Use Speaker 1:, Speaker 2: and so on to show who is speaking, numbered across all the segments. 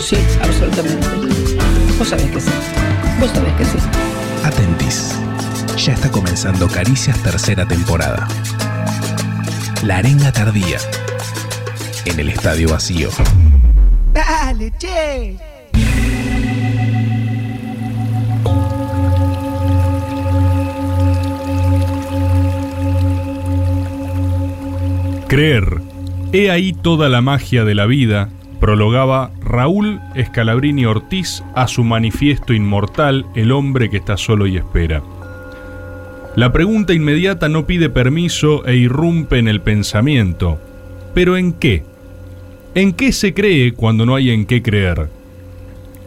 Speaker 1: sí, absolutamente. Vos sabés que sí. Vos sabés que sí.
Speaker 2: Atentis. Ya está comenzando Caricias tercera temporada. La arenga tardía. En el estadio vacío.
Speaker 3: Dale, che.
Speaker 4: Creer. He ahí toda la magia de la vida, prologaba Raúl Escalabrini Ortiz a su manifiesto inmortal El hombre que está solo y espera. La pregunta inmediata no pide permiso e irrumpe en el pensamiento. ¿Pero en qué? ¿En qué se cree cuando no hay en qué creer?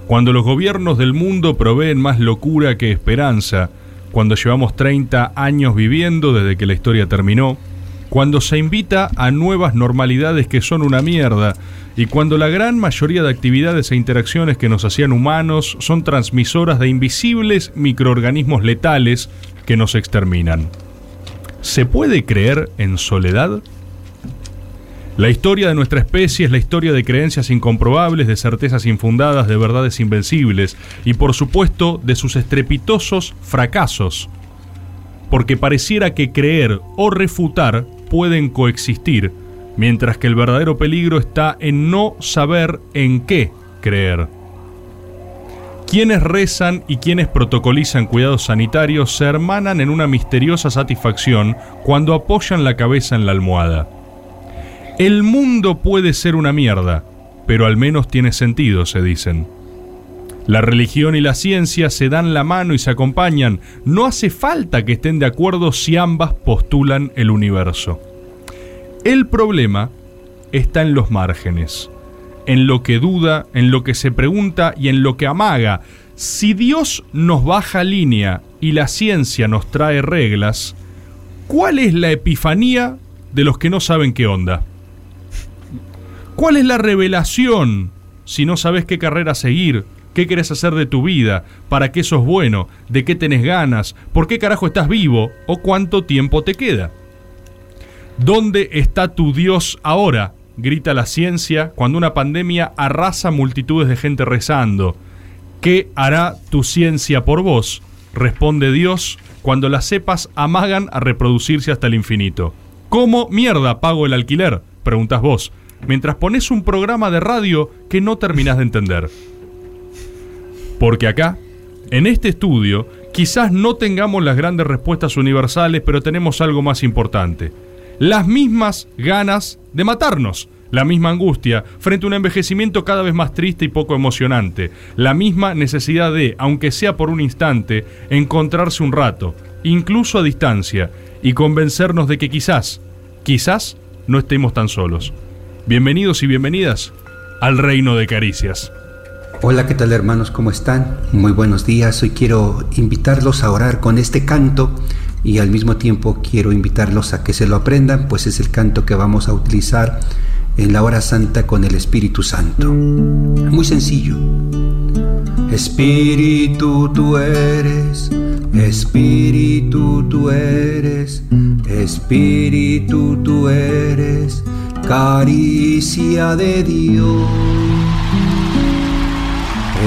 Speaker 4: Cuando los gobiernos del mundo proveen más locura que esperanza, cuando llevamos 30 años viviendo desde que la historia terminó, cuando se invita a nuevas normalidades que son una mierda, y cuando la gran mayoría de actividades e interacciones que nos hacían humanos son transmisoras de invisibles microorganismos letales que nos exterminan. ¿Se puede creer en soledad? La historia de nuestra especie es la historia de creencias incomprobables, de certezas infundadas, de verdades invencibles y por supuesto de sus estrepitosos fracasos. Porque pareciera que creer o refutar pueden coexistir, mientras que el verdadero peligro está en no saber en qué creer. Quienes rezan y quienes protocolizan cuidados sanitarios se hermanan en una misteriosa satisfacción cuando apoyan la cabeza en la almohada. El mundo puede ser una mierda, pero al menos tiene sentido, se dicen. La religión y la ciencia se dan la mano y se acompañan. No hace falta que estén de acuerdo si ambas postulan el universo. El problema está en los márgenes, en lo que duda, en lo que se pregunta y en lo que amaga. Si Dios nos baja línea y la ciencia nos trae reglas, ¿cuál es la epifanía de los que no saben qué onda? ¿Cuál es la revelación si no sabes qué carrera seguir? ¿Qué querés hacer de tu vida? ¿Para qué sos bueno? ¿De qué tenés ganas? ¿Por qué carajo estás vivo? ¿O cuánto tiempo te queda? ¿Dónde está tu Dios ahora? grita la ciencia cuando una pandemia arrasa multitudes de gente rezando. ¿Qué hará tu ciencia por vos? responde Dios cuando las cepas amagan a reproducirse hasta el infinito. ¿Cómo mierda pago el alquiler? preguntas vos, mientras pones un programa de radio que no terminás de entender. Porque acá, en este estudio, quizás no tengamos las grandes respuestas universales, pero tenemos algo más importante. Las mismas ganas de matarnos, la misma angustia frente a un envejecimiento cada vez más triste y poco emocionante, la misma necesidad de, aunque sea por un instante, encontrarse un rato, incluso a distancia, y convencernos de que quizás, quizás no estemos tan solos. Bienvenidos y bienvenidas al reino de caricias.
Speaker 5: Hola, ¿qué tal hermanos? ¿Cómo están? Muy buenos días. Hoy quiero invitarlos a orar con este canto y al mismo tiempo quiero invitarlos a que se lo aprendan, pues es el canto que vamos a utilizar en la hora santa con el Espíritu Santo. Muy sencillo. Espíritu tú eres, Espíritu tú eres, Espíritu tú eres, caricia de Dios.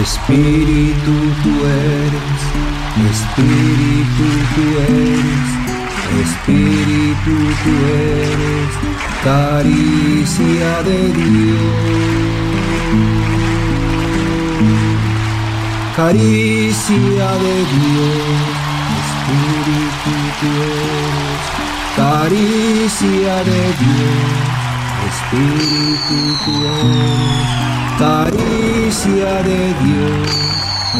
Speaker 5: Espíritu tú eres, Espíritu tú eres, Espíritu tú eres, caricia de Dios. Caricia de Dios, Espíritu tú eres, caricia de Dios, Espíritu tú eres caricia de Dios,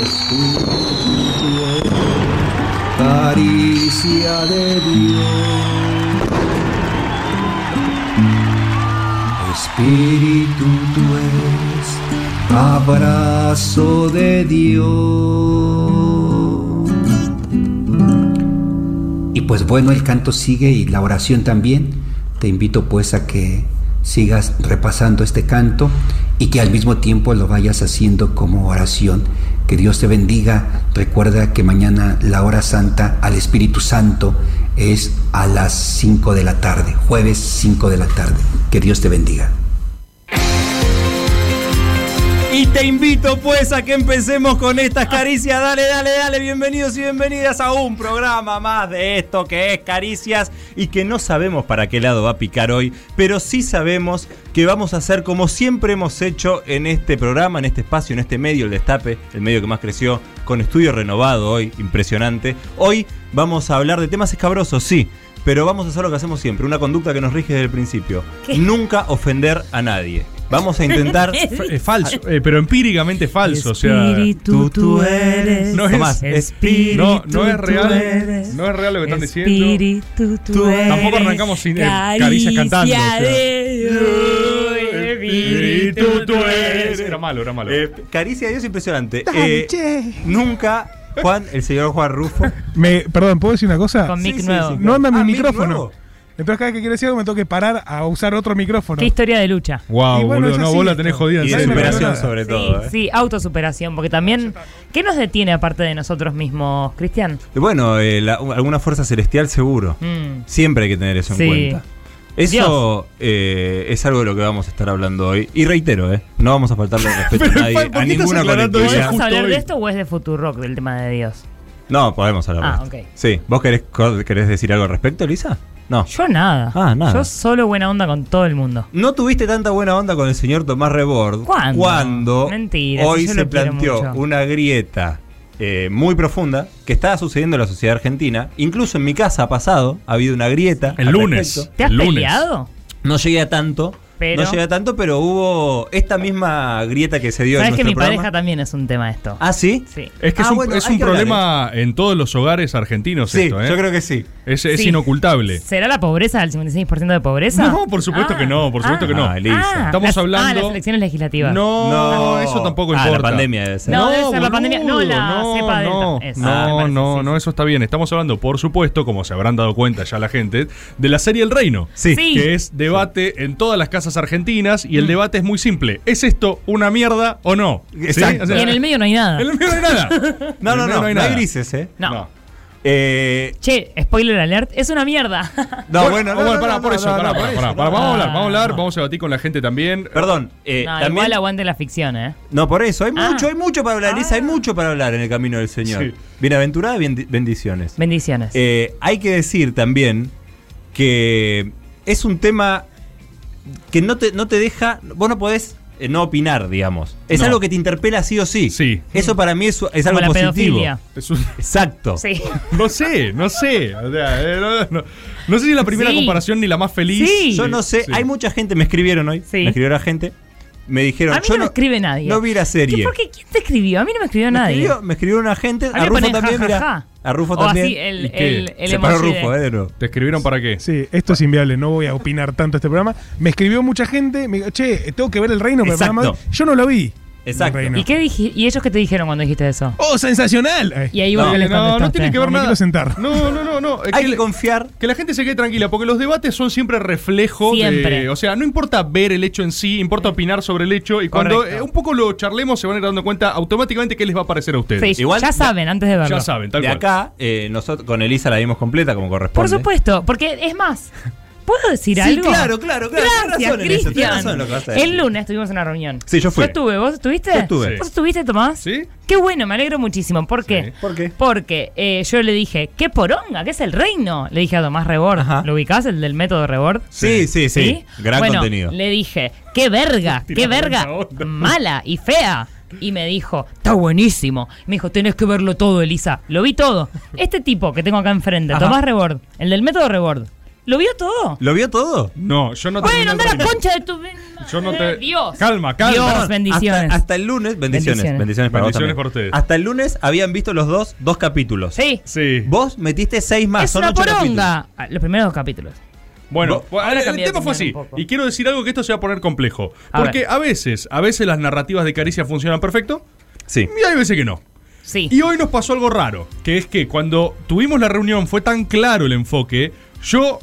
Speaker 5: Espíritu, caricia de Dios. Espíritu tú eres, abrazo de Dios. Y pues bueno, el canto sigue y la oración también. Te invito pues a que sigas repasando este canto y que al mismo tiempo lo vayas haciendo como oración. Que Dios te bendiga. Recuerda que mañana la hora santa al Espíritu Santo es a las 5 de la tarde, jueves 5 de la tarde. Que Dios te bendiga.
Speaker 6: Y te invito pues a que empecemos con estas caricias. Dale, dale, dale. Bienvenidos y bienvenidas a un programa más de esto que es caricias y que no sabemos para qué lado va a picar hoy, pero sí sabemos que vamos a hacer como siempre hemos hecho en este programa, en este espacio, en este medio, el Destape, el medio que más creció, con estudio renovado hoy, impresionante. Hoy vamos a hablar de temas escabrosos, sí. Pero vamos a hacer lo que hacemos siempre, una conducta que nos rige desde el principio.
Speaker 7: ¿Qué?
Speaker 6: Nunca ofender a nadie. Vamos a intentar
Speaker 4: F- eh, falso, eh, pero empíricamente falso. O sea,
Speaker 7: Espíritu, tú eres.
Speaker 4: no es,
Speaker 6: Tomás,
Speaker 7: Espíritu,
Speaker 4: no, no es
Speaker 7: tú
Speaker 4: real.
Speaker 7: eres.
Speaker 4: No es real lo que están diciendo.
Speaker 7: Espíritu, tú,
Speaker 4: Tú-
Speaker 7: eres.
Speaker 4: tampoco arrancamos sin, eh, caricias cantando, o sea.
Speaker 7: de Dios, Espíritu, tú eres.
Speaker 4: Era malo, era malo.
Speaker 6: Eh, caricia de Dios impresionante.
Speaker 8: Dale,
Speaker 6: Eh,
Speaker 8: che.
Speaker 6: nunca Juan, el señor Juan Rufo. Eh,
Speaker 9: Me, perdón, ¿puedo decir una cosa?
Speaker 7: Con mic nuevo.
Speaker 9: No anda mi
Speaker 6: Ah, mic
Speaker 9: micrófono.
Speaker 6: nuevo.
Speaker 9: Entonces cada vez que quiero decir algo me tengo que parar a usar otro micrófono.
Speaker 7: Qué historia de lucha.
Speaker 4: Wow,
Speaker 9: Y bueno,
Speaker 4: boludo,
Speaker 9: es
Speaker 4: no,
Speaker 9: así
Speaker 4: vos la
Speaker 9: esto.
Speaker 4: tenés jodida.
Speaker 6: Y
Speaker 4: en
Speaker 6: de
Speaker 9: Nadie
Speaker 4: serio.
Speaker 9: me
Speaker 6: superación
Speaker 9: perdona.
Speaker 6: sobre
Speaker 7: Sí,
Speaker 6: todo. ¿eh?
Speaker 7: sí, autosuperación, porque también, ¿qué nos detiene aparte de nosotros mismos, Cristian?
Speaker 6: Y Bueno, eh, la- alguna fuerza celestial seguro.
Speaker 7: Mm.
Speaker 6: Siempre hay que tener eso en
Speaker 7: Sí.
Speaker 6: cuenta. Eso eh, es algo de lo que vamos a estar hablando hoy. Y reitero, eh, no vamos a faltarle el respeto
Speaker 4: Pero,
Speaker 6: a nadie,
Speaker 4: Juan, ¿por
Speaker 6: a
Speaker 4: qué estás
Speaker 6: ninguna
Speaker 4: aclarando
Speaker 6: colectividad.
Speaker 7: ¿Vamos
Speaker 4: Justo
Speaker 7: a hablar
Speaker 4: hoy.
Speaker 7: de esto o es de Futurock, del tema de Dios?
Speaker 6: No, podemos hablar.
Speaker 7: Ah,
Speaker 6: de esto.
Speaker 7: ok.
Speaker 6: Sí, ¿vos querés, co- querés decir algo al respecto, Lisa? No.
Speaker 7: Yo nada.
Speaker 6: Ah, nada.
Speaker 7: Yo solo buena onda con todo el mundo.
Speaker 6: No tuviste tanta buena onda con el señor Tomás Rebord
Speaker 7: ¿Cuándo?
Speaker 6: cuando
Speaker 7: Mentira, si
Speaker 6: hoy
Speaker 7: yo
Speaker 6: se
Speaker 7: lo quiero
Speaker 6: planteó
Speaker 7: mucho.
Speaker 6: una grieta eh, muy profunda que estaba sucediendo en la sociedad argentina. Incluso en mi casa ha pasado, ha habido una grieta.
Speaker 4: El
Speaker 6: al
Speaker 4: lunes.
Speaker 6: respecto.
Speaker 7: ¿Te has
Speaker 4: El lunes.
Speaker 7: peleado?
Speaker 6: No llegué a tanto.
Speaker 7: Pero-
Speaker 6: No llegué a tanto, pero hubo esta misma grieta que se dio en
Speaker 7: Sabes que
Speaker 6: nuestro
Speaker 7: mi
Speaker 6: programa.
Speaker 7: pareja también es un tema esto.
Speaker 6: ¿Ah, sí?
Speaker 7: Sí.
Speaker 4: Es que es
Speaker 6: Ah,
Speaker 4: un,
Speaker 6: bueno,
Speaker 4: es
Speaker 6: hay
Speaker 4: un
Speaker 6: que hablar,
Speaker 4: problema en todos los hogares argentinos
Speaker 6: Sí,
Speaker 4: esto, ¿eh?
Speaker 6: yo creo que sí.
Speaker 4: es, es
Speaker 7: Sí. Ah,
Speaker 4: inocultable.
Speaker 7: ¿Será la pobreza del 56% de pobreza?
Speaker 4: No, por supuesto que no, por supuesto que no.
Speaker 6: Ah, Elisa.
Speaker 4: Estamos
Speaker 7: las-
Speaker 4: hablando-
Speaker 7: Ah, las elecciones legislativas.
Speaker 4: No, eso tampoco
Speaker 6: Ah,
Speaker 4: importa.
Speaker 6: la pandemia debe ser.
Speaker 7: No, debe ser la pandemia. No, la
Speaker 4: no,
Speaker 7: cepa
Speaker 4: no,
Speaker 7: delta. Esa, me
Speaker 4: No,
Speaker 7: parece,
Speaker 4: no,
Speaker 7: sí,
Speaker 4: no,
Speaker 7: sí.
Speaker 4: eso está bien. Estamos hablando, por supuesto, como se habrán dado cuenta ya la gente, de la serie El Reino.
Speaker 7: Sí.
Speaker 4: Que es debate en todas las casas argentinas y el
Speaker 6: Mm.
Speaker 4: debate es muy simple. ¿Es esto una mierda o no? ¿Sí?
Speaker 6: Exacto.
Speaker 4: O sea,
Speaker 7: Y en el medio no hay nada.
Speaker 4: en el medio no hay nada. En
Speaker 6: No,
Speaker 4: el
Speaker 6: no,
Speaker 4: medio
Speaker 6: no, no,
Speaker 4: nada.
Speaker 6: hay grises, ¿eh?
Speaker 7: No.
Speaker 6: Eh,
Speaker 7: Che, spoiler alert, es una mierda.
Speaker 6: no, bueno,
Speaker 4: oh,
Speaker 6: no, no,
Speaker 4: pará,
Speaker 6: no,
Speaker 4: por
Speaker 6: no,
Speaker 4: eso,
Speaker 6: no,
Speaker 4: pará,
Speaker 6: no,
Speaker 4: pará,
Speaker 6: por
Speaker 4: pará,
Speaker 6: eso,
Speaker 4: pará, vamos a hablar,
Speaker 7: Ah,
Speaker 4: vamos a hablar,
Speaker 7: no.
Speaker 4: vamos a debatir con la gente también.
Speaker 6: Perdón, eh,
Speaker 7: no,
Speaker 6: también.
Speaker 7: igual aguante la ficción, ¿eh?
Speaker 6: No, por eso, hay mucho,
Speaker 7: Ah.
Speaker 6: hay mucho para hablar, Elisa, hay mucho para hablar en el camino del Señor.
Speaker 4: Sí.
Speaker 6: Bienaventurada, bien- bendiciones.
Speaker 7: Bendiciones.
Speaker 6: Eh, hay que decir también que es un tema que no te, no te deja, vos no podés eh, no opinar, digamos. Es
Speaker 4: No.
Speaker 6: algo que te interpela sí o sí.
Speaker 4: Sí.
Speaker 6: Eso para mí es, es
Speaker 7: Como
Speaker 6: algo
Speaker 7: la
Speaker 6: positivo.
Speaker 7: pedofilia.
Speaker 4: Es un-
Speaker 6: Exacto.
Speaker 7: Sí.
Speaker 4: No sé, no sé. O sea, eh, no, no- no sé si es la primera
Speaker 7: Sí.
Speaker 4: comparación ni la más feliz.
Speaker 7: Sí.
Speaker 6: Yo no sé,
Speaker 4: Sí.
Speaker 6: hay mucha gente, me escribieron hoy,
Speaker 7: Sí.
Speaker 6: me escribió la gente, me dijeron,
Speaker 7: A mí
Speaker 6: yo
Speaker 7: no me escribe nadie.
Speaker 6: No vi la
Speaker 7: ¿Qué,
Speaker 6: serie.
Speaker 7: ¿Por qué? ¿Quién te escribió? A mí no me escribió
Speaker 6: Me
Speaker 7: nadie.
Speaker 6: escribió, me escribió una gente,
Speaker 7: mí
Speaker 6: a
Speaker 7: me
Speaker 6: Rufo
Speaker 7: ponen
Speaker 6: también,
Speaker 7: ja,
Speaker 6: mirá,
Speaker 7: ja, ja.
Speaker 6: a Rufo
Speaker 7: O
Speaker 6: también.
Speaker 7: así, Oh, el-
Speaker 4: ¿Y qué?
Speaker 7: el- el
Speaker 6: Se paró
Speaker 7: emoji de-
Speaker 6: Rufo, eh, de nuevo.
Speaker 4: ¿Te escribieron para qué?
Speaker 9: Sí, esto es inviable, no voy a opinar tanto este programa. Me escribió mucha gente, me dijo, che, tengo que ver el reino, pero el
Speaker 6: Exacto.
Speaker 9: programa de hoy". yo no lo vi.
Speaker 6: Exacto.
Speaker 9: El reino.
Speaker 7: ¿Y, qué dije- ¿Y ellos qué te dijeron cuando dijiste eso?
Speaker 9: ¡Oh, sensacional! Ay,
Speaker 7: Y ahí
Speaker 6: No,
Speaker 7: vos que les
Speaker 4: eh, No, no
Speaker 7: contestaste.
Speaker 4: tiene que ver
Speaker 9: No, me
Speaker 4: nada.
Speaker 9: quiero sentar.
Speaker 4: No, no, no, no. Es
Speaker 6: Hay
Speaker 4: que
Speaker 6: que
Speaker 4: le-
Speaker 6: confiar
Speaker 4: que la gente se quede tranquila, porque los debates son siempre reflejo de.
Speaker 7: Siempre.
Speaker 4: O sea, no importa ver el hecho en sí, importa opinar sobre el hecho. Y cuando
Speaker 7: Correcto.
Speaker 4: eh, un poco lo charlemos, se van a ir dando cuenta automáticamente qué les va a parecer a ustedes.
Speaker 7: Sí,
Speaker 6: Igual-
Speaker 7: ya saben, antes de verlo.
Speaker 4: Ya saben, tal
Speaker 6: de
Speaker 4: cual.
Speaker 6: acá, eh, nosotros con Elisa la vimos completa como corresponde.
Speaker 7: Por supuesto, porque es más, ¿puedo decir
Speaker 6: Sí,
Speaker 7: algo?
Speaker 6: claro, claro, claro, tenés
Speaker 7: Gracias,
Speaker 6: razón en eso, tenés
Speaker 7: Cristian.
Speaker 6: razón en lo que vas a decir.
Speaker 7: El lunes tuvimos una reunión.
Speaker 6: Sí, yo fui.
Speaker 7: Yo estuve, ¿vos estuviste?
Speaker 6: Yo estuve.
Speaker 7: ¿Vos estuviste, Tomás?
Speaker 4: Sí.
Speaker 7: Qué bueno, me alegro muchísimo. ¿Por qué?
Speaker 6: ¿Por qué?
Speaker 7: Porque eh, yo le dije, ¿qué poronga? ¿Qué es el reino? Le dije a Tomás Rebord.
Speaker 6: Ajá.
Speaker 7: ¿Lo ubicás, el del método Rebord?
Speaker 6: Sí, sí, sí. Gran
Speaker 7: Bueno,
Speaker 6: contenido.
Speaker 7: Le dije, qué verga, qué
Speaker 4: Tirando
Speaker 7: verga,
Speaker 4: buena onda.
Speaker 7: mala y fea. Y me dijo, está buenísimo. Me dijo, tenés que verlo todo, Elisa. Lo vi todo. Este tipo que tengo acá enfrente,
Speaker 6: Ajá.
Speaker 7: Tomás Rebord, el del método Rebord, ¿lo vio todo?
Speaker 6: ¿Lo vio todo?
Speaker 4: No, yo no terminé
Speaker 7: bueno, anda
Speaker 4: el
Speaker 7: la
Speaker 4: reino.
Speaker 7: concha de tu.
Speaker 4: Yo no te-
Speaker 7: Dios.
Speaker 4: Calma, calma.
Speaker 7: Dios,
Speaker 4: Perdón,
Speaker 7: bendiciones.
Speaker 6: Hasta, hasta el lunes, bendiciones. Bendiciones,
Speaker 7: Bendiciones.
Speaker 6: para vos también.
Speaker 4: Bendiciones para ustedes.
Speaker 6: Hasta el lunes habían visto los dos, dos capítulos.
Speaker 7: sí.
Speaker 4: Sí.
Speaker 6: Vos metiste seis más,
Speaker 7: es
Speaker 6: Ah, son
Speaker 7: una
Speaker 6: ocho capítulos.
Speaker 7: poronga. Ah, Los primeros dos capítulos.
Speaker 4: Bueno,
Speaker 6: Bo-
Speaker 4: bueno,
Speaker 7: Ahora
Speaker 4: el
Speaker 7: cambié de
Speaker 4: tema fue así.
Speaker 7: opinión un poco.
Speaker 4: Y quiero decir algo que esto se va a poner complejo.
Speaker 7: A
Speaker 4: porque
Speaker 7: ver.
Speaker 4: a veces, a veces las narrativas de Caricia funcionan perfecto
Speaker 6: Sí.
Speaker 4: y hay veces que no.
Speaker 7: Sí.
Speaker 4: Y hoy nos pasó algo raro, que es que cuando tuvimos la reunión fue tan claro el enfoque, yo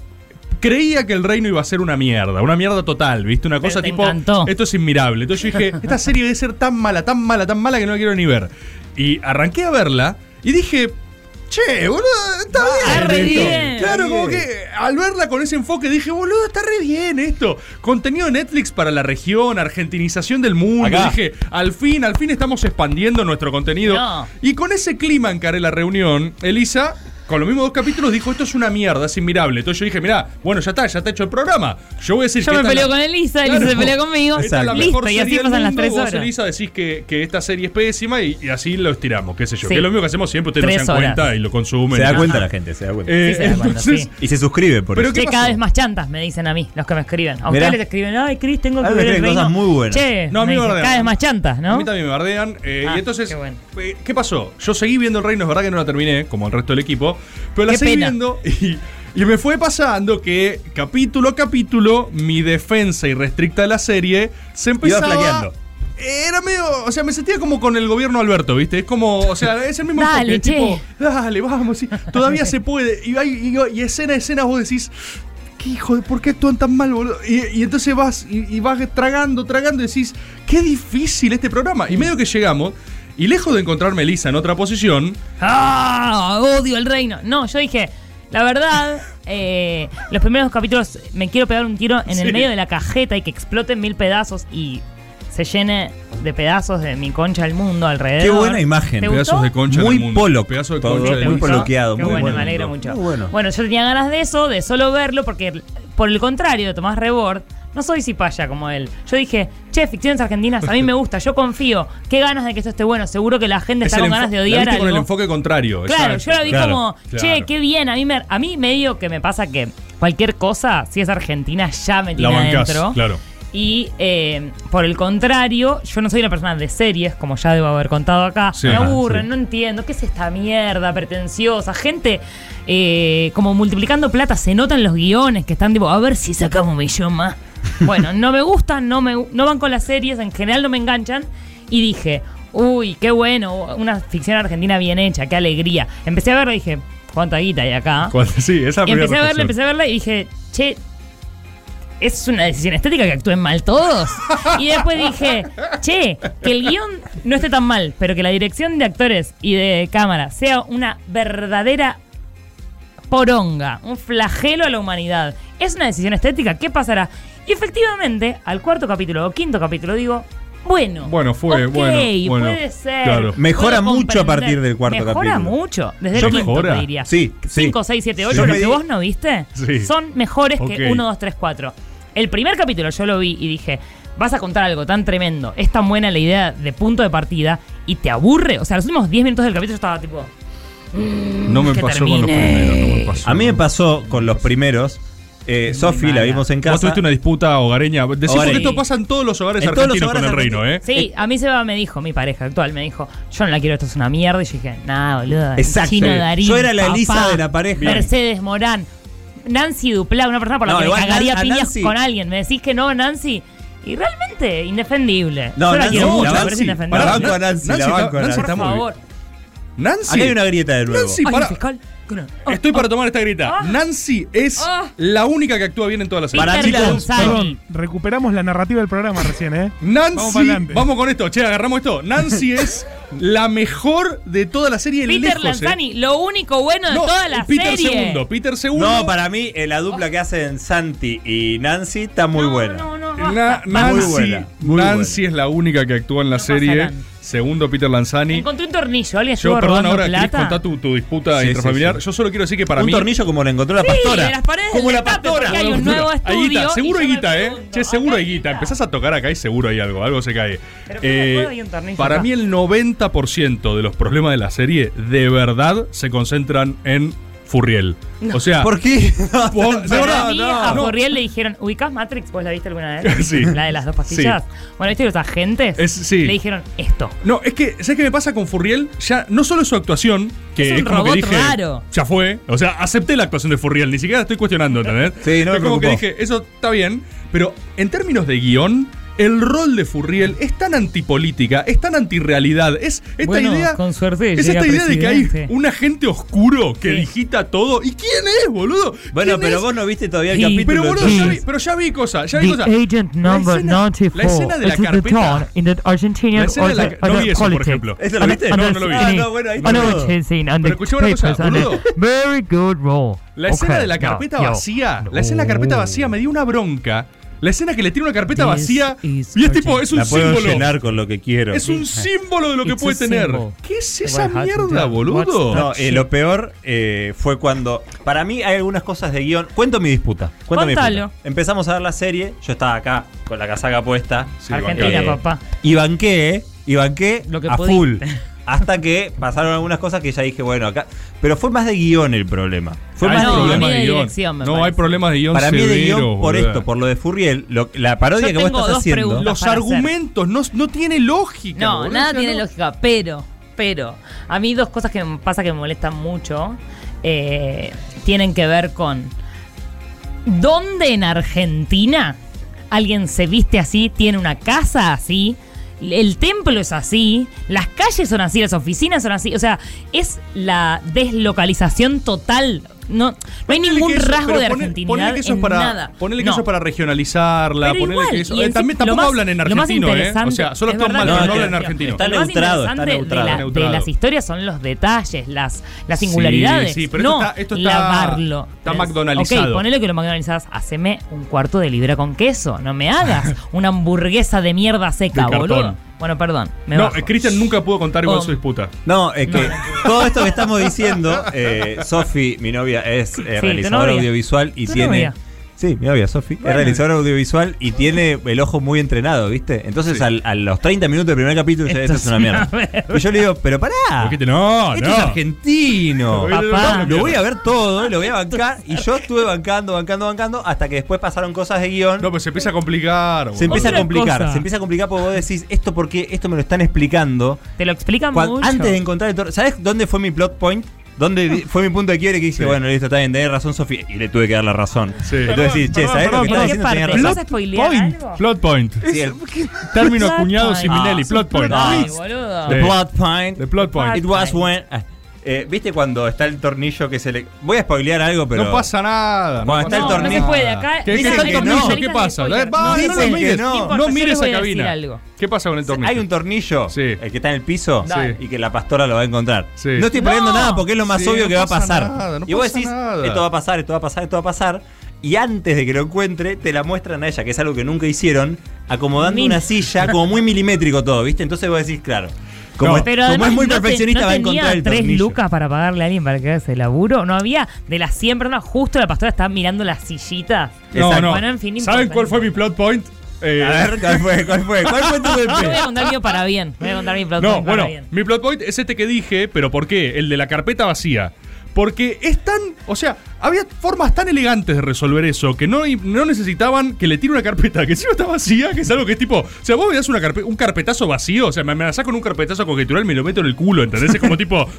Speaker 4: creía que el reino iba a ser una mierda, una mierda total, ¿viste? Una
Speaker 7: Pero
Speaker 4: cosa
Speaker 7: te
Speaker 4: tipo,
Speaker 7: encantó.
Speaker 4: esto es inmirable. Entonces yo dije, esta serie debe ser tan mala, tan mala, tan mala que no la quiero ni ver. Y arranqué a verla y dije, Che, boludo, está
Speaker 7: Está
Speaker 4: bien.
Speaker 7: Ah, re
Speaker 4: esto".
Speaker 7: bien.
Speaker 4: Claro, como
Speaker 9: bien.
Speaker 4: que al verla con ese enfoque dije, boludo, está re bien esto. Contenido de Netflix para la región, argentinización del mundo.
Speaker 6: Acá.
Speaker 4: Dije, al fin, al fin estamos expandiendo nuestro contenido.
Speaker 7: No.
Speaker 4: Y con ese clima encaré la reunión, Elisa. Con los mismos dos capítulos dijo, esto es una mierda, es inmirable. Entonces yo dije, mirá, bueno, ya está, ya está hecho el programa. Yo voy a decir
Speaker 7: Yo
Speaker 4: que
Speaker 7: me
Speaker 4: esta es
Speaker 7: peleo
Speaker 4: la-
Speaker 7: con Elisa, Elisa
Speaker 4: Claro.
Speaker 7: se pelea conmigo.
Speaker 4: Esta es la mejor
Speaker 7: Listo, y así
Speaker 4: serie del
Speaker 7: pasan las
Speaker 4: mundo,
Speaker 7: tres
Speaker 4: vos,
Speaker 7: horas.
Speaker 4: Elisa, decís que, que esta serie es pésima y, y así lo estiramos, qué sé yo.
Speaker 7: Sí.
Speaker 4: Que es lo mismo que hacemos siempre, ustedes no se
Speaker 7: Tres
Speaker 4: dan
Speaker 7: horas.
Speaker 4: cuenta y lo consumen.
Speaker 6: Se da
Speaker 4: Ajá.
Speaker 6: cuenta la gente, se da cuenta.
Speaker 4: Eh,
Speaker 7: Sí, se da cuenta,
Speaker 4: entonces,
Speaker 7: sí.
Speaker 6: Y se suscribe por
Speaker 4: Pero
Speaker 6: eso.
Speaker 4: ¿qué
Speaker 7: Che, cada
Speaker 4: pasó?
Speaker 7: vez más chantas me dicen a mí, los que me escriben. A
Speaker 6: Mirá.
Speaker 7: ustedes les escriben, ay, Cris, tengo que
Speaker 6: Ah, me
Speaker 7: ver el
Speaker 6: escriben cosas
Speaker 7: reino".
Speaker 6: muy buenas.
Speaker 7: Che,
Speaker 4: No, a
Speaker 7: me
Speaker 4: mí me
Speaker 7: dicen,
Speaker 4: bardean.
Speaker 7: cada vez más chantas, ¿no?
Speaker 4: A mí también me bardean. eh,
Speaker 7: Ah,
Speaker 4: y entonces,
Speaker 7: qué bueno.
Speaker 4: eh, ¿qué pasó? Yo seguí viendo El Reino, es verdad que no la terminé, como el resto del equipo, pero la
Speaker 7: Qué
Speaker 4: seguí
Speaker 7: pena.
Speaker 4: viendo y, y me fue pasando que capítulo a capítulo, mi defensa irrestricta de la serie se empezaba...
Speaker 6: flaqueando.
Speaker 4: Era medio, o sea, me sentía como con el gobierno Alberto, ¿viste? Es como, o sea, es el mismo
Speaker 7: Dale,
Speaker 4: enfoque,
Speaker 7: che.
Speaker 4: tipo, dale, vamos, sí, todavía se puede. Y, hay- y- y escena a escena vos decís, ¿Qué hijo de por qué actúan tan mal, boludo? Y, y entonces vas y, y vas tragando, tragando y decís, qué difícil este programa. Y medio que llegamos, y lejos de encontrarme Elisa en otra posición,
Speaker 7: ¡Ah! Odio el reino. No, yo dije, la verdad, eh, los primeros capítulos me quiero pegar un tiro en
Speaker 4: Sí.
Speaker 7: el medio de la cajeta y que exploten mil pedazos y se llene de pedazos de mi concha al mundo alrededor.
Speaker 6: Qué buena imagen.
Speaker 7: ¿Te
Speaker 4: pedazos
Speaker 7: gustó?
Speaker 4: de concha
Speaker 6: Muy
Speaker 4: del mundo,
Speaker 6: Pollock
Speaker 4: pedazos de
Speaker 6: todo,
Speaker 4: concha del
Speaker 6: muy
Speaker 4: mundo.
Speaker 6: poloqueado,
Speaker 7: Qué
Speaker 6: muy
Speaker 7: bueno,
Speaker 6: bueno.
Speaker 7: me alegro mucho.
Speaker 6: Muy bueno.
Speaker 7: yo tenía ganas de eso, de solo verlo, porque por el contrario de Tomás Rebord, no soy cipaya como él. Yo dije, che, ficciones argentinas, a mí me gusta, yo confío. Qué ganas de que esto esté bueno. Seguro que la gente
Speaker 4: Es
Speaker 7: está
Speaker 4: el
Speaker 7: con
Speaker 4: enfo-
Speaker 7: ganas de
Speaker 4: la
Speaker 7: odiar
Speaker 4: viste
Speaker 7: algo.
Speaker 4: con el enfoque contrario.
Speaker 7: Claro,
Speaker 4: exacto.
Speaker 7: yo la vi
Speaker 6: claro,
Speaker 7: como, che,
Speaker 4: claro.
Speaker 7: qué bien. A mí, me, a mí medio que me pasa que cualquier cosa, si es argentina, ya me
Speaker 4: La
Speaker 7: tiene
Speaker 4: bancás,
Speaker 7: adentro.
Speaker 4: claro.
Speaker 7: Y eh, por el contrario, yo no soy una persona de series, como ya debo haber contado acá.
Speaker 4: Sí.
Speaker 7: me
Speaker 4: Ajá,
Speaker 7: aburren,
Speaker 4: sí.
Speaker 7: no entiendo. ¿Qué es esta mierda pretenciosa? Gente eh, como multiplicando plata, se notan los guiones que están tipo, a ver si sacamos un millón más. Bueno, no me gustan, no, me, no van con las series, en general no me enganchan. Y dije, uy, qué bueno, una ficción argentina bien hecha, qué alegría. Empecé a verla y dije, ¿cuánta guita hay acá?
Speaker 4: Cuando- Sí, esa es la
Speaker 7: Y empecé a
Speaker 4: primera
Speaker 7: verla,
Speaker 4: reflexión.
Speaker 7: empecé a verla y dije, che, es una decisión estética que actúen mal todos. Y después dije, che, que el guión no esté tan mal, pero que la dirección de actores y de cámara sea una verdadera poronga, un flagelo a la humanidad. Es una decisión estética, ¿qué pasará? Y efectivamente, al cuarto capítulo o quinto capítulo digo, bueno.
Speaker 4: Bueno, fue,
Speaker 7: ok,
Speaker 4: bueno, bueno,
Speaker 7: puede ser.
Speaker 4: claro.
Speaker 7: puedo
Speaker 6: Mejora mucho a partir del cuarto
Speaker 7: Mejora
Speaker 6: capítulo.
Speaker 7: mucho. Desde
Speaker 4: ¿Yo
Speaker 7: el quinto,
Speaker 4: mejora?
Speaker 7: te diría.
Speaker 6: Sí, sí.
Speaker 7: 5, 6, 7, 8,
Speaker 6: Yo
Speaker 7: lo
Speaker 6: me
Speaker 7: que
Speaker 6: di-
Speaker 7: vos no viste,
Speaker 4: Sí.
Speaker 7: son mejores
Speaker 4: Ok.
Speaker 7: que 1, 2, 3, 4. El primer capítulo yo lo vi y dije, vas a contar algo tan tremendo, es tan buena la idea de punto de partida y te aburre. O sea, los últimos 10 minutos del capítulo yo estaba tipo,
Speaker 4: No me
Speaker 7: que
Speaker 4: pasó con los
Speaker 7: termine.
Speaker 4: primeros, no me pasó.
Speaker 6: A mí me pasó con los primeros. Eh, Sofi la
Speaker 7: mala.
Speaker 6: vimos en
Speaker 4: Vos
Speaker 6: casa.
Speaker 4: tuviste una disputa hogareña. Decís
Speaker 6: Hogareña.
Speaker 4: porque esto pasa en todos los hogares
Speaker 6: En todos los
Speaker 4: argentinos con
Speaker 6: hogares
Speaker 4: el reino, ¿eh?
Speaker 7: sí, a mí Seba me dijo, mi pareja actual, me dijo, yo no la quiero, esto es una mierda. Y yo dije, nah, boludo,
Speaker 6: Exacto.
Speaker 7: Chino
Speaker 6: Sí.
Speaker 7: Darín,
Speaker 6: Yo era la
Speaker 7: papá,
Speaker 6: Elisa de la pareja. Bien.
Speaker 7: Mercedes Morán, Nancy Duplá, una persona por la
Speaker 6: No,
Speaker 7: que me
Speaker 6: igual
Speaker 7: cagaría
Speaker 6: Nan- a
Speaker 7: piñas
Speaker 6: Nancy-
Speaker 7: con alguien. Me decís que no, Nancy. Y realmente, indefendible. yo
Speaker 6: No,
Speaker 7: la
Speaker 6: Nancy,
Speaker 7: quiero mucho,
Speaker 6: la
Speaker 7: me
Speaker 6: Nancy,
Speaker 7: parece indefendible.
Speaker 6: la banco a Nancy, la banco a Nancy.
Speaker 7: Por
Speaker 4: está muy bien.
Speaker 7: favor.
Speaker 4: Nancy.
Speaker 6: Acá hay una grieta de nuevo.
Speaker 4: Nancy,
Speaker 7: Ay,
Speaker 4: pará.
Speaker 7: el fiscal. Con- oh,
Speaker 4: Estoy
Speaker 7: oh.
Speaker 4: para tomar esta grita.
Speaker 7: Ah.
Speaker 4: Nancy es
Speaker 7: Ah.
Speaker 4: la única que actúa bien en todas las
Speaker 7: Peter
Speaker 4: series.
Speaker 6: Para mí la-
Speaker 7: González.
Speaker 9: Perdón, recuperamos la narrativa del programa recién, ¿eh?
Speaker 4: Nancy,
Speaker 9: Vamos
Speaker 4: vamos,
Speaker 9: para adelante.
Speaker 4: con esto, che, agarramos esto. Nancy es la mejor de toda la serie
Speaker 7: Peter
Speaker 4: lejos, eh.
Speaker 7: Lanzani, lo único bueno de
Speaker 4: No,
Speaker 7: toda la
Speaker 4: Peter
Speaker 7: serie.
Speaker 4: segundo, Peter segundo.
Speaker 6: No, para mí eh, la dupla que hacen Santi y Nancy está muy
Speaker 7: No,
Speaker 6: buena.
Speaker 7: No, no, basta.
Speaker 4: Na-
Speaker 7: Basta.
Speaker 4: Nancy,
Speaker 6: Muy buena, muy
Speaker 4: Nancy es la única que actúa en la
Speaker 7: No pasa
Speaker 4: serie.
Speaker 7: nada.
Speaker 4: Segundo, Peter Lanzani.
Speaker 7: Encontré un tornillo, alguien
Speaker 4: Yo,
Speaker 7: estuvo
Speaker 4: perdón,
Speaker 7: robando
Speaker 4: ahora Cris,
Speaker 7: plata.
Speaker 4: contá tu, tu disputa
Speaker 6: Sí, sí,
Speaker 4: intrafamiliar.
Speaker 6: sí.
Speaker 4: Yo solo quiero decir que para
Speaker 6: un
Speaker 4: mí.
Speaker 6: tornillo como lo encontró la
Speaker 7: Sí,
Speaker 6: pastora.
Speaker 7: de las paredes
Speaker 6: como
Speaker 7: del
Speaker 6: la
Speaker 7: destape,
Speaker 6: pastora.
Speaker 7: porque hay un nuevo
Speaker 4: Hay
Speaker 7: estudio
Speaker 4: guita,
Speaker 7: y yo
Speaker 4: seguro hay
Speaker 7: me
Speaker 4: guita, ¿eh?
Speaker 7: pregunto,
Speaker 4: Che, seguro
Speaker 7: acá
Speaker 4: hay
Speaker 7: hay
Speaker 4: guita.
Speaker 7: guita.
Speaker 4: Empezás a tocar acá y seguro hay algo, algo se cae. Eh,
Speaker 7: Pero por la cuerda hay un tornillo
Speaker 4: para
Speaker 7: acá.
Speaker 4: mí el 90% de los problemas de la serie de verdad se concentran en Furriel. O sea,
Speaker 6: ¿Por qué?
Speaker 4: Por-
Speaker 6: no,
Speaker 4: de
Speaker 7: Para
Speaker 4: verdad,
Speaker 7: mí,
Speaker 4: no,
Speaker 7: a
Speaker 4: no.
Speaker 7: Borriel le dijeron, ¿ubicás Matrix? ¿Vos la viste alguna vez?
Speaker 4: Sí.
Speaker 7: La de las dos pastillas. Bueno, ¿viste los agentes?
Speaker 4: Es- sí.
Speaker 7: Le dijeron esto.
Speaker 4: No, es que, ¿sabes qué me pasa con Furriel? Ya, no solo su actuación, que
Speaker 7: Es
Speaker 4: es,
Speaker 7: un
Speaker 4: como
Speaker 7: robot
Speaker 4: que dije.
Speaker 7: raro.
Speaker 4: Ya fue. O sea, acepté la actuación de Furriel, ni siquiera la estoy cuestionando, ¿entendés?
Speaker 6: Sí, no me
Speaker 4: es como
Speaker 6: preocupó.
Speaker 4: que dije, eso está bien. Pero en términos de guión,
Speaker 10: El rol de Furriel es tan antipolítica, es tan antirrealidad. Es esta
Speaker 7: Bueno,
Speaker 10: idea.
Speaker 7: con suerte
Speaker 10: es
Speaker 7: llega
Speaker 10: esta idea de que hay
Speaker 7: presidente.
Speaker 10: un agente oscuro que
Speaker 7: Sí.
Speaker 10: digita todo. ¿Y quién es, boludo?
Speaker 6: Bueno,
Speaker 10: ¿Quién
Speaker 6: pero
Speaker 10: es?
Speaker 6: vos no viste todavía el
Speaker 7: Sí,
Speaker 6: capítulo.
Speaker 10: Pero boludo, ya
Speaker 6: entonces.
Speaker 10: vi, pero ya vi cosas, ya vi
Speaker 7: The
Speaker 10: cosas.
Speaker 7: agent number
Speaker 10: escena-
Speaker 7: 94
Speaker 10: la escena de la
Speaker 7: is the
Speaker 10: carpeta.
Speaker 7: dawn in the Argentinian
Speaker 10: La escena de la-
Speaker 7: order-
Speaker 10: no vi
Speaker 7: order
Speaker 10: eso, por
Speaker 7: politics.
Speaker 10: ejemplo.
Speaker 6: ¿Eso lo
Speaker 7: And-
Speaker 6: viste?
Speaker 7: and
Speaker 10: No, no lo vi.
Speaker 7: the-
Speaker 6: Ah, no, bueno, ahí
Speaker 7: and
Speaker 6: no.
Speaker 7: the chasing and
Speaker 10: Pero
Speaker 7: the
Speaker 10: escuchame una cosa,
Speaker 7: papers and the
Speaker 10: boludo.
Speaker 7: Very good role.
Speaker 10: La escena
Speaker 7: Okay,
Speaker 10: de la
Speaker 7: no,
Speaker 10: carpeta
Speaker 7: yo.
Speaker 10: vacía. La escena de la carpeta
Speaker 7: No.
Speaker 10: vacía me dio una bronca. La escena que le tiene una carpeta
Speaker 7: This
Speaker 10: vacía y
Speaker 7: is
Speaker 10: es tipo, Oh, es un
Speaker 6: La puedo
Speaker 10: símbolo.
Speaker 6: llenar con lo que quiero.
Speaker 10: Es un símbolo de lo que
Speaker 7: It's
Speaker 10: puede
Speaker 7: a
Speaker 10: tener.
Speaker 7: symbol.
Speaker 10: ¿Qué es esa
Speaker 7: Well, Hudson
Speaker 10: mierda,
Speaker 7: Dunn.
Speaker 10: boludo?
Speaker 7: What's
Speaker 6: No, eh, lo peor eh, fue cuando. Para mí hay algunas cosas de guión. Cuento mi disputa. Cuento mi
Speaker 7: Contalo.
Speaker 6: disputa. Empezamos a ver la serie. Yo estaba acá con la casaca puesta.
Speaker 10: Sí,
Speaker 7: Argentina,
Speaker 10: bancario.
Speaker 7: papá.
Speaker 6: Y banqué, y banqué
Speaker 7: Lo que
Speaker 6: a
Speaker 7: pudiste.
Speaker 6: full. Hasta que pasaron algunas cosas que ya dije, bueno, acá. Pero fue más de guión el problema. Fue
Speaker 7: Ah,
Speaker 6: más
Speaker 7: no,
Speaker 6: de guión.
Speaker 7: a mí de
Speaker 4: guión.
Speaker 7: dirección, me
Speaker 4: no,
Speaker 7: parece.
Speaker 4: hay problemas de guión
Speaker 6: Para mí de
Speaker 4: severos,
Speaker 6: guión por
Speaker 4: boluda.
Speaker 6: esto, por lo de Furriel, lo- la
Speaker 7: Yo
Speaker 6: parodia que vos
Speaker 7: tengo
Speaker 6: estás
Speaker 7: dos
Speaker 6: haciendo.
Speaker 7: preguntas.
Speaker 10: Los
Speaker 7: para hacer.
Speaker 10: argumentos no, no tiene lógica.
Speaker 7: No,
Speaker 10: boludo, o
Speaker 7: nada
Speaker 10: sea,
Speaker 7: tiene
Speaker 10: no.
Speaker 7: lógica, pero, pero, a mí dos cosas que me pasa que me molestan mucho eh, tienen que ver con dónde en Argentina alguien se viste así, tiene una casa así, el templo es así, las calles son así, las oficinas son así, o sea, es la deslocalización total. No, no hay
Speaker 10: Ponele
Speaker 7: ningún
Speaker 10: que eso-
Speaker 7: rasgo
Speaker 10: pero
Speaker 7: de
Speaker 10: pone-
Speaker 7: argentinidad
Speaker 10: Ponele que eso es
Speaker 7: en
Speaker 10: para,
Speaker 7: nada.
Speaker 10: ponele que
Speaker 7: No.
Speaker 10: eso es para regionalizarla.
Speaker 7: Pero
Speaker 10: ponele
Speaker 7: igual,
Speaker 10: que eso.
Speaker 7: y
Speaker 10: eh,
Speaker 7: encima-
Speaker 10: también
Speaker 7: lo
Speaker 10: tampoco
Speaker 7: más-
Speaker 10: hablan en
Speaker 7: lo más
Speaker 10: argentino, ¿eh? O
Speaker 7: interesante-
Speaker 10: sea, solo
Speaker 7: es
Speaker 10: actúan mal,
Speaker 7: verdad
Speaker 10: pero
Speaker 7: que
Speaker 10: no hablan en
Speaker 6: está-
Speaker 10: argentino.
Speaker 6: está
Speaker 7: lo más
Speaker 6: neutrado, está
Speaker 7: interesante
Speaker 6: neutrado.
Speaker 7: de, la-
Speaker 10: Neutrado.
Speaker 7: de las historias son los detalles, las, las singularidades.
Speaker 10: Sí, sí, pero
Speaker 7: no
Speaker 10: esto está- esto está-
Speaker 7: lavarlo.
Speaker 10: está McDonaldizado.
Speaker 7: Ok, ponele que lo McDonaldizás. Haceme un cuarto de libra con queso. No me hagas una hamburguesa de mierda seca,
Speaker 10: De cartón.
Speaker 7: boludo. Bueno, perdón. Me
Speaker 4: No,
Speaker 7: bajo.
Speaker 4: eh, Cristian nunca pudo contar igual
Speaker 7: Oh.
Speaker 4: su disputa.
Speaker 6: No, es que todo esto que estamos diciendo, eh, Sofi, mi novia, es eh,
Speaker 7: tu
Speaker 6: realizadora
Speaker 7: novia.
Speaker 6: audiovisual y
Speaker 7: Tu
Speaker 6: tiene.
Speaker 7: novia.
Speaker 6: Sí, mi novia, Sofi, es realizadora audiovisual y tiene el ojo muy entrenado, ¿viste? Entonces al- a los 30 minutos del primer capítulo ya
Speaker 7: Esto
Speaker 6: esto es una mierda. Y yo le digo, pero pará.
Speaker 4: Porque te- No,
Speaker 6: Esto
Speaker 4: no.
Speaker 6: es argentino.
Speaker 7: Papá.
Speaker 6: Lo voy a ver todo, lo voy a bancar. Y yo estuve bancando, bancando, bancando, hasta que después pasaron cosas de guión.
Speaker 4: No, pues se empieza a complicar. boludo.
Speaker 6: se empieza a
Speaker 7: Otra
Speaker 6: complicar,
Speaker 7: cosa.
Speaker 6: se empieza a complicar porque vos decís, esto porque esto me lo están explicando.
Speaker 7: Te lo explican
Speaker 6: Cuan-
Speaker 7: mucho.
Speaker 6: Antes de encontrar el toro. ¿Sabes dónde fue mi plot point? ¿Dónde di- fue mi punto de quiebre que dije, bueno, listo, está bien, tenés razón, Sofía? Y le tuve que dar la razón.
Speaker 4: Sí.
Speaker 6: Entonces decís, che,
Speaker 4: Perdón,
Speaker 6: ¿sabés lo que estás
Speaker 4: perdón,
Speaker 7: Eh, ¿En qué
Speaker 6: diciendo? Tenés
Speaker 7: parte? ¿Vas a
Speaker 6: razón.
Speaker 7: spoilear
Speaker 10: Point.
Speaker 7: algo?
Speaker 4: Plot point.
Speaker 6: Sí, el
Speaker 4: Término
Speaker 7: Plot
Speaker 4: acuñado
Speaker 7: point.
Speaker 4: Siminelli.
Speaker 6: Ah,
Speaker 4: Plot point.
Speaker 7: Ay,
Speaker 6: Sí.
Speaker 7: boludo.
Speaker 4: Sí.
Speaker 6: the plot point.
Speaker 4: The plot point.
Speaker 6: It was when. ah, eh, ¿Viste cuando está el tornillo que se le. Voy a spoilear algo, pero.
Speaker 4: No pasa nada.
Speaker 6: Cuando está
Speaker 4: pasa
Speaker 6: el
Speaker 7: No,
Speaker 4: nada.
Speaker 7: no se
Speaker 6: torneo.
Speaker 7: puede. Acá.
Speaker 4: ¿Qué,
Speaker 6: Dicen
Speaker 4: qué,
Speaker 7: mira,
Speaker 4: qué,
Speaker 6: que
Speaker 7: son
Speaker 6: no.
Speaker 7: toritas
Speaker 4: ¿Qué
Speaker 7: de
Speaker 4: pasa?
Speaker 7: spoiler.
Speaker 4: Eh, va,
Speaker 6: Dicen
Speaker 4: no, lo
Speaker 6: que
Speaker 4: mires.
Speaker 6: no.
Speaker 4: No,
Speaker 7: importa, yo
Speaker 4: mires
Speaker 7: les voy
Speaker 4: esa
Speaker 7: a decir
Speaker 4: cabina.
Speaker 7: algo.
Speaker 4: ¿Qué pasa con el tornillo?
Speaker 6: Hay un tornillo,
Speaker 4: Sí.
Speaker 6: el que está en el piso,
Speaker 4: Sí.
Speaker 6: y que la pastora lo va a encontrar.
Speaker 4: Sí.
Speaker 6: No estoy
Speaker 7: No.
Speaker 6: perdiendo nada porque es lo más
Speaker 4: Sí,
Speaker 6: obvio
Speaker 4: no
Speaker 6: que va a
Speaker 4: pasa
Speaker 6: pasar.
Speaker 4: nada, no
Speaker 6: y vos
Speaker 4: pasa
Speaker 6: decís,
Speaker 4: nada.
Speaker 6: esto va a pasar, esto va a pasar, esto va a pasar. Y antes de que lo encuentre, te la muestran a ella, que es algo que nunca hicieron, acomodando
Speaker 7: Mil.
Speaker 6: una silla, como muy milimétrico todo, ¿viste? Entonces vos decís, claro. Como,
Speaker 7: Pero
Speaker 6: como
Speaker 7: además
Speaker 6: es muy
Speaker 7: no te-
Speaker 6: perfeccionista,
Speaker 7: no
Speaker 6: va a
Speaker 7: tenía
Speaker 6: encontrar el
Speaker 7: tres
Speaker 6: tornillo.
Speaker 7: lucas para pagarle a alguien para que haga ese laburo. No había de las 100 personas, justo la pastora estaba mirando las sillitas.
Speaker 4: No, no.
Speaker 7: Bueno, en fin, no
Speaker 4: ¿Saben
Speaker 7: importa.
Speaker 4: cuál fue mi plot point? Eh,
Speaker 6: A ver, ¿cuál fue? ¿Cuál fue? ¿Cuál fue tu
Speaker 7: Yo voy a
Speaker 6: golpe?
Speaker 7: contar mío para bien. Voy a contar mi plot
Speaker 4: No,
Speaker 7: point para
Speaker 4: bueno,
Speaker 7: bien.
Speaker 4: mi plot point es este que dije, pero ¿por qué? El de la carpeta vacía. Porque es tan. O sea, había formas tan elegantes de resolver eso que no, no necesitaban que le tire una carpeta, que si no está vacía, que es algo que es tipo. O sea, vos me das una carpe- un carpetazo vacío, o sea, me amenazás con un carpetazo conjetural y me lo meto en el culo, ¿entendés? Es como tipo.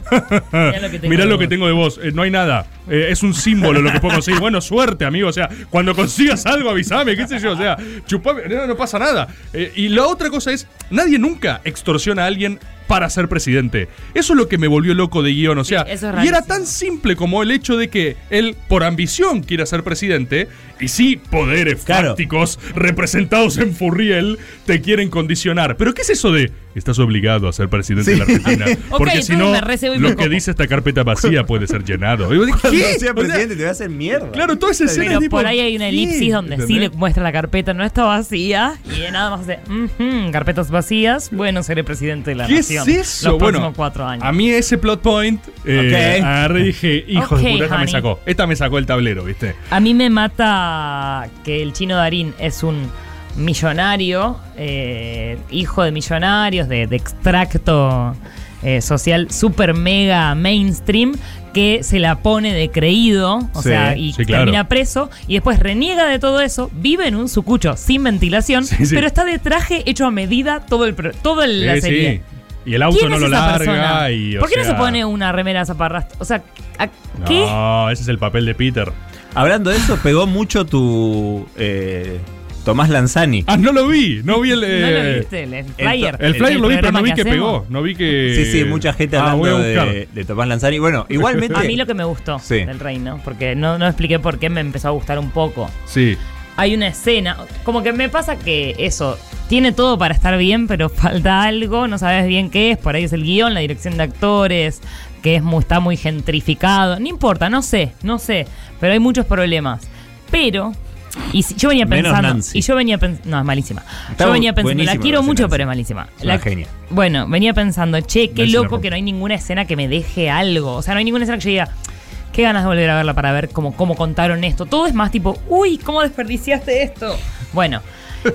Speaker 4: mirá
Speaker 7: lo que tengo
Speaker 4: Ah, mirá
Speaker 7: de
Speaker 4: lo que
Speaker 7: vos".
Speaker 4: tengo de vos, eh, no hay nada. Eh, es un símbolo lo que puedo conseguir. Bueno, suerte, amigo. O sea, cuando consigas algo, avísame, qué sé yo. O sea, chupame, no, no pasa nada. Eh, y la otra cosa es, nadie nunca extorsiona a alguien para ser presidente. Eso es lo que me volvió loco de guión. O sea,
Speaker 7: Sí, eso es
Speaker 4: y era
Speaker 7: rarísimo.
Speaker 4: tan simple como el hecho de que él, por ambición, quiera ser presidente, y sí, poderes
Speaker 6: Claro.
Speaker 4: fácticos representados en Furriel te quieren condicionar. Pero ¿qué es eso de estás obligado a ser presidente de la Argentina? Porque
Speaker 7: Ok,
Speaker 4: si
Speaker 7: entonces
Speaker 4: no,
Speaker 7: me recebo y me
Speaker 4: lo que
Speaker 7: copo.
Speaker 4: dice esta carpeta vacía puede ser llenado. Y vos decís,
Speaker 6: Cuando
Speaker 4: ¿qué?
Speaker 6: sea
Speaker 4: O sea,
Speaker 6: presidente te voy a hacer mierda.
Speaker 4: Claro, toda esa escena
Speaker 7: Pero
Speaker 4: es tipo,
Speaker 7: por ahí hay una
Speaker 4: ¿qué?
Speaker 7: elipsis donde sí le
Speaker 4: ¿Entendés?
Speaker 7: muestra la carpeta, no está vacía. Y de nada más hace, "Ujú, carpetas vacías. Bueno, seré presidente de la
Speaker 4: ¿Qué es
Speaker 7: nación.
Speaker 4: eso?
Speaker 7: Los
Speaker 4: bueno,
Speaker 7: próximos cuatro años.
Speaker 4: a mí ese plot point, eh,
Speaker 6: Ok.
Speaker 4: agarré y dije, hijo
Speaker 7: Ok,
Speaker 4: de puta, esta me
Speaker 7: honey.
Speaker 4: sacó. Esta me sacó el tablero, ¿viste?
Speaker 7: A mí me mata que el chino Darín es un millonario, eh, hijo de millonarios, de, de extracto eh, social super mega mainstream, que se la pone de creído, o
Speaker 6: Sí,
Speaker 7: sea, y
Speaker 4: sí, claro.
Speaker 7: termina preso, y después reniega de todo eso, vive en un sucucho sin ventilación,
Speaker 4: Sí, sí.
Speaker 7: pero está de traje hecho a medida todo el, pro- toda la
Speaker 4: Eh,
Speaker 7: serie.
Speaker 4: sí. Y el auto
Speaker 7: ¿Quién
Speaker 4: no
Speaker 7: es
Speaker 4: lo
Speaker 7: esa
Speaker 4: larga.
Speaker 7: persona?
Speaker 4: Y, o
Speaker 7: ¿Por qué no
Speaker 4: sea,
Speaker 7: se pone una remera zaparrastra? O sea, ¿a ¿qué?
Speaker 4: No, ese es el papel de Peter.
Speaker 6: Hablando de eso, pegó mucho tu eh, Tomás Lanzani.
Speaker 4: Ah, no lo vi, no vi el.
Speaker 7: No lo
Speaker 4: eh,
Speaker 7: viste, el flyer.
Speaker 4: El flyer lo vi, pero
Speaker 7: programa
Speaker 4: no vi que,
Speaker 7: hacemos.
Speaker 4: pegó. No vi que.
Speaker 6: Sí, sí, mucha gente
Speaker 4: Ah, voy
Speaker 6: hablando
Speaker 4: a buscar.
Speaker 6: de, de Tomás Lanzani. Bueno, igualmente.
Speaker 7: A mí lo que me gustó
Speaker 6: Sí.
Speaker 7: del reino, porque no, no expliqué por qué me empezó a gustar un poco.
Speaker 4: Sí.
Speaker 7: Hay una escena, como que me pasa que eso, tiene todo para estar bien, pero falta algo, no sabes bien qué es, por ahí es el guión, la dirección de actores, que es muy, está muy gentrificado, no importa, no sé, no sé, pero hay muchos problemas. Pero, y si- yo venía
Speaker 6: Menos
Speaker 7: pensando,
Speaker 6: Nancy.
Speaker 7: y yo venía pensando, no, es malísima,
Speaker 6: Está
Speaker 7: yo venía pensando, la
Speaker 6: buenísima
Speaker 7: quiero
Speaker 6: Nancy
Speaker 7: mucho,
Speaker 6: Nancy.
Speaker 7: pero es malísima.
Speaker 6: Es una
Speaker 7: La-
Speaker 6: genia.
Speaker 7: bueno, venía pensando, che, qué
Speaker 6: Nancy la
Speaker 7: loco
Speaker 6: rompe.
Speaker 7: que no hay ninguna escena que me deje algo. O sea, no hay ninguna escena que yo diga, qué ganas de volver a verla para ver cómo, cómo contaron esto. Todo es más tipo, uy, cómo desperdiciaste esto. Bueno,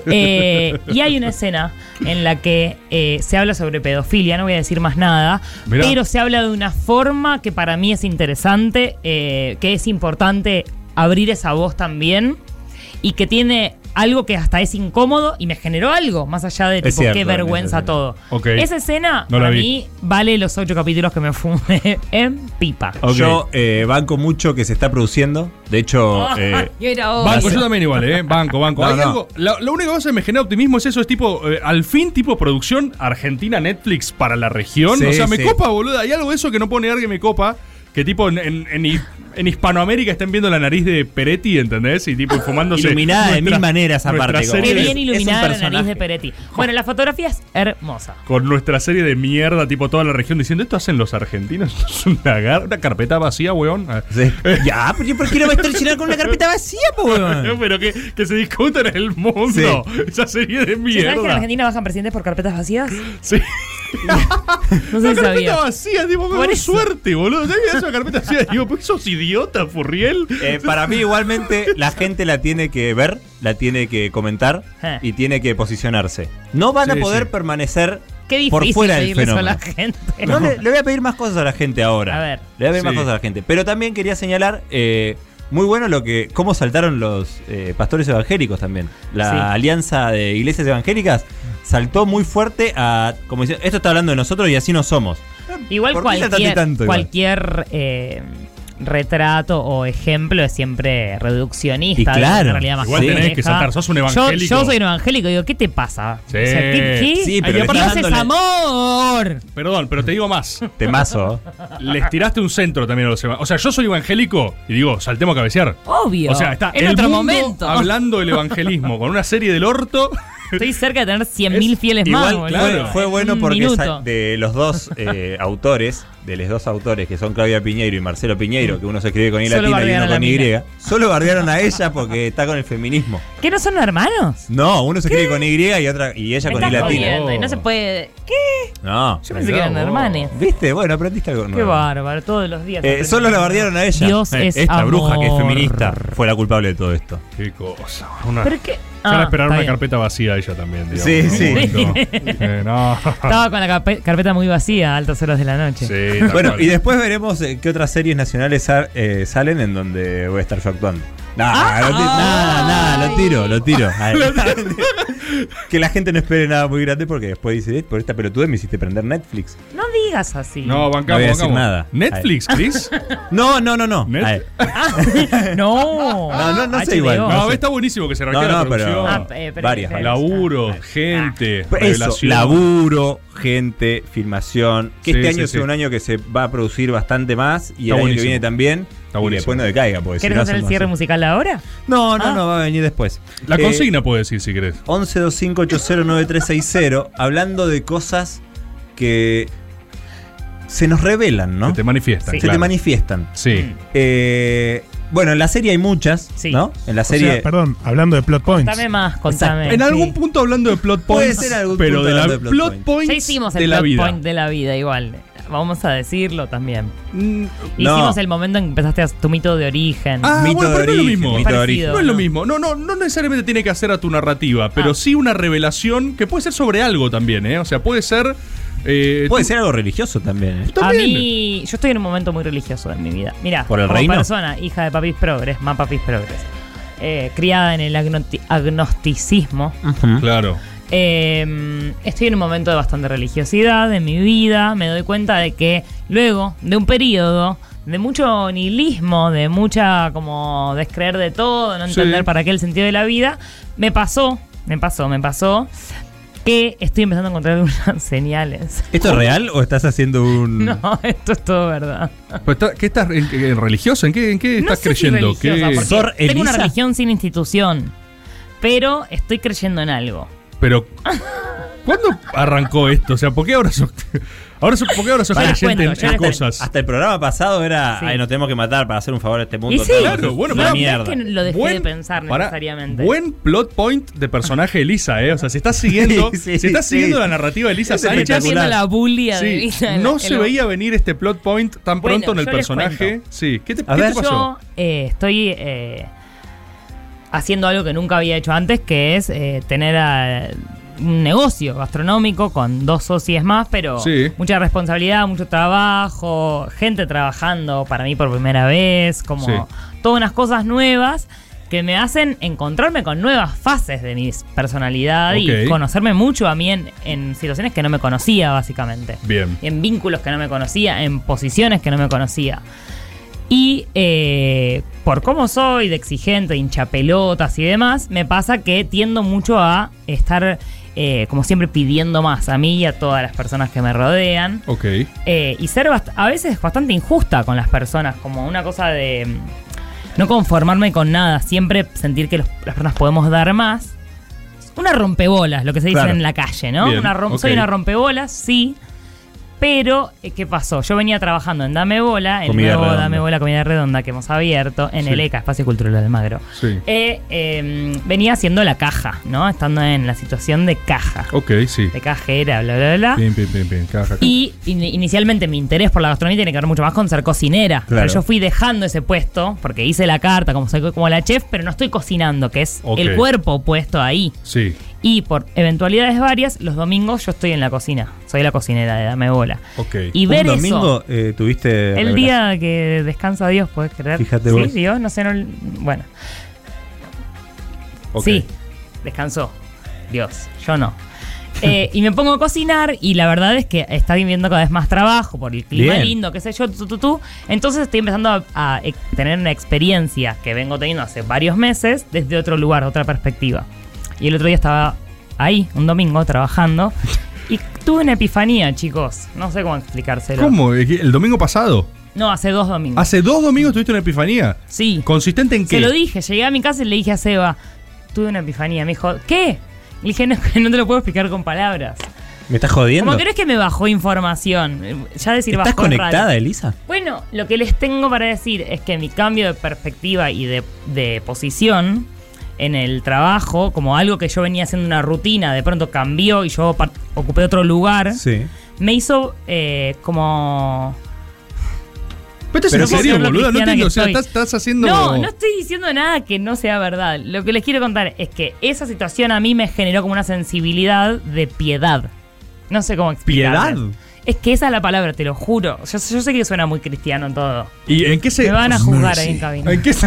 Speaker 7: eh, y hay una escena en la que eh, se habla sobre pedofilia, no voy a decir más nada,
Speaker 4: Mirá.
Speaker 7: pero se habla de una forma que para mí es interesante, eh, que es importante abrir esa voz también y que tiene algo que hasta es incómodo y me generó algo, más allá de tipo,
Speaker 6: cierto,
Speaker 7: qué vergüenza
Speaker 6: es cierto.
Speaker 7: todo.
Speaker 4: Ok.
Speaker 7: Esa escena
Speaker 4: No la
Speaker 7: para
Speaker 4: vi.
Speaker 7: mí vale los ocho capítulos que me fumé en pipa.
Speaker 4: Ok.
Speaker 6: Yo eh, banco mucho que se está produciendo. De hecho, eh,
Speaker 7: Yo Ah, era otra.
Speaker 4: Banco, yo también igual, ¿eh? Banco, banco.
Speaker 6: No,
Speaker 4: Hay
Speaker 6: no.
Speaker 4: algo- la, la única cosa que me genera optimismo es eso, es tipo, eh, al fin, tipo producción argentina Netflix para la región.
Speaker 6: Sí,
Speaker 4: o sea, me
Speaker 6: sí.
Speaker 4: copa, boludo. Hay algo de eso que no puedo negar que me copa, que tipo en, en- en hi- en Hispanoamérica están viendo la nariz de Peretti, ¿entendés? Y tipo fumándose.
Speaker 6: Iluminada de mil maneras,
Speaker 4: nuestra
Speaker 6: aparte, como-
Speaker 4: serie
Speaker 7: Qué
Speaker 4: de-
Speaker 7: bien iluminada
Speaker 6: es
Speaker 7: la
Speaker 6: un
Speaker 7: nariz de
Speaker 6: personaje.
Speaker 7: Peretti. Bueno, la fotografía es hermosa.
Speaker 4: con nuestra serie de mierda, tipo toda la región diciendo, esto hacen los argentinos, Esto es una, gar- una carpeta vacía, weón. Ah.
Speaker 6: sí. ya, pero yo ¿por qué no va a estar llenada con una carpeta vacía, po,
Speaker 4: Eh,
Speaker 6: huevón?
Speaker 4: Pero que, que se discutan en el mundo. Esa
Speaker 7: Che, ¿Sabes
Speaker 4: serie de
Speaker 7: que en
Speaker 4: mierda.
Speaker 7: Argentina bajan presidentes por carpetas vacías?
Speaker 4: Sí.
Speaker 7: No sé
Speaker 4: La
Speaker 7: si
Speaker 4: carpeta
Speaker 7: sabía.
Speaker 4: vacía, tipo,
Speaker 7: Por
Speaker 4: qué
Speaker 7: eso.
Speaker 4: suerte, boludo. ¿Sabes esa carpeta vacía? Digo, pues sos idiota, Furriel.
Speaker 6: Eh, para mí, igualmente, la gente la tiene que ver, la tiene que comentar
Speaker 7: Eh.
Speaker 6: y tiene que posicionarse. No van a
Speaker 4: Sí,
Speaker 6: poder
Speaker 4: sí.
Speaker 6: permanecer
Speaker 7: Qué
Speaker 6: por
Speaker 7: difícil
Speaker 6: fuera del
Speaker 7: pedirle eso a
Speaker 6: fenómeno.
Speaker 7: la gente.
Speaker 6: No, le, le voy a pedir más cosas a la gente ahora.
Speaker 7: A ver.
Speaker 6: Le voy a pedir más
Speaker 4: Sí.
Speaker 6: cosas a la gente. Pero también quería señalar, eh, muy bueno lo que. cómo saltaron los eh, pastores evangélicos también. La
Speaker 7: Sí.
Speaker 6: alianza de iglesias evangélicas saltó muy fuerte a. como diciendo, esto está hablando de nosotros y así no somos.
Speaker 7: Igual
Speaker 6: ¿Por qué la
Speaker 7: cualquier,
Speaker 6: trate tanto igual?
Speaker 7: cualquier eh, retrato o ejemplo es siempre reduccionista.
Speaker 6: Y
Speaker 7: de
Speaker 6: claro.
Speaker 7: una realidad más
Speaker 4: Igual tenés
Speaker 7: compleja.
Speaker 4: que saltar, sos un
Speaker 7: Yo-
Speaker 4: evangélico.
Speaker 7: Yo, soy un evangélico, digo, ¿qué te pasa?
Speaker 4: Sí.
Speaker 7: ¿qué, qué?
Speaker 6: Sí, pero
Speaker 7: Ay,
Speaker 6: le
Speaker 7: Dios
Speaker 6: estás
Speaker 7: es
Speaker 6: dándole-
Speaker 7: amor.
Speaker 4: Perdón, pero te digo más.
Speaker 6: Temazo.
Speaker 4: Les tiraste un centro también a los evangélicos. O sea, yo soy evangélico y digo, saltemos a cabecear.
Speaker 7: Obvio.
Speaker 4: O sea, está
Speaker 7: en
Speaker 4: el
Speaker 7: otro
Speaker 4: mundo
Speaker 7: momento.
Speaker 4: hablando del evangelismo con una serie del orto.
Speaker 7: Estoy cerca de tener 100.000
Speaker 4: Es-
Speaker 7: fieles más.
Speaker 6: Igual
Speaker 7: boludo.
Speaker 6: claro, fue
Speaker 7: En
Speaker 6: bueno
Speaker 7: eh, un
Speaker 6: porque
Speaker 7: minuto.
Speaker 6: sa- de los dos eh, autores, de los dos autores que son Claudia Piñeiro y Marcelo Piñeiro, que uno se escribe con I
Speaker 7: Mm. Solo
Speaker 6: latina y
Speaker 7: bardearon a
Speaker 6: uno
Speaker 7: la
Speaker 6: con Y,
Speaker 7: mina.
Speaker 6: solo bardearon a ella porque está con el feminismo.
Speaker 7: ¿Qué no son hermanos?
Speaker 6: No, uno se escribe con Y y otra y ella
Speaker 7: Me
Speaker 6: con I
Speaker 7: estás
Speaker 6: latina.
Speaker 7: jodiendo y no se puede. ¿Qué?
Speaker 6: No.
Speaker 7: Yo pensé que eran
Speaker 4: vos.
Speaker 7: hermanos.
Speaker 6: ¿Viste? Bueno, aprendiste algo
Speaker 7: Qué
Speaker 6: nuevo.
Speaker 7: bárbaro, todos los días.
Speaker 6: Eh, solo la bardearon a ella.
Speaker 7: Dios
Speaker 6: Eh,
Speaker 7: es
Speaker 6: Esta bruja que es
Speaker 7: amor.
Speaker 6: feminista fue la culpable de todo esto.
Speaker 4: Qué cosa. Una,
Speaker 7: ¿Pero qué?
Speaker 4: Se van a
Speaker 7: Ah,
Speaker 4: esperar
Speaker 7: está
Speaker 4: una
Speaker 7: bien.
Speaker 4: carpeta vacía a ella también, digamos.
Speaker 6: Sí,
Speaker 4: en un
Speaker 6: sí.
Speaker 4: momento. Eh, no.
Speaker 7: Estaba con la carpe- carpeta muy vacía a altas horas de la noche.
Speaker 4: Sí, tal
Speaker 6: Bueno,
Speaker 4: cual.
Speaker 6: y después veremos eh, qué otras series nacionales sa- eh, salen en donde voy a estar yo actuando.
Speaker 4: Ah,
Speaker 6: Nah, lo ti- nah, nah, lo tiro, lo tiro. Ay. que la gente no espere nada muy grande porque después dice, "Eh, por esta pelotudez me hiciste prender Netflix.
Speaker 7: No digas así.
Speaker 4: No, bancamos,
Speaker 6: No voy a decir
Speaker 4: bancamos.
Speaker 6: nada.
Speaker 4: Netflix, Chris.
Speaker 6: No, no, no, no.
Speaker 4: Net-
Speaker 6: Ay.
Speaker 7: no.
Speaker 6: No, no, no sé igual,
Speaker 7: HBO.
Speaker 4: No,
Speaker 6: sé.
Speaker 4: está buenísimo que se arranque
Speaker 6: No,
Speaker 4: la
Speaker 6: no, pero-
Speaker 4: producción.
Speaker 7: Ah, eh, pero-
Speaker 6: Varias,
Speaker 7: pero-
Speaker 4: Laburo,
Speaker 7: Ah,
Speaker 4: gente,
Speaker 6: Eso,
Speaker 4: revelación.
Speaker 6: laburo, gente, filmación. Que
Speaker 4: Sí,
Speaker 6: este
Speaker 4: sí,
Speaker 6: año
Speaker 4: sí.
Speaker 6: sea un año que se va a producir bastante más y el
Speaker 4: Está
Speaker 6: año que
Speaker 4: buenísimo.
Speaker 6: viene también. y
Speaker 4: buenísimo.
Speaker 6: después no decaiga, porque si
Speaker 7: ¿Quieres
Speaker 6: no
Speaker 7: hacer el
Speaker 6: hacemos
Speaker 7: cierre
Speaker 6: así.
Speaker 7: musical ahora?
Speaker 6: No, no,
Speaker 7: Ah.
Speaker 6: no, va a venir después.
Speaker 4: La
Speaker 6: Eh,
Speaker 4: consigna puedo decir si querés.
Speaker 6: 1125809360, hablando de cosas que se nos revelan, ¿no?
Speaker 4: Se te manifiestan.
Speaker 7: Sí.
Speaker 6: Se te
Speaker 4: claro.
Speaker 6: manifiestan.
Speaker 4: Sí.
Speaker 6: Eh, bueno, en la serie hay muchas,
Speaker 7: Mm. Sí.
Speaker 6: ¿no? En la
Speaker 9: O sea,
Speaker 6: serie...
Speaker 9: perdón, hablando de plot points.
Speaker 7: Contame Ah, más, contame.
Speaker 4: En
Speaker 7: sí.
Speaker 4: algún punto hablando de plot
Speaker 6: Puede
Speaker 4: points,
Speaker 6: ser algún
Speaker 4: pero
Speaker 6: punto
Speaker 4: de la
Speaker 6: hablando de plot
Speaker 4: plot
Speaker 6: points.
Speaker 4: points
Speaker 7: Ya hicimos
Speaker 4: de
Speaker 7: el
Speaker 4: la
Speaker 7: plot
Speaker 4: vida.
Speaker 7: point de la vida, igual. Vamos a decirlo también.
Speaker 4: Mm,
Speaker 6: No.
Speaker 7: Hicimos el momento en que empezaste a tu mito de origen.
Speaker 4: Ah,
Speaker 6: Mito
Speaker 4: bueno,
Speaker 6: de
Speaker 4: pero no es lo
Speaker 6: origen,
Speaker 4: mismo.
Speaker 6: mito de
Speaker 7: Parecido.
Speaker 6: origen.
Speaker 4: No es lo
Speaker 7: ¿no?
Speaker 4: mismo, no, no, no necesariamente tiene que hacer a tu narrativa, pero
Speaker 7: Ah.
Speaker 4: sí una revelación que puede ser sobre algo también, ¿eh? O sea, puede ser. eh,
Speaker 6: Puede
Speaker 4: tú-
Speaker 6: ser algo religioso también. ¿eh?
Speaker 7: A
Speaker 4: también.
Speaker 7: mí, yo estoy en un momento muy religioso en mi vida. Mira,
Speaker 6: ¿Por el
Speaker 7: como
Speaker 6: reino?
Speaker 7: persona, hija de papis progres, más papis progres, eh, criada en el agnoti- agnosticismo,
Speaker 4: Claro.
Speaker 7: Eh, estoy en un momento de bastante religiosidad en mi vida. Me doy cuenta de que luego de un periodo de mucho nihilismo, de mucha como descreer de todo, no entender
Speaker 10: Sí.
Speaker 7: para qué el sentido de la vida, me pasó, me pasó, me pasó que estoy empezando a encontrar algunas señales.
Speaker 11: ¿Esto es real o estás haciendo un.?
Speaker 7: No, esto es todo verdad.
Speaker 4: Pero Pues está- ¿Qué estás en, en religiosa? ¿En qué, en qué
Speaker 7: No
Speaker 4: estás
Speaker 7: sé si
Speaker 4: creyendo?
Speaker 7: religiosa,
Speaker 4: ¿Qué-
Speaker 7: porque
Speaker 11: ¿Sor
Speaker 7: Tengo una
Speaker 11: Elisa?
Speaker 7: religión sin institución, pero estoy creyendo en algo.
Speaker 4: Pero ¿cuándo arrancó esto? O sea, ¿por qué ahora sos ahora sos, ¿por qué ahora sos
Speaker 7: Ya les
Speaker 4: creyente
Speaker 7: cuento, ya
Speaker 4: en,
Speaker 7: les
Speaker 4: en
Speaker 7: cuento.
Speaker 4: cosas?
Speaker 11: Hasta el programa pasado era.
Speaker 7: Sí.
Speaker 11: Ay, nos tenemos que matar para hacer un favor a este mundo.
Speaker 7: Y sí.
Speaker 11: todo".
Speaker 4: Claro, bueno,
Speaker 11: Una
Speaker 4: pero-
Speaker 11: mierda.
Speaker 7: Es que lo dejé
Speaker 4: Buen-
Speaker 7: de pensar
Speaker 4: pará,
Speaker 7: necesariamente.
Speaker 4: buen plot point de personaje Elisa, ¿eh? O sea, si estás siguiendo,
Speaker 11: Sí, sí,
Speaker 4: si estás
Speaker 11: sí.
Speaker 4: siguiendo la narrativa de Elisa
Speaker 11: Es
Speaker 7: Estás
Speaker 4: Sánchez,
Speaker 7: viendo la bulia de
Speaker 4: sí,
Speaker 7: Elisa en la-
Speaker 4: no
Speaker 7: en
Speaker 4: se
Speaker 7: la-
Speaker 4: veía venir este plot point tan
Speaker 7: Bueno,
Speaker 4: pronto en el
Speaker 7: yo les
Speaker 4: personaje.
Speaker 7: cuento.
Speaker 4: Sí, ¿qué te,
Speaker 11: A
Speaker 4: qué
Speaker 11: ver.
Speaker 4: te pasó?
Speaker 7: Yo eh, estoy eh, haciendo algo que nunca había hecho antes, que es eh, tener a- un negocio gastronómico con dos socios más, pero
Speaker 4: Sí.
Speaker 7: mucha responsabilidad, mucho trabajo, gente trabajando para mí por primera vez, como
Speaker 4: Sí.
Speaker 7: todas unas cosas nuevas que me hacen encontrarme con nuevas fases de mi personalidad y
Speaker 4: Ok.
Speaker 7: conocerme mucho a mí en, en situaciones que no me conocía, básicamente
Speaker 4: Bien.
Speaker 7: en vínculos que no me conocía, en posiciones que no me conocía. Y eh, por cómo soy, de exigente, de hinchapelotas y demás, me pasa que tiendo mucho a estar, eh, como siempre, pidiendo más a mí y a todas las personas que me rodean.
Speaker 4: Ok.
Speaker 7: Eh, y ser bast- a veces bastante injusta con las personas, como una cosa de mm, no conformarme con nada, siempre sentir que los- las personas podemos dar más. Una rompebolas, lo que se dice
Speaker 11: Claro.
Speaker 7: en la calle, ¿no?
Speaker 4: Bien,
Speaker 7: Una rom- Soy
Speaker 4: ok.
Speaker 7: una rompebolas, sí. Pero, eh, ¿qué pasó? Yo venía trabajando en Dame Bola, el
Speaker 11: Comida
Speaker 7: nuevo
Speaker 11: redonda.
Speaker 7: Dame Bola Comida Redonda que hemos abierto en
Speaker 4: Sí.
Speaker 7: el ECA, Espacio Cultural de Almagro.
Speaker 4: Sí.
Speaker 7: Eh, eh, venía haciendo la caja, ¿no? Estando en la situación de caja,
Speaker 4: Ok, sí.
Speaker 7: de cajera, bla, bla, bla.
Speaker 4: Pim, pim, pim, pim. Caja, caja.
Speaker 7: Y in- inicialmente mi interés por la gastronomía tiene que ver mucho más con ser cocinera.
Speaker 11: Claro.
Speaker 7: Pero yo fui dejando ese puesto porque hice la carta como soy como la chef, pero no estoy cocinando, que es
Speaker 4: Ok.
Speaker 7: el cuerpo puesto ahí.
Speaker 4: Sí.
Speaker 7: Y por eventualidades varias, los domingos yo estoy en la cocina. Soy la cocinera de Dame Bola.
Speaker 4: Ok.
Speaker 7: Y ver
Speaker 11: un
Speaker 7: eso.
Speaker 11: domingo eh, tuviste.
Speaker 7: El día que descansa Dios, puedes creer.
Speaker 11: Fíjate
Speaker 7: sí,
Speaker 11: vos.
Speaker 7: Dios, no sé, no- bueno.
Speaker 4: ok.
Speaker 7: Sí, descansó. Dios, yo no. Eh, y me pongo a cocinar y la verdad es que está viviendo cada vez más trabajo por el clima
Speaker 11: Bien.
Speaker 7: lindo, qué sé yo, tú, tú, tú. Entonces estoy empezando a, a ex- tener una experiencia que vengo teniendo hace varios meses desde otro lugar, otra perspectiva. Y el otro día estaba ahí, un domingo, trabajando y tuve una epifanía, chicos. No sé cómo explicárselo.
Speaker 4: ¿Cómo? ¿El domingo pasado?
Speaker 7: No, hace dos domingos.
Speaker 4: ¿Hace dos domingos tuviste una epifanía?
Speaker 7: sí.
Speaker 4: ¿Consistente en qué?
Speaker 7: Se lo dije, llegué a mi casa y le dije a Seba, tuve una epifanía. Me dijo, ¿qué? Le dije, no, no te lo puedo explicar con palabras.
Speaker 11: ¿Me estás jodiendo?
Speaker 7: Como que no es que me bajó información. eh, Ya decir
Speaker 11: ¿Estás
Speaker 7: bajó es raro.
Speaker 11: conectada, Elisa?
Speaker 7: Bueno, lo que les tengo para decir es que mi cambio de perspectiva y de, de posición en el trabajo, como algo que yo venía haciendo una rutina, de pronto cambió y yo par- ocupé otro lugar,
Speaker 11: Sí.
Speaker 7: me hizo eh, como...
Speaker 4: Pero esto
Speaker 7: Pero
Speaker 4: es en serio,
Speaker 7: por lo
Speaker 4: boludo. No
Speaker 7: cristiana
Speaker 4: entiendo.
Speaker 7: que
Speaker 4: O sea,
Speaker 7: estoy.
Speaker 4: estás, estás haciendo.
Speaker 7: No, no estoy diciendo nada que no sea verdad. Lo que les quiero contar es que esa situación a mí me generó como una sensibilidad de piedad. No sé cómo explicarlo.
Speaker 11: ¿Piedad?
Speaker 7: Es que esa es la palabra, te lo juro. Yo, yo sé que suena muy cristiano todo.
Speaker 4: ¿Y en qué se.?
Speaker 7: Me van a juzgar ahí en
Speaker 12: mercy.
Speaker 7: cabina.
Speaker 4: ¿En qué se.?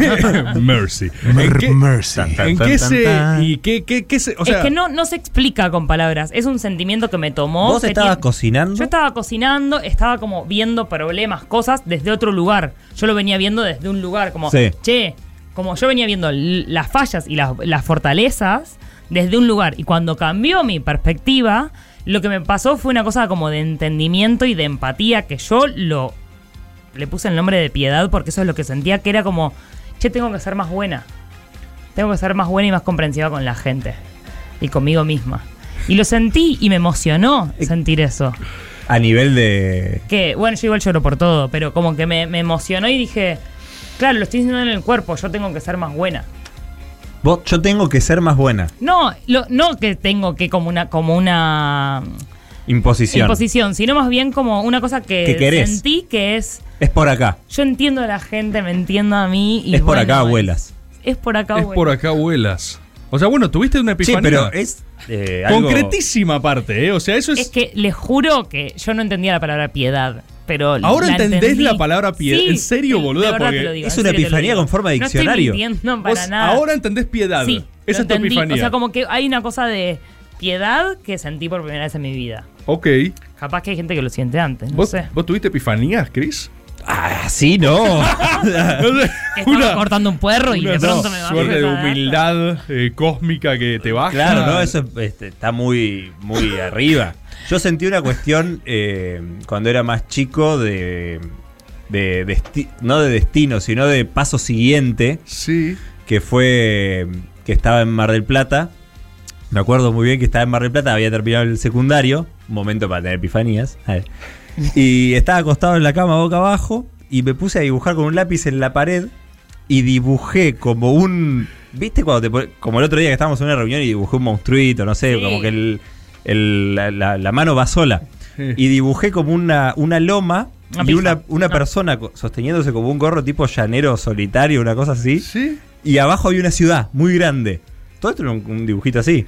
Speaker 4: Mercy. ¿En
Speaker 12: Mer-
Speaker 4: qué,
Speaker 12: Mercy.
Speaker 4: en qué se.? ¿Y qué, qué, qué se.? O sea.
Speaker 7: es que no, no se explica con palabras. Es un sentimiento que me tomó.
Speaker 11: ¿Vos
Speaker 7: que
Speaker 11: estabas
Speaker 7: tiene-
Speaker 11: cocinando?
Speaker 7: Yo estaba cocinando, estaba como viendo problemas, cosas desde otro lugar. Yo lo venía viendo desde un lugar, como,
Speaker 11: Sí.
Speaker 7: che, como yo venía viendo l- las fallas y las, las fortalezas desde un lugar. Y cuando cambió mi perspectiva, lo que me pasó fue una cosa como de entendimiento y de empatía que yo lo le puse el nombre de piedad porque eso es lo que sentía que era como, che, tengo que ser más buena. Tengo que ser más buena y más comprensiva con la gente y conmigo misma. Y lo sentí y me emocionó sentir eso.
Speaker 11: A nivel de.
Speaker 7: Que, bueno, yo igual lloro por todo, pero como que me, me emocionó y dije, claro, lo estoy diciendo en el cuerpo, yo tengo que ser más buena.
Speaker 11: Vos, yo tengo que ser más buena.
Speaker 7: No, lo- no que tengo que como una, como una
Speaker 11: Imposición.
Speaker 7: imposición, sino más bien como una cosa que,
Speaker 11: Que querés.
Speaker 7: sentí que es,
Speaker 11: Es por acá.
Speaker 7: yo entiendo a la gente, me entiendo a mí. Y
Speaker 11: Es por acá,
Speaker 7: es-
Speaker 11: abuelas.
Speaker 7: Es, por acá,
Speaker 4: Es por
Speaker 7: abuelas.
Speaker 4: acá, vuelas. O sea, bueno, tuviste una
Speaker 11: Sí,
Speaker 4: epifanía.
Speaker 11: pero es. eh, algo-
Speaker 4: Concretísima parte, ¿eh? O sea, eso es.
Speaker 7: Es que les juro que yo no entendía la palabra piedad. Pero
Speaker 4: Ahora
Speaker 7: la
Speaker 4: entendés
Speaker 7: entendí.
Speaker 4: la palabra piedad. ¿En serio,
Speaker 7: de
Speaker 4: boluda?
Speaker 7: verdad te
Speaker 4: Porque
Speaker 7: lo digo,
Speaker 11: es
Speaker 7: en
Speaker 11: una
Speaker 7: serio te lo
Speaker 11: epifanía
Speaker 7: digo.
Speaker 11: con forma de diccionario.
Speaker 7: No estoy mintiendo
Speaker 4: vos
Speaker 7: para nada.
Speaker 4: Ahora entendés piedad.
Speaker 7: Sí,
Speaker 4: Esa
Speaker 7: lo
Speaker 4: es tu
Speaker 7: entendí.
Speaker 4: epifanía.
Speaker 7: O sea, como que hay una cosa de piedad que sentí por primera vez en mi vida.
Speaker 4: Ok.
Speaker 7: Capaz que hay gente que lo siente antes, no
Speaker 4: ¿Vos,
Speaker 7: sé.
Speaker 4: ¿Vos tuviste epifanías, Chris?
Speaker 10: Ah,
Speaker 6: Así no.
Speaker 7: Que estaba
Speaker 4: Una-
Speaker 7: cortando un puerro y de pronto me va
Speaker 4: suerte de humildad eh, cósmica que te baja.
Speaker 6: Claro, no, eso este, está muy, muy arriba. Yo sentí una cuestión eh, cuando era más chico de, de desti- no de destino, sino de paso siguiente,
Speaker 10: Sí.
Speaker 6: que fue que estaba en Mar del Plata. Me acuerdo muy bien que estaba en Mar del Plata, había terminado el secundario, un momento para tener epifanías. a ver. Y estaba acostado en la cama boca abajo y me puse a dibujar con un lápiz en la pared y dibujé como un. ¿Viste cuando te pone- Como el otro día que estábamos en una reunión y dibujé un monstruito, no sé,
Speaker 7: Sí.
Speaker 6: como que el, el- la, la- la mano va sola.
Speaker 4: Sí.
Speaker 6: Y dibujé como una, una loma
Speaker 7: Una
Speaker 6: y
Speaker 7: pija.
Speaker 6: una, una
Speaker 7: Ah.
Speaker 6: persona co- sosteniéndose como un gorro tipo llanero solitario, una cosa así.
Speaker 10: Sí.
Speaker 6: Y abajo había una ciudad muy grande. Todo esto era un, un dibujito así.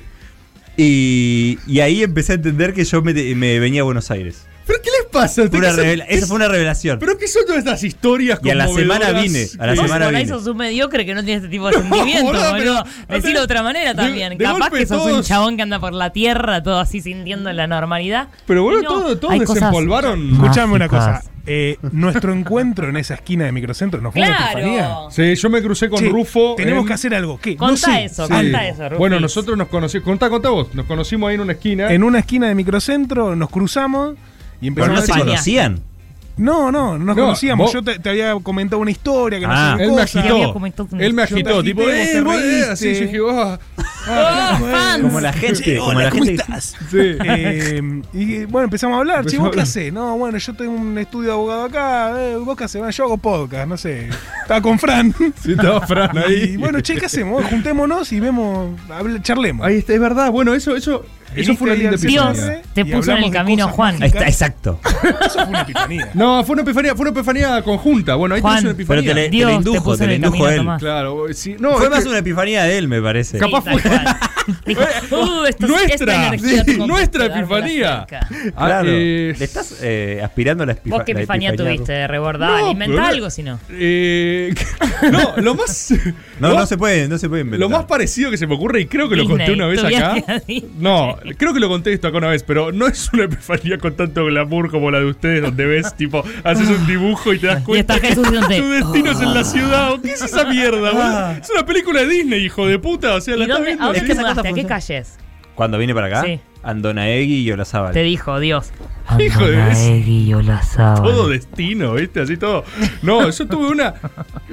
Speaker 6: Y, y ahí empecé a entender que yo me, me venía a Buenos Aires.
Speaker 10: ¿Pero qué les pasa?
Speaker 6: Fue una revela- esa fue una revelación.
Speaker 10: ¿Pero qué son todas estas historias
Speaker 6: Y a la semana
Speaker 10: conmovedoras?
Speaker 6: vine, a la
Speaker 10: Sí.
Speaker 6: semana
Speaker 7: Por ahí
Speaker 6: vine.
Speaker 7: sos un mediocre que no tiene este tipo de sentimientos,
Speaker 10: boludo,
Speaker 7: boludo.
Speaker 10: pero-
Speaker 7: Decirlo de otra manera
Speaker 10: de-
Speaker 7: también.
Speaker 10: de
Speaker 7: Capaz
Speaker 10: golpe
Speaker 7: que sos un
Speaker 10: todos-
Speaker 7: chabón que anda por la tierra, todo así sintiendo la normalidad.
Speaker 4: Pero bueno,
Speaker 7: Y no,
Speaker 4: todo, todos
Speaker 7: hay cosas-
Speaker 4: desempolvaron.
Speaker 9: Escuchame una cosa.
Speaker 6: Mágicas.
Speaker 9: eh, nuestro encuentro en esa esquina de microcentro nos fue una epifanía.
Speaker 7: ¡Claro!
Speaker 4: Sí, yo me crucé con
Speaker 9: Che,
Speaker 4: Rufo.
Speaker 9: Tenemos
Speaker 4: en-
Speaker 9: que hacer algo. ¿Qué?
Speaker 7: Contá
Speaker 9: No sé.
Speaker 7: eso,
Speaker 4: Sí.
Speaker 7: contá eso, Rufo.
Speaker 4: Bueno, nosotros nos conocimos. Contá, contá vos. Nos conocimos ahí en una esquina.
Speaker 9: En una esquina de microcentro nos cruzamos y
Speaker 6: Pero
Speaker 9: empezamos
Speaker 6: no
Speaker 9: a
Speaker 6: se
Speaker 9: charlar.
Speaker 6: conocían.
Speaker 9: No, no, no nos
Speaker 4: No,
Speaker 9: conocíamos.
Speaker 4: vos-
Speaker 9: Yo te, te había comentado una historia que
Speaker 6: Ah.
Speaker 9: no sé qué
Speaker 4: él me
Speaker 9: cosa.
Speaker 7: Y había
Speaker 4: agitó.
Speaker 7: comentado con-
Speaker 4: Él me
Speaker 9: Yo te
Speaker 4: agitó.
Speaker 9: agité,
Speaker 4: Tipo,
Speaker 9: vos
Speaker 4: eh,
Speaker 9: te
Speaker 4: vos, eh,
Speaker 9: reíste.
Speaker 4: así yo dije, "Ah".
Speaker 7: ¡Oh, fans!
Speaker 6: Como la gente. Como la gente.
Speaker 4: Sí.
Speaker 9: Eh, y bueno, empezamos a hablar. Che,
Speaker 4: Empezamos
Speaker 9: ¿vos qué
Speaker 4: a hablar.
Speaker 9: hacés? No, bueno, yo tengo un estudio de abogado acá. eh, ¿Vos qué hacés? Bueno, yo hago podcast, no sé. Estaba con Fran.
Speaker 4: Sí, estaba Fran ahí.
Speaker 9: Y bueno, che, ¿qué hacemos? Juntémonos y vemos, habla- charlemos.
Speaker 4: Ahí está, es verdad. Bueno, eso, eso, eso
Speaker 9: Viniste
Speaker 4: fue una
Speaker 9: ahí
Speaker 4: linda
Speaker 9: al
Speaker 4: epifanía.
Speaker 7: Dios.
Speaker 9: cierre
Speaker 7: te
Speaker 9: y
Speaker 7: puso en
Speaker 9: hablamos
Speaker 7: el
Speaker 9: de
Speaker 7: camino,
Speaker 9: cosas
Speaker 7: Juan.
Speaker 6: Ahí
Speaker 9: mágicas.
Speaker 6: está, exacto.
Speaker 9: Eso fue una epifanía.
Speaker 4: No, fue una epifanía, fue una epifanía conjunta. Bueno, ahí
Speaker 7: Juan,
Speaker 4: tenés una
Speaker 6: Pero
Speaker 4: epifanía.
Speaker 6: te, le- te
Speaker 7: Dios,
Speaker 6: le
Speaker 7: te
Speaker 6: indujo,
Speaker 7: puso
Speaker 6: te
Speaker 7: en
Speaker 6: le
Speaker 7: el
Speaker 6: indujo
Speaker 7: camino,
Speaker 6: él.
Speaker 7: Tomás.
Speaker 4: Claro, sí, no,
Speaker 6: Fue
Speaker 4: es
Speaker 6: más
Speaker 4: que-
Speaker 6: una epifanía de él, me parece.
Speaker 4: Capaz
Speaker 7: Sí, tal
Speaker 4: fue-
Speaker 7: cual. Dijo, "Uh, esto- esta
Speaker 4: nuestra,
Speaker 7: energía
Speaker 4: sí,
Speaker 7: tengo que
Speaker 4: nuestra
Speaker 7: quedármela
Speaker 4: epifanía.
Speaker 7: cerca".
Speaker 4: Ah,
Speaker 6: Claro.
Speaker 4: eh,
Speaker 6: Le estás eh, aspirando a la, epifa-
Speaker 7: Vos qué
Speaker 6: la
Speaker 7: epifanía tuviste de rebordar.
Speaker 4: No,
Speaker 7: Alimenta
Speaker 4: pero-
Speaker 7: algo si no.
Speaker 4: eh, no, lo más
Speaker 6: No,
Speaker 4: lo,
Speaker 6: no
Speaker 4: más-
Speaker 6: se puede, no se puede inventar.
Speaker 4: lo más parecido que se me ocurre y creo que lo
Speaker 7: Disney,
Speaker 4: conté una vez
Speaker 7: tu viaje a
Speaker 4: acá.
Speaker 7: Disney.
Speaker 4: No, creo que lo conté esto acá una vez, pero no es una epifanía con tanto glamour como la de ustedes donde ves tipo haces un dibujo y te das
Speaker 7: Y
Speaker 4: cuenta
Speaker 7: está Jesús "Oh".
Speaker 4: que
Speaker 7: donde.
Speaker 4: tu destino es en la ciudad. ¿Qué es esa mierda?
Speaker 6: Ah.
Speaker 4: boludo? Es una película de Disney, hijo de puta, o sea, la
Speaker 7: ¿Y
Speaker 4: estás
Speaker 7: dónde, ¿A
Speaker 4: viendo.
Speaker 7: dónde
Speaker 4: sí.
Speaker 7: te
Speaker 6: esa cosa
Speaker 7: mudaste? ¿A qué
Speaker 6: funciona.
Speaker 7: calles?
Speaker 6: Cuando vine para acá,
Speaker 7: Sí.
Speaker 6: Andonaegui y Olazábal.
Speaker 7: Te dijo Dios.
Speaker 4: Hijo de
Speaker 7: Andonaegui, Olazábal.
Speaker 4: Todo destino, ¿viste? Así todo. No, yo tuve una.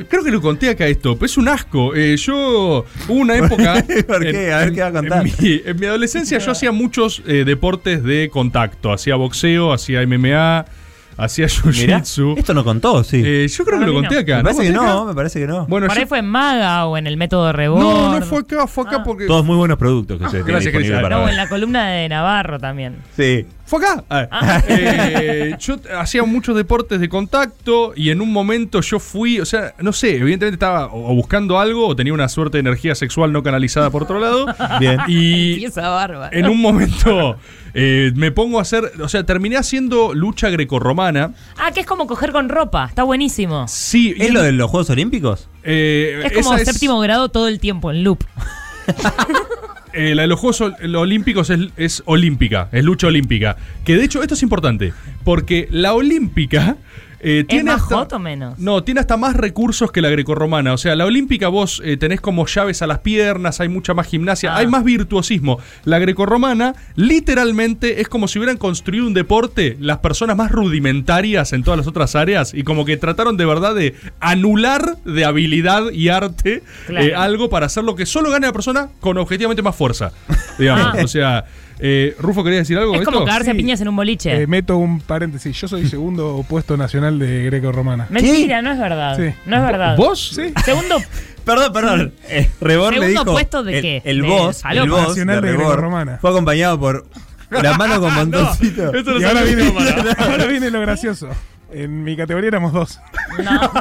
Speaker 4: Creo que lo conté acá esto, pero es un asco. Eh, yo. Hubo una época.
Speaker 6: ¿Por qué? A ver qué va a contar.
Speaker 4: En mi, en mi adolescencia yo hacía muchos eh, deportes de contacto. Hacía boxeo, hacía MMA, hacía
Speaker 6: Mirá,
Speaker 4: jiu-jitsu.
Speaker 6: esto no contó, sí.
Speaker 4: Eh, yo creo
Speaker 7: Ah,
Speaker 4: que lo
Speaker 7: mira.
Speaker 4: conté acá.
Speaker 6: me parece
Speaker 4: ¿Conté
Speaker 6: que no,
Speaker 4: acá?
Speaker 6: me parece que no.
Speaker 4: Bueno,
Speaker 7: Por
Speaker 4: yo-
Speaker 7: ahí fue en Maga o en el método Rebord.
Speaker 4: no, no fue acá, fue acá porque.
Speaker 6: Todos muy buenos productos que ustedes tienen
Speaker 4: Ah, Gracias,
Speaker 6: disponibles
Speaker 4: Cristian.
Speaker 6: para
Speaker 7: No,
Speaker 6: ver.
Speaker 7: en la columna de Navarro también.
Speaker 6: Sí.
Speaker 4: Fue acá.
Speaker 7: Ah,
Speaker 4: Ah, Eh, yo t- hacía muchos deportes de contacto y en un momento yo fui, o sea, no sé, evidentemente estaba o o buscando algo o tenía una suerte de energía sexual no canalizada por otro lado.
Speaker 6: Bien.
Speaker 7: Y
Speaker 4: Y
Speaker 7: esa barba.
Speaker 4: en un momento eh, me pongo a hacer, o sea, terminé haciendo lucha grecorromana.
Speaker 7: Ah, que es como coger con ropa. Está buenísimo.
Speaker 4: Sí, y-
Speaker 6: ¿Es lo de los Juegos Olímpicos?
Speaker 4: eh,
Speaker 7: Es como
Speaker 4: esa
Speaker 7: séptimo grado todo el tiempo en loop.
Speaker 4: Eh, la de los Juegos Ol- los Olímpicos es, es olímpica, es lucha olímpica. Que de hecho, esto es importante, porque la olímpica. eh, tiene
Speaker 7: más
Speaker 4: hasta-
Speaker 7: hot o menos?
Speaker 4: No, tiene hasta más recursos que la grecorromana. O sea, la olímpica vos eh, tenés como llaves a las piernas, hay mucha más gimnasia,
Speaker 7: Ah.
Speaker 4: hay más virtuosismo. La grecorromana, literalmente, es como si hubieran construido un deporte las personas más rudimentarias en todas las otras áreas y como que trataron de verdad de anular de habilidad y arte
Speaker 7: Claro.
Speaker 4: eh, algo para hacer lo que solo gane la persona con objetivamente más fuerza. Digamos,
Speaker 7: Ah.
Speaker 4: o sea, eh, Rufo, ¿querías decir algo?
Speaker 7: Es
Speaker 4: con
Speaker 7: como
Speaker 4: esto?
Speaker 7: cagarse a
Speaker 9: Sí.
Speaker 7: piñas en un boliche.
Speaker 9: Eh, meto un paréntesis. Yo soy segundo puesto nacional de greco-romana.
Speaker 7: Mentira, no es verdad.
Speaker 9: Sí.
Speaker 7: No es verdad.
Speaker 4: ¿Vos? Sí.
Speaker 7: Segundo,
Speaker 6: Perdón, perdón. Eh, Rebor le
Speaker 7: ¿Segundo
Speaker 6: dijo.
Speaker 7: puesto de
Speaker 6: el,
Speaker 7: qué?
Speaker 6: El
Speaker 7: De
Speaker 6: boss, el
Speaker 7: Paloma.
Speaker 6: boss de
Speaker 9: Nacional de
Speaker 6: Rebor
Speaker 9: Grecorromana.
Speaker 6: fue acompañado por la mano con montoncito.
Speaker 4: Esto no
Speaker 9: Y ahora
Speaker 4: salió
Speaker 9: viene,
Speaker 4: en cámara.
Speaker 9: ahora viene lo gracioso. En mi categoría éramos dos.
Speaker 7: no.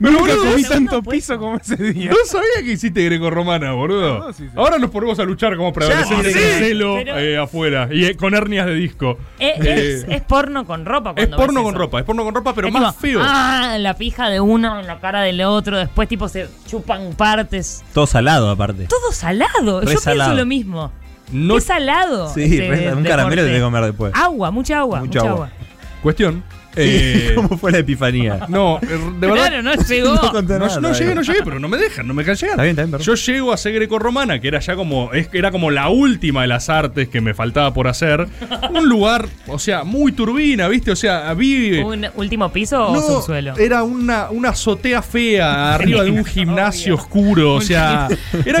Speaker 9: Nunca
Speaker 4: boludo,
Speaker 9: comí
Speaker 7: segundo
Speaker 9: tanto
Speaker 7: puesto.
Speaker 9: piso como ese día.
Speaker 4: No sabía que hiciste grecorromana,
Speaker 7: Ah,
Speaker 4: boludo.
Speaker 9: No, sí, sí.
Speaker 4: Ahora nos ponemos a luchar como
Speaker 6: Ya,
Speaker 4: preadolescentes
Speaker 6: sí.
Speaker 4: con celo
Speaker 7: Pero-
Speaker 4: eh, afuera y eh, con hernias de disco.
Speaker 7: Eh,
Speaker 4: Eh,
Speaker 7: es, es porno con ropa.
Speaker 4: es
Speaker 7: Cuando ves
Speaker 4: porno con
Speaker 7: eso.
Speaker 4: ropa, es porno con ropa, pero
Speaker 7: Es
Speaker 4: más
Speaker 7: tipo,
Speaker 4: feo.
Speaker 7: Ah, la pija de uno en la cara del otro. Después, tipo, se chupan partes.
Speaker 6: Todo salado, aparte.
Speaker 7: Todo salado.
Speaker 6: Re
Speaker 7: Yo
Speaker 6: salado.
Speaker 7: pienso lo mismo.
Speaker 4: No-
Speaker 7: es salado.
Speaker 6: Sí,
Speaker 7: ese
Speaker 6: re- un
Speaker 7: deporte.
Speaker 6: caramelo tenés que comer después.
Speaker 7: Agua, mucha agua.
Speaker 6: Mucha
Speaker 7: Mucha,
Speaker 6: agua.
Speaker 7: agua.
Speaker 4: Cuestión.
Speaker 6: Sí,
Speaker 4: eh,
Speaker 6: ¿Cómo fue la epifanía?
Speaker 4: no, eh, de verdad.
Speaker 7: Claro, no llegó.
Speaker 6: conté
Speaker 4: No,
Speaker 6: nada,
Speaker 4: no llegué,
Speaker 6: digo.
Speaker 4: no llegué, pero no me dejan, no me dejan llegar.
Speaker 6: Está bien, está bien, perdón.
Speaker 4: Yo llego a ser grecorromana, que era ya como, es, era como la última de las artes que me faltaba por hacer. Un lugar, o sea, muy turbina, ¿viste? O sea, vi.
Speaker 7: ¿Un último piso
Speaker 4: No, eh,
Speaker 7: o subsuelo?
Speaker 4: Era una, una azotea fea arriba de un gimnasio oscuro. O sea, era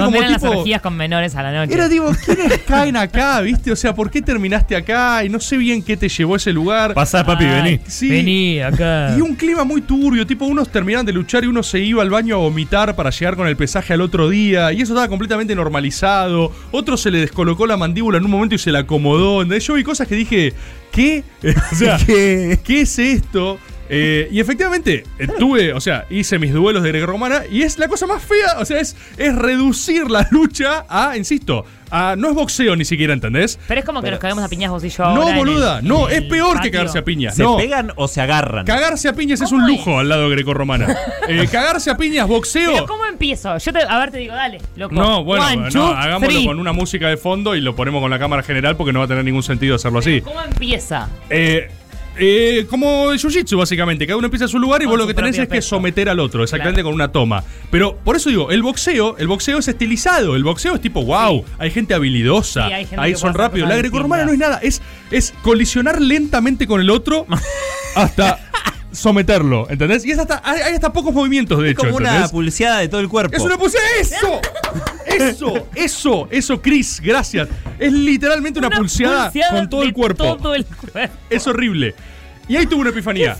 Speaker 7: Donde
Speaker 4: como
Speaker 7: eran las
Speaker 4: tipo.
Speaker 7: orgías con menores a la noche.
Speaker 4: Era digo, ¿quiénes caen acá? ¿Viste? O sea, ¿por qué terminaste acá? Y no sé bien qué te llevó a ese lugar.
Speaker 6: Pasá, papi,
Speaker 7: Ay,
Speaker 6: vení.
Speaker 4: Sí.
Speaker 7: Vení acá.
Speaker 4: Y un clima muy turbio, tipo unos terminaban de luchar y uno se iba al baño a vomitar para llegar con el pesaje al otro día, y eso estaba completamente normalizado. Otro se le descolocó la mandíbula en un momento y se la acomodó. ¿entendés? Yo vi cosas que dije, ¿qué? O sea,
Speaker 13: ¿Qué?
Speaker 4: ¿qué es esto? Eh, y efectivamente, eh, tuve, o sea, hice mis duelos de grecorromana y es la cosa más fea, o sea, es, es reducir la lucha a, insisto, a, no es boxeo ni siquiera, ¿entendés?
Speaker 7: Pero es como que nos cagamos a piñas vos y yo.
Speaker 4: No,
Speaker 7: ahora en el-
Speaker 4: boluda,
Speaker 7: en
Speaker 4: no,
Speaker 7: el
Speaker 4: es peor que
Speaker 7: patio.
Speaker 4: cagarse a piñas.
Speaker 6: ¿Se
Speaker 4: no.
Speaker 6: pegan o se agarran?
Speaker 4: Cagarse a piñas es un
Speaker 7: ¿Cómo
Speaker 4: lujo al lado grecorromana. Eh, cagarse a piñas, boxeo.
Speaker 7: Pero ¿cómo empiezo? Yo te, a ver, te digo, dale, loco.
Speaker 4: No, bueno,
Speaker 7: One,
Speaker 4: no,
Speaker 7: two,
Speaker 4: hagámoslo
Speaker 7: three.
Speaker 4: con una música de fondo y lo ponemos con la cámara general porque no va a tener ningún sentido hacerlo así.
Speaker 7: ¿Cómo empieza?
Speaker 4: Eh, eh, como el jiu-jitsu, básicamente. Cada uno empieza a su lugar y
Speaker 7: Con
Speaker 4: vos lo
Speaker 7: su
Speaker 4: que tenés
Speaker 7: propio
Speaker 4: es que
Speaker 7: peso.
Speaker 4: someter al otro, exactamente
Speaker 7: Claro.
Speaker 4: con una toma. Pero por eso digo, el boxeo, el boxeo es estilizado. El boxeo es tipo, wow, hay gente habilidosa,
Speaker 7: Sí, hay gente
Speaker 4: Ah, ahí
Speaker 7: que puede
Speaker 4: son
Speaker 7: hacer
Speaker 4: rápidos. La
Speaker 7: cosas
Speaker 4: grecorromana no es
Speaker 7: distintas.
Speaker 4: nada, es, es colisionar lentamente con el otro hasta someterlo, ¿entendés? Y es hasta, hay, hay hasta pocos movimientos, de
Speaker 6: Es
Speaker 4: hecho.
Speaker 6: como una
Speaker 4: ¿entendés?
Speaker 6: pulseada de todo el cuerpo.
Speaker 4: ¡Es una pulsera! ¡Eso! ¡Eso! ¡Eso! ¡Eso, Chris! Gracias. Es literalmente una, pulseada, con todo
Speaker 7: de
Speaker 4: el cuerpo.
Speaker 7: Todo el cuerpo.
Speaker 4: Es horrible. Y ahí tuve una epifanía.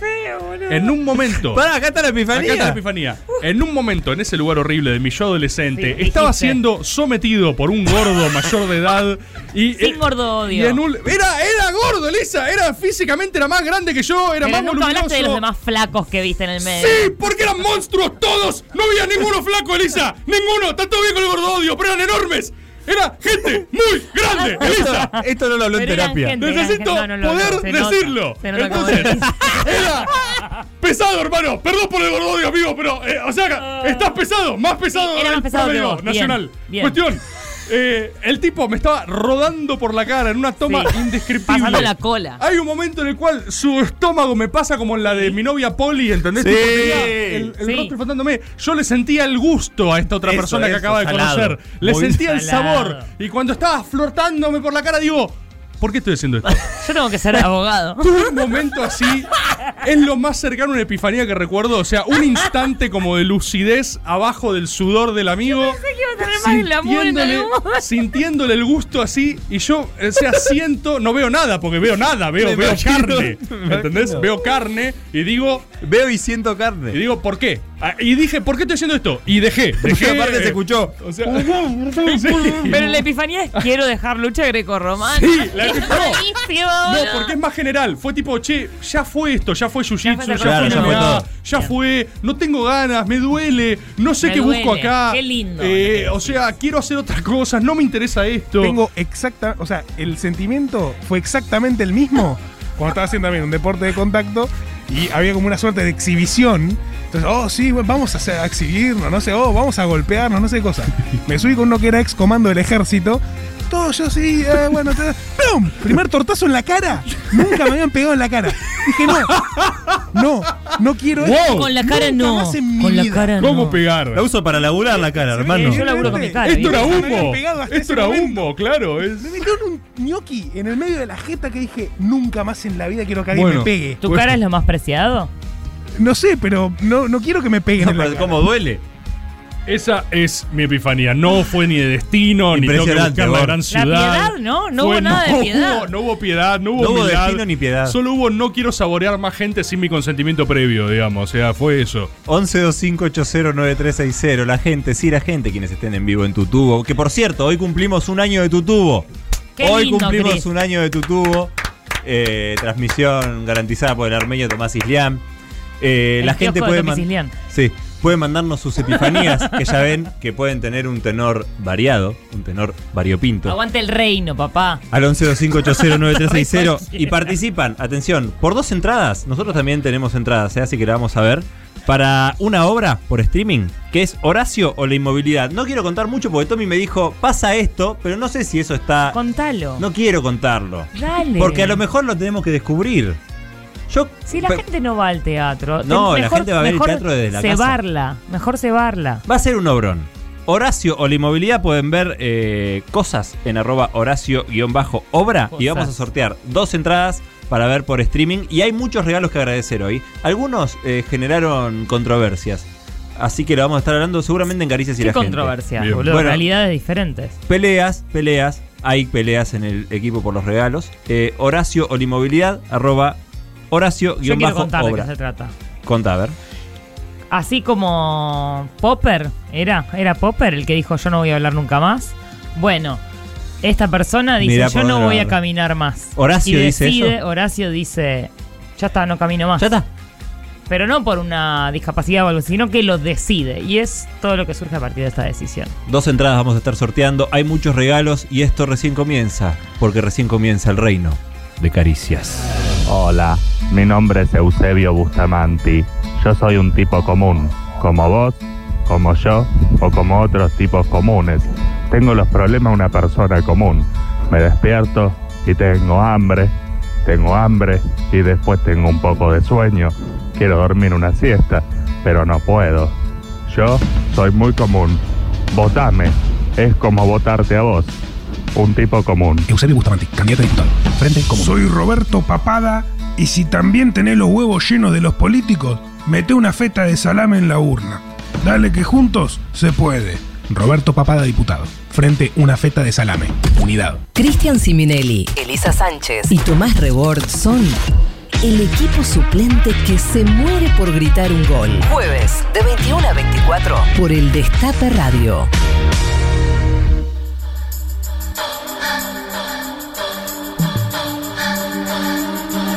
Speaker 4: En un momento.
Speaker 6: Pará, acá está la epifanía.
Speaker 4: Acá está la epifanía. En un momento, en ese lugar horrible de mi yo adolescente,
Speaker 7: Sí,
Speaker 4: estaba
Speaker 7: dijiste.
Speaker 4: siendo sometido por un gordo mayor de edad. Y,
Speaker 7: Sin
Speaker 4: eh,
Speaker 7: gordo odio.
Speaker 4: y en un- era, era gordo, Elisa. Era físicamente era más grande que yo, era
Speaker 7: Pero
Speaker 4: más
Speaker 7: nunca hablaste de
Speaker 4: voluminoso.
Speaker 7: los demás flacos que viste en el medio.
Speaker 4: ¡Sí! ¡Porque eran monstruos todos! ¡No había ninguno flaco, Elisa! ¡Ninguno! ¡Está todo bien con el gordodio! ¡Pero eran enormes! ¡Era gente muy grande, Elisa!
Speaker 6: Esto no lo habló en
Speaker 7: Ah, Pero eran
Speaker 6: terapia.
Speaker 7: gente-
Speaker 4: ¡Necesito
Speaker 7: No, no, no,
Speaker 4: poder
Speaker 7: no, se nota,
Speaker 4: decirlo!
Speaker 7: se nota cómo
Speaker 4: Entonces,
Speaker 7: decís.
Speaker 4: era pesado, hermano. Perdón por el gordodio, amigo, pero, eh, o sea, estás pesado, más pesado.
Speaker 7: Era
Speaker 4: del
Speaker 7: más pesado que
Speaker 4: promedio
Speaker 7: vos. Bien,
Speaker 4: Nacional.
Speaker 7: bien.
Speaker 4: Cuestión. eh, el tipo me estaba rodando por la cara en una toma
Speaker 7: Sí.
Speaker 4: indescriptible.
Speaker 7: Pasando la cola.
Speaker 4: Hay un momento en el cual su estómago me pasa como la de mi novia Polly, ¿entendés?
Speaker 6: Sí.
Speaker 4: Tipo, tenía el, el
Speaker 7: Sí.
Speaker 4: rostro faltándome. Yo le sentía el gusto a esta otra
Speaker 6: Eso,
Speaker 4: persona que
Speaker 6: eso,
Speaker 4: acaba de
Speaker 6: salado.
Speaker 4: conocer. Le
Speaker 6: Muy
Speaker 4: sentía el
Speaker 7: salado.
Speaker 4: sabor. Y cuando estaba flirtándome por la cara, digo, ¿por qué estoy haciendo esto?
Speaker 7: Yo tengo que ser abogado.
Speaker 4: Tuve un momento así. Es lo más cercano a una epifanía que recuerdo. O sea, un instante como de lucidez abajo del sudor del amigo.
Speaker 7: que iba a tener más glamour en
Speaker 4: sintiéndole-
Speaker 7: algún momento.
Speaker 4: sintiéndole el gusto así. Y yo, o sea, siento, no veo nada, porque veo nada, veo,
Speaker 6: Me
Speaker 4: veo
Speaker 6: imagino,
Speaker 4: carne.
Speaker 6: me
Speaker 4: ¿Me entendés?
Speaker 6: imagino.
Speaker 4: Veo carne y digo.
Speaker 6: Veo y siento carne.
Speaker 4: Y digo, ¿por qué? Ah, Y dije, ¿por qué estoy haciendo esto? Y dejé. dejé
Speaker 6: Porque aparte
Speaker 4: eh,
Speaker 6: se escuchó.
Speaker 4: O sea, sí.
Speaker 7: Pero la epifanía es quiero dejar lucha grecorromana.
Speaker 4: Sí, la epi- no.
Speaker 7: Buenísimo,
Speaker 4: No,
Speaker 7: boludo.
Speaker 4: porque es más general. Fue tipo, che, ya fue esto, ya fue jiu-jitsu, ya,
Speaker 7: Ya fue
Speaker 6: esta cosa. Claro, ya
Speaker 4: fue
Speaker 6: fue
Speaker 4: MMA,
Speaker 6: todo.
Speaker 4: ya fue, no tengo ganas, me duele, no sé
Speaker 7: Me
Speaker 4: qué busco
Speaker 7: duele,
Speaker 4: acá.
Speaker 7: qué lindo.
Speaker 4: Eh, o sea, quiero hacer otras cosas, no me interesa esto.
Speaker 9: Tengo exacta, o sea, el sentimiento fue exactamente el mismo cuando estaba haciendo también un deporte de contacto y había como una suerte de exhibición. Entonces, oh, sí, bueno, vamos a, hacer- a exhibirnos, no sé, oh, vamos a golpearnos, no sé qué cosa. Me subí con uno que era ex comando del ejército. Todo yo sí, eh, bueno, te- ¡pum! Primer tortazo en la cara. Nunca me habían pegado en la cara. Dije, no, no, no quiero esto.
Speaker 7: Con la cara
Speaker 9: Nunca
Speaker 7: no.
Speaker 9: más en mi
Speaker 7: Con la
Speaker 9: vida.
Speaker 7: cara no.
Speaker 4: ¿Cómo pegar?
Speaker 6: La uso para laburar la cara, hermano.
Speaker 7: Yo laburo con mi cara.
Speaker 4: Esto
Speaker 7: ¿viste?
Speaker 4: era
Speaker 9: Me habían
Speaker 4: humo.
Speaker 9: pegado hasta
Speaker 4: Esto
Speaker 9: ese
Speaker 4: era
Speaker 9: momento.
Speaker 4: humo, claro. Es...
Speaker 9: Me metieron un gnocchi en el medio de la jeta que dije, nunca más en la vida quiero pues que alguien
Speaker 4: Bueno. Pues,
Speaker 9: me pegue.
Speaker 7: ¿Tu cara es lo más preciado?
Speaker 9: No sé, pero no, no quiero que me peguen
Speaker 6: No,
Speaker 9: en la
Speaker 6: pero
Speaker 9: cara.
Speaker 6: ¿Cómo duele?
Speaker 4: Esa es mi epifanía. No fue ni de destino, ni tengo que
Speaker 6: Impresionante,
Speaker 4: buscar la
Speaker 6: Gor.
Speaker 4: gran
Speaker 6: La
Speaker 4: ciudad.
Speaker 7: piedad, ¿no? No
Speaker 4: Fue-
Speaker 7: hubo nada de piedad.
Speaker 4: hubo- no hubo piedad, no hubo,
Speaker 6: No hubo
Speaker 4: humildad.
Speaker 6: destino ni piedad.
Speaker 4: Solo hubo no quiero saborear más gente sin mi consentimiento previo, digamos. O sea, fue eso.
Speaker 6: 1125809360. La gente, sí, la gente, quienes estén en vivo en tu tubo. Que por cierto, hoy cumplimos un año de tu tubo.
Speaker 7: Qué
Speaker 6: hoy
Speaker 7: lindo,
Speaker 6: cumplimos
Speaker 7: Cris.
Speaker 6: un año de tu tubo. Eh, transmisión garantizada por el armenio Tomás Islián. Eh,
Speaker 7: El
Speaker 6: la gente
Speaker 7: kiosco de
Speaker 6: puede
Speaker 7: Tomás
Speaker 6: man-
Speaker 7: Islián.
Speaker 6: Sí, puede mandarnos sus epifanías, que ya ven que pueden tener un tenor variado, un tenor variopinto.
Speaker 7: Aguante el reino, papá.
Speaker 6: al 1125809360 y participan, atención, por dos entradas, nosotros también tenemos entradas, ¿eh? así que la vamos a ver, para una obra por streaming, que es Horacio o la inmovilidad. No quiero contar mucho porque Tommy me dijo, pasa esto, pero no sé si eso está...
Speaker 7: Contalo.
Speaker 6: No quiero contarlo.
Speaker 7: Dale.
Speaker 6: Porque a lo mejor lo tenemos que descubrir. Yo,
Speaker 7: Si la
Speaker 6: pe-
Speaker 7: gente no va al teatro,
Speaker 6: No,
Speaker 7: te-
Speaker 6: la gente va a ver el
Speaker 7: mejor
Speaker 6: teatro desde la casa.
Speaker 7: cebarla, Mejor cebarla.
Speaker 6: Va a ser un obrón. Horacio o la inmovilidad pueden ver eh, cosas en arroba Horacio-obra y vamos a
Speaker 7: Cosas.
Speaker 6: sortear dos entradas para ver por streaming y hay muchos regalos que agradecer hoy. Algunos eh, generaron controversias, así que lo vamos a estar hablando seguramente en Caricias y
Speaker 7: Qué
Speaker 6: la
Speaker 7: controversia,
Speaker 6: gente.
Speaker 7: boludo.
Speaker 6: Bueno,
Speaker 7: realidades diferentes.
Speaker 6: Peleas, peleas. Hay peleas en el equipo por los regalos. Eh, Horacio o la inmovilidad arroba
Speaker 7: Yo quiero contar de qué
Speaker 6: Horacio-obra.
Speaker 7: se trata.
Speaker 6: Contá, a ver.
Speaker 7: Así como Popper era, era Popper el que dijo yo no voy a hablar nunca más. Bueno, esta persona dice
Speaker 6: Mirá por
Speaker 7: yo no
Speaker 6: dónde
Speaker 7: voy
Speaker 6: va.
Speaker 7: a caminar más.
Speaker 6: Horacio
Speaker 7: y
Speaker 6: dice
Speaker 7: decide,
Speaker 6: eso.
Speaker 7: Horacio dice ya está, no camino más.
Speaker 6: Ya está.
Speaker 7: Pero no por una discapacidad o algo, sino que lo decide. Y es todo lo que surge a partir de esta decisión.
Speaker 6: Dos entradas vamos a estar sorteando, hay muchos regalos y esto recién comienza, porque recién comienza el reino de caricias.
Speaker 12: Hola, mi nombre es Eusebio Bustamanti. Yo soy un tipo común, como vos, como yo o como otros tipos comunes. Tengo los problemas de una persona común. Me despierto y tengo hambre, tengo hambre y después tengo un poco de sueño. Quiero dormir una siesta, pero no puedo. Yo soy muy común. Votame. Es como votarte a vos. Un tipo común.
Speaker 14: Eusebio Bustamante, candidato a diputado. Frente común.
Speaker 15: Soy Roberto Papada y si también tenés los huevos llenos de los políticos, mete una feta de salame en la urna. Dale que juntos se puede.
Speaker 14: Roberto Papada, diputado. Frente una feta de salame. Unidad.
Speaker 16: Cristian Siminelli,
Speaker 17: Elisa Sánchez.
Speaker 16: y Tomás Rebord son el equipo suplente que se muere por gritar un gol.
Speaker 17: Jueves de 21 a 24.
Speaker 16: Por el Destape Radio.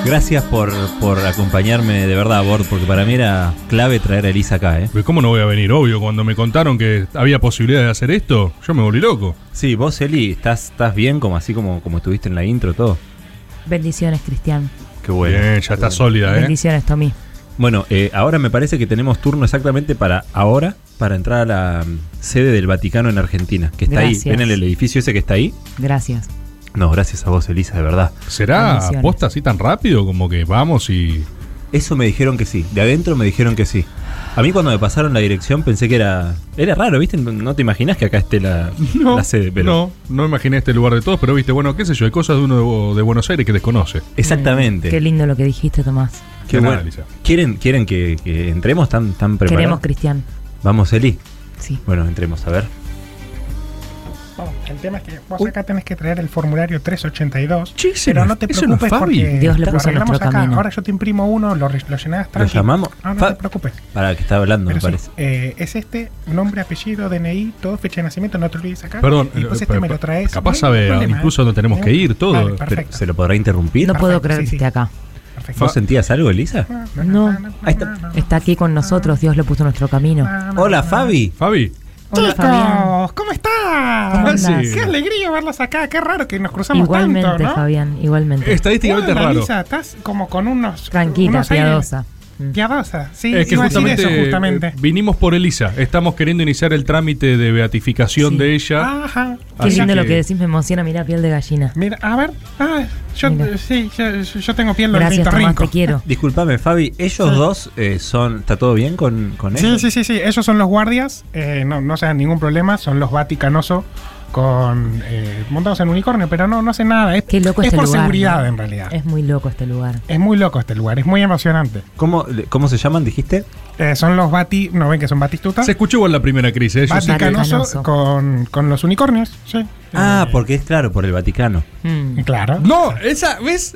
Speaker 6: Gracias por, por acompañarme de verdad, Bord, porque para mí era clave traer a Elisa acá, ¿eh?
Speaker 4: Pero ¿Cómo no voy a venir? Obvio, cuando me contaron que había posibilidad de hacer esto, yo me volví loco.
Speaker 6: Sí, vos, Eli, estás, estás bien como así como, como estuviste en la intro, todo.
Speaker 7: Bendiciones, Cristian.
Speaker 6: Qué bueno.
Speaker 4: Bien, ya está sólida, ¿eh?
Speaker 7: Bendiciones, Tommy.
Speaker 6: Bueno, eh, ahora me parece que tenemos turno exactamente para ahora, para entrar a la mm, sede del Vaticano en Argentina, que está
Speaker 7: Gracias.
Speaker 6: ahí. ¿Ven el edificio ese que está ahí?
Speaker 7: Gracias.
Speaker 6: No, gracias a vos, Elisa, de verdad.
Speaker 4: ¿Será
Speaker 7: Bendiciones.
Speaker 4: posta así tan rápido como que vamos y...
Speaker 6: Eso me dijeron que sí. De adentro me dijeron que sí. A mí cuando me pasaron la dirección pensé que era. Era raro, ¿viste? No te imaginas que acá esté la, la sede, pero.
Speaker 4: no, no imaginé este lugar de todos, pero viste, bueno, qué sé yo, hay cosas de uno de, de Buenos Aires que desconoce.
Speaker 6: Exactamente.
Speaker 7: Qué lindo lo que dijiste, Tomás.
Speaker 6: Qué
Speaker 4: Nada,
Speaker 6: bueno.
Speaker 4: Elisa.
Speaker 6: ¿Quieren, quieren que, que entremos tan, tan
Speaker 7: Queremos,
Speaker 6: preparados?
Speaker 7: Cristian.
Speaker 6: Vamos, Eli.
Speaker 7: Sí.
Speaker 6: Bueno, entremos, a ver.
Speaker 9: el tema es que vos acá tenés que traer el formulario 382.
Speaker 4: Che, ese
Speaker 9: pero
Speaker 4: no-
Speaker 9: no te
Speaker 4: ese no es
Speaker 9: preocupes
Speaker 4: Fabi.
Speaker 9: porque
Speaker 7: Dios lo
Speaker 9: te
Speaker 7: puso en
Speaker 9: arreglamos
Speaker 7: nuestro
Speaker 9: acá.
Speaker 7: camino.
Speaker 9: Ahora yo te imprimo uno, lo, re- lo llenás
Speaker 6: ¿Lo
Speaker 9: tranqui. Ah,
Speaker 6: llamamos?
Speaker 9: No, no
Speaker 6: Fa-
Speaker 9: te preocupes.
Speaker 6: Para que está hablando,
Speaker 9: Pero
Speaker 6: me
Speaker 9: sí,
Speaker 6: parece.
Speaker 9: eh, es este nombre, apellido, DNI, todo fecha de nacimiento, no te olvides acá.
Speaker 4: Perdón,
Speaker 9: y después
Speaker 4: eh,
Speaker 9: este
Speaker 4: pa-
Speaker 9: me lo traes.
Speaker 4: capaz
Speaker 9: No hay
Speaker 4: sabe
Speaker 9: problema,
Speaker 4: incluso
Speaker 9: ¿eh?
Speaker 4: dónde tenemos
Speaker 9: ¿Eh?
Speaker 4: que ir, todo.
Speaker 9: Vale,
Speaker 4: Pero-
Speaker 9: perfecto.
Speaker 6: ¿Se lo podrá interrumpir?
Speaker 7: No puedo
Speaker 9: Perfecto,
Speaker 7: creer
Speaker 9: sí,
Speaker 7: que
Speaker 9: sí.
Speaker 7: esté acá.
Speaker 9: perfecto.
Speaker 6: ¿Vos sentías algo, Elisa?
Speaker 7: No.
Speaker 6: Ahí está.
Speaker 7: Está aquí con nosotros, Dios lo puso en nuestro camino.
Speaker 6: Hola, Fabi.
Speaker 4: Fabi,
Speaker 7: Hola, Fabián.
Speaker 9: Chicos, ¿cómo están?
Speaker 7: ¿Cómo
Speaker 4: sí.
Speaker 7: andás?
Speaker 9: Qué alegría verlos acá, qué raro que nos cruzamos
Speaker 7: Igualmente,
Speaker 9: tanto, ¿no?
Speaker 7: Fabián, igualmente.
Speaker 4: estadísticamente es
Speaker 9: Hola,
Speaker 4: raro.
Speaker 9: Lisa, estás como con unos.
Speaker 7: Tranquila,
Speaker 9: unos aires-
Speaker 7: piadosa. Mm.
Speaker 9: Piadosa, sí,
Speaker 4: Es que
Speaker 9: iba a decir
Speaker 4: justamente,
Speaker 9: eso, justamente.
Speaker 4: eh, vinimos por Elisa. Estamos queriendo iniciar el trámite de beatificación
Speaker 7: Sí. Ah,
Speaker 4: de ella.
Speaker 9: Ajá.
Speaker 7: Qué
Speaker 4: Así
Speaker 9: Mira,
Speaker 7: lindo
Speaker 4: que-
Speaker 7: lo que decís, me emociona, mirá, piel de gallina.
Speaker 9: mira, a ver. Ah, yo,
Speaker 7: Mira.
Speaker 9: sí, yo, yo tengo piel de
Speaker 7: Gracias, Tomás,
Speaker 9: ornitorrinco.
Speaker 7: te quiero.
Speaker 6: Disculpame, Fabi, ellos
Speaker 9: Sí.
Speaker 6: dos eh, son. ¿Está todo bien con, con
Speaker 4: ¿eh?
Speaker 9: Sí,
Speaker 6: ellos?
Speaker 9: sí, sí, sí. Ellos son los guardias. eh, no, no se dan ningún problema. Son los vaticanoso con eh, montados en unicornio, pero no, no hacen nada. Es,
Speaker 7: Qué loco
Speaker 9: es
Speaker 7: este
Speaker 9: por
Speaker 7: lugar.
Speaker 9: seguridad,
Speaker 7: ¿no?
Speaker 9: en realidad. Es,
Speaker 7: Es muy loco este lugar.
Speaker 9: muy loco este lugar. Es muy emocionante.
Speaker 6: ¿Cómo, ¿Cómo se llaman, dijiste?
Speaker 9: Eh, son los vati, no ven que son batistutas.
Speaker 4: Se escuchó igual la primera crisis. ellos-
Speaker 7: Basta.
Speaker 9: Vaticanoso
Speaker 7: Vaticanoso.
Speaker 9: con, con los unicornios, sí. Eh,
Speaker 6: Ah, porque es claro, por el Vaticano.
Speaker 7: Mm.
Speaker 9: Claro.
Speaker 4: No, esa, ¿ves?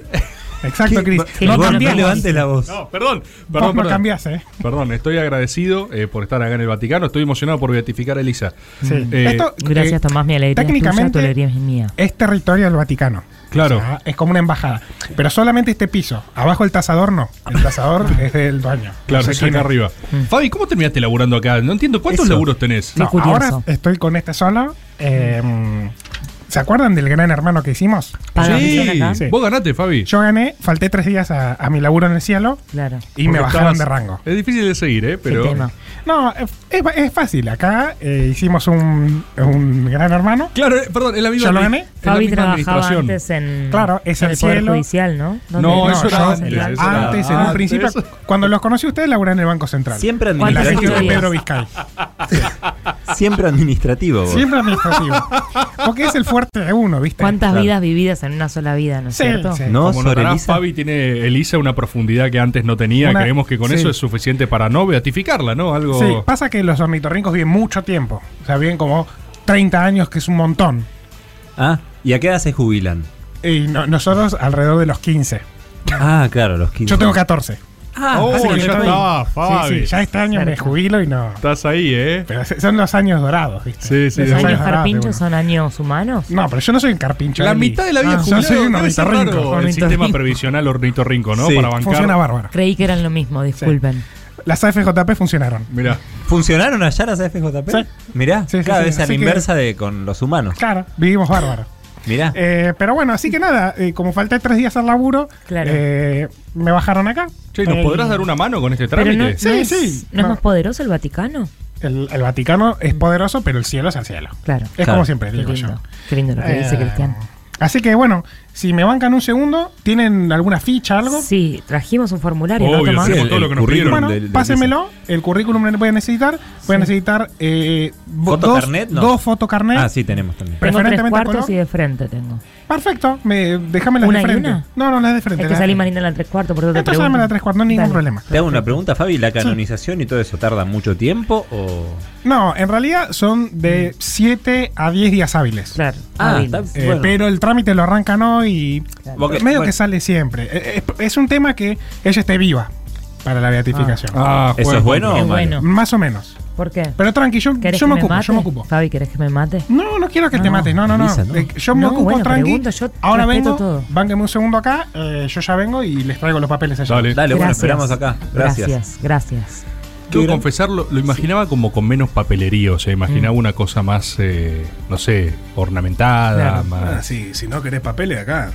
Speaker 9: Exacto, Cris.
Speaker 7: qué
Speaker 9: No
Speaker 7: bueno,
Speaker 9: cambiaste.
Speaker 7: no
Speaker 6: levantes la voz.
Speaker 4: No, perdón,
Speaker 9: Vos
Speaker 4: perdón,
Speaker 9: no
Speaker 4: perdón.
Speaker 9: cambiás, ¿eh?
Speaker 4: Perdón, estoy agradecido eh, por estar acá en el Vaticano. Estoy emocionado por beatificar a Elisa.
Speaker 9: Sí.
Speaker 4: Eh,
Speaker 9: Esto,
Speaker 7: Gracias,
Speaker 9: eh,
Speaker 7: Tomás, mi alegría es tuya, tu
Speaker 9: técnicamente-
Speaker 7: alegría es mía.
Speaker 9: Es territorio del Vaticano.
Speaker 4: Claro.
Speaker 9: O sea, es como una embajada. Pero solamente este piso. Abajo el tasador no. El tasador es del dueño.
Speaker 4: Claro,
Speaker 9: No sé
Speaker 4: estoy acá
Speaker 9: quién es.
Speaker 4: arriba. Fabi, ¿cómo terminaste laburando acá? No entiendo cuántos
Speaker 6: Eso.
Speaker 4: laburos tenés.
Speaker 7: Qué
Speaker 9: No,
Speaker 7: curioso.
Speaker 9: ahora estoy con este solo. eh, ¿Se acuerdan del gran hermano que hicimos?
Speaker 4: Sí. Vos ganaste, Fabi.
Speaker 9: Yo gané, falté tres días a, a mi laburo en el cielo
Speaker 7: Claro.
Speaker 9: y me
Speaker 4: Porque
Speaker 9: bajaron
Speaker 4: estabas-
Speaker 9: de rango.
Speaker 4: Es difícil de seguir, ¿eh? Pero.
Speaker 9: Qué tema. No, es, es fácil. Acá eh, hicimos un, un gran hermano.
Speaker 4: Claro, eh, perdón, es la misma
Speaker 9: Yo lo
Speaker 4: admi-
Speaker 9: gané.
Speaker 4: es la
Speaker 7: Fabi
Speaker 4: misma
Speaker 7: trabajaba
Speaker 4: administración.
Speaker 7: antes en,
Speaker 9: Claro, es
Speaker 7: en
Speaker 9: el
Speaker 7: el Poder
Speaker 9: cielo.
Speaker 7: Judicial, ¿no? ¿Dónde?
Speaker 4: No, eso era
Speaker 9: yo-
Speaker 4: antes, eso era
Speaker 9: Antes, en un
Speaker 4: antes.
Speaker 9: principio, cuando los conocí a ustedes, laburaban en el Banco Central.
Speaker 11: Siempre
Speaker 9: en la
Speaker 11: administrativo.
Speaker 9: región de Pedro Vizcay.
Speaker 11: Siempre administrativo. vos.
Speaker 9: Siempre administrativo. Porque es el fuerte de uno, ¿viste?
Speaker 7: ¿Cuántas
Speaker 11: Claro.
Speaker 7: vidas vividas en una sola vida, no es
Speaker 9: Sí,
Speaker 7: cierto?
Speaker 9: sí.
Speaker 11: No,
Speaker 4: Como
Speaker 11: sobre
Speaker 4: notarás,
Speaker 11: Elisa.
Speaker 4: Fabi tiene Elisa una profundidad que antes no tenía.
Speaker 9: Una-
Speaker 4: Creemos que con
Speaker 9: sí.
Speaker 4: eso es suficiente para no beatificarla, ¿no? Algo.
Speaker 9: Sí, pasa que los ornitorrincos viven mucho tiempo. O sea, viven como 30 años, que es un montón.
Speaker 11: Ah, ¿y a qué edad se jubilan?
Speaker 9: Y no- nosotros alrededor de los 15.
Speaker 11: Ah, claro, los 15.
Speaker 9: Yo tengo 14.
Speaker 11: Ah,
Speaker 4: Oh,
Speaker 9: Así que
Speaker 4: ya
Speaker 9: yo estoy-
Speaker 4: está, Fabi.
Speaker 9: Sí, sí, ya este año me jubilo y no.
Speaker 4: Estás ahí, ¿eh?
Speaker 9: Pero se- son los años dorados, ¿viste?
Speaker 4: Sí, sí,
Speaker 9: Los
Speaker 4: de
Speaker 7: ¿Los años
Speaker 9: años dorados de
Speaker 7: carpinchos
Speaker 9: uno.
Speaker 7: son años humanos?
Speaker 9: No, pero yo no soy un carpincho.
Speaker 4: La
Speaker 9: Eli.
Speaker 4: mitad de la vida
Speaker 9: Ah,
Speaker 4: jubilado
Speaker 9: Yo soy un
Speaker 4: debe ser raro
Speaker 9: ornitorrinco.
Speaker 4: el
Speaker 7: Ornitorrinco.
Speaker 4: sistema previsional ornitorrinco, ¿no?
Speaker 11: Sí,
Speaker 4: Para bancar.
Speaker 9: Funciona bárbaro.
Speaker 7: Creí que eran lo mismo, disculpen.
Speaker 9: Las AFJP funcionaron.
Speaker 4: Mirá.
Speaker 11: ¿Funcionaron allá las FJP?
Speaker 9: Sí.
Speaker 11: Mirá,
Speaker 9: Sí, sí,
Speaker 11: cada
Speaker 9: sí.
Speaker 11: vez a la
Speaker 9: Así que-
Speaker 11: inversa de con los humanos.
Speaker 9: Claro, vivimos bárbaro.
Speaker 11: Mirá.
Speaker 9: Eh, pero bueno, así que nada, eh, como falté tres días al laburo,
Speaker 7: Claro.
Speaker 9: eh, me bajaron acá.
Speaker 4: Che, ¿nos
Speaker 9: Eh,
Speaker 4: podrás dar una mano con este
Speaker 7: Pero no,
Speaker 4: trámite?
Speaker 9: Sí,
Speaker 7: no es,
Speaker 9: sí.
Speaker 7: ¿no es
Speaker 9: No.
Speaker 7: más poderoso el Vaticano?
Speaker 9: El, el Vaticano es poderoso, pero el cielo es el cielo.
Speaker 7: Claro.
Speaker 9: Es
Speaker 11: Claro.
Speaker 9: como siempre,
Speaker 7: Qué
Speaker 9: digo
Speaker 7: lindo.
Speaker 9: yo.
Speaker 7: Qué lindo lo que dice
Speaker 9: Eh,
Speaker 7: Cristian.
Speaker 9: Así que bueno, si me bancan un segundo, ¿tienen alguna ficha, algo?
Speaker 7: Sí, trajimos un formulario.
Speaker 4: Obvio,
Speaker 7: ¿no, Tomás?
Speaker 4: sí,
Speaker 11: el-
Speaker 4: todo lo que nos
Speaker 11: el
Speaker 4: pidieron.
Speaker 9: Bueno,
Speaker 11: del- del-
Speaker 9: pásenmelo. El currículum me lo voy a necesitar. Voy a necesitar eh, bo- dos,
Speaker 11: ¿Fotocarnet? No.
Speaker 9: dos fotocarnet.
Speaker 11: Ah, sí, tenemos también.
Speaker 7: Tengo tres
Speaker 9: preferentemente
Speaker 7: cuartos
Speaker 9: color.
Speaker 7: y de frente tengo.
Speaker 9: Perfecto. Me, déjame las
Speaker 7: ¿Una
Speaker 9: de
Speaker 7: y
Speaker 9: frente.
Speaker 7: una?
Speaker 9: No, no, las de frente.
Speaker 7: Es que
Speaker 9: las de
Speaker 7: salí más
Speaker 9: frente.
Speaker 7: linda en la tres cuartos, por eso te
Speaker 9: Entonces
Speaker 7: pregunto.
Speaker 9: dame la tres cuartos, no hay ningún
Speaker 7: Dale.
Speaker 9: problema.
Speaker 11: Te hago una pregunta, Fabi. ¿La canonización y todo eso tarda mucho tiempo o...?
Speaker 9: No, en realidad son de 7 a 10 días hábiles.
Speaker 7: Mm. Claro.
Speaker 11: Ah,
Speaker 7: hábil.
Speaker 11: está-
Speaker 9: Eh,
Speaker 11: Bueno.
Speaker 9: Pero el trámite lo arrancan hoy y
Speaker 11: Vos que-
Speaker 9: medio
Speaker 11: bueno.
Speaker 9: que sale siempre. Eh, Es, es un tema que ella esté viva para la beatificación.
Speaker 4: Ah,
Speaker 11: ¿Eso
Speaker 4: juega
Speaker 11: es bueno
Speaker 4: contra-
Speaker 11: o
Speaker 7: Es
Speaker 11: malo?
Speaker 7: bueno.
Speaker 9: Más o menos.
Speaker 7: ¿Por qué?
Speaker 9: Pero tranqui, yo,
Speaker 7: ¿Querés
Speaker 9: yo
Speaker 7: que
Speaker 9: me ocupo,
Speaker 7: mate?
Speaker 9: yo me ocupo.
Speaker 7: Fabi, ¿querés que me mate?
Speaker 9: No, no quiero que te
Speaker 7: No,
Speaker 9: mates. No, no, no.
Speaker 11: Elisa, no.
Speaker 9: Eh, Yo me
Speaker 7: No,
Speaker 9: ocupo
Speaker 7: bueno,
Speaker 9: tranqui.
Speaker 7: pregunto, yo
Speaker 9: Ahora
Speaker 7: respeto
Speaker 9: vengo,
Speaker 7: todo.
Speaker 9: bánqueme un segundo acá. eh, yo ya vengo y les traigo los papeles allá.
Speaker 4: Dale.
Speaker 11: Dale, bueno,
Speaker 7: Gracias.
Speaker 11: esperamos acá. Gracias.
Speaker 7: Gracias, gracias.
Speaker 4: Debo confesarlo, lo imaginaba como con menos papelerío. Se imaginaba
Speaker 7: Mm.
Speaker 4: una cosa más, eh, no sé, ornamentada,
Speaker 7: Claro.
Speaker 12: Ah,
Speaker 4: más.
Speaker 12: sí, si no querés papeles acá.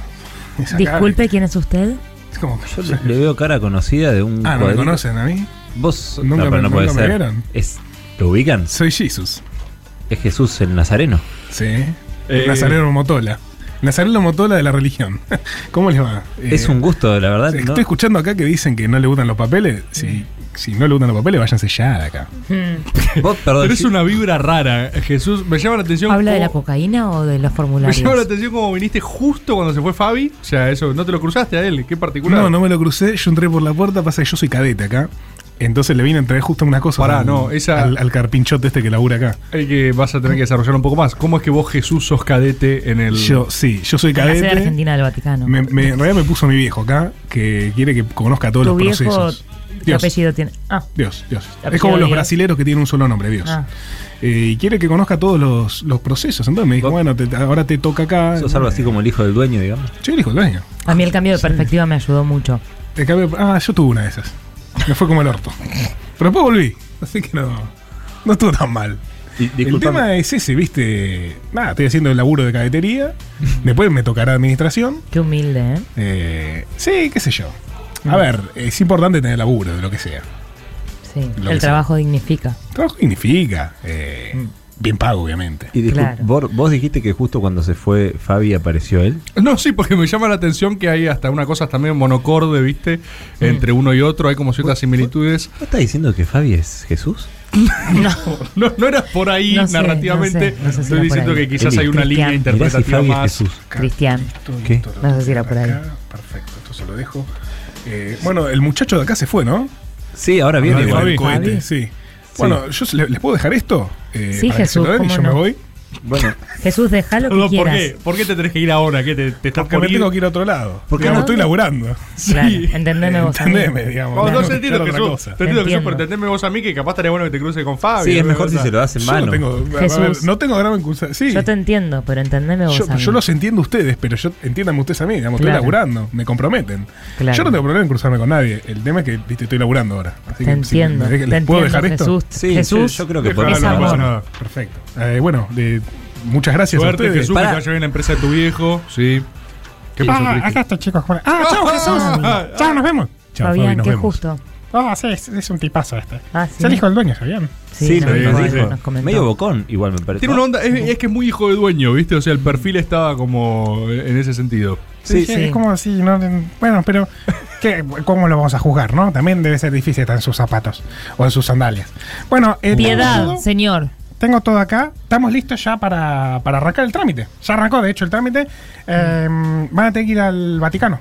Speaker 12: Es acá.
Speaker 7: Disculpe, ¿quién es usted?
Speaker 12: Es como-
Speaker 11: Yo le, le veo cara conocida de un
Speaker 12: Ah, ¿no me
Speaker 11: cuadrito.
Speaker 12: conocen a mí?
Speaker 11: Vos
Speaker 12: Nunca
Speaker 11: no, pero
Speaker 12: me-
Speaker 11: no puede
Speaker 12: nunca me
Speaker 11: ser.
Speaker 12: vieron.
Speaker 11: Es, ¿Lo ubican?
Speaker 12: Soy Jesus.
Speaker 11: Es Jesús el Nazareno.
Speaker 12: Sí.
Speaker 4: Eh,
Speaker 12: Nazareno Motola. Nazareno Motola de la religión. ¿Cómo les va? Eh,
Speaker 11: es un gusto, la verdad.
Speaker 12: Estoy
Speaker 11: ¿no?
Speaker 12: escuchando acá que dicen que no le gustan los papeles. Si, si no le gustan los papeles, váyanse ya de acá.
Speaker 7: Mm.
Speaker 11: Vos, perdón.
Speaker 4: Pero es
Speaker 11: yo-
Speaker 4: una vibra rara, eh, Jesús. Me llama la atención.
Speaker 7: ¿Habla de
Speaker 4: cómo-
Speaker 7: la cocaína o de los
Speaker 4: Me llama la
Speaker 7: formularios?
Speaker 4: atención cómo viniste justo cuando se fue Fabi. O sea, eso, no te lo cruzaste a él, qué particular.
Speaker 12: No, no me lo crucé. Yo entré por la puerta. Pasa que yo soy cadete acá. Entonces le vine a entregar justo una cosa
Speaker 4: Pará,
Speaker 12: al,
Speaker 4: no, esa-
Speaker 12: al, al carpinchote este que labura acá.
Speaker 4: Hay que vas a tener que desarrollar un poco más. ¿Cómo es que vos, Jesús, sos cadete en el.
Speaker 12: Yo, sí, yo soy
Speaker 7: La sede
Speaker 12: cadete.
Speaker 7: argentina del Vaticano.
Speaker 12: Me, me- en realidad me puso mi viejo acá, que quiere que conozca todos
Speaker 7: tu
Speaker 12: los
Speaker 7: viejo,
Speaker 12: procesos.
Speaker 7: ¿qué
Speaker 12: Dios.
Speaker 7: apellido tiene? Ah,
Speaker 12: Dios, Dios.
Speaker 7: Apellido
Speaker 12: Es como los
Speaker 7: Dios.
Speaker 12: brasileros que tienen un solo nombre, Dios.
Speaker 7: Ah.
Speaker 12: Eh, y quiere que conozca todos los, los procesos. Entonces me dijo,
Speaker 11: Vos-
Speaker 12: bueno, te- ahora te toca acá.
Speaker 11: Sos algo así como el hijo del dueño, digamos.
Speaker 12: Yo elijo el dueño.
Speaker 7: a mí el cambio de perspectiva me ayudó mucho.
Speaker 12: Te cambio- ah, yo tuve una de esas. Me fue como el orto. Pero después volví. Así que no, no estuvo tan mal.
Speaker 11: Y-
Speaker 12: El
Speaker 11: disculpame.
Speaker 12: tema es ese, viste. Nada, estoy haciendo el laburo de cadetería. Después me tocará administración.
Speaker 7: Qué humilde, ¿eh? Ah.
Speaker 12: Eh, sí, qué sé yo. A ver, es importante tener laburo, de lo que sea.
Speaker 7: Sí.
Speaker 12: Lo que
Speaker 7: El
Speaker 12: sea.
Speaker 7: trabajo dignifica.
Speaker 12: Trabajo significa. eh, bien pago, obviamente.
Speaker 11: Y discul-
Speaker 7: Claro.
Speaker 11: vos, vos dijiste que justo cuando se fue Fabi apareció él.
Speaker 4: No, sí, porque me llama la atención que hay hasta una cosa también monocorde, ¿viste?
Speaker 7: Mm.
Speaker 4: Entre uno y otro, hay como ciertas similitudes.
Speaker 11: ¿Vos estás diciendo que Fabi es Jesús?
Speaker 4: No, no era por ahí
Speaker 7: No sé,
Speaker 4: narrativamente.
Speaker 7: no sé, no sé si
Speaker 4: Estoy
Speaker 7: era
Speaker 4: diciendo
Speaker 7: por ahí.
Speaker 4: que quizás
Speaker 11: Eli,
Speaker 4: hay una
Speaker 7: Cristian, mirá
Speaker 11: Mirá
Speaker 4: línea
Speaker 11: si
Speaker 4: interpretativa
Speaker 11: Fabi es
Speaker 4: más.
Speaker 11: Jesús.
Speaker 7: Cristian.
Speaker 11: ¿Qué?
Speaker 7: No sé si era por ahí.
Speaker 12: Acá, Perfecto, esto se lo dejo. Eh, bueno, el muchacho de acá se fue, ¿no?
Speaker 11: Sí, ahora
Speaker 12: Con
Speaker 11: viene
Speaker 12: el
Speaker 11: igual.
Speaker 4: Fabi.
Speaker 12: cohete, sí. Bueno, yo le- les puedo dejar esto eh,
Speaker 7: Sí,
Speaker 12: para que se
Speaker 7: Jesús,
Speaker 12: lo den y
Speaker 7: ¿cómo
Speaker 12: yo me
Speaker 7: no?
Speaker 12: voy.
Speaker 11: Bueno,
Speaker 7: Jesús, déjalo que
Speaker 4: Perdón, ¿por
Speaker 7: quieras.
Speaker 4: qué? ¿Por qué te tenés que ir ahora? ¿Qué te, te estás
Speaker 12: Porque
Speaker 4: por
Speaker 12: me
Speaker 4: ir?
Speaker 12: tengo que ir a otro lado. Porque
Speaker 7: no?
Speaker 12: no estoy laburando.
Speaker 7: Claro, entendeme
Speaker 4: Eh,
Speaker 7: vos. amigo.
Speaker 12: Entendeme, digamos.
Speaker 4: No, no
Speaker 12: Claro,
Speaker 4: se entiendo,
Speaker 12: otra
Speaker 4: Jesús.
Speaker 12: cosa.
Speaker 4: Te entiendo, Jesús,
Speaker 7: Entiendo.
Speaker 4: pero entendeme vos a mí que capaz estaría bueno que te cruce con Fabi.
Speaker 11: sí, es
Speaker 4: ¿no?
Speaker 11: mejor si
Speaker 4: ¿Verdad?
Speaker 11: se lo hace en
Speaker 12: Yo no
Speaker 11: mano.
Speaker 12: tengo, a ver,
Speaker 7: Jesús.
Speaker 12: no tengo drama en cursar. Sí.
Speaker 7: Yo te entiendo, pero entendeme vos.
Speaker 12: Yo,
Speaker 7: a mí.
Speaker 12: yo los entiendo a ustedes, pero yo entiéndanme ustedes a mí, digamos,
Speaker 7: Claro.
Speaker 12: estoy laburando, me comprometen.
Speaker 7: Claro.
Speaker 12: Yo no tengo problema en cruzarme con nadie. El tema es que viste, estoy laburando ahora.
Speaker 7: Te
Speaker 12: Así que, si me
Speaker 7: entiendo.
Speaker 12: dejan-
Speaker 7: te
Speaker 12: ¿Les puedo
Speaker 7: entiendo,
Speaker 12: dejar esto?
Speaker 7: Jesús.
Speaker 11: Sí,
Speaker 7: Jesús.
Speaker 11: yo, yo creo que
Speaker 12: Déjalo,
Speaker 11: podemos
Speaker 7: es
Speaker 12: no
Speaker 11: hablar.
Speaker 12: pasa
Speaker 7: amor.
Speaker 12: nada. Perfecto. Eh, bueno, de-
Speaker 18: muchas gracias
Speaker 4: Suerte,
Speaker 18: a ustedes.
Speaker 4: Jesús, que te vaya bien la empresa de tu viejo. Sí. ¿Qué pasó,
Speaker 9: Ah,
Speaker 4: Cristian?
Speaker 9: acá está, chicos. Bueno, Ah, chao, Jesús. Chao, nos vemos.
Speaker 4: Chao, Fabián, Fabi, nos qué vemos.
Speaker 7: justo.
Speaker 9: Ah, sí, es, es un tipazo este.
Speaker 7: Ah,
Speaker 9: Se dijo el dueño, ¿sabían?
Speaker 6: Sí, lo
Speaker 4: sí,
Speaker 6: dijo.
Speaker 4: sí. Nos comentó.
Speaker 6: Medio bocón, igual me parece.
Speaker 4: Tiene una onda, es, es que es muy hijo de dueño, ¿viste? O sea, el perfil estaba como en ese sentido.
Speaker 9: Sí, sí, es como así, ¿no? Bueno, pero ¿qué- ¿cómo lo vamos a juzgar, no? También debe ser difícil estar en sus zapatos o en sus sandalias. Bueno, eh, tengo
Speaker 7: Piedad,
Speaker 9: todo-
Speaker 7: señor.
Speaker 9: Tengo todo acá. Estamos listos ya para, para arrancar el trámite. Ya arrancó, de hecho, el trámite. Eh, van a tener que ir al Vaticano.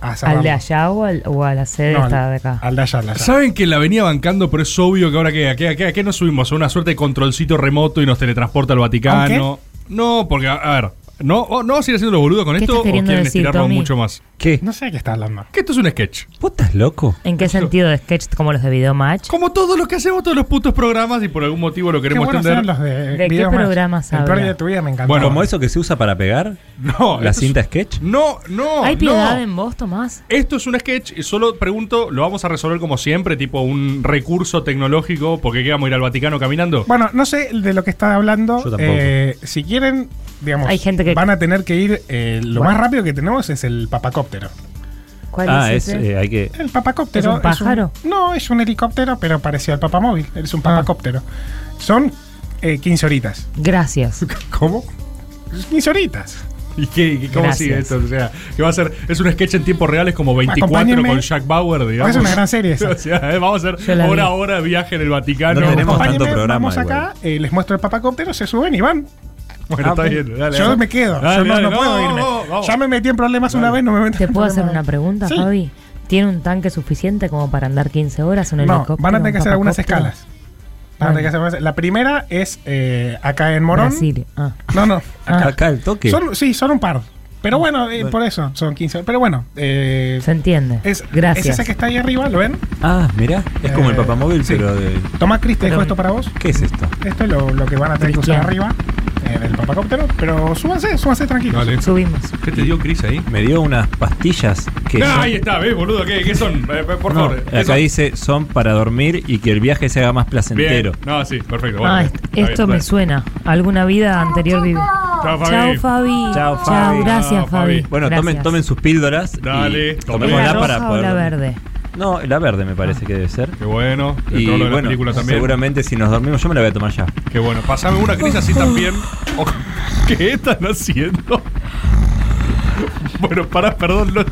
Speaker 9: A
Speaker 7: ¿Al de
Speaker 9: cerrarlo.
Speaker 7: allá o, al- o a la sede
Speaker 9: No, al-
Speaker 7: esta de acá?
Speaker 9: Al de allá, al de allá.
Speaker 4: Saben que la venía bancando, pero es obvio que ahora que aquí, aquí, aquí nos subimos a una suerte de controlcito remoto y nos teletransporta al Vaticano. No, porque, a a ver, ¿no, oh, no vas a ir haciendo los boludos con
Speaker 7: ¿Qué
Speaker 4: esto
Speaker 7: estás
Speaker 4: o
Speaker 7: queriendo
Speaker 4: quieren
Speaker 7: decir,
Speaker 4: estirarlo
Speaker 7: Tommy?
Speaker 4: mucho más?
Speaker 6: ¿Qué?
Speaker 9: No sé de qué está hablando.
Speaker 4: Que esto es un sketch.
Speaker 6: ¿Vos estás loco?
Speaker 7: ¿En qué sentido de sketch como los de Video Match?
Speaker 4: Como todos los que hacemos, todos los putos programas y por algún motivo lo queremos
Speaker 9: Qué buenos
Speaker 4: extender.
Speaker 9: eran los de,
Speaker 7: ¿De qué
Speaker 9: Videomatch.
Speaker 7: programas
Speaker 9: El peor
Speaker 7: habla?
Speaker 9: día de tu vida me encantó.
Speaker 6: Bueno, como eso que se usa para pegar.
Speaker 4: No,
Speaker 6: La
Speaker 4: esto es-
Speaker 6: cinta sketch.
Speaker 4: No, no.
Speaker 7: ¿Hay
Speaker 4: no.
Speaker 7: piedad en vos, Tomás?
Speaker 4: Esto es un sketch y solo pregunto, ¿lo vamos a resolver como siempre? Tipo un recurso tecnológico, porque qué vamos a ir al Vaticano caminando.
Speaker 9: Bueno, no sé de lo que está hablando.
Speaker 4: Yo tampoco.
Speaker 9: Eh, si quieren, digamos,
Speaker 7: Hay gente que-
Speaker 9: van a tener que ir. eh, lo
Speaker 7: Bueno.
Speaker 9: más rápido que tenemos es el papacóptero.
Speaker 7: ¿Cuál
Speaker 6: Ah,
Speaker 7: es
Speaker 6: es,
Speaker 7: ese?
Speaker 6: eh, hay que.
Speaker 9: El papacóptero.
Speaker 7: ¿Es un pájaro?
Speaker 9: no, es un helicóptero, pero parecido al papamóvil. Es
Speaker 7: Ah.
Speaker 9: un papacóptero. Son eh, 15 horitas.
Speaker 7: Gracias.
Speaker 9: ¿Cómo? 15 horitas.
Speaker 4: ¿Y qué, qué- cómo
Speaker 7: Gracias.
Speaker 4: sigue esto? O sea, que va a ser, es un sketch en tiempo real, es como 24
Speaker 9: Acompáñenme.
Speaker 4: con Jack Bauer, digamos.
Speaker 9: Es una gran serie esa.
Speaker 4: O sea, eh, vamos a hacer
Speaker 7: Yo la vi.
Speaker 4: hora a hora viaje en el Vaticano.
Speaker 6: No tenemos
Speaker 9: Acompáñenme,
Speaker 6: tanto programa.
Speaker 9: Vamos acá, eh, les muestro el papacóptero, se suben y van.
Speaker 4: Bueno,
Speaker 9: Ah,
Speaker 4: está
Speaker 9: ok.
Speaker 4: bien. Dale,
Speaker 9: yo
Speaker 4: dale.
Speaker 9: me quedo.
Speaker 4: Dale,
Speaker 9: yo no,
Speaker 4: dale,
Speaker 9: no puedo
Speaker 4: no,
Speaker 9: irme.
Speaker 4: no, vamos.
Speaker 9: Ya me metí en problemas una vez, no me meto
Speaker 7: ¿Te
Speaker 9: en
Speaker 7: puedo hacer una
Speaker 9: problemas.
Speaker 7: pregunta,
Speaker 9: Sí.
Speaker 7: Fabi? ¿Tiene un tanque suficiente como para andar 15 horas en un
Speaker 9: No,
Speaker 7: helicóptero?
Speaker 9: van a tener que
Speaker 7: un
Speaker 9: hacer algunas
Speaker 7: papacóptero?
Speaker 9: escalas. Van a tener que hacer algunas- La primera es eh, acá en Morón.
Speaker 7: Brasil. Ah.
Speaker 9: No, no.
Speaker 6: Acá,
Speaker 9: acá.
Speaker 6: acá el toque. Ah,
Speaker 9: Son- sí, son un par. Pero bueno, eh, por eso son 15. Pero bueno, eh,
Speaker 7: Se entiende.
Speaker 9: es, es
Speaker 7: Gracias.
Speaker 9: ese que está ahí arriba, ¿lo ven?
Speaker 6: Ah, mirá. Es como el
Speaker 9: Eh,
Speaker 6: papamóvil,
Speaker 9: sí.
Speaker 6: pero de.
Speaker 9: Tomás Cris, te dejo
Speaker 7: Pero-
Speaker 9: esto para vos.
Speaker 6: ¿Qué es esto?
Speaker 9: Esto es lo, lo que van a tener que usar
Speaker 7: Cristian.
Speaker 9: arriba eh, del papacóptero. Pero súbanse, súbanse tranquilos.
Speaker 4: Dale.
Speaker 7: Subimos.
Speaker 4: ¿Qué te dio Chris ahí?
Speaker 6: Me dio unas pastillas que.
Speaker 4: Ah,
Speaker 6: no-
Speaker 4: ahí está, ¿ves, boludo? ¿Qué, qué son? Eh, eh, por
Speaker 6: no,
Speaker 4: favor. ¿qué
Speaker 6: acá
Speaker 4: son?
Speaker 6: dice son para dormir y que el viaje se haga más
Speaker 4: Bien.
Speaker 6: placentero.
Speaker 4: No, sí, perfecto. bueno,
Speaker 7: Ah,
Speaker 4: bien,
Speaker 7: est-
Speaker 4: está bien,
Speaker 7: esto
Speaker 4: está
Speaker 7: me
Speaker 4: bien.
Speaker 7: suena. Alguna vida anterior viví.
Speaker 4: Chao, Fabi.
Speaker 7: Chao, Fabi.
Speaker 6: Chao, Fabi.
Speaker 7: Gracias,
Speaker 4: Chao, Fabi.
Speaker 7: Fabi.
Speaker 6: Bueno,
Speaker 7: Gracias.
Speaker 6: tomen, tomen sus píldoras. y
Speaker 4: Dale,
Speaker 7: ¿Es
Speaker 4: tomémosla
Speaker 7: la
Speaker 6: tomémoslas
Speaker 7: roja
Speaker 6: para
Speaker 7: o
Speaker 6: poder.
Speaker 7: la verde?
Speaker 6: No, la verde me parece que debe ser.
Speaker 4: Qué bueno. El
Speaker 6: Y
Speaker 4: trono de la
Speaker 6: bueno,
Speaker 4: película también.
Speaker 6: seguramente si nos dormimos, yo me la voy a tomar ya.
Speaker 4: Qué bueno. Pasame una Cris así también. Oh, ¿Qué están haciendo? Bueno, pará, perdón, no,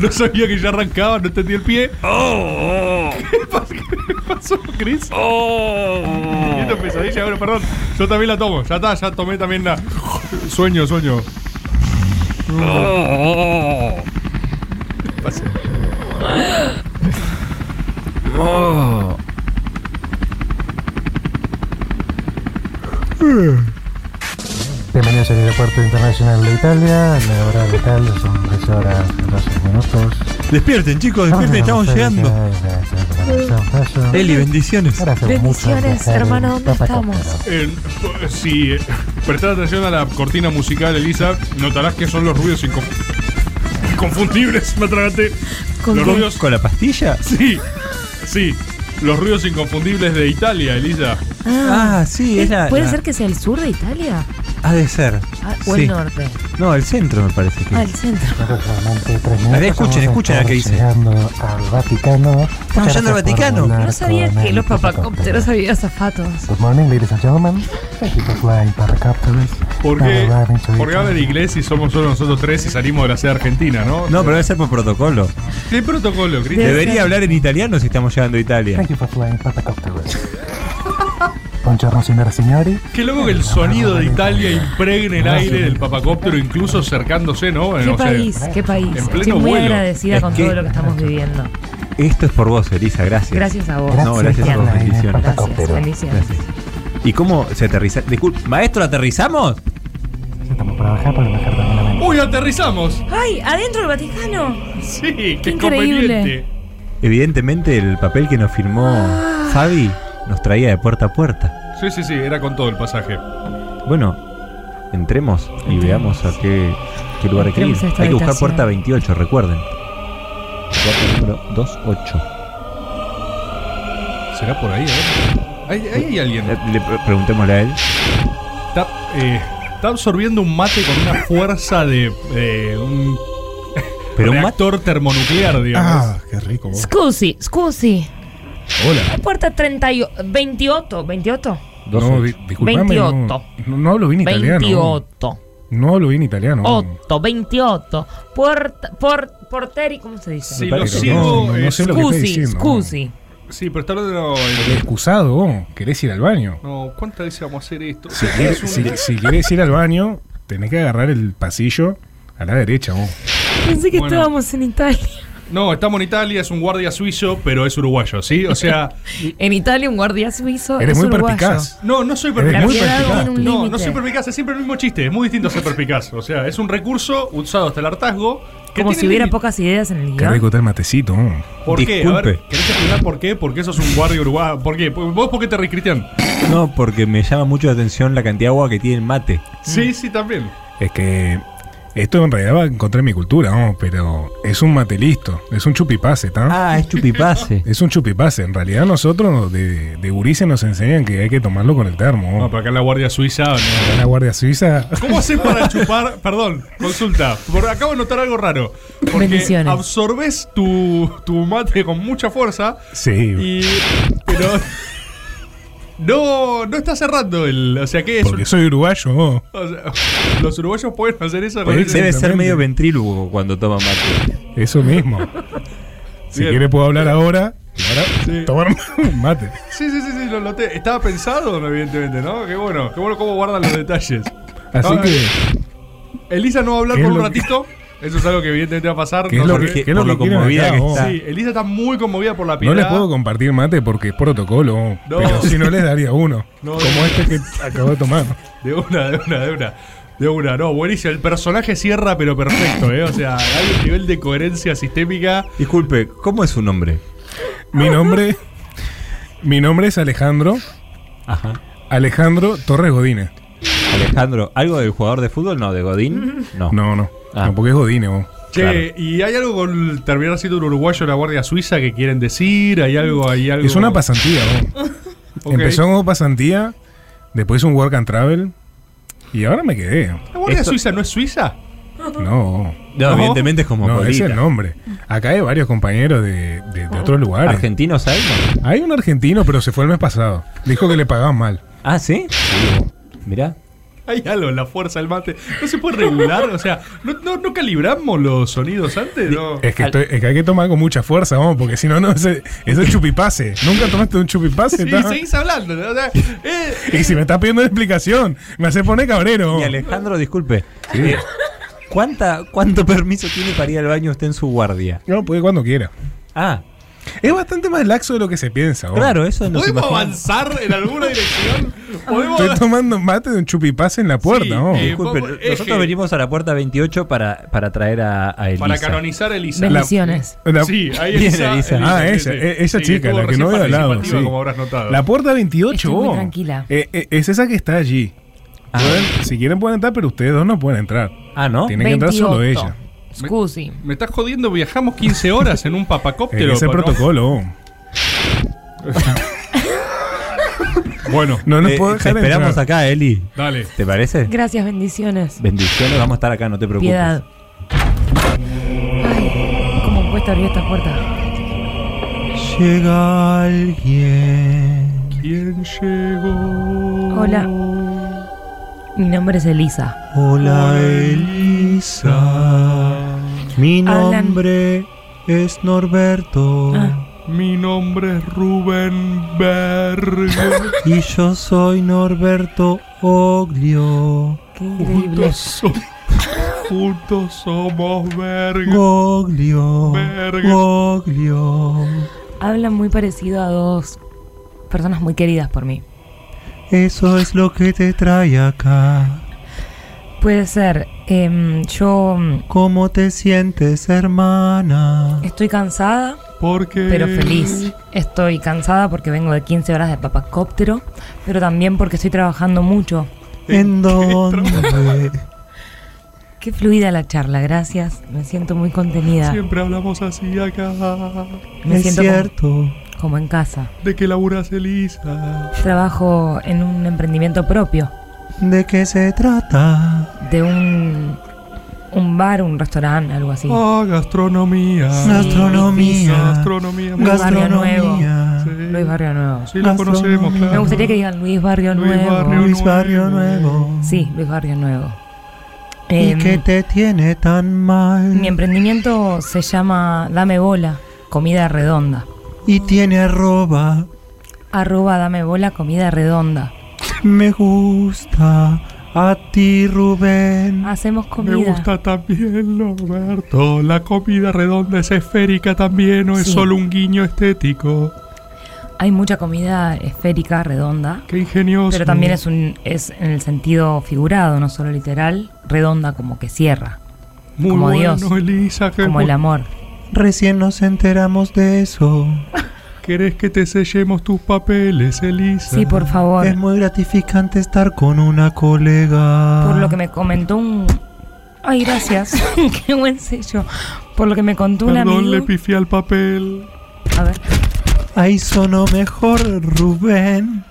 Speaker 4: no sabía que ya arrancaba, no entendí el pie. ¿Qué pasó, qué pasó, Cris? Teniendo pesadilla, bueno, perdón. Yo también la tomo, ya está, ya tomé también la. Sueño, sueño. Pasé.
Speaker 6: Ah.
Speaker 10: Bienvenidos al Aeropuerto Internacional de Italia. La hora letal son 13 horas 12 minutos.
Speaker 6: Despierten, chicos,
Speaker 7: Ah,
Speaker 6: despierten, estamos llegando. Eli, bendiciones.
Speaker 7: Bendiciones, hermano, ¿dónde estamos?
Speaker 4: Eh, si eh, prestás atención a la cortina musical, Elisa, notarás que son los ruidos inco- inconfundibles. Me atraganté.
Speaker 7: ¿Con
Speaker 4: los
Speaker 7: qué?
Speaker 4: ruidos.
Speaker 6: ¿Con la pastilla?
Speaker 4: Sí, sí. Los ruidos inconfundibles de Italia, Elisa.
Speaker 6: Ah, sí,
Speaker 7: Eh,
Speaker 6: es la.
Speaker 7: ¿Puede
Speaker 6: la-
Speaker 7: ser que sea el sur de Italia?
Speaker 6: Ha de ser.
Speaker 7: Ah, ¿O
Speaker 6: Sí.
Speaker 7: el norte?
Speaker 6: No, el centro me parece que.
Speaker 7: Ah,
Speaker 6: es.
Speaker 7: el centro.
Speaker 6: A ver, escuchen, escuchen a qué dice.
Speaker 10: Llegando al Vaticano.
Speaker 6: yendo al
Speaker 10: Muchas gracias por
Speaker 6: Vaticano.
Speaker 10: volar
Speaker 7: No sabía
Speaker 10: con
Speaker 7: que
Speaker 10: el
Speaker 7: los papacópteros había zapatos.
Speaker 10: Good morning, ladies and gentlemen. Thank you for flying Papacopters.
Speaker 4: ¿Por
Speaker 10: Now
Speaker 4: qué,
Speaker 10: arriving to
Speaker 4: por qué habla
Speaker 10: Italy.
Speaker 4: en inglés si somos solo nosotros tres y salimos de la sede argentina, no?
Speaker 6: No, pero debe ser por protocolo.
Speaker 4: ¿Qué protocolo, Cristian?
Speaker 6: Debería hablar en italiano si estamos llegando a Italia.
Speaker 10: Thank you for flying Papacopters. Buongiorno, signore e signori.
Speaker 4: Qué loco que el sonido de Italia impregne el aire del papacóptero, incluso acercándose, ¿no?
Speaker 7: ¿Qué
Speaker 4: No sé.
Speaker 7: país? ¿Qué país?
Speaker 4: en pleno
Speaker 7: Estoy muy
Speaker 4: vuelo.
Speaker 7: agradecida
Speaker 6: Es
Speaker 7: con
Speaker 6: que-
Speaker 7: todo lo que estamos viviendo.
Speaker 6: Esto es por vos, Elisa, gracias.
Speaker 7: Gracias a vos.
Speaker 6: No, gracias a
Speaker 7: Cristian.
Speaker 6: vos, bendiciones.
Speaker 7: Gracias, bendiciones.
Speaker 6: Gracias. ¿Y cómo se aterriza? Disculpe, maestro, ¿aterrizamos?
Speaker 10: Estamos por bajar, para bajar también la ventana.
Speaker 4: ¡Uy, aterrizamos!
Speaker 7: ¡Ay! ¡Adentro del Vaticano!
Speaker 4: Sí, qué,
Speaker 7: Qué increíble.
Speaker 4: conveniente.
Speaker 6: Evidentemente el papel que nos firmó Fabi nos traía de puerta a puerta.
Speaker 4: Sí, sí, sí, era con todo el pasaje.
Speaker 6: Bueno, entremos y
Speaker 7: Entremos.
Speaker 6: veamos a qué, qué lugar hay que ir.
Speaker 7: Entremos a esta
Speaker 6: Hay que buscar
Speaker 7: habitación.
Speaker 6: puerta 28, recuerden. Puerta número 28.
Speaker 4: ¿Será
Speaker 6: Eh,
Speaker 4: por ahí? A ver. Ahí ahí hay alguien.
Speaker 6: Le, le pre- preguntémosle a él.
Speaker 4: Está, eh, Está absorbiendo un mate con una fuerza de eh, un
Speaker 11: Pero un
Speaker 4: reactor termonuclear, digamos.
Speaker 7: Ah,
Speaker 4: qué rico.
Speaker 7: Scusi, scusi.
Speaker 4: Hola.
Speaker 7: La puerta 30 y- 28, 28.
Speaker 9: No, di- disculpame,
Speaker 7: 28.
Speaker 9: No, no hablo bien italiano.
Speaker 7: 28.
Speaker 9: No hablo bien italiano.
Speaker 7: 8, 28. Puerta, por, porteri, ¿cómo se dice?
Speaker 4: Sí, lo eh, sigo.
Speaker 9: no, no sé lo que estoy
Speaker 7: Scusi,
Speaker 9: diciendo.
Speaker 7: scusi.
Speaker 4: Sí, pero está hablando.
Speaker 9: Excusado, vos, querés ir al baño.
Speaker 4: No, ¿cuántas veces vamos a hacer esto?
Speaker 9: Si querés,
Speaker 4: Es un-
Speaker 9: si- si querés ir al baño, tenés que agarrar el pasillo a la derecha, vos.
Speaker 7: Pensé que
Speaker 4: Bueno.
Speaker 7: estábamos en Italia.
Speaker 4: No, estamos en Italia, es un guardia suizo, pero es uruguayo, ¿sí? O sea.
Speaker 7: En Italia, un guardia suizo.
Speaker 4: Eres
Speaker 7: es
Speaker 4: muy
Speaker 7: uruguayo.
Speaker 4: perspicaz. No, no soy
Speaker 7: La
Speaker 4: perpicaz.
Speaker 7: piedad tiene un
Speaker 4: No,
Speaker 7: límite.
Speaker 4: no soy perpicaz, es siempre el mismo chiste. Es muy distinto ser perpicaz. O sea, es un recurso usado hasta el hartazgo. que
Speaker 7: Como
Speaker 4: tiene
Speaker 7: si hubiera
Speaker 4: límite.
Speaker 7: pocas ideas en el
Speaker 9: Qué
Speaker 7: guión.
Speaker 9: rico está el matecito, vos.
Speaker 4: ¿Por qué? A ver, ¿querés explicar por qué? Porque eso es un guardia uruguayo. ¿Por qué? ¿Vos por qué te reís, Cristian?
Speaker 7: Mm.
Speaker 6: No, porque me llama mucho la atención la cantidad de agua que tiene el mate.
Speaker 4: Sí, sí, también.
Speaker 9: Es que esto en realidad va a encontrar mi cultura, ¿no? pero es un mate listo, es un chupipase, ¿está?
Speaker 6: Ah, es chupipase.
Speaker 9: es un chupipase. En realidad nosotros de, de gurises nos enseñan que hay que tomarlo con el termo.
Speaker 4: No, pero acá en la Guardia Suiza. no.
Speaker 9: En La Guardia Suiza.
Speaker 4: ¿Cómo haces para chupar? Perdón, consulta. Por- acabo de notar algo raro. Porque
Speaker 9: Bendiciones.
Speaker 4: absorbes tu, tu mate con mucha fuerza.
Speaker 9: Sí.
Speaker 4: Y. Pero. No, no está cerrando el. O sea, que es.
Speaker 9: Porque soy uruguayo. vos.
Speaker 4: o sea, los uruguayos pueden hacer eso.
Speaker 6: Pues
Speaker 4: con-
Speaker 6: debe ser medio ventrílogo cuando toma mate.
Speaker 9: Eso mismo. Si
Speaker 4: Bien.
Speaker 9: quiere puedo hablar ahora. y ahora Tomar un mate.
Speaker 4: Sí, sí, sí, sí, lo noté. Estaba pensado, evidentemente, ¿no? Qué bueno, qué bueno cómo guardan los detalles.
Speaker 9: Así
Speaker 4: Ah,
Speaker 9: que,
Speaker 4: Elisa no va a Eh, hablar
Speaker 9: ¿Qué
Speaker 4: por
Speaker 9: es
Speaker 4: un
Speaker 9: lo
Speaker 4: ratito. Eso es algo que evidentemente va a pasar.
Speaker 9: ¿Qué
Speaker 4: no
Speaker 9: es lo
Speaker 4: sé
Speaker 9: que- qué es lo que quieren acá, vos?
Speaker 4: Sí, Elisa está muy conmovida por la
Speaker 9: no
Speaker 4: piedad.
Speaker 9: les puedo compartir mate porque es protocolo. vos.
Speaker 4: No.
Speaker 9: Pero si no les daría uno.
Speaker 4: No,
Speaker 9: como
Speaker 4: no.
Speaker 9: este que acabo de tomar.
Speaker 4: De una, de una, de una. De una, no, buenísimo. El personaje cierra, pero perfecto, ¿eh? O sea, hay un nivel de coherencia sistémica.
Speaker 6: Disculpe, ¿cómo es su nombre?
Speaker 9: Mi nombre. mi nombre es Alejandro.
Speaker 6: Ajá.
Speaker 9: Alejandro Torres Godínez.
Speaker 6: Alejandro, ¿algo del jugador de fútbol? No, de Godín. No. Ah.
Speaker 9: No, no. No, porque es Godínez, vos.
Speaker 4: Che, ¿y hay algo con el terminar siendo un uruguayo en la Guardia Suiza que quieren decir? ¿Hay algo? ¿Hay algo?
Speaker 9: Es una pasantía, vos.
Speaker 4: Ok.
Speaker 9: Empezó como pasantía, después un work and travel. Y ahora me quedé.
Speaker 4: ¿La Guardia
Speaker 9: Esto-
Speaker 4: Suiza no es Suiza?
Speaker 9: eh. No.
Speaker 6: No, evidentemente es como
Speaker 9: No, es
Speaker 6: Polita.
Speaker 9: el nombre. Acá hay varios compañeros de, de- de otros lugares.
Speaker 6: ¿Argentinos hay?
Speaker 9: Hay un argentino, pero se fue el mes pasado. Dijo que le pagaban mal.
Speaker 6: Ah, ¿sí? Mirá.
Speaker 4: Hay algo en la fuerza del mate. ¿No se puede regular? O sea, ¿no, no, no calibramos los sonidos antes? No.
Speaker 9: Es que, estoy- es que hay que tomar con mucha fuerza, vamos, porque si no, no ese- es el chupipase. Nunca tomaste un chupipase.
Speaker 4: Sí,
Speaker 9: ¿tá?
Speaker 4: seguís hablando. ¿no? O sea, eh,
Speaker 9: Y si me está pidiendo una explicación, me hace poner cabrero.
Speaker 6: Y Alejandro, disculpe. eh, ¿Cuánta, ¿Cuánto permiso tiene para ir al baño usted en su guardia?
Speaker 9: No, puede cuando quiera.
Speaker 6: Ah.
Speaker 9: Es bastante más laxo de lo que se piensa. vos.
Speaker 6: Claro, eso no
Speaker 4: ¿Podemos avanzar en alguna dirección? ¿Podemos
Speaker 9: Estoy tomando mate de un chupipase en la puerta. vos.
Speaker 6: eh, Disculpe, nosotros venimos a la puerta 28 para, para traer a, a Elisa.
Speaker 4: Para canonizar a Elisa.
Speaker 9: La- la-
Speaker 4: sí, ahí
Speaker 6: Bien,
Speaker 4: Elisa.
Speaker 6: Elisa.
Speaker 9: Ah,
Speaker 6: Sí,
Speaker 9: esa,
Speaker 6: sí, sí.
Speaker 9: e- esa
Speaker 6: Sí,
Speaker 9: chica,
Speaker 6: estuvo
Speaker 9: la que
Speaker 6: recién
Speaker 9: no había hablado.
Speaker 4: participativa,
Speaker 9: sí.
Speaker 4: como habrás notado.
Speaker 9: La puerta 28.
Speaker 4: Estoy muy
Speaker 9: vos.
Speaker 4: tranquila.
Speaker 9: Eh, eh, es esa que está allí. Pueden- si quieren pueden entrar, pero ustedes dos no pueden entrar.
Speaker 6: Ah, ¿no?
Speaker 9: Tiene que entrar solo ella.
Speaker 7: Scusi.
Speaker 4: Me estás jodiendo, viajamos 15 horas en un
Speaker 19: Eh,
Speaker 4: papacóptero.
Speaker 9: ese
Speaker 4: pa- no.
Speaker 9: protocolo.
Speaker 4: bueno,
Speaker 9: no nos
Speaker 6: Eh,
Speaker 9: puedo
Speaker 6: te
Speaker 9: dejar
Speaker 6: esperamos
Speaker 9: entrar.
Speaker 6: acá, Eli.
Speaker 4: Dale.
Speaker 6: ¿Te parece?
Speaker 7: Gracias, bendiciones.
Speaker 6: Bendiciones, vamos a estar acá, no te preocupes.
Speaker 7: Piedad. Ay, cómo cuesta abrir esta puerta.
Speaker 6: Llega alguien.
Speaker 4: ¿Quién llegó?
Speaker 7: Hola. Mi nombre es Elisa.
Speaker 6: Hola, Elisa. Mi
Speaker 7: Hablan.
Speaker 6: nombre es Norberto.
Speaker 7: Ah.
Speaker 4: Mi nombre es Rubén Berg.
Speaker 6: Y yo soy Norberto Oglio.
Speaker 4: juntos, so- juntos somos Berg.
Speaker 6: Goglio.
Speaker 4: Verga.
Speaker 6: Goglio.
Speaker 7: Hablan muy parecido a dos personas muy queridas por mí.
Speaker 6: Eso es lo que te trae acá.
Speaker 7: Puede ser. em, yo mm,
Speaker 6: ¿Cómo te sientes, hermana?
Speaker 7: estoy cansada,
Speaker 4: Porque.
Speaker 7: pero feliz. Estoy cansada porque vengo de 15 horas de papacóptero, pero también porque estoy trabajando mucho.
Speaker 6: ¿En dónde?
Speaker 7: Qué fluida la charla, gracias. Me siento muy contenida.
Speaker 4: Siempre hablamos así acá.
Speaker 7: Me
Speaker 6: es
Speaker 7: siento
Speaker 6: cierto.
Speaker 7: Como, como en casa.
Speaker 4: ¿De qué laburas, Elisa?
Speaker 7: Trabajo en un emprendimiento propio.
Speaker 20: ¿De qué se trata?
Speaker 7: De un, un bar, un restaurante, algo así.
Speaker 10: Ah, gastronomía.
Speaker 7: Sí,
Speaker 10: gastronomía.
Speaker 7: difícil.
Speaker 10: Gastronomía.
Speaker 7: Luis Barrio Nuevo. Luis Barrio Nuevo.
Speaker 10: Sí, la conocemos, claro.
Speaker 7: Me gustaría que digan Luis Barrio
Speaker 10: Luis
Speaker 7: Nuevo.
Speaker 10: Barrio Luis
Speaker 20: Barrio Nuevo.
Speaker 7: Sí, Luis Barrio Nuevo.
Speaker 20: ¿Y
Speaker 7: Em,
Speaker 20: qué te tiene tan mal?
Speaker 7: Mi emprendimiento se llama Dame Bola, Comida Redonda.
Speaker 20: Y tiene arroba.
Speaker 7: Arroba Dame Bola, Comida Redonda.
Speaker 20: Me gusta a ti, Rubén.
Speaker 7: Hacemos comida.
Speaker 10: Me gusta también, Roberto. La comida redonda es esférica también, no es
Speaker 7: Sí.
Speaker 10: solo un guiño estético.
Speaker 7: Hay mucha comida esférica, redonda.
Speaker 10: Qué ingenioso.
Speaker 7: Pero también es, un, es en el sentido figurado, no solo literal. Redonda como que cierra.
Speaker 10: Muy
Speaker 7: como
Speaker 10: bueno,
Speaker 7: Dios.
Speaker 10: Elisa. qué
Speaker 7: como el
Speaker 10: bu-
Speaker 7: amor.
Speaker 20: Recién nos enteramos de eso.
Speaker 10: ¿Querés que te sellemos tus papeles, Elisa?
Speaker 7: Sí, por favor.
Speaker 20: Es muy gratificante estar con una colega.
Speaker 7: Por lo que me comentó un... Ay, gracias. Qué buen sello. Por lo que me contó un
Speaker 10: Perdón, le
Speaker 7: amigo...
Speaker 10: pifié al papel.
Speaker 7: A ver.
Speaker 20: Ahí sonó mejor, Rubén.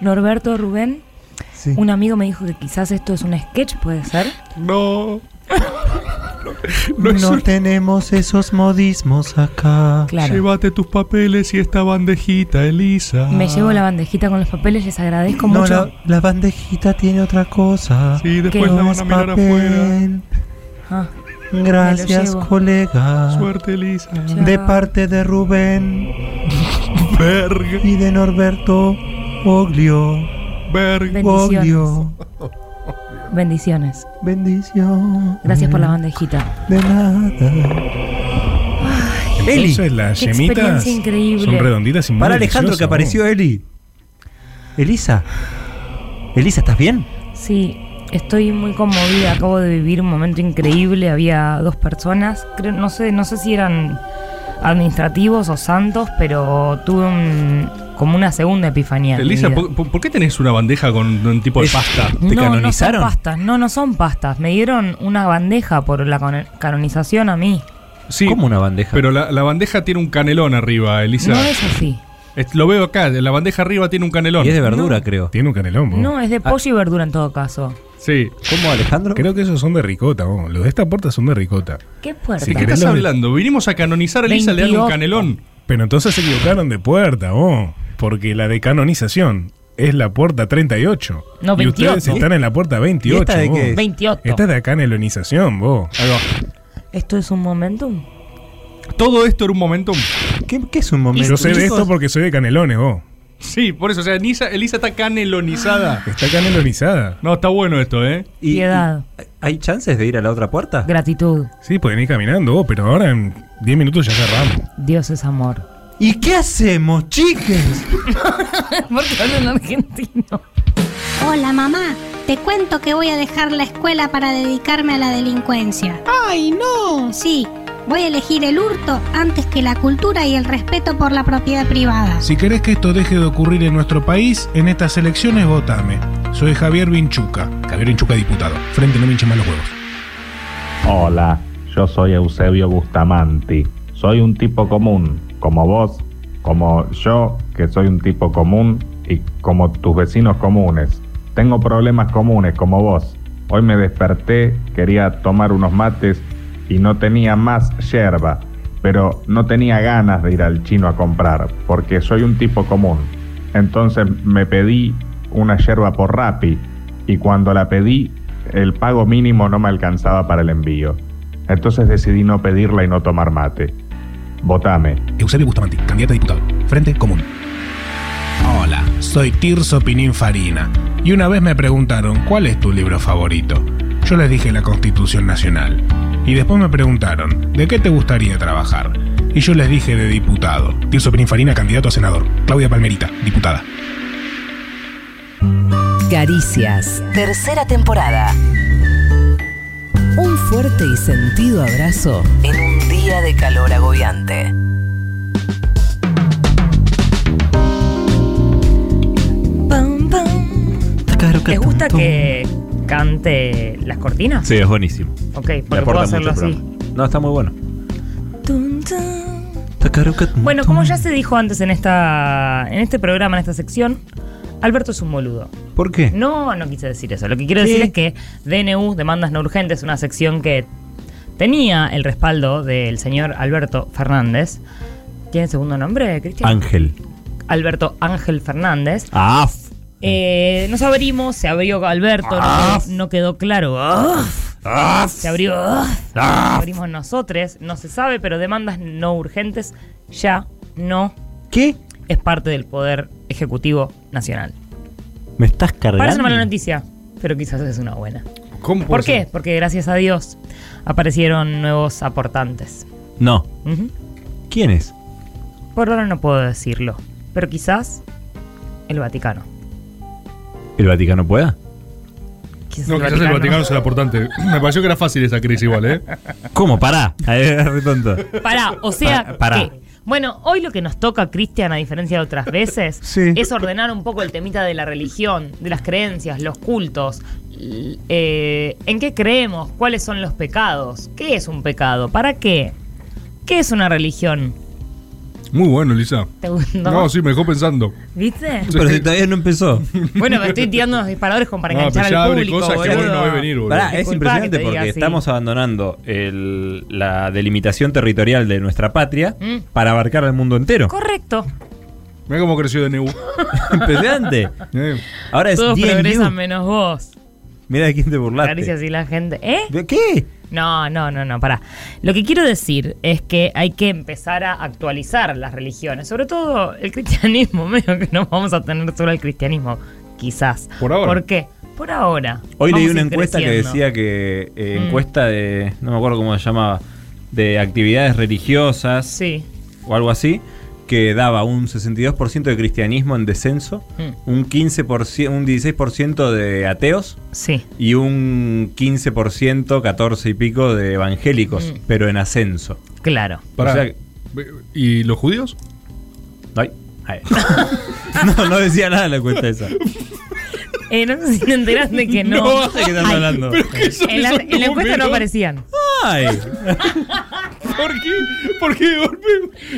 Speaker 7: Norberto Rubén.
Speaker 20: Sí.
Speaker 7: Un amigo me dijo que quizás esto es un sketch, ¿puede ser?
Speaker 10: No.
Speaker 20: No, tenemos esos modismos acá.
Speaker 10: Llévate tus papeles y esta bandejita, Elisa.
Speaker 7: Me llevo la bandejita con los papeles, les agradezco
Speaker 20: No,
Speaker 7: mucho.
Speaker 20: la, la bandejita tiene otra cosa.
Speaker 10: Sí, después
Speaker 7: ¿Qué?
Speaker 10: la
Speaker 7: No
Speaker 10: van
Speaker 7: es
Speaker 10: a mirar
Speaker 20: papel.
Speaker 7: Ah, me lo
Speaker 20: Gracias,
Speaker 7: llevo.
Speaker 20: colega.
Speaker 10: afuera. Suerte, Elisa.
Speaker 20: De parte de Rubén. Y de Norberto Oglio.
Speaker 10: Verga.
Speaker 7: Bendiciones.
Speaker 20: Oglio.
Speaker 7: Bendiciones.
Speaker 20: Bendición.
Speaker 7: Gracias por la bandejita.
Speaker 20: De nada.
Speaker 7: Eli.
Speaker 19: Entonces las
Speaker 7: Qué
Speaker 19: yemitas
Speaker 7: experiencia increíble.
Speaker 19: son redonditas y muy
Speaker 20: Para Alejandro
Speaker 19: deliciosas,
Speaker 20: que apareció
Speaker 19: vos.
Speaker 20: Eli. Elisa. Elisa, ¿estás bien?
Speaker 7: Sí, estoy muy conmovida. Acabo de vivir un momento increíble. Había dos personas. Creo, no sé, no sé si eran administrativos o santos, pero tuve un- como una segunda epifanía. en mi
Speaker 4: Elisa,
Speaker 7: vida.
Speaker 4: ¿por, por- por qué tenés una bandeja con un tipo de pasta?
Speaker 7: no, no son pastas. No, no son pastas. Me dieron una bandeja por la con- canonización a mí.
Speaker 4: Sí, ¿Cómo
Speaker 20: una bandeja?
Speaker 4: Pero la, la bandeja tiene un canelón arriba, Elisa.
Speaker 7: No es así.
Speaker 4: Es- Lo veo acá, la bandeja arriba tiene un canelón.
Speaker 20: Y es de verdura, creo.
Speaker 19: Tiene un
Speaker 20: Oh.
Speaker 19: canelón, vos.
Speaker 7: No, es
Speaker 20: Ah.
Speaker 7: de pollo y verdura en todo caso.
Speaker 4: Sí.
Speaker 20: ¿Cómo, Alejandro?
Speaker 19: Creo que esos son de ricota, vos. Los de esta puerta son de ricota.
Speaker 7: ¿Qué puerta?
Speaker 19: Si
Speaker 4: ¿De qué
Speaker 19: querés
Speaker 4: estás
Speaker 19: los de-
Speaker 4: hablando? Vinimos a canonizar a Elisa, le dan un
Speaker 7: 22.
Speaker 4: canelón.
Speaker 19: Pero entonces se equivocaron de puerta, vos. Porque la de canonización es la puerta 38.
Speaker 7: No,
Speaker 19: y ustedes
Speaker 7: 28.
Speaker 19: están en la puerta 28,
Speaker 20: ¿Y esta de
Speaker 19: vos.
Speaker 20: qué es?
Speaker 7: 28.
Speaker 19: Esta es de canelonización, vos.
Speaker 7: ¿Esto es un momentum?
Speaker 4: Todo esto era un momento.
Speaker 20: ¿Qué, qué es un momento?
Speaker 19: Yo sé de esto porque soy de canelones, vos.
Speaker 4: Sí, por eso, o sea, Elisa, Elisa está canelonizada.
Speaker 19: Está canelonizada.
Speaker 4: No, está bueno esto, ¿eh?
Speaker 20: Y-
Speaker 7: Piedad.
Speaker 20: y- ¿Hay chances de ir a la otra puerta?
Speaker 7: Gratitud.
Speaker 19: Sí, pueden ir caminando, vos, pero ahora en 10 minutos ya cerramos.
Speaker 7: Dios es amor.
Speaker 20: ¿Y qué hacemos, chiques?
Speaker 7: Porque hablan argentino.
Speaker 21: Hola mamá, te cuento que voy a dejar la escuela para dedicarme a la delincuencia. ¡Ay, no! Sí, voy a elegir el hurto antes que la cultura y el respeto por la propiedad privada.
Speaker 9: Si querés que esto deje de ocurrir en nuestro país, en estas elecciones votame. Soy Javier Vinchuca. Javier Vinchuca, diputado. Frente no me hinche más los huevos.
Speaker 22: Hola, yo soy Eusebio Bustamante. Soy un tipo común, como vos, como yo, que soy un tipo común, y como tus vecinos comunes. Tengo problemas comunes, como vos. Hoy me desperté, quería tomar unos mates y no tenía más yerba, pero no tenía ganas de ir al chino a comprar, porque soy un tipo común. Entonces me pedí una yerba por Rappi y cuando la pedí el pago mínimo no me alcanzaba para el envío. Entonces decidí no pedirla y no tomar mate. Votame.
Speaker 9: Eusebio Bustamante, candidato a diputado. Frente común. Hola, soy Tirso Pinín Farina. Y una vez me preguntaron, ¿cuál es tu libro favorito? Yo les dije la Constitución Nacional. Y después me preguntaron, ¿de qué te gustaría trabajar? Y yo les dije de diputado. Tirso Pinín Farina, candidato a senador. Claudia Palmerita, diputada.
Speaker 23: Caricias.
Speaker 16: Tercera temporada.
Speaker 23: Un fuerte y sentido abrazo.
Speaker 16: En un día de calor agobiante.
Speaker 7: Pam, pam. ¿Les gusta que cante las cortinas?
Speaker 20: Sí, es buenísimo.
Speaker 7: Ok, porque puedo hacerlo así.
Speaker 20: No, está muy bueno.
Speaker 7: Tun, tun. Bueno, como ya se dijo antes en esta en este programa, en esta sección, Alberto es un boludo.
Speaker 6: ¿Por qué?
Speaker 7: No, no quise decir eso. Lo que quiero decir es que DNU, demandas no urgentes, una sección que tenía el respaldo del señor Alberto Fernández. ¿Tiene segundo nombre, Cristian?
Speaker 6: Ángel.
Speaker 7: Alberto Ángel Fernández.
Speaker 6: Ah,
Speaker 7: Eh, nos abrimos, se abrió Alberto, no- no, quedó claro.
Speaker 6: Ah.
Speaker 7: se abrió. Nos abrimos nosotros, no se sabe, pero demandas no urgentes ya no.
Speaker 6: ¿Qué?
Speaker 7: Es parte del Poder Ejecutivo Nacional.
Speaker 6: me estás cargando.
Speaker 7: Parece una mala noticia, pero quizás es una buena.
Speaker 6: ¿Cómo
Speaker 7: ¿Por
Speaker 6: puede
Speaker 7: qué?
Speaker 6: ser?
Speaker 7: Porque gracias a Dios aparecieron nuevos aportantes.
Speaker 6: No.
Speaker 7: Ujú.
Speaker 6: ¿Quién es?
Speaker 7: Por ahora no puedo decirlo, pero quizás el Vaticano.
Speaker 6: ¿El Vaticano pueda?
Speaker 7: Quizás
Speaker 4: No,
Speaker 7: el
Speaker 4: quizás
Speaker 7: Vaticano.
Speaker 4: el Vaticano es el aportante. Me pareció que era fácil esa crisis igual, ¿eh?
Speaker 6: ¿Cómo? Pará. Re tonto.
Speaker 7: Pará, o sea,
Speaker 6: Pa- pará.
Speaker 7: que- Bueno, hoy lo que nos toca, Cristian, a diferencia de otras veces, es ordenar un poco el temita de la religión, de las creencias, los cultos, l- eh, en qué creemos, cuáles son los pecados, qué es un pecado, para qué, qué es una religión.
Speaker 4: Muy bueno, Elisa.
Speaker 7: ¿Te gustó?
Speaker 4: No, sí, me dejó pensando.
Speaker 7: ¿Viste?
Speaker 6: Pero si todavía no empezó.
Speaker 7: Bueno, me estoy tirando los disparadores como para
Speaker 4: No,
Speaker 7: enganchar
Speaker 4: pero ya
Speaker 7: al
Speaker 4: abre
Speaker 7: público.
Speaker 4: cosas que vos
Speaker 7: boludo.
Speaker 4: no ves venir, boludo.
Speaker 6: Pará, es
Speaker 7: Disculpa que
Speaker 6: impresionante
Speaker 7: te
Speaker 6: porque
Speaker 7: diga así.
Speaker 6: estamos abandonando el- la delimitación territorial de nuestra patria
Speaker 7: Mm.
Speaker 6: para abarcar al mundo entero.
Speaker 7: Correcto.
Speaker 4: Mira cómo creció DNU.
Speaker 6: Impresionante. Ahora es
Speaker 7: Todos
Speaker 6: 10
Speaker 7: progresan
Speaker 6: new.
Speaker 7: menos vos.
Speaker 6: Mira de quién te
Speaker 7: Clarice,
Speaker 6: burlaste.
Speaker 7: así la gente. ¿Eh?
Speaker 6: ¿De qué?
Speaker 7: No, no, no, no, pará. Lo que quiero decir es que hay que empezar a actualizar las religiones, sobre todo el cristianismo, medio que no vamos a tener solo el cristianismo, quizás.
Speaker 6: Por ahora.
Speaker 7: ¿Por qué? Por ahora.
Speaker 6: Hoy
Speaker 7: Vamos
Speaker 6: leí
Speaker 7: a
Speaker 6: una
Speaker 7: ir
Speaker 6: encuesta que
Speaker 7: creciendo.
Speaker 6: decía que. eh,
Speaker 7: Mm.
Speaker 6: Encuesta de. No me acuerdo cómo se llamaba. De actividades religiosas.
Speaker 7: Sí.
Speaker 6: O algo así. Que daba un 62% de cristianismo en descenso.
Speaker 7: Mm.
Speaker 6: Un 15%. Un 16% de ateos.
Speaker 7: Sí.
Speaker 6: Y un 15%, 14 y pico de evangélicos.
Speaker 7: Mm.
Speaker 6: Pero en ascenso.
Speaker 7: Claro.
Speaker 6: O sea,
Speaker 4: ¿Y los judíos?
Speaker 6: Ay. ay. no, no decía nada la encuesta esa.
Speaker 7: Eh, no sé si te enteraste que no.
Speaker 6: No, no sé qué están
Speaker 7: Ay,
Speaker 6: hablando. ¿Pero qué son
Speaker 7: en la,
Speaker 6: esos
Speaker 7: en la encuesta no
Speaker 6: números?
Speaker 7: aparecían.
Speaker 6: Ay.
Speaker 4: ¿Por qué? ¿Por qué de golpe?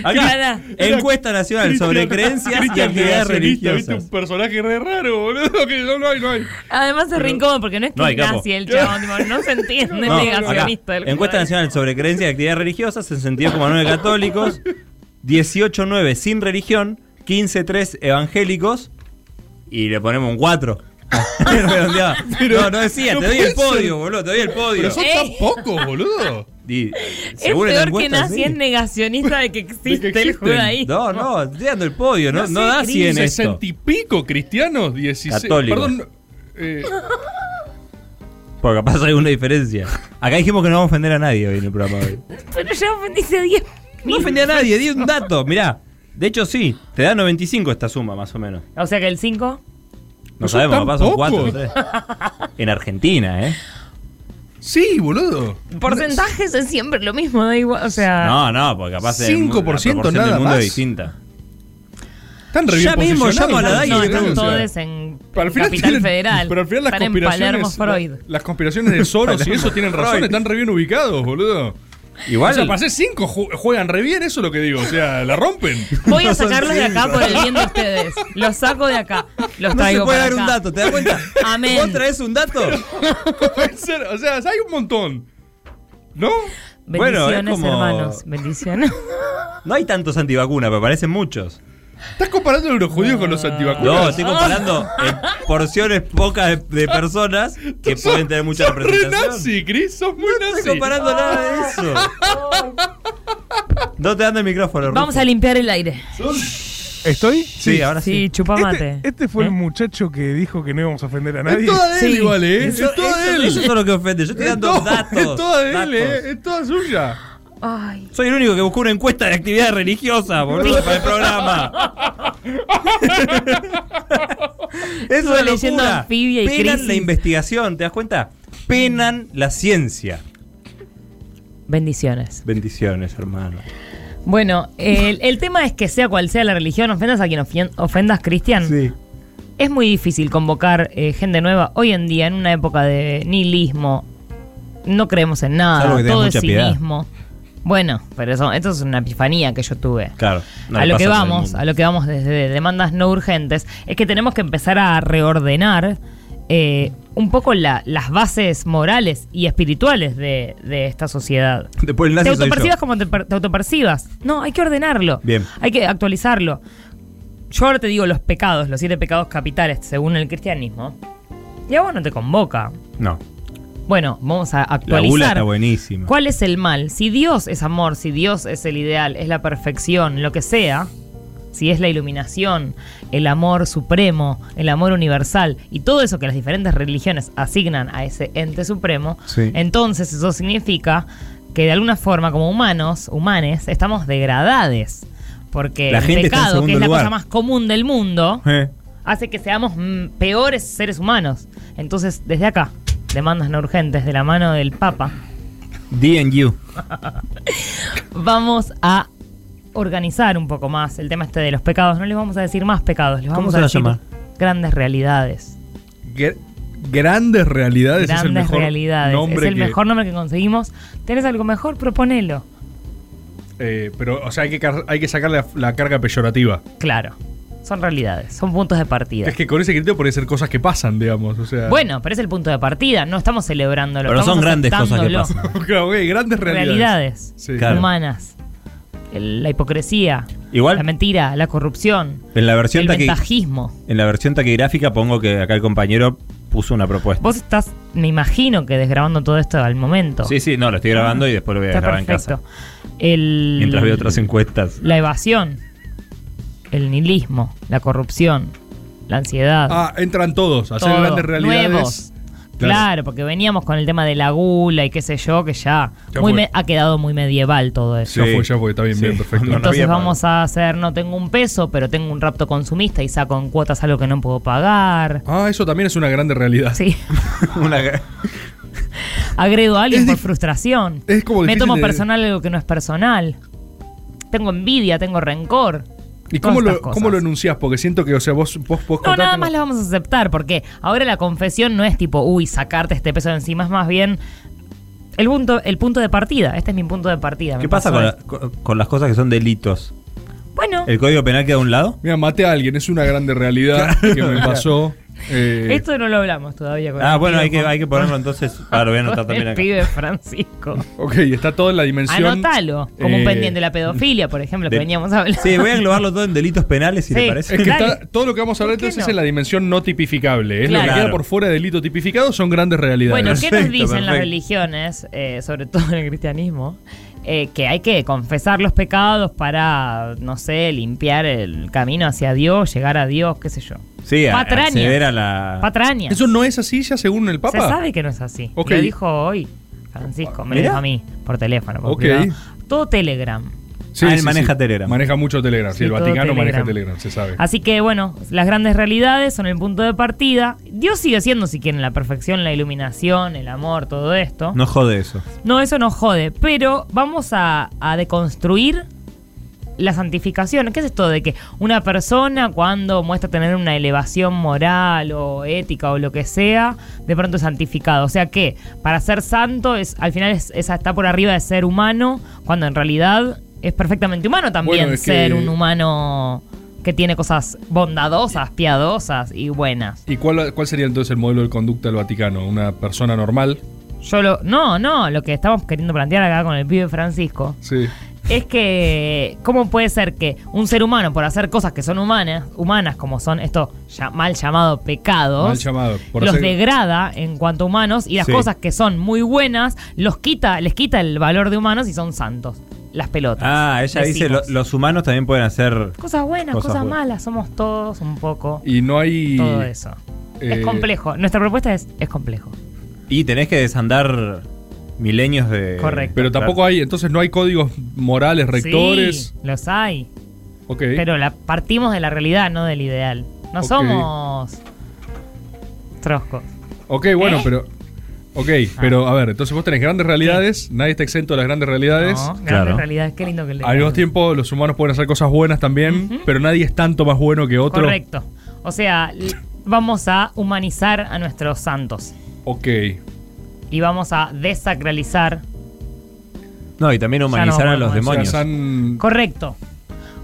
Speaker 6: Acá,
Speaker 4: Nada.
Speaker 6: encuesta nacional sobre
Speaker 4: Cristian-
Speaker 6: creencias y
Speaker 4: Cristian
Speaker 6: actividades
Speaker 4: negacionista, ¿viste?
Speaker 6: religiosas.
Speaker 4: Un personaje re raro, boludo. Que no, no hay, no hay.
Speaker 7: Además se
Speaker 4: Pero-
Speaker 7: rincón porque no es que
Speaker 6: No hay capo.
Speaker 7: nazi el chabón, tipo, no se entiende
Speaker 6: No,
Speaker 7: el
Speaker 6: acá,
Speaker 7: negacionista del
Speaker 6: encuesta nacional sobre creencias y actividades religiosas, 62,9 católicos, 18,9 sin religión, 15,3 evangélicos y le ponemos un 4. Redondeado. no, no decía, te doy el podio, boludo, te doy el podio.
Speaker 4: Pero son
Speaker 7: Eh.
Speaker 4: tan pocos, boludo.
Speaker 6: Y,
Speaker 7: Es
Speaker 6: según la
Speaker 7: peor que
Speaker 6: encuesta,
Speaker 7: nazi
Speaker 6: sí.
Speaker 7: es negacionista de que existe el
Speaker 4: existen.
Speaker 7: judaísmo.
Speaker 6: No, no, estoy dando el podio, no, no da 100 esto.
Speaker 4: 60 y pico cristianos, 16.
Speaker 6: Católicos.
Speaker 4: Perdón. eh,
Speaker 6: Porque capaz hay una diferencia. Acá dijimos que no vamos a ofender a nadie hoy en el programa. Hoy.
Speaker 7: Pero ya ofendiste a 10.
Speaker 6: No ofendí a nadie, di un dato, mirá. De hecho, sí, te da 95 esta suma, más o menos.
Speaker 7: O sea que el 5.
Speaker 6: No
Speaker 7: Pero son
Speaker 6: sabemos,
Speaker 7: tan
Speaker 6: capaz son 4
Speaker 7: pocos.
Speaker 6: En Argentina, ¿eh?
Speaker 4: Sí, boludo.
Speaker 7: Porcentajes es siempre lo mismo, da igual. O sea.
Speaker 6: No,
Speaker 4: Ah,
Speaker 6: no, porque capaz el mu- la
Speaker 4: 5%
Speaker 6: proporción
Speaker 4: nada
Speaker 6: del mundo
Speaker 4: más.
Speaker 6: es distinta.
Speaker 4: Están re
Speaker 6: Ya
Speaker 4: bien
Speaker 6: mismo
Speaker 4: posicionados,
Speaker 6: llamo a la
Speaker 4: ¿no?
Speaker 6: DAI y
Speaker 4: No,
Speaker 6: le
Speaker 4: están
Speaker 7: Están
Speaker 6: pregunto.
Speaker 7: todos en
Speaker 4: Pero al final
Speaker 7: Capital
Speaker 4: tienen-
Speaker 7: Federal.
Speaker 4: Pero al final las
Speaker 7: están en Palermo
Speaker 4: conspiraciones.
Speaker 7: Freud.
Speaker 4: la- las conspiraciones de Soros y
Speaker 6: Palermo
Speaker 4: eso tienen razón,
Speaker 6: Freud.
Speaker 4: están re bien ubicados, boludo.
Speaker 6: Igual-
Speaker 4: O sea, pasé 5 juegan re bien, eso es lo que digo. O sea, la rompen.
Speaker 7: Voy a
Speaker 4: No son
Speaker 7: sacarlos de acá
Speaker 4: cinco.
Speaker 7: por el bien de ustedes. Los saco de acá. Los
Speaker 4: No se
Speaker 7: traigo
Speaker 4: puede
Speaker 7: para
Speaker 4: dar
Speaker 7: acá.
Speaker 4: un dato, ¿te das cuenta?
Speaker 7: Amén.
Speaker 4: Vos
Speaker 6: traes un dato?
Speaker 4: Puede ser, o sea, hay un montón. ¿No?
Speaker 7: Bendiciones,
Speaker 6: Bueno, es como-
Speaker 7: hermanos. Bendiciones.
Speaker 6: No hay tantos antivacunas, pero parecen muchos.
Speaker 4: ¿Estás comparando a los judíos con los antivacunas?
Speaker 6: No, estoy comparando eh, porciones pocas de, de personas que pueden tener mucha
Speaker 4: Re
Speaker 6: representación.
Speaker 4: nazi, Chris, sos muy nazi. No
Speaker 6: estoy comparando nada de eso. No te dando el micrófono, Rufo.
Speaker 7: Vamos a limpiar el aire.
Speaker 12: ¿Estoy?
Speaker 6: Sí, ahora sí.
Speaker 7: Sí, chupa mate.
Speaker 12: Este, este fue
Speaker 7: ¿Eh?
Speaker 12: el muchacho que dijo que no íbamos a ofender a nadie.
Speaker 4: toda de él Sí. igual, ¿eh? Es
Speaker 6: Eso-
Speaker 4: toda de
Speaker 6: eso-
Speaker 4: él.
Speaker 6: Eso es lo que ofende. Yo estoy
Speaker 4: Es
Speaker 6: dando
Speaker 4: todo-
Speaker 6: datos.
Speaker 4: Es toda de él,
Speaker 6: datos.
Speaker 4: eh, es toda suya.
Speaker 6: Soy el único que buscó una encuesta de actividad religiosa, boludo, para el programa. es
Speaker 7: Estuve
Speaker 6: una
Speaker 7: leyendo
Speaker 6: locura.
Speaker 7: anfibia y
Speaker 6: Penan
Speaker 7: crisis.
Speaker 6: la investigación, ¿te das cuenta? Penan la ciencia.
Speaker 7: Bendiciones.
Speaker 6: Bendiciones, hermano.
Speaker 7: Bueno, el, el tema es que sea cual sea la religión, ofendas a quien ofien- ofendas, Cristian.
Speaker 6: Sí.
Speaker 7: Es muy difícil convocar eh, gente nueva hoy en día, en una época de nihilismo. No creemos en nada,
Speaker 6: Salvo que tengas
Speaker 7: todo es
Speaker 6: mucha piedad.
Speaker 7: cinismo. Bueno, pero eso, esto es una epifanía que yo tuve.
Speaker 6: Claro. no
Speaker 7: a
Speaker 6: le
Speaker 7: lo que
Speaker 6: pasa todo el
Speaker 7: vamos,
Speaker 6: mundo.
Speaker 7: a lo que vamos desde demandas no urgentes, es que tenemos que empezar a reordenar eh, un poco la- las bases morales y espirituales de, de esta sociedad.
Speaker 6: Después el
Speaker 7: te
Speaker 6: nazi soy
Speaker 7: autopercibas
Speaker 6: yo.
Speaker 7: como te, per- te autopercibas. No, hay que ordenarlo.
Speaker 6: Bien.
Speaker 7: Hay que actualizarlo. Yo ahora te digo los pecados, los siete pecados capitales, según el cristianismo. Y a vos no te convoca.
Speaker 6: No.
Speaker 7: Bueno, vamos a
Speaker 6: La bula
Speaker 7: actualizar.
Speaker 6: está buenísima.
Speaker 7: ¿Cuál es el mal? Si Dios es amor, si Dios es el ideal, es la perfección, lo que sea, si es la iluminación, el amor supremo, el amor universal y todo eso que las diferentes religiones asignan a ese ente supremo,
Speaker 24: Sí.
Speaker 7: entonces eso significa que de alguna forma como humanos, humanes, estamos degradades. Porque
Speaker 6: La
Speaker 7: el
Speaker 6: gente está en
Speaker 7: pecado, que
Speaker 6: segundo
Speaker 7: es la
Speaker 6: lugar.
Speaker 7: cosa más común del mundo,
Speaker 6: Eh.
Speaker 7: hace que seamos mm, peores seres humanos. Entonces, desde acá, demandas no urgentes de la mano del Papa,
Speaker 6: D&U.
Speaker 7: vamos a organizar un poco más el tema este de los pecados. No les vamos a decir más pecados, les
Speaker 6: ¿Cómo
Speaker 7: vamos
Speaker 6: se
Speaker 7: a
Speaker 6: va a
Speaker 7: decir
Speaker 6: llamar?
Speaker 7: grandes realidades.
Speaker 10: Gr- Grandes realidades es el
Speaker 7: grandes
Speaker 10: mejor
Speaker 7: realidades.
Speaker 10: nombre
Speaker 7: es el
Speaker 10: que-
Speaker 7: mejor nombre que conseguimos. ¿Tenés algo mejor? Proponelo.
Speaker 10: eh, pero, o sea, hay que, car- hay que sacar la, la carga peyorativa.
Speaker 7: Claro. Son realidades, son puntos de partida.
Speaker 10: Es que con ese criterio podría ser cosas que pasan, digamos. O sea,
Speaker 7: Bueno, pero es el punto de partida, no estamos celebrándolo.
Speaker 10: Pero
Speaker 7: estamos
Speaker 10: son grandes cosas que
Speaker 7: aceptándolo.
Speaker 10: claro, ok, grandes realidades.
Speaker 7: realidades
Speaker 10: Sí.
Speaker 7: humanas. El- la hipocresía,
Speaker 6: Igual-
Speaker 7: la mentira, la corrupción,
Speaker 6: En la versión
Speaker 7: el
Speaker 6: taqui-
Speaker 7: ventajismo.
Speaker 6: En la versión taquigráfica pongo que acá el compañero puso una propuesta.
Speaker 7: Vos estás, me imagino que desgrabando todo esto al momento.
Speaker 6: Sí, sí, no, lo estoy grabando y después lo voy a
Speaker 7: Está
Speaker 6: grabar en
Speaker 7: perfecto.
Speaker 6: casa.
Speaker 7: El-
Speaker 6: Mientras veo otras encuestas.
Speaker 7: La evasión, el nihilismo, la corrupción, la ansiedad.
Speaker 10: Ah, entran todos. Hacer
Speaker 7: todo,
Speaker 10: grandes realidades.
Speaker 7: Nuevos. Claro.
Speaker 10: Claro.
Speaker 7: porque veníamos con el tema de la gula y qué sé yo, que ya,
Speaker 10: Ya
Speaker 7: muy
Speaker 10: fue.
Speaker 7: me- ha quedado muy medieval todo eso.
Speaker 10: Ya fue, ya fue, está bien, bien, perfecto.
Speaker 7: Entonces vamos a hacer, no tengo un peso, pero tengo un rapto consumista y saco en cuotas algo que no puedo pagar.
Speaker 10: Ah, eso también es una grande realidad.
Speaker 7: Sí.
Speaker 6: Una-
Speaker 7: Agrego a alguien por frustración. Me
Speaker 10: difícil
Speaker 7: tomo
Speaker 10: de-
Speaker 7: personal algo que no es personal. Tengo envidia, tengo rencor.
Speaker 10: ¿Y
Speaker 7: todas
Speaker 10: cómo lo,
Speaker 7: estas cosas.
Speaker 10: cómo lo enunciás? Porque siento que, o sea, vos, vos podés
Speaker 7: No,
Speaker 10: contar
Speaker 7: nada
Speaker 10: como-
Speaker 7: más la vamos a aceptar, porque ahora la confesión no es tipo, uy, sacarte este peso de encima, es más bien el punto, el punto de partida. Este es mi punto de partida.
Speaker 6: ¿Qué
Speaker 7: me
Speaker 6: pasa
Speaker 7: pasó
Speaker 6: con, la-
Speaker 7: esto.
Speaker 6: con- con las cosas que son delitos?
Speaker 7: Bueno,
Speaker 6: ¿El código penal queda a un lado?
Speaker 10: Mira, maté a alguien, es una grande realidad que me pasó. Eh,
Speaker 7: esto no lo hablamos todavía. Con
Speaker 6: Ah,
Speaker 7: el
Speaker 6: bueno,
Speaker 7: pibe
Speaker 6: hay que,
Speaker 7: Juan-
Speaker 6: hay que ponerlo entonces. Ah, lo voy a anotar
Speaker 7: con
Speaker 6: también
Speaker 7: el
Speaker 6: acá.
Speaker 7: pibe Francisco.
Speaker 10: ok, está todo en la dimensión.
Speaker 7: Anótalo, como un
Speaker 10: eh,
Speaker 7: pendiente la pedofilia, por ejemplo, que
Speaker 10: de-
Speaker 7: veníamos hablando.
Speaker 6: Sí, voy a englobarlo todo en delitos penales, si
Speaker 7: Sí.
Speaker 6: te parece.
Speaker 10: Es que
Speaker 7: Dale.
Speaker 10: está- todo lo que vamos a hablar
Speaker 7: ¿Por qué
Speaker 10: entonces
Speaker 7: no?
Speaker 10: es la dimensión no tipificable. Es lo
Speaker 7: Claro.
Speaker 10: que queda por fuera de delito tipificado, son grandes realidades.
Speaker 7: Bueno, ¿qué nos dicen las religiones, eh, sobre todo en el cristianismo? Eh, que hay que confesar los pecados para, no sé, limpiar el camino hacia Dios, llegar a Dios, qué sé yo.
Speaker 6: Sí, a-
Speaker 7: Patrañas.
Speaker 6: acceder a la-
Speaker 7: Patrañas.
Speaker 10: ¿Eso no es así ya según el Papa?
Speaker 7: Se sabe que no es así.
Speaker 10: Ok.
Speaker 7: Lo dijo hoy Francisco, me lo
Speaker 10: Mirá.
Speaker 7: dijo a mí por teléfono. por
Speaker 10: Ok.
Speaker 7: privado. Todo Telegram.
Speaker 10: Sí,
Speaker 6: Ah, él
Speaker 10: sí,
Speaker 6: maneja
Speaker 10: sí.
Speaker 6: Telegram.
Speaker 10: Maneja mucho Telegram.
Speaker 7: Sí,
Speaker 10: sí, el
Speaker 7: todo
Speaker 10: Vaticano
Speaker 7: Telegram.
Speaker 10: maneja
Speaker 7: Ah.
Speaker 10: Telegram, se sabe.
Speaker 7: Así que bueno, las grandes realidades son el punto de partida. Dios sigue siendo, si quieren, la perfección, la iluminación, el amor, todo esto.
Speaker 6: No jode eso.
Speaker 7: No, eso no jode, pero vamos a, a deconstruir la santificación. ¿Qué es esto de que una persona cuando muestra tener una elevación moral o ética o lo que sea, de pronto es santificado? O sea que para ser santo es al final es, es- está por arriba de ser humano, cuando en realidad es perfectamente humano también
Speaker 10: Bueno, es que-
Speaker 7: ser un humano que tiene cosas bondadosas, piadosas y buenas.
Speaker 10: ¿Y cuál, cuál sería entonces el modelo de conducta del Vaticano? ¿Una persona normal?
Speaker 7: Yo lo no, no, lo que estamos queriendo plantear acá con el pibe Francisco
Speaker 10: Sí.
Speaker 7: es que cómo puede ser que un ser humano por hacer cosas que son humanas, humanas como son estos ya- mal llamados pecados,
Speaker 10: Mal llamado. Por
Speaker 7: los
Speaker 10: hacer-
Speaker 7: degrada en cuanto a humanos y las
Speaker 10: Sí.
Speaker 7: cosas que son muy buenas los quita, les quita el valor de humanos y son santos, las pelotas.
Speaker 6: Ah, ella dice
Speaker 7: Decimos.
Speaker 6: "Lo- los humanos también pueden hacer.
Speaker 7: cosas buenas,
Speaker 6: cosas
Speaker 7: cosas,
Speaker 6: buenas.
Speaker 7: malas, somos todos un poco.
Speaker 10: Y no hay.
Speaker 7: Todo eso.
Speaker 6: eh,
Speaker 7: es complejo. Nuestra propuesta es es complejo.
Speaker 6: Y tenés que desandar milenios de.
Speaker 7: Correcto.
Speaker 10: Pero tampoco hay, entonces no hay códigos morales, rectores.
Speaker 7: Sí, los hay.
Speaker 10: Ok.
Speaker 7: Pero la partimos de la realidad, no del ideal. No
Speaker 10: Ok.
Speaker 7: somos troscos.
Speaker 10: Ok, bueno,
Speaker 7: ¿Eh? Ah.
Speaker 10: pero. Ok, pero a ver, entonces vos tenés grandes realidades, nadie está exento de las grandes realidades.
Speaker 7: No, grandes realidades, qué lindo que le
Speaker 10: Al mismo tiempo, los humanos pueden hacer cosas buenas también, pero nadie es tanto más bueno que otro.
Speaker 7: Correcto. O sea, l- vamos a humanizar a nuestros santos
Speaker 10: Ok.
Speaker 7: y vamos a desacralizar
Speaker 6: No, y también humanizar a los demonios.
Speaker 7: Mm. Correcto.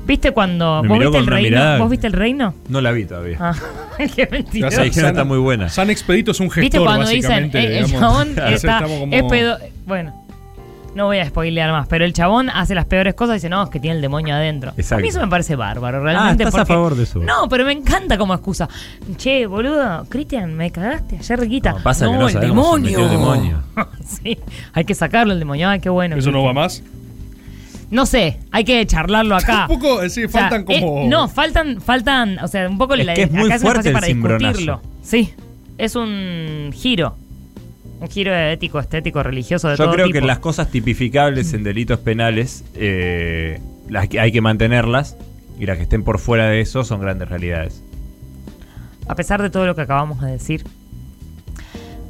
Speaker 7: ¿Viste cuando
Speaker 6: Me
Speaker 7: vos viste,
Speaker 6: miró con
Speaker 7: el
Speaker 6: una
Speaker 7: reino?
Speaker 6: mirada-
Speaker 7: ¿Vos viste el reino?
Speaker 6: No la vi todavía.
Speaker 7: Ah, qué mentira.
Speaker 6: Esa escena está muy buena.
Speaker 10: San Expedito es un gestor,
Speaker 7: ¿Viste cuando dicen
Speaker 10: básicamente.
Speaker 7: eh, el
Speaker 10: digamos.
Speaker 7: chabón
Speaker 10: Claro.
Speaker 7: está,
Speaker 10: Estamos como-
Speaker 7: es pedo- Bueno, no voy a spoilear más, pero el chabón hace las peores cosas y dice, no, es que tiene el demonio adentro.
Speaker 6: Exacto.
Speaker 7: A mí eso me parece bárbaro, realmente.
Speaker 6: Ah, estás a
Speaker 7: porque-
Speaker 6: favor de eso.
Speaker 7: No, pero me encanta como excusa. Che, boludo, Cristian, me cagaste ayer, riquita. No,
Speaker 6: pasa que no
Speaker 7: el
Speaker 6: sabemos si metió
Speaker 7: demonio.
Speaker 6: el demonio.
Speaker 7: sí, hay que sacarlo el demonio. Ay, qué bueno.
Speaker 10: ¿Eso no va
Speaker 7: Cristian.
Speaker 10: más?
Speaker 7: No sé, hay que charlarlo acá.
Speaker 10: Un poco, sí,
Speaker 7: O sea,
Speaker 10: faltan como-
Speaker 7: eh, no, faltan, faltan, o sea, un poco
Speaker 6: Es
Speaker 7: la
Speaker 6: que es muy
Speaker 7: acá un
Speaker 6: fuerte
Speaker 7: espacio
Speaker 6: el
Speaker 7: para
Speaker 6: cimbronazo.
Speaker 7: discutirlo. Sí, es un giro. Un giro ético, estético, religioso de
Speaker 6: Yo
Speaker 7: todo
Speaker 6: creo
Speaker 7: tipo.
Speaker 6: que las cosas tipificables en delitos penales eh, las que hay que mantenerlas y las que estén por fuera de eso son grandes realidades.
Speaker 7: A pesar de todo lo que acabamos de decir,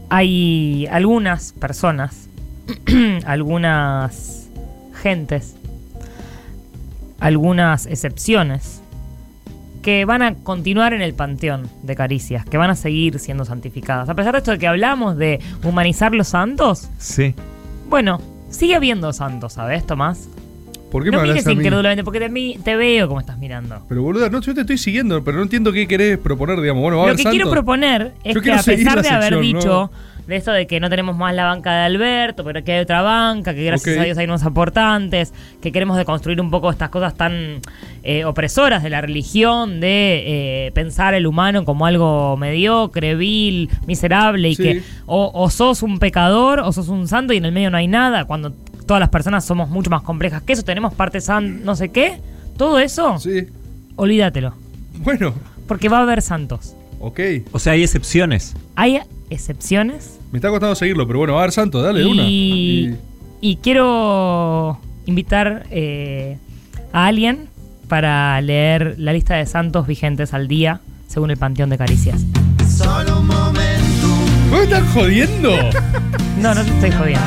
Speaker 7: hay algunas personas, algunas gentes, algunas excepciones que van a continuar en el panteón de caricias, que van a seguir siendo santificadas. A pesar de esto de que hablamos de humanizar los santos,
Speaker 6: Sí.
Speaker 7: bueno, sigue habiendo santos, ¿sabes, Tomás?
Speaker 10: ¿Por qué
Speaker 7: No
Speaker 10: me hablas
Speaker 7: mires
Speaker 10: a mí?
Speaker 7: incrédulamente, porque te, mi- te veo como estás mirando.
Speaker 10: Pero boluda, no, yo te estoy siguiendo, pero no entiendo qué querés proponer, digamos. Bueno, va a
Speaker 7: Lo
Speaker 10: haber
Speaker 7: que quiero
Speaker 10: santos.
Speaker 7: proponer es
Speaker 10: Yo
Speaker 7: que
Speaker 10: quiero
Speaker 7: a
Speaker 10: seguir
Speaker 7: pesar
Speaker 10: la
Speaker 7: de haber
Speaker 10: sección,
Speaker 7: dicho de esto de que no tenemos más la banca de Alberto, pero que hay otra banca, que gracias
Speaker 10: Ok.
Speaker 7: a Dios hay unos aportantes, que queremos deconstruir un poco estas cosas tan eh, opresoras de la religión, de eh, pensar el humano como algo mediocre, vil, miserable, y
Speaker 24: Sí.
Speaker 7: que o, o sos un pecador o sos un santo y en el medio no hay nada, cuando todas las personas somos mucho más complejas que eso, tenemos parte san, no sé qué, todo eso, olvídatelo.
Speaker 10: Bueno.
Speaker 7: Porque va a haber santos.
Speaker 10: Ok.
Speaker 6: O sea, hay excepciones.
Speaker 7: Hay excepciones
Speaker 10: Me está costando seguirlo, pero bueno, va a haber santos, dale, de una.
Speaker 7: y, y quiero invitar eh, a alguien para leer la lista de santos vigentes al día según el Panteón de Caricias.
Speaker 3: Solo un momento.
Speaker 10: ¿Me están jodiendo?
Speaker 7: No, no te estoy jodiendo.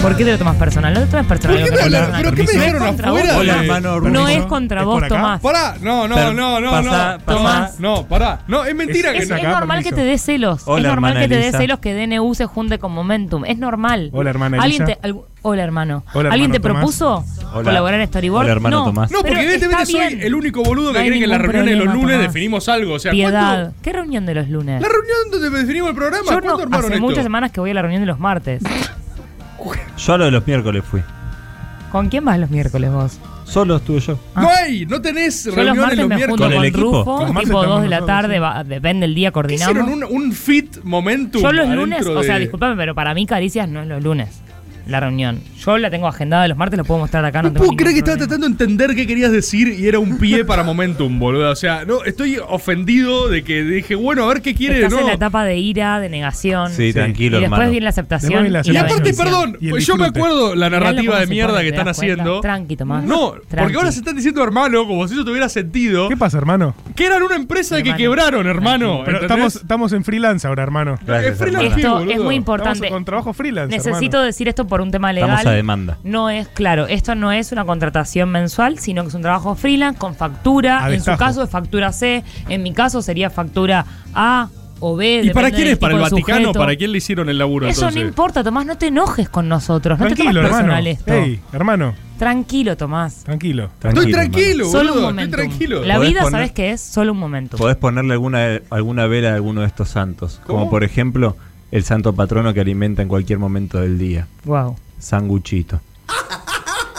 Speaker 7: ¿Por qué te lo tomas personal? No te tomas personal.
Speaker 10: ¿Por qué
Speaker 7: lo que
Speaker 10: me-
Speaker 7: tomas personal.
Speaker 10: pero qué
Speaker 7: No
Speaker 10: me
Speaker 7: es
Speaker 10: dejaron
Speaker 7: contra
Speaker 10: afuera
Speaker 7: vos,
Speaker 10: de-
Speaker 7: Tomás.
Speaker 10: Hola, mano,
Speaker 7: No
Speaker 10: Ruiz,
Speaker 7: es
Speaker 10: ¿no?
Speaker 7: contra
Speaker 10: ¿Es
Speaker 7: vos,
Speaker 10: por acá?
Speaker 7: Tomás.
Speaker 10: Pará, no, no,
Speaker 7: Pero-
Speaker 10: no, no,
Speaker 6: pasa-
Speaker 10: no.
Speaker 6: pasa-
Speaker 10: Tomás, no, pará. No, es mentira
Speaker 7: Es,
Speaker 10: que no.
Speaker 7: es normal que te dé celos. es
Speaker 10: Hola,
Speaker 7: normal
Speaker 10: hermana
Speaker 7: que te dé
Speaker 10: Elisa.
Speaker 7: celos que DNU se junte con Momentum. Es normal.
Speaker 10: Hola, hermana
Speaker 7: ¿Alguien
Speaker 10: Elisa.
Speaker 7: te- algu- hola, hermano.
Speaker 10: Hola,
Speaker 7: ¿Alguien
Speaker 10: hermano
Speaker 7: te
Speaker 10: Tomás.
Speaker 7: propuso
Speaker 10: Hola.
Speaker 7: colaborar en Storyboard?
Speaker 10: Hola, hermano
Speaker 7: no,
Speaker 10: Tomás. No, porque
Speaker 7: pero
Speaker 10: evidentemente
Speaker 7: está
Speaker 10: soy
Speaker 7: bien.
Speaker 10: el único boludo que
Speaker 7: No hay
Speaker 10: cree que en las
Speaker 7: ningún
Speaker 10: reuniones de los
Speaker 7: problema,
Speaker 10: lunes
Speaker 7: Tomás.
Speaker 10: definimos algo. O sea,
Speaker 7: Piedad.
Speaker 10: ¿cuándo?
Speaker 7: ¿Qué reunión de los lunes?
Speaker 10: La reunión donde definimos el programa.
Speaker 7: Yo
Speaker 10: ¿Cuándo
Speaker 7: no,
Speaker 10: armaron
Speaker 7: hace
Speaker 10: esto?
Speaker 7: muchas semanas que voy a la reunión de los martes.
Speaker 6: Yo a lo de los miércoles fui.
Speaker 7: ¿Con quién vas los miércoles vos?
Speaker 6: Solo estuve yo.
Speaker 10: No hay, no tenés
Speaker 7: Yo los
Speaker 10: reuniones
Speaker 7: martes
Speaker 10: los
Speaker 7: me
Speaker 10: miércoles.
Speaker 7: junto con Rufo, tipo 2 de la tarde, va- depende del día,
Speaker 10: ¿Qué
Speaker 7: coordinamos.
Speaker 10: Hicieron un, un fit momentum.
Speaker 7: Yo los
Speaker 10: adentro
Speaker 7: lunes, o sea,
Speaker 10: de-
Speaker 7: discúlpame, pero para mí Caricias no es los lunes la reunión. Yo la tengo agendada los martes, lo puedo mostrar acá. No,
Speaker 10: No
Speaker 7: tengo
Speaker 10: puedo
Speaker 7: ningún
Speaker 10: creer que estaba
Speaker 7: problema.
Speaker 10: tratando de entender qué querías decir y era un pie para momentum, boludo. O sea, no, estoy ofendido de que dije, bueno, a ver qué quiere,
Speaker 7: Estás
Speaker 10: ¿no?
Speaker 7: en la etapa de ira, de negación.
Speaker 6: Sí, tranquilo,
Speaker 7: Y después
Speaker 6: hermano.
Speaker 7: viene la aceptación.
Speaker 6: Después viene la
Speaker 7: y la
Speaker 6: aceptación.
Speaker 10: Aparte,
Speaker 7: bendición.
Speaker 10: perdón, pues
Speaker 6: Y el
Speaker 10: yo me
Speaker 6: disfrute.
Speaker 10: acuerdo la
Speaker 7: Mirá
Speaker 10: narrativa
Speaker 7: cómo
Speaker 10: de
Speaker 7: se
Speaker 10: mierda
Speaker 7: pone,
Speaker 10: que
Speaker 7: ¿te
Speaker 10: están
Speaker 7: das cuenta?
Speaker 10: haciendo.
Speaker 7: Tranqui, Tomás.
Speaker 10: No, porque
Speaker 7: Tranqui.
Speaker 10: ahora se están diciendo hermano, como si eso tuviera sentido.
Speaker 9: ¿Qué pasa, hermano?
Speaker 10: Que eran una empresa que quebraron, hermano.
Speaker 9: Pero
Speaker 10: ¿entendés?
Speaker 9: estamos, estamos en freelance ahora, hermano.
Speaker 10: Gracias, freelance hermano.
Speaker 7: Esto es muy importante.
Speaker 9: Estamos con trabajo freelance.
Speaker 7: Necesito decir esto por un tema legal.
Speaker 9: Estamos a demanda.
Speaker 7: No es claro, esto no es una contratación mensual, sino que es un trabajo freelance con factura.
Speaker 10: A
Speaker 7: en su
Speaker 10: destajo.
Speaker 7: caso es factura C, en mi caso sería factura A o B.
Speaker 10: ¿Y para
Speaker 7: depende
Speaker 10: quién
Speaker 7: del
Speaker 10: es? ¿Para el
Speaker 7: tipo de
Speaker 10: Vaticano?
Speaker 7: sujeto.
Speaker 10: ¿Para quién le hicieron el laburo
Speaker 7: Eso no
Speaker 10: entonces?
Speaker 7: importa, Tomás, no te enojes con nosotros. No te
Speaker 9: Tranquilo,
Speaker 7: tomes personal
Speaker 9: hermano.
Speaker 7: esto.
Speaker 9: Ey, hermano.
Speaker 7: Tranquilo, Tomás.
Speaker 9: Tranquilo.
Speaker 6: Estoy
Speaker 10: tranquilo,
Speaker 7: Solo
Speaker 10: boludo,
Speaker 7: un
Speaker 10: estoy
Speaker 7: momento.
Speaker 10: tranquilo.
Speaker 7: La
Speaker 6: Podés
Speaker 7: vida,
Speaker 6: poner-
Speaker 7: ¿sabes qué es? Solo un momento.
Speaker 6: Podés ponerle alguna, alguna vela a alguno de estos santos. Como
Speaker 7: ¿Cómo?
Speaker 6: por ejemplo, el santo patrono que alimenta en cualquier momento del día.
Speaker 7: Wow.
Speaker 6: Sanguchito.
Speaker 10: Ah.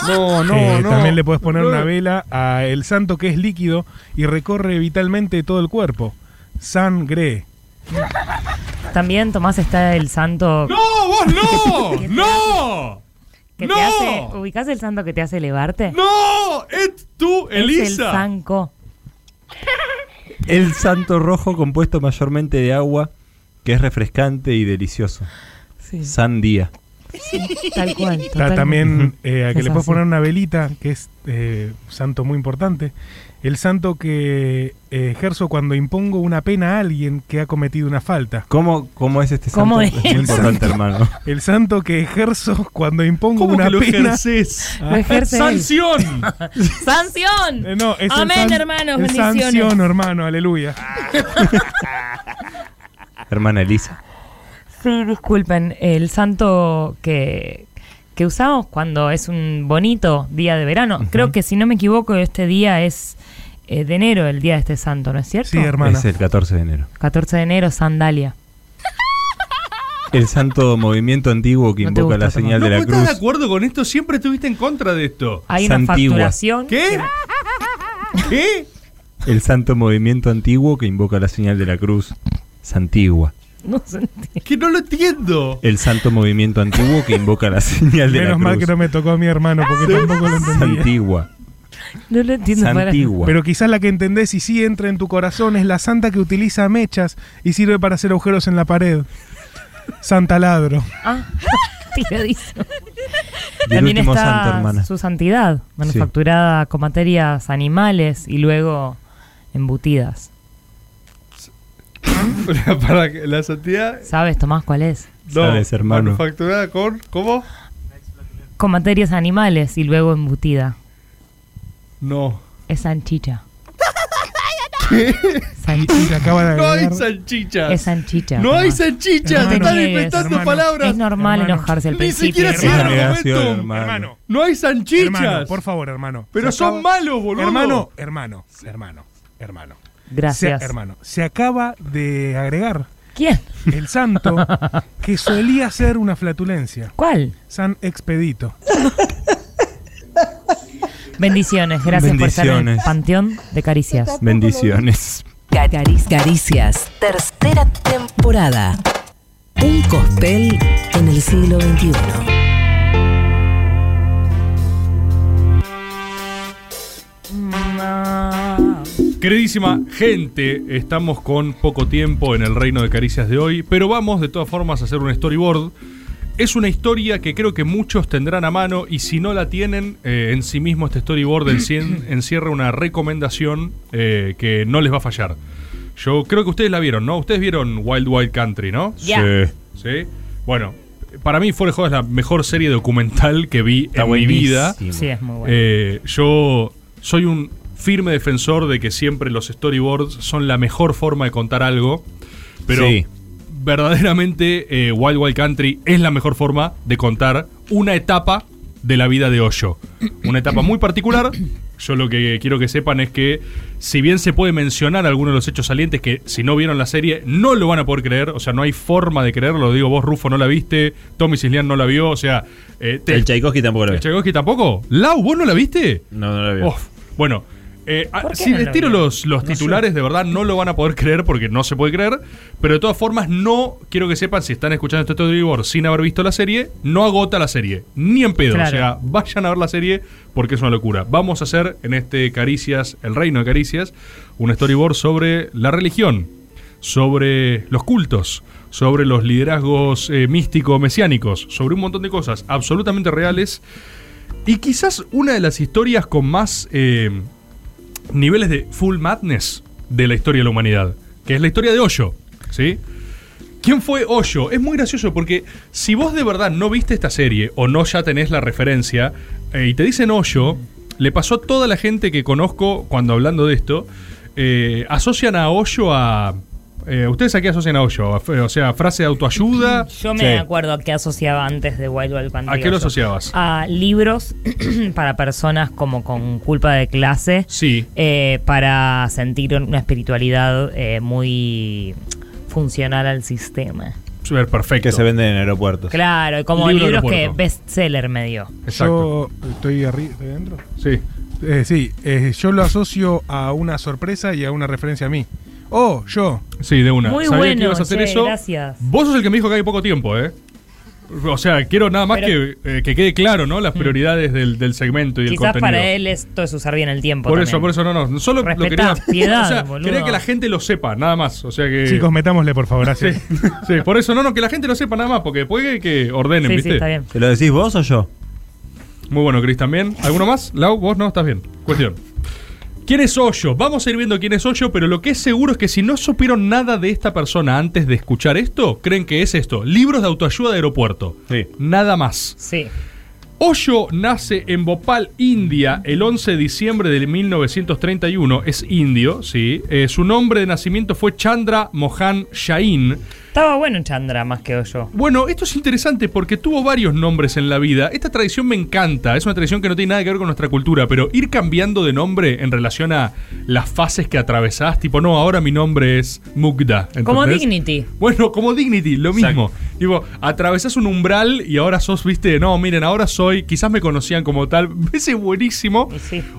Speaker 9: No, no,
Speaker 6: no.
Speaker 9: También le puedes poner
Speaker 6: No.
Speaker 9: una vela a el santo que es líquido y recorre vitalmente todo el cuerpo. Sangre.
Speaker 7: También, Tomás, está el santo.
Speaker 10: ¡No, vos no! ¡No!
Speaker 7: Que
Speaker 10: ¡No!
Speaker 7: te hace, ¿Ubicás el santo que te hace elevarte?
Speaker 10: ¡No! ¡Es tú,
Speaker 7: Es el
Speaker 10: Elisa!
Speaker 7: sanco.
Speaker 6: El santo rojo compuesto mayormente de agua, que es refrescante y delicioso.
Speaker 7: Sí.
Speaker 6: Sandía.
Speaker 7: Tal cual.
Speaker 9: Ta-
Speaker 7: totalmente.
Speaker 9: también eh, a que
Speaker 7: Es
Speaker 9: le puedes
Speaker 7: así.
Speaker 9: poner una velita, que es eh, un santo muy importante. El santo que eh, ejerzo cuando impongo una pena a alguien que ha cometido una falta.
Speaker 6: ¿Cómo, cómo es este
Speaker 9: ¿Cómo
Speaker 6: santo?
Speaker 9: es?
Speaker 6: muy importante, hermano.
Speaker 9: El santo que ejerzo cuando impongo
Speaker 10: ¿Cómo
Speaker 9: una
Speaker 10: que lo
Speaker 9: pena.
Speaker 10: ejerces?
Speaker 9: Ah.
Speaker 10: Lo ejerce él. ¡Sanción!
Speaker 7: ¡Sanción!
Speaker 9: Eh, no, es el
Speaker 7: Amén,
Speaker 9: san-
Speaker 7: hermanos,
Speaker 9: el
Speaker 7: bendiciones.
Speaker 9: Sanción, hermano, aleluya.
Speaker 6: Hermana Elisa.
Speaker 7: Sí, disculpen, el santo que que usamos cuando es un bonito día de verano. Creo que si no me equivoco, este día es eh, de enero, el día de este santo, ¿no es cierto?
Speaker 6: Sí, hermano. Es el 14 de enero.
Speaker 7: 14 de enero, sandalia.
Speaker 6: El santo movimiento antiguo que
Speaker 7: No te
Speaker 6: invoca
Speaker 7: gusta,
Speaker 6: la
Speaker 7: Tomás.
Speaker 6: señal
Speaker 10: ¿No
Speaker 6: de la
Speaker 10: estás de
Speaker 6: cruz.
Speaker 10: acuerdo con esto? Siempre estuviste en contra de esto.
Speaker 7: Hay una
Speaker 6: Santigua.
Speaker 7: facturación.
Speaker 10: ¿Qué? ¿Qué?
Speaker 6: El santo movimiento antiguo que invoca la señal de la cruz. Santigua.
Speaker 7: No se entiende.
Speaker 10: Que no lo entiendo.
Speaker 6: El santo movimiento antiguo que invoca la señal de
Speaker 9: Menos
Speaker 6: la
Speaker 9: mal
Speaker 6: cruz.
Speaker 9: que no me tocó a mi hermano, porque tampoco lo entendía.
Speaker 6: Santigua.
Speaker 7: No lo entiendo.
Speaker 6: para- Santigua.
Speaker 9: Pero quizás la que entendés y sí entra en tu corazón es la santa que utiliza mechas y sirve para hacer agujeros en la pared. Santa ladro.
Speaker 7: Ah, tiradizo.
Speaker 9: Del
Speaker 7: También
Speaker 9: último
Speaker 7: está
Speaker 9: santo, hermana.
Speaker 7: su santidad, manufacturada con materias animales y luego embutidas.
Speaker 10: Para que la santidad.
Speaker 7: ¿Sabes, Tomás, cuál es?
Speaker 10: No, manufacturada con. ¿Cómo?
Speaker 7: Con materias animales y luego embutida.
Speaker 10: No.
Speaker 7: Es sanchicha.
Speaker 9: Y se acaba de
Speaker 10: No hay
Speaker 9: agregar-
Speaker 10: salchichas.
Speaker 7: Es sanchicha.
Speaker 10: No hay
Speaker 7: Tomás.
Speaker 10: salchichas.
Speaker 7: No
Speaker 10: Te
Speaker 7: te
Speaker 10: están
Speaker 7: niegues.
Speaker 10: inventando
Speaker 7: Hermano.
Speaker 10: palabras.
Speaker 7: Es normal enojarse al
Speaker 10: Ni
Speaker 7: principio.
Speaker 10: siquiera
Speaker 7: Es
Speaker 10: se
Speaker 7: una
Speaker 10: argumento.
Speaker 9: negación, hermano.
Speaker 10: No hay salchichas.
Speaker 9: Hermano, por favor, hermano.
Speaker 10: Pero
Speaker 9: Se
Speaker 10: son
Speaker 9: acaba-
Speaker 10: malos, boludo.
Speaker 9: Hermano, hermano, hermano, hermano.
Speaker 7: Gracias.
Speaker 9: Se- hermano, se acaba de agregar
Speaker 7: ¿Quién?
Speaker 9: el santo que solía ser una flatulencia.
Speaker 7: ¿Cuál?
Speaker 9: San Expedito.
Speaker 7: Bendiciones. Gracias por estar en el
Speaker 6: Bendiciones.
Speaker 7: panteón de caricias.
Speaker 6: Bendiciones.
Speaker 25: Cari- Caricias, tercera temporada. Un cospel en el siglo XXI.
Speaker 7: Ah.
Speaker 4: Queridísima gente, estamos con poco tiempo en el reino de caricias de hoy, pero vamos de todas formas a hacer un storyboard. Es una historia que creo que muchos tendrán a mano y si no la tienen, eh, en sí mismo este storyboard encien- encierra una recomendación eh, que no les va a fallar. Yo creo que ustedes la vieron, ¿no? Ustedes vieron Wild Wild Country, ¿no?
Speaker 6: Ya.
Speaker 4: Sí. Bueno, para mí Fuera de Joda es la mejor serie documental que vi
Speaker 6: Está
Speaker 4: en mi
Speaker 6: buenísimo.
Speaker 4: vida.
Speaker 7: Sí, es muy bueno.
Speaker 4: Eh, yo soy un firme defensor de que siempre los storyboards son la mejor forma de contar algo, pero
Speaker 6: Sí.
Speaker 4: verdaderamente eh, Wild Wild Country es la mejor forma de contar una etapa de la vida de Hoyo. Una etapa muy particular. Yo lo que quiero que sepan es que si bien se puede mencionar algunos de los hechos salientes que si no vieron la serie no lo van a poder creer, o sea, no hay forma de creerlo, digo, vos Rufo no la viste, Tommy Cislian no la vio, o sea, eh, te-
Speaker 6: El Tchaikovsky tampoco lo
Speaker 4: ¿El
Speaker 6: ve.
Speaker 4: Tchaikovsky tampoco? ¿Lau, vos no la viste?
Speaker 6: No, no lo veo.
Speaker 4: Uf. Bueno, eh, ah,
Speaker 6: qué
Speaker 4: si
Speaker 6: no
Speaker 4: les
Speaker 6: lo
Speaker 4: tiro
Speaker 6: vio?
Speaker 4: los, los
Speaker 6: No
Speaker 4: titulares,
Speaker 6: sé.
Speaker 4: de verdad no lo van a poder creer porque no se puede creer. Pero de todas formas, no quiero que sepan si están escuchando este storyboard sin haber visto la serie, no agota la serie. Ni en pedo.
Speaker 7: Claro.
Speaker 4: O sea, vayan a ver la serie porque es una locura. Vamos a hacer en este Caricias, el reino de Caricias, un storyboard sobre la religión, sobre los cultos, sobre los liderazgos eh, místico-mesiánicos, sobre un montón de cosas absolutamente reales. Y quizás una de las historias con más eh, niveles de full madness de la historia de la humanidad, que es la historia de Hoyo, ¿sí? ¿Quién fue Hoyo? Es muy gracioso porque si vos de verdad no viste esta serie o no ya tenés la referencia eh, y te dicen Hoyo, le pasó a toda la gente que conozco cuando hablando de esto, eh, asocian a Hoyo a... eh, ¿Ustedes aquí asocian a Hoyo? O sea, frase de autoayuda.
Speaker 7: Yo me
Speaker 4: Sí.
Speaker 7: acuerdo a qué asociaba antes de Wild Wild Country.
Speaker 4: ¿A qué lo
Speaker 7: Oso.
Speaker 4: asociabas?
Speaker 7: A libros para personas como con culpa de clase. eh,
Speaker 4: Sí.
Speaker 7: para sentir una espiritualidad eh, muy funcional al sistema.
Speaker 4: Súper perfecto.
Speaker 6: Que se venden en aeropuertos.
Speaker 7: Claro, y como
Speaker 6: Libro de
Speaker 7: libros que
Speaker 6: aeropuerto.
Speaker 7: bestseller me dio.
Speaker 9: Yo estoy arriba, estoy adentro.
Speaker 4: Sí.
Speaker 9: Eh, sí, eh, yo lo asocio a una sorpresa y a una referencia a mí. Oh, yo.
Speaker 4: Sí, de una.
Speaker 7: Muy
Speaker 4: Sabía
Speaker 7: bueno,
Speaker 4: que ibas a hacer
Speaker 7: che,
Speaker 4: eso.
Speaker 7: gracias.
Speaker 4: Vos sos el que me dijo que hay poco tiempo, ¿eh? O sea, quiero nada más que, eh, que quede claro, ¿no? Las prioridades del, del segmento y del
Speaker 7: Mm. Quizás
Speaker 4: contenido.
Speaker 7: para él esto es usar bien el tiempo.
Speaker 4: Por
Speaker 7: también.
Speaker 4: eso, por eso no, no. Solo lo
Speaker 7: Respetá,
Speaker 4: quería.
Speaker 7: piedad,
Speaker 4: o sea,
Speaker 7: boludo.
Speaker 4: quería que la gente lo sepa, nada más. O sea que.
Speaker 9: Chicos, metámosle, por favor.
Speaker 4: eh. sí,
Speaker 9: Gracias.
Speaker 4: sí, por eso no, no, que la gente lo sepa nada más, porque después que, que ordenen,
Speaker 9: Sí, sí,
Speaker 4: ¿viste?
Speaker 9: está bien.
Speaker 4: ¿Te lo decís vos o yo? Muy bueno, Cris, también. ¿Alguno más? Lau, vos no, estás bien. Cuestión. ¿Quién es Hoyo? Vamos a ir viendo quién es Hoyo, pero lo que es seguro es que si no supieron nada de esta persona antes de escuchar esto, creen que es esto: libros de autoayuda de aeropuerto. Nada más.
Speaker 7: Sí.
Speaker 4: Hoyo nace en Bhopal, India, el 11 de diciembre de 1931. Es indio, sí. Eh, su nombre de nacimiento fue Chandra Mohan Shain.
Speaker 7: Estaba bueno Chandra más que yo.
Speaker 4: Bueno, esto es interesante porque tuvo varios nombres en la vida. Esta tradición me encanta. Es una tradición que no tiene nada que ver con nuestra cultura, pero ir cambiando de nombre en relación a las fases que atravesás. Tipo, no, ahora mi nombre es Mugda.
Speaker 7: Como
Speaker 4: ¿entendés?
Speaker 7: Dignity.
Speaker 4: Bueno, como Dignity, lo mismo. Digo, atravesás un umbral y ahora sos, viste, no, miren, ahora soy, quizás me conocían como tal, ese es buenísimo.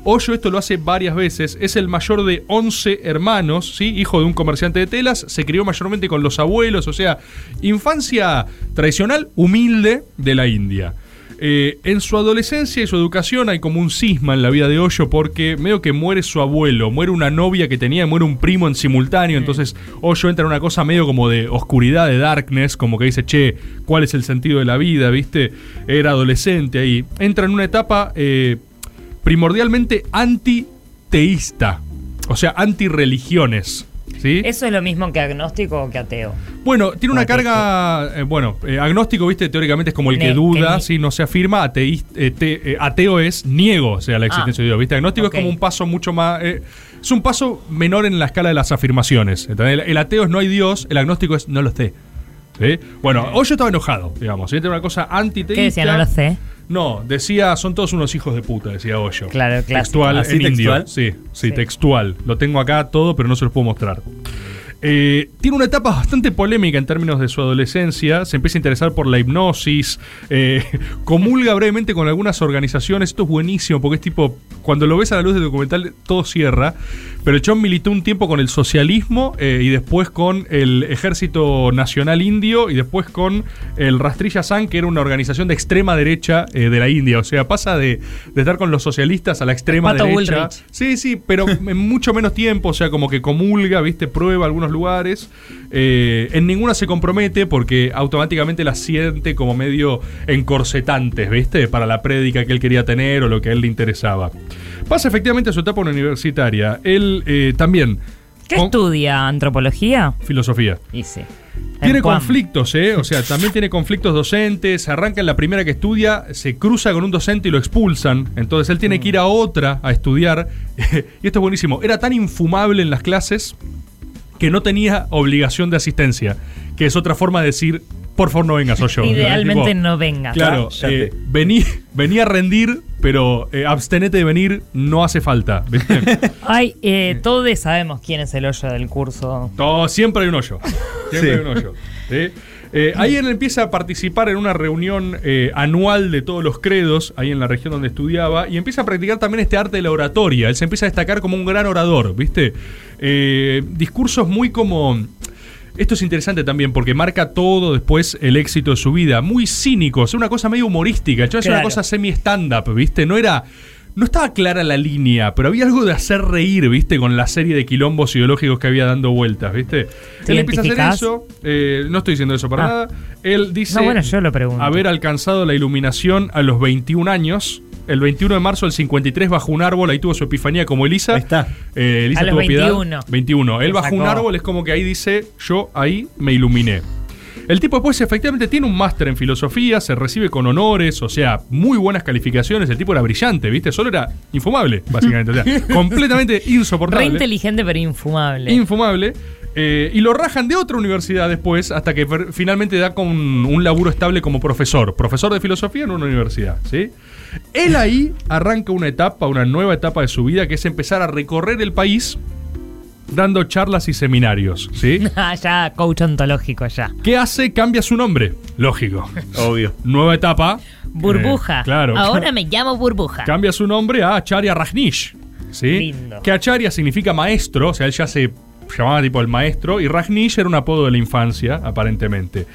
Speaker 4: Hoyo esto lo hace varias veces, es el mayor de 11 hermanos, ¿sí? Hijo de un comerciante de telas, se crió mayormente con los abuelos, o sea, infancia tradicional, humilde de la India. Eh, en su adolescencia y su educación hay como un cisma en la vida de Hoyo porque medio que muere su abuelo, muere una novia que tenía, y muere un primo en simultáneo, entonces Hoyo entra en una cosa medio como de oscuridad, de darkness, como que dice, che, ¿cuál es el sentido de la vida? ¿Viste? Era adolescente ahí. Entra en una etapa eh, primordialmente antiteísta, o sea, antirreligiones. ¿Sí?
Speaker 7: ¿Eso es lo mismo que agnóstico o que ateo?
Speaker 4: Bueno, tiene una carga. eh, bueno, eh, agnóstico, viste, teóricamente es como el
Speaker 7: Ne-
Speaker 4: que
Speaker 7: que
Speaker 4: duda,
Speaker 7: ni-
Speaker 4: si no se afirma. ateís- eh, te- eh, ateo es niego, o
Speaker 7: Ah.
Speaker 4: sea, la existencia de Dios, viste. Agnóstico es como un paso mucho más. eh, es un paso menor en la escala de las afirmaciones. ¿entendés? El, el ateo es no hay Dios, el agnóstico es no lo sé. ¿sí? Bueno, hoy yo estaba enojado, digamos. ¿sí? Era una cosa antiteísta.
Speaker 7: ¿Qué decía? No lo sé.
Speaker 4: No, decía, son todos unos hijos de puta, decía Hoyo. Claro,
Speaker 7: clásico.
Speaker 4: Textual,
Speaker 7: ¿Así
Speaker 4: en indio.
Speaker 7: textual?
Speaker 4: Sí, sí,
Speaker 7: Sí.
Speaker 4: textual. Lo tengo acá todo, pero no se los puedo mostrar. Eh, tiene una etapa bastante polémica en términos de su adolescencia. Se empieza a interesar por la hipnosis. eh, comulga brevemente con algunas organizaciones. Esto es buenísimo porque es tipo. Cuando lo ves a la luz del documental, todo cierra. Pero John militó un tiempo con el socialismo eh, y después con el Ejército Nacional Indio y después con el Rastrilla San, que era una organización de extrema derecha eh, de la India. O sea, pasa de, de estar con los socialistas a la extrema
Speaker 7: Pato
Speaker 4: derecha.
Speaker 7: Bullrich.
Speaker 4: Sí, sí, pero en mucho menos tiempo, o sea, como que comulga, viste, prueba algunos lugares. Eh, en ninguna se compromete porque automáticamente la siente como medio encorsetantes, viste, para la prédica que él quería tener o lo que a él le interesaba. Pasa efectivamente a su etapa universitaria. Él eh, también.
Speaker 7: ¿Qué estudia? ¿Antropología?
Speaker 4: Filosofía.
Speaker 7: Y sí.
Speaker 4: Tiene
Speaker 7: En Guam.
Speaker 4: conflictos, ¿eh? O sea, también tiene conflictos docentes. Arranca en la primera que estudia, se cruza con un docente y lo expulsan. Entonces él tiene que ir a otra a estudiar. y esto es buenísimo. Era tan infumable en las clases que no tenía obligación de asistencia, que es otra forma de decir, por favor no vengas, soy yo.
Speaker 7: Idealmente
Speaker 4: Tipo,
Speaker 7: no venga.
Speaker 4: Claro, eh, vení, vení a rendir, pero eh, abstenete de venir, no hace falta. ¿viste?
Speaker 7: Ay, eh, todos sabemos quién es el hoyo del curso.
Speaker 4: No, siempre hay un hoyo. Siempre
Speaker 7: Sí.
Speaker 4: hay un hoyo. ¿sí? Eh, ahí él empieza a participar en una reunión eh, anual de todos los credos, ahí en la región donde estudiaba, y empieza a practicar también este arte de la oratoria. Él se empieza a destacar como un gran orador, ¿viste? Eh, discursos muy como... Esto es interesante también porque marca todo después el éxito de su vida. Muy cínico, es una cosa medio humorística. Yo es una
Speaker 10: Claro.
Speaker 4: cosa semi-stand-up, ¿viste? No era. No estaba clara la línea, pero había algo de hacer reír, ¿viste? Con la serie de quilombos ideológicos que había dando vueltas, ¿viste?
Speaker 7: ¿Te
Speaker 4: Él empieza a hacer
Speaker 7: identificás?
Speaker 4: eso. eh, no estoy diciendo eso para
Speaker 7: Ah.
Speaker 4: nada. Él dice
Speaker 7: No, bueno, yo lo pregunto.
Speaker 4: haber alcanzado la iluminación a los 21 años. El 21 de marzo del 53 bajo un árbol, ahí tuvo su epifanía como Elisa. está. Elisa
Speaker 7: A los
Speaker 4: tuvo piedad.
Speaker 7: 21.
Speaker 4: 21. Él
Speaker 7: Lo
Speaker 4: bajo un
Speaker 7: sacó.
Speaker 4: árbol es como que ahí dice, yo ahí me iluminé. El tipo después efectivamente tiene un máster en filosofía, se recibe con honores, o sea, muy buenas calificaciones, el tipo era brillante, ¿viste? Solo era infumable, básicamente, o sea, completamente
Speaker 7: Re
Speaker 4: insoportable.
Speaker 7: inteligente pero infumable.
Speaker 4: Infumable. Eh, y lo rajan de otra universidad después hasta que fer- finalmente da con un laburo estable como profesor. Profesor de filosofía en una universidad, ¿sí? Él ahí arranca una etapa, una nueva etapa de su vida que es empezar a recorrer el país dando charlas y seminarios, ¿sí?
Speaker 7: Ah, ya, coach ontológico ya.
Speaker 4: ¿Qué hace? Cambia su nombre. Lógico. Obvio. Nueva etapa.
Speaker 7: Burbuja.
Speaker 4: Eh, claro.
Speaker 7: Ahora me llamo Burbuja.
Speaker 4: Cambia su nombre a Acharya Rajnish. ¿sí?
Speaker 7: Lindo.
Speaker 4: Que Acharya significa maestro, o sea, él ya se llamaba tipo el maestro, y Rajnish era un apodo de la infancia, aparentemente.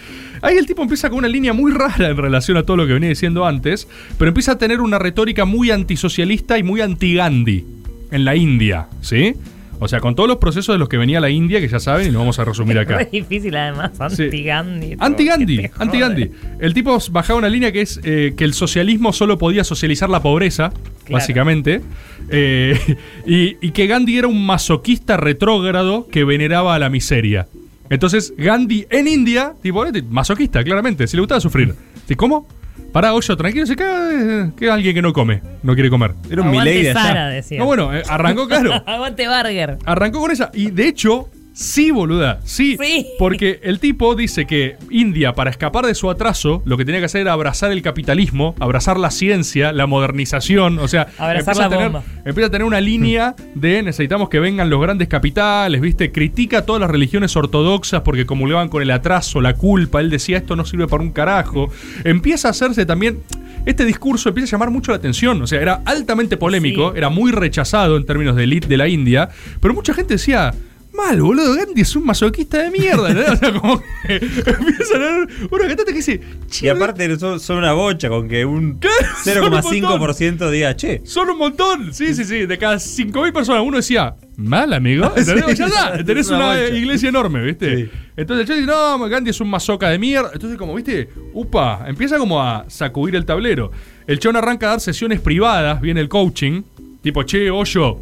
Speaker 4: Ahí el tipo empieza con una línea muy rara en relación a todo lo que venía diciendo antes, pero empieza a tener una retórica muy antisocialista y muy anti-Gandhi en la India, ¿sí? O sea, con todos los procesos de los que venía la India, que ya saben, y lo vamos a resumir acá.
Speaker 7: Re difícil además,
Speaker 4: Sí.
Speaker 7: anti-Gandhi. todo, que
Speaker 4: Anti-Gandhi,
Speaker 7: te
Speaker 4: anti-Gandhi. El tipo bajaba una línea que es eh, que el socialismo solo podía socializar la pobreza, básicamente. Eh, y, y que Gandhi era un masoquista retrógrado que veneraba a la miseria. Entonces, Gandhi en India, tipo, eh, masoquista, claramente, si le gustaba sufrir. Sí, ¿Cómo? Pará, Hoyo, tranquilo, se cae eh, que es alguien que no come, no quiere comer. Era
Speaker 7: Aguante Milei de allá. Sara, decía.
Speaker 4: No, bueno, eh, arrancó claro.
Speaker 7: Aguante Barger.
Speaker 4: Arrancó con esa. Y de hecho, Sí, boluda, sí, Porque el tipo dice que India, para escapar de su atraso, lo que tenía que hacer era abrazar el capitalismo, abrazar la ciencia, la modernización. O sea,
Speaker 7: Abrazar
Speaker 4: empieza,
Speaker 7: la
Speaker 4: a tener,
Speaker 7: bomba.
Speaker 4: empieza a tener una línea de necesitamos que vengan los grandes capitales, ¿viste? Critica todas las religiones ortodoxas porque comulgaban con el atraso, la culpa. Él decía esto no sirve para un carajo. Empieza a hacerse también. Este discurso empieza a llamar mucho la atención. O sea, era altamente polémico, era muy rechazado en términos de elite de la India. Pero mucha gente decía. Mal, boludo, Gandhi es un masoquista de mierda, ¿no? O sea, como que empieza a leer una cantante que dice,
Speaker 6: Y aparte son, son una bocha con que un
Speaker 4: Son
Speaker 6: 0,5% diga, che.
Speaker 4: Son un montón. Sí, sí, sí. De cada 5.000 personas, uno decía, mal, amigo. ¿Entendés?
Speaker 6: Sí,
Speaker 4: ya está. Tenés
Speaker 6: es una
Speaker 4: una,
Speaker 6: bocha.
Speaker 4: iglesia enorme, ¿viste? Entonces yo digo, no, Gandhi es un masoca de mierda. Entonces, como, ¿viste? Upa, empieza como a sacudir el tablero. El chon arranca a dar sesiones privadas, viene el coaching. Tipo, che, hoyo.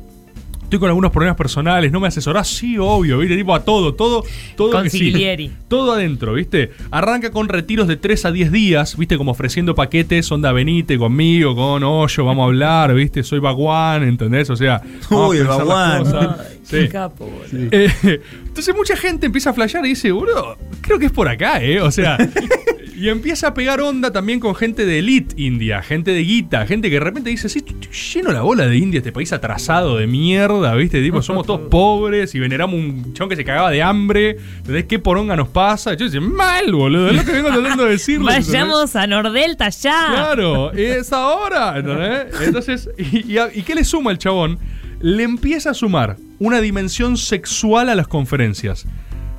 Speaker 4: Estoy con algunos problemas personales, no me asesorás, sí, obvio, ¿viste? Tipo a todo, todo, todo que sí.
Speaker 7: Consiglieri.
Speaker 4: Todo adentro, ¿viste? Arranca con retiros de 3 a 10 días, ¿viste? Como ofreciendo paquetes, onda venite conmigo, con hoyo, vamos a hablar, ¿viste? Soy baguán, ¿entendés? O sea, vamos a
Speaker 6: Uy, el
Speaker 4: pensar las
Speaker 6: baguán.
Speaker 4: cosas.
Speaker 7: Qué
Speaker 4: Sí.
Speaker 7: capo, boludo.
Speaker 4: Eh, entonces mucha gente empieza a flashear y dice, bro, creo que es por acá, ¿eh? O sea, y empieza a pegar onda también con gente de elite india, gente de guita, gente que de repente dice, sí, estoy lleno la bola de India, este país atrasado de mierda, ¿viste? Tipo, somos todos pobres y veneramos un chon que se cagaba de hambre, ¿entendés? ¿Qué poronga nos pasa? Yo dice, mal, boludo, es lo que vengo tratando de decirle. ¿entendés?
Speaker 7: Vayamos a Nordelta ya.
Speaker 4: Claro, es ahora. ¿entendés? Entonces, y, y a- ¿y qué le suma el chabón? Le empieza a sumar una dimensión sexual a las conferencias.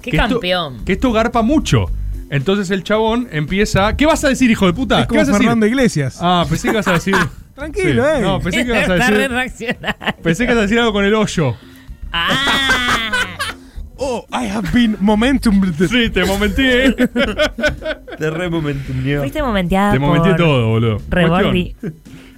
Speaker 7: Qué
Speaker 4: Que esto-
Speaker 7: campeón.
Speaker 4: que esto garpa mucho. Entonces el chabón empieza. ¿Qué vas a decir, hijo de puta?
Speaker 9: Es
Speaker 4: ¿Qué
Speaker 9: como
Speaker 4: vas a decir?
Speaker 9: Ah, Fernando Iglesias.
Speaker 4: Ah, pensé que ibas a decir.
Speaker 9: Tranquilo,
Speaker 4: Sí.
Speaker 9: eh.
Speaker 4: No, pensé que ibas a
Speaker 7: Está re
Speaker 4: decir.
Speaker 7: reaccionario.
Speaker 4: Pensé que ibas a decir algo con el hoyo.
Speaker 10: Ah.
Speaker 9: Oh, I have been momentum.
Speaker 4: Sí, te ¿eh? momenté.
Speaker 6: Te re momentuneó.
Speaker 7: Fuiste momenteado.
Speaker 4: Te momenté
Speaker 7: por
Speaker 4: todo, boludo.
Speaker 7: Rebordi.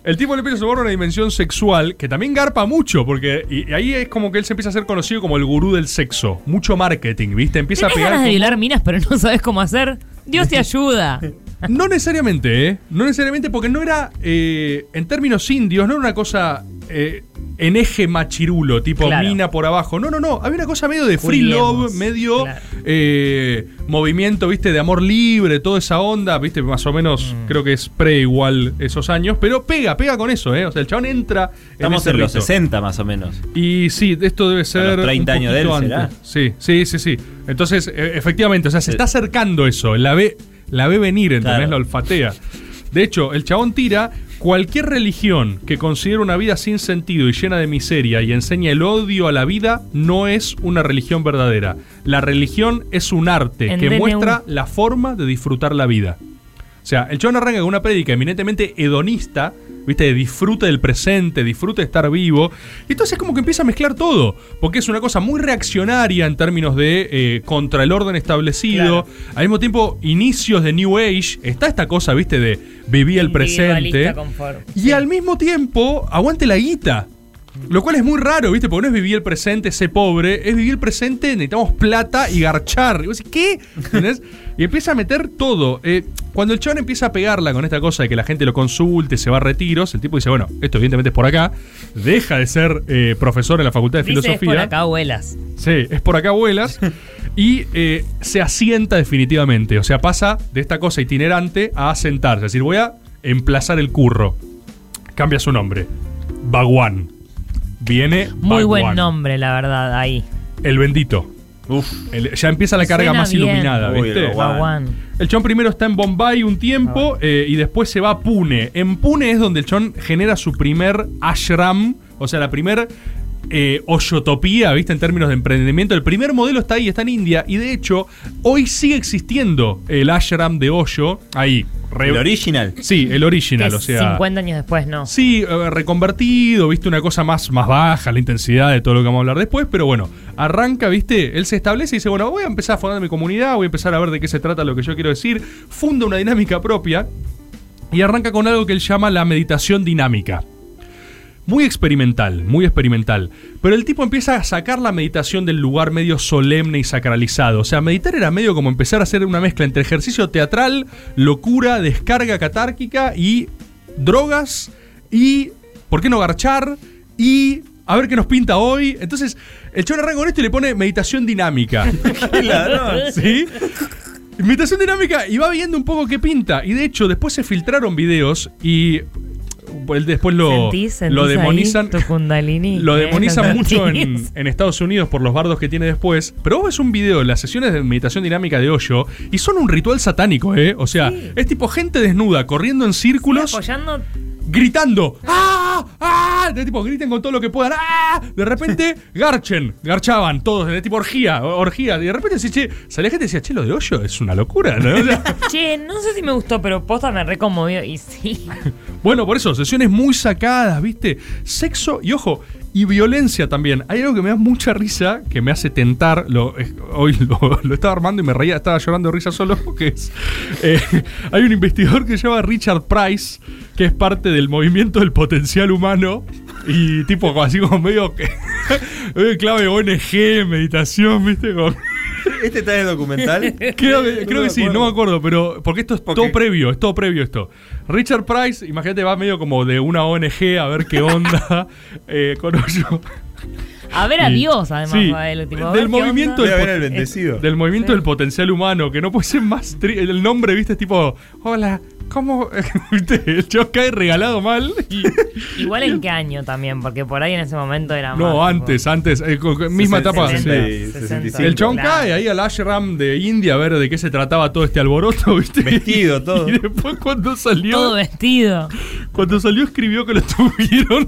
Speaker 4: El tipo le empieza a sumar una dimensión sexual que también garpa mucho, porque y- y ahí es como que él se empieza a ser conocido como el gurú del sexo. Mucho marketing, ¿viste? Empieza a
Speaker 7: Tenés
Speaker 4: pegar.
Speaker 7: ganas de
Speaker 4: con-
Speaker 7: violar minas, pero no sabes cómo hacer. Dios te ayuda.
Speaker 4: No necesariamente, ¿eh? No necesariamente, porque no era, eh, en términos indios, no era una cosa eh, en eje machirulo, tipo
Speaker 7: Claro.
Speaker 4: mina por abajo. No, no, no. Había una cosa medio de free
Speaker 7: Juliemos,
Speaker 4: love, medio eh, movimiento, viste, de amor libre, toda esa onda, viste, más o menos
Speaker 6: Mm.
Speaker 4: creo que es pre igual esos años, pero pega, pega con eso, ¿eh? O sea, el chabón entra.
Speaker 6: Estamos
Speaker 4: ese
Speaker 6: en este los
Speaker 4: rito.
Speaker 6: 60 más o menos.
Speaker 4: Y sí, esto debe ser.
Speaker 6: los 30
Speaker 4: un
Speaker 6: años de él,
Speaker 4: poquito
Speaker 6: ¿será?
Speaker 4: antes. Sí, sí, sí, sí. Entonces, e- efectivamente, o sea, se está acercando eso. La ve, la ve venir, ¿entendés?
Speaker 6: Claro.
Speaker 4: La olfatea. De hecho, el chabón tira. Cualquier religión que considere una vida sin sentido y llena de miseria y enseña el odio a la vida no es una religión verdadera. La religión es un arte
Speaker 6: En
Speaker 4: que
Speaker 6: DNU.
Speaker 4: muestra la forma de disfrutar la vida. O sea, el chabón arranca con una prédica eminentemente hedonista, ¿viste? De disfrute del presente, disfrute de estar vivo. Y entonces como que empieza a mezclar todo, porque es una cosa muy reaccionaria en términos de eh, contra el orden establecido. Al mismo tiempo, inicios de New Age. Está esta cosa, ¿viste? De vivir el presente.
Speaker 7: Individualista conforme.
Speaker 4: Y al mismo tiempo, aguante la guita. Lo cual es muy raro, ¿viste? Porque no es vivir el presente, sé pobre, es vivir el presente, necesitamos plata y garchar. Y vos decís, ¿qué? ¿Entendés? Y empieza a meter todo. Eh, cuando el chabón empieza a pegarla con esta cosa de que la gente lo consulte, se va a retiros, el tipo dice, bueno, esto evidentemente es por acá, deja de ser eh, profesor en la Facultad de
Speaker 7: Dice, es
Speaker 4: Filosofía.
Speaker 7: por acá, abuelas.
Speaker 4: Sí, es por acá abuelas. Y eh, se asienta definitivamente. O sea, pasa de esta cosa itinerante a asentarse. Es decir, voy a emplazar el curro. Cambia su nombre. Baguán. Viene
Speaker 7: Muy
Speaker 4: Baguán.
Speaker 7: buen nombre, la verdad, ahí.
Speaker 4: El bendito. El- ya empieza la carga
Speaker 7: Suena
Speaker 4: más
Speaker 7: bien.
Speaker 4: iluminada,
Speaker 7: Uy,
Speaker 4: ¿viste?
Speaker 7: el Baguán.
Speaker 4: El chon primero está en Bombay un
Speaker 7: Ah.
Speaker 4: tiempo eh, y después se va a Pune. En Pune es donde el chon genera su primer ashram, o sea, la primer eh, hoyotopía, ¿viste? En términos de emprendimiento. El primer modelo está ahí, está en India y de hecho hoy sigue existiendo el ashram de Hoyo ahí.
Speaker 6: ¿El original?
Speaker 4: Sí, el original,
Speaker 7: Que
Speaker 4: o sea.
Speaker 7: 50 años después, no.
Speaker 4: Sí, eh, reconvertido, viste, una cosa más, más baja, la intensidad de todo lo que vamos a hablar después, pero bueno, arranca, viste, él se establece y dice, bueno, voy a empezar a formar mi comunidad, voy a empezar a ver de qué se trata lo que yo quiero decir, funda una dinámica propia y arranca con algo que él llama la meditación dinámica. Muy experimental, muy experimental. Pero el tipo empieza a sacar la meditación del lugar medio solemne y sacralizado. O sea, meditar era medio como empezar a hacer una mezcla entre ejercicio teatral, locura, descarga catárquica y drogas y, ¿por qué no garchar? Y a ver qué nos pinta hoy. Entonces, el chabón arranca con esto y le pone meditación dinámica.
Speaker 26: ¡Qué ladrón!
Speaker 4: ¿Sí? Meditación dinámica y va viendo un poco qué pinta. Y de hecho, después se filtraron videos y pues, después lo,
Speaker 7: ¿Sentís- sentís
Speaker 4: lo demonizan.
Speaker 7: ahí tu kundalini?
Speaker 4: Lo
Speaker 7: ¿Eh?
Speaker 4: demonizan
Speaker 7: ¿Lo
Speaker 4: mucho en,
Speaker 7: sentís?
Speaker 4: en Estados Unidos por los bardos que tiene después. Pero vos ves un video de las sesiones de meditación dinámica de Hoyo y son un ritual satánico, ¿eh? O sea, es tipo gente desnuda corriendo en círculos.
Speaker 7: apoyando.
Speaker 4: Gritando. ¡Ah! ¡Ah! De tipo, griten con todo lo que puedan. ¡Ah! De repente, garchen. Garchaban todos. De tipo, orgía. Orgía. Y de repente, sí, che, salía gente y decía, che, lo de Hoyo es una locura, ¿no? O sea,
Speaker 7: Che, no sé si me gustó, pero posta me reconmovió. Y sí.
Speaker 4: Bueno, por eso, sesiones muy sacadas, ¿viste? Sexo y ojo, y violencia también. Hay algo que me da mucha risa, que me hace tentar. Lo, eh, hoy lo, lo estaba armando y me reía, estaba llorando de risa solo, que es. eh, hay un investigador que se llama Richard Price, que es parte del movimiento del potencial humano. Y tipo, así como medio que. medio clave ONG, meditación, ¿viste? Como-
Speaker 10: ¿Este está en el documental?
Speaker 4: Creo que, creo que sí, no me acuerdo, pero porque esto es todo previo, es todo previo esto. Richard Price, imagínate, va medio como de una ONG a ver qué onda eh, con Hoyo.
Speaker 7: A ver a
Speaker 4: Y-
Speaker 7: Dios, además,
Speaker 4: sí,
Speaker 7: a él, tipo, a ver
Speaker 4: del
Speaker 7: qué
Speaker 4: movimiento
Speaker 7: onda.
Speaker 4: del, pot- del movimiento del potencial humano, que no puede ser más tri- el nombre, viste, es tipo, hola, ¿cómo? Viste, el chabón cae regalado mal. y-
Speaker 7: Igual en qué año también, porque por ahí en ese momento era más.
Speaker 4: no, antes, antes, eh, co- co- misma etapa.
Speaker 7: 60,
Speaker 4: sí.
Speaker 7: 65.
Speaker 4: El chabón
Speaker 7: Claro.
Speaker 4: cae ahí al ashram de India a ver de qué se trataba todo este alboroto, viste. Vestido, todo. Y después cuando salió...
Speaker 7: Todo vestido.
Speaker 4: Cuando salió escribió que lo tuvieron,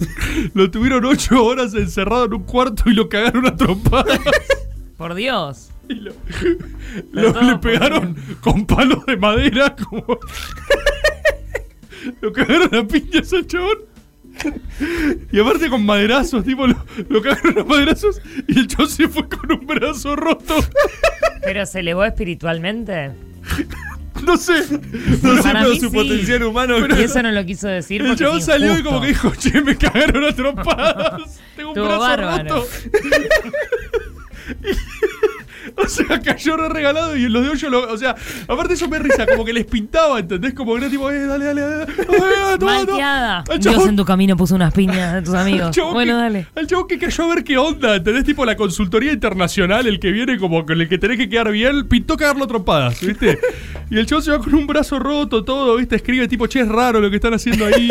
Speaker 4: lo tuvieron ocho horas encerrado en un cuarto y lo cagaron a trompadas.
Speaker 7: Por Dios.
Speaker 4: Lo- le pegaron con palos de madera como... lo cagaron a piñas al chabón. Y aparte con maderazos, tipo, lo, lo cagaron a maderazos y el chabón se fue con un brazo roto.
Speaker 7: Pero se elevó espiritualmente.
Speaker 4: No sé.
Speaker 7: No
Speaker 10: sé, pero su potencial humano-
Speaker 7: Y eso no lo quiso decir.
Speaker 4: El
Speaker 7: porque
Speaker 4: chabón
Speaker 7: es
Speaker 4: salió y
Speaker 7: injusto.
Speaker 4: como que dijo, che, me cagaron a trompadas. Tengo un
Speaker 7: Estuvo
Speaker 4: brazo
Speaker 7: bárbaro.
Speaker 4: roto. O sea, cayó re regalado y los de hoyo lo. O sea, aparte eso me risa, como que les pintaba, ¿entendés? Como que era tipo, eh, dale, dale, dale. dale, dale, toma,
Speaker 7: Malteada.
Speaker 4: toma. Al
Speaker 7: Dios en
Speaker 4: chabón-
Speaker 7: tu camino puso unas piñas de tus
Speaker 4: al
Speaker 7: amigos.
Speaker 4: chabón
Speaker 7: Bueno,
Speaker 4: que-
Speaker 7: dale.
Speaker 4: Al chabón que cayó a ver qué onda, ¿entendés? Tipo la consultoría internacional, el que viene como con el que tenés que quedar bien, pintó cagarlo a trompadas, ¿viste? y el chabón se va con un brazo roto, todo, ¿viste? Escribe tipo, che, es raro lo que están haciendo ahí.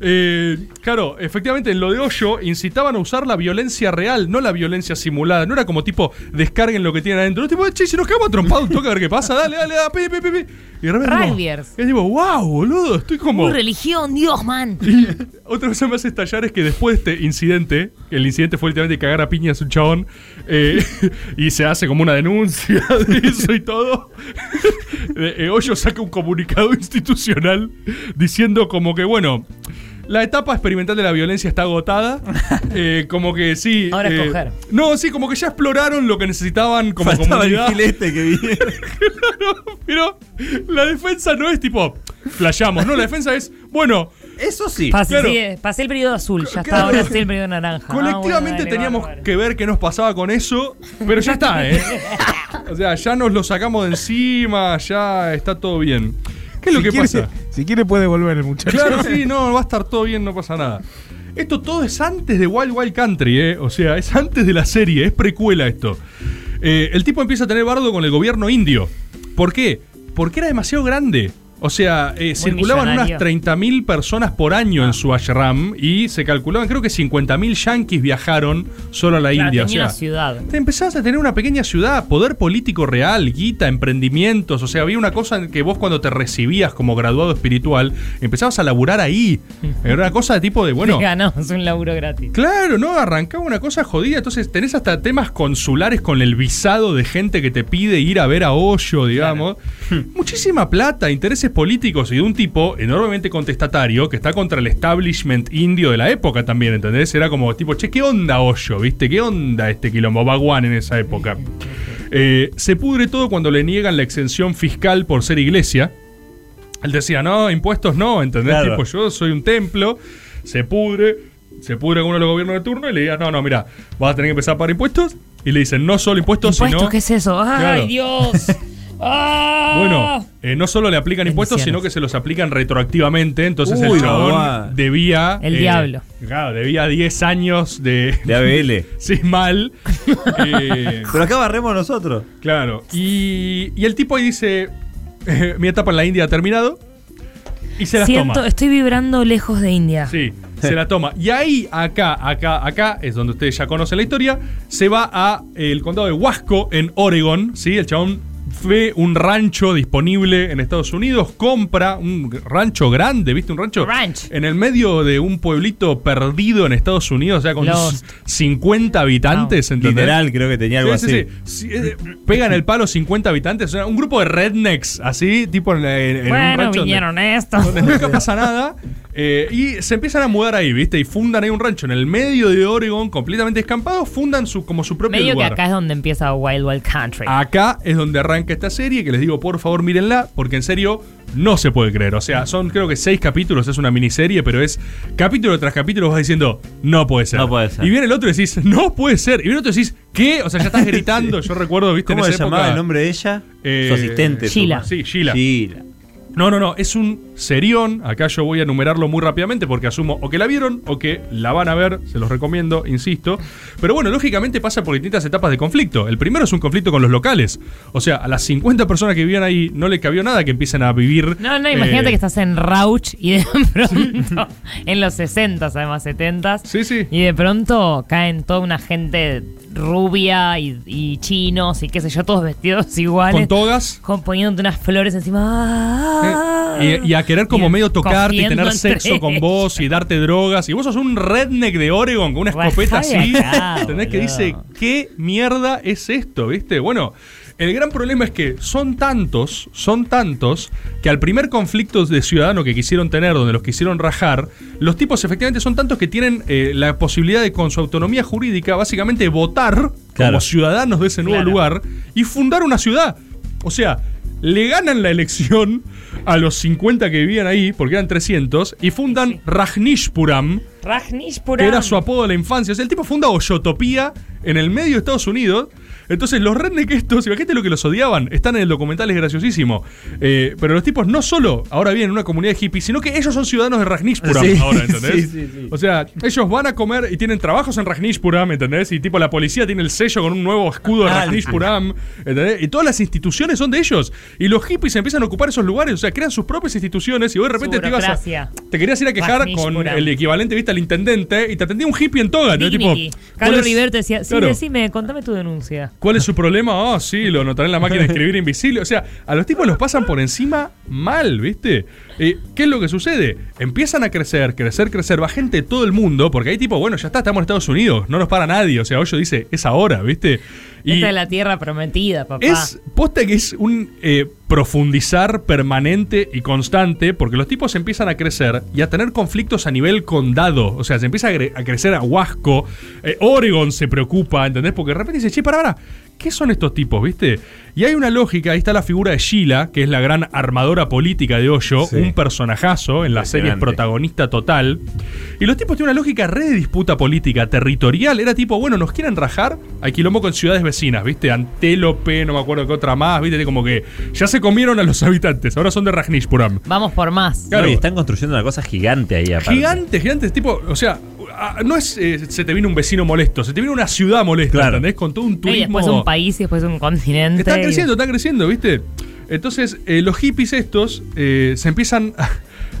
Speaker 4: Eh, claro, efectivamente, en lo de Hoyo incitaban a usar la violencia real, no la violencia simulada. No era como tipo, descarguen lo que tienen adentro. No, tipo, che, si nos cagamos a trompadas, toca ver qué pasa, dale, dale, dale, pe, pe, pe, pe. Y de repente como-
Speaker 7: Rugbyers.
Speaker 4: Es tipo, wow, boludo, estoy como.
Speaker 7: Tu religión, Dios, man.
Speaker 4: Otra cosa que me hace estallar es que después de este incidente, que el incidente fue literalmente cagar a piñas un chabón, eh, y se hace como una denuncia de eso y todo, eh, eh, Hoyo saca un comunicado institucional diciendo como que, bueno, la etapa experimental de la violencia está agotada, eh, como que sí...
Speaker 7: Ahora
Speaker 4: eh,
Speaker 7: escoger.
Speaker 4: No, sí, como que ya exploraron lo que necesitaban como
Speaker 10: Faltaba el
Speaker 4: comunidad.
Speaker 10: filete que viene.
Speaker 4: Pero la defensa no es tipo, flayamos, no, la defensa es, bueno...
Speaker 10: Eso sí.
Speaker 7: Pasé,
Speaker 4: claro.
Speaker 7: sí, pasé el periodo azul, ya está.
Speaker 4: claro.
Speaker 7: Ahora sí el periodo naranja. Ah, bueno,
Speaker 4: Colectivamente
Speaker 7: dale,
Speaker 4: teníamos
Speaker 7: bárbaro.
Speaker 4: que ver qué nos pasaba con eso, pero ya está, ¿eh? o sea, ya nos lo sacamos de encima, ya está todo bien. ¿Qué es lo
Speaker 9: Si
Speaker 4: que
Speaker 9: quiere-
Speaker 4: pasa?
Speaker 9: Si quiere puede volver el muchacho.
Speaker 4: Claro, sí, no, va a estar todo bien, no pasa nada. Esto todo es antes de Wild Wild Country, ¿eh? O sea, es antes de la serie, es precuela esto. Eh, el tipo empieza a tener bardo con el gobierno indio. ¿Por qué? Porque era demasiado grande. O sea, eh, circulaban
Speaker 7: millonario.
Speaker 4: unas 30.000 personas por año en su ashram y se calculaban, creo que 50.000 yanquis viajaron solo a la
Speaker 7: Claro,
Speaker 4: India. o
Speaker 7: tenía
Speaker 4: sea,
Speaker 7: una ciudad.
Speaker 4: te empezabas a tener una pequeña ciudad, poder político real, guita, emprendimientos. O sea, había una cosa en que vos cuando te recibías como graduado espiritual, empezabas a laburar ahí. Era una cosa de tipo de, bueno,
Speaker 7: Ganamos un laburo gratis.
Speaker 4: Claro, no, arrancaba una cosa jodida. Entonces tenés hasta temas consulares con el visado de gente que te pide ir a ver a Hoyo, digamos. Muchísima plata, intereses políticos y de un tipo enormemente contestatario que está contra el establishment indio de la época también, ¿entendés? Era como tipo, che, ¿qué onda Hoyo? ¿Viste? ¿Qué onda este quilombo baguán en esa época? Eh, se pudre todo cuando le niegan la exención fiscal por ser iglesia. Él decía, no, impuestos no, ¿entendés?
Speaker 10: Claro.
Speaker 4: Tipo, yo soy un templo, se pudre, se pudre con uno de los gobiernos de turno y le diga, no, no, mira, vas a tener que empezar a pagar impuestos. Y le dicen, no solo impuestos,
Speaker 7: ¿Impuestos
Speaker 4: sino.
Speaker 7: qué es eso? ¡Ay,
Speaker 4: Claro.
Speaker 7: Dios! Ah.
Speaker 4: Bueno, eh, no solo le aplican impuestos, sino que se los aplican retroactivamente. Entonces
Speaker 6: Uy,
Speaker 4: el chabón
Speaker 6: papá.
Speaker 4: debía.
Speaker 7: El
Speaker 4: eh,
Speaker 7: diablo.
Speaker 4: Claro, debía 10 años de.
Speaker 6: De ABL.
Speaker 4: sí, mal. Pero
Speaker 6: acá barremos nosotros.
Speaker 4: Claro. Y, y el tipo ahí dice: Mi etapa en la India ha terminado. Y se las
Speaker 7: Siento,
Speaker 4: toma.
Speaker 7: estoy vibrando lejos de India.
Speaker 4: Sí, se la toma. Y ahí, acá, acá, acá, es donde ustedes ya conocen la historia, se va a eh, el condado de Huasco, en Oregon, ¿sí? El chabón ve un rancho disponible en Estados Unidos, compra un rancho grande, ¿viste? Un rancho en el medio de un pueblito perdido en Estados Unidos, o sea, con
Speaker 6: Lost.
Speaker 4: 50 habitantes, ¿entendés?
Speaker 6: Literal, creo que tenía algo
Speaker 4: Sí,
Speaker 6: así.
Speaker 4: sí, sí. Sí, eh, Pegan el palo 50 habitantes, o sea, un grupo de rednecks, así, tipo en, en- en un
Speaker 7: bueno,
Speaker 4: rancho donde-
Speaker 7: vinieron estos.
Speaker 4: donde nunca pasa nada. eh, y se empiezan a mudar ahí, ¿viste? Y fundan ahí un rancho en el medio de Oregon, completamente escampado, fundan su, como su propio
Speaker 7: Medio
Speaker 4: lugar. Ah,
Speaker 7: que acá es donde empieza Wild Wild Country.
Speaker 4: Acá es donde arranca esta serie, que les digo, por favor, mírenla, porque en serio no se puede creer. O sea, son creo que seis capítulos, es una miniserie, pero es capítulo tras capítulo vas diciendo, no puede ser. No puede
Speaker 6: ser.
Speaker 4: Y viene el otro y decís, no puede ser. Y viene el otro y decís, ¿qué? O sea, ya estás gritando, yo recuerdo, ¿viste?
Speaker 6: ¿Cómo
Speaker 4: en
Speaker 6: se
Speaker 4: esa
Speaker 6: llamaba
Speaker 4: época.
Speaker 6: el nombre de ella?
Speaker 4: Eh,
Speaker 6: Su asistente. su-
Speaker 4: Sheila. Sí, Sheila.
Speaker 6: Sheila.
Speaker 4: No, no, no, es un serión. Acá yo voy a enumerarlo muy rápidamente porque asumo o que la vieron o que la van a ver, se los recomiendo, insisto. Pero bueno, lógicamente pasa por distintas etapas de conflicto. El primero es un conflicto con los locales. O sea, a las 50 personas que vivían ahí no le cabió nada que empiecen a vivir.
Speaker 7: No, no, imagínate
Speaker 4: eh,
Speaker 7: que estás en Rauch y de pronto, en los 60 además, 70
Speaker 4: Sí, sí.
Speaker 7: Y de pronto caen toda una gente rubia y, y chinos y qué sé yo, todos vestidos iguales.
Speaker 4: Con togas. Eh.
Speaker 7: Con, poniéndote unas flores encima. Ah.
Speaker 4: Y, y a querer como
Speaker 7: Y
Speaker 4: medio tocarte y tener
Speaker 7: cogiendo
Speaker 4: sexo
Speaker 7: entre
Speaker 4: con vos y darte drogas. Y vos sos un redneck de Oregon con una escopeta
Speaker 7: estoy
Speaker 4: así.
Speaker 7: acá,
Speaker 4: ¿Entendés? Que
Speaker 7: boludo.
Speaker 4: dice, ¿qué mierda es esto? ¿Viste? Bueno, el gran problema es que son tantos, son tantos, que al primer conflicto de ciudadano que quisieron tener, donde los quisieron rajar, los tipos efectivamente son tantos que tienen eh, la posibilidad de, con su autonomía jurídica, básicamente votar como
Speaker 6: Claro.
Speaker 4: ciudadanos de ese nuevo
Speaker 6: Claro.
Speaker 4: lugar y fundar una ciudad. O sea, le ganan la elección a los 50 que vivían ahí, porque eran 300, y fundan Rajnishpuram,
Speaker 7: Rajnishpuram.
Speaker 4: que era su apodo de la infancia. O sea, el tipo funda Oyotopía en el medio de Estados Unidos. Entonces, los redneck estos, imagínate lo que los odiaban. Están en el documental, es graciosísimo. Eh, pero los tipos no solo ahora vienen en una comunidad de hippies, sino que ellos son ciudadanos de Rajnishpuram
Speaker 6: Sí,
Speaker 4: ahora, ¿entendés?
Speaker 6: sí, sí, sí.
Speaker 4: O sea, ellos van a comer y tienen trabajos en Rajnishpuram, ¿entendés? Y tipo la policía tiene el sello con un nuevo escudo de
Speaker 6: Ah,
Speaker 4: Rajnishpuram, ¿entendés? Y todas las instituciones son de ellos. Y los hippies empiezan a ocupar esos lugares, o sea, crean sus propias instituciones y vos de repente
Speaker 7: Su
Speaker 4: te ibas a,
Speaker 7: burocracia.
Speaker 4: te querías ir a quejar con
Speaker 7: Rajnishpuram.
Speaker 4: el equivalente, viste, al intendente y te atendía un hippie en toga, ¿no? Tipo,
Speaker 7: Dignity.
Speaker 4: ¿cuál
Speaker 7: Carlos
Speaker 4: es-
Speaker 7: Rivero te decía, sí,
Speaker 4: claro,
Speaker 7: decime, contame tu denuncia.
Speaker 4: ¿Cuál es su problema? Ah, sí, lo notaré en la máquina de escribir invisible. O sea, a los tipos los pasan por encima mal, ¿viste? Eh, ¿Qué es lo que sucede? Empiezan a crecer, crecer, crecer. Va gente de todo el mundo, porque hay tipo, bueno, ya está, estamos en Estados Unidos, no nos para nadie. O sea, Hoyo dice, es ahora, ¿viste? Y
Speaker 7: Esta es la tierra prometida, papá.
Speaker 4: es posta que es un eh, profundizar permanente y constante, porque los tipos empiezan a crecer y a tener conflictos a nivel condado. O sea, se empieza a, cre- a crecer a Huasco. eh, Oregon se preocupa, ¿entendés? Porque de repente dice, che, para, para, ¿qué son estos tipos, viste? Y hay una lógica, ahí está la figura de Sheila, que es la gran armadora política de Hoyo,
Speaker 6: Sí.
Speaker 4: un personajazo en la serie es
Speaker 6: Impresionante.
Speaker 4: protagonista total. Y los tipos tienen una lógica re de disputa política, territorial. Era tipo, bueno, nos quieren rajar, hay quilombo con ciudades vecinas, ¿viste? Antélope, no me acuerdo qué otra más, ¿viste? Como que ya se comieron a los habitantes, ahora son de Rajnishpuram.
Speaker 7: Vamos por más.
Speaker 4: Claro.
Speaker 6: No, y están construyendo una cosa gigante ahí aparte.
Speaker 4: Gigantes, gigantes, tipo, o sea, ah, no es eh, se te viene un vecino molesto, se te viene una ciudad molesta, ¿entendés? Con todo un
Speaker 7: Y
Speaker 4: turismo.
Speaker 7: después un país y después un continente.
Speaker 4: Está
Speaker 7: y-
Speaker 4: creciendo, está creciendo, ¿viste? Entonces, eh, los hippies estos eh, se empiezan.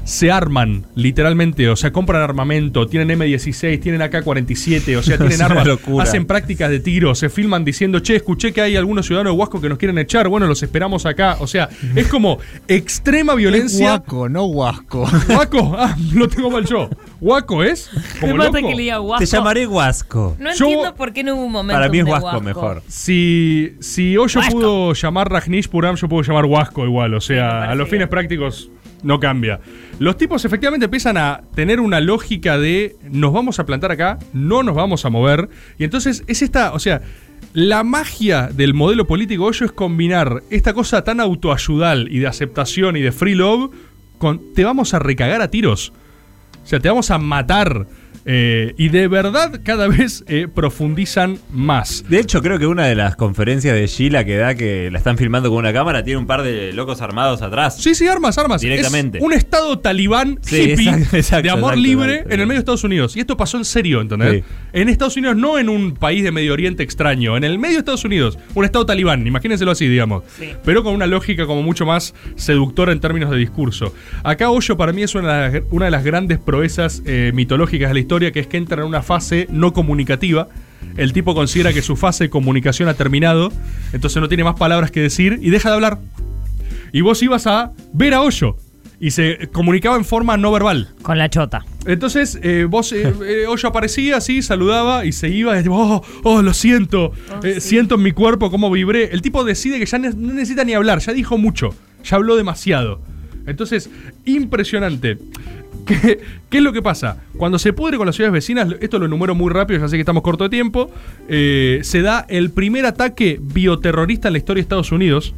Speaker 4: Se arman, literalmente. O sea, compran armamento, tienen M16, tienen AK-47, o sea,
Speaker 6: Es
Speaker 4: tienen
Speaker 6: una
Speaker 4: armas.
Speaker 6: locura.
Speaker 4: Hacen prácticas de tiro, se filman diciendo, che, escuché que hay algunos ciudadanos de Huasco que nos quieren echar, bueno, los esperamos acá. O sea, es como extrema violencia.
Speaker 24: Guaco, no Huasco.
Speaker 4: Huaco, ah, lo tengo mal yo. Huaco es. Como
Speaker 7: Me mata
Speaker 4: loco.
Speaker 7: que le diga Huasco. Te llamaré
Speaker 6: Huasco.
Speaker 7: No entiendo por qué no hubo un momento. donde
Speaker 4: Si, si Hoyo pudo llamar Rajnish Puram, yo puedo llamar Huasco igual. O sea, a los fines prácticos no cambia. Los tipos efectivamente empiezan a tener una lógica de nos vamos a plantar acá, no nos vamos a mover. Y entonces es esta, o sea, la magia del modelo político Hoyo es combinar esta cosa tan autoayudal y de aceptación y de free love con te vamos a recagar a tiros. O sea, te vamos a matar. Eh, y de verdad cada vez eh, profundizan más.
Speaker 6: De hecho, creo que una de las conferencias de Sheila que da que la están filmando con una cámara tiene un par de locos armados atrás.
Speaker 4: Sí, sí, armas, armas.
Speaker 6: Directamente.
Speaker 4: Es un estado talibán
Speaker 6: Sí,
Speaker 4: hippie
Speaker 6: exacto, exacto,
Speaker 4: de amor
Speaker 6: exacto,
Speaker 4: libre
Speaker 6: exacto.
Speaker 4: en el medio de Estados Unidos. Y esto pasó en serio, ¿entendés?
Speaker 6: Sí.
Speaker 4: En Estados Unidos, no en un país de Medio Oriente extraño, en el medio de Estados Unidos, un estado talibán, imagínenselo así, digamos. Pero con una lógica como mucho más seductora en términos de discurso. Acá Hoyo para mí es una de las, una de las grandes proezas eh, mitológicas de la historia, que es que entra en una fase no comunicativa. El tipo considera que su fase de comunicación ha terminado, entonces no tiene más palabras que decir y deja de hablar. Y vos ibas a ver a Hoyo. Y se comunicaba en forma no verbal.
Speaker 7: Con la chota.
Speaker 4: Entonces, eh, vos, eh, eh, Hoyo aparecía así, saludaba y se iba. Y tipo, oh, oh, lo siento.
Speaker 7: Oh,
Speaker 4: eh, Siento en mi cuerpo cómo vibré. El tipo decide que ya ne- no necesita ni hablar. Ya dijo mucho. Ya habló demasiado. Entonces, impresionante. ¿Qué, qué es lo que pasa? Cuando se pudre con las ciudades vecinas, esto lo enumero muy rápido, ya sé que estamos corto de tiempo, eh, se da el primer ataque bioterrorista en la historia de Estados Unidos,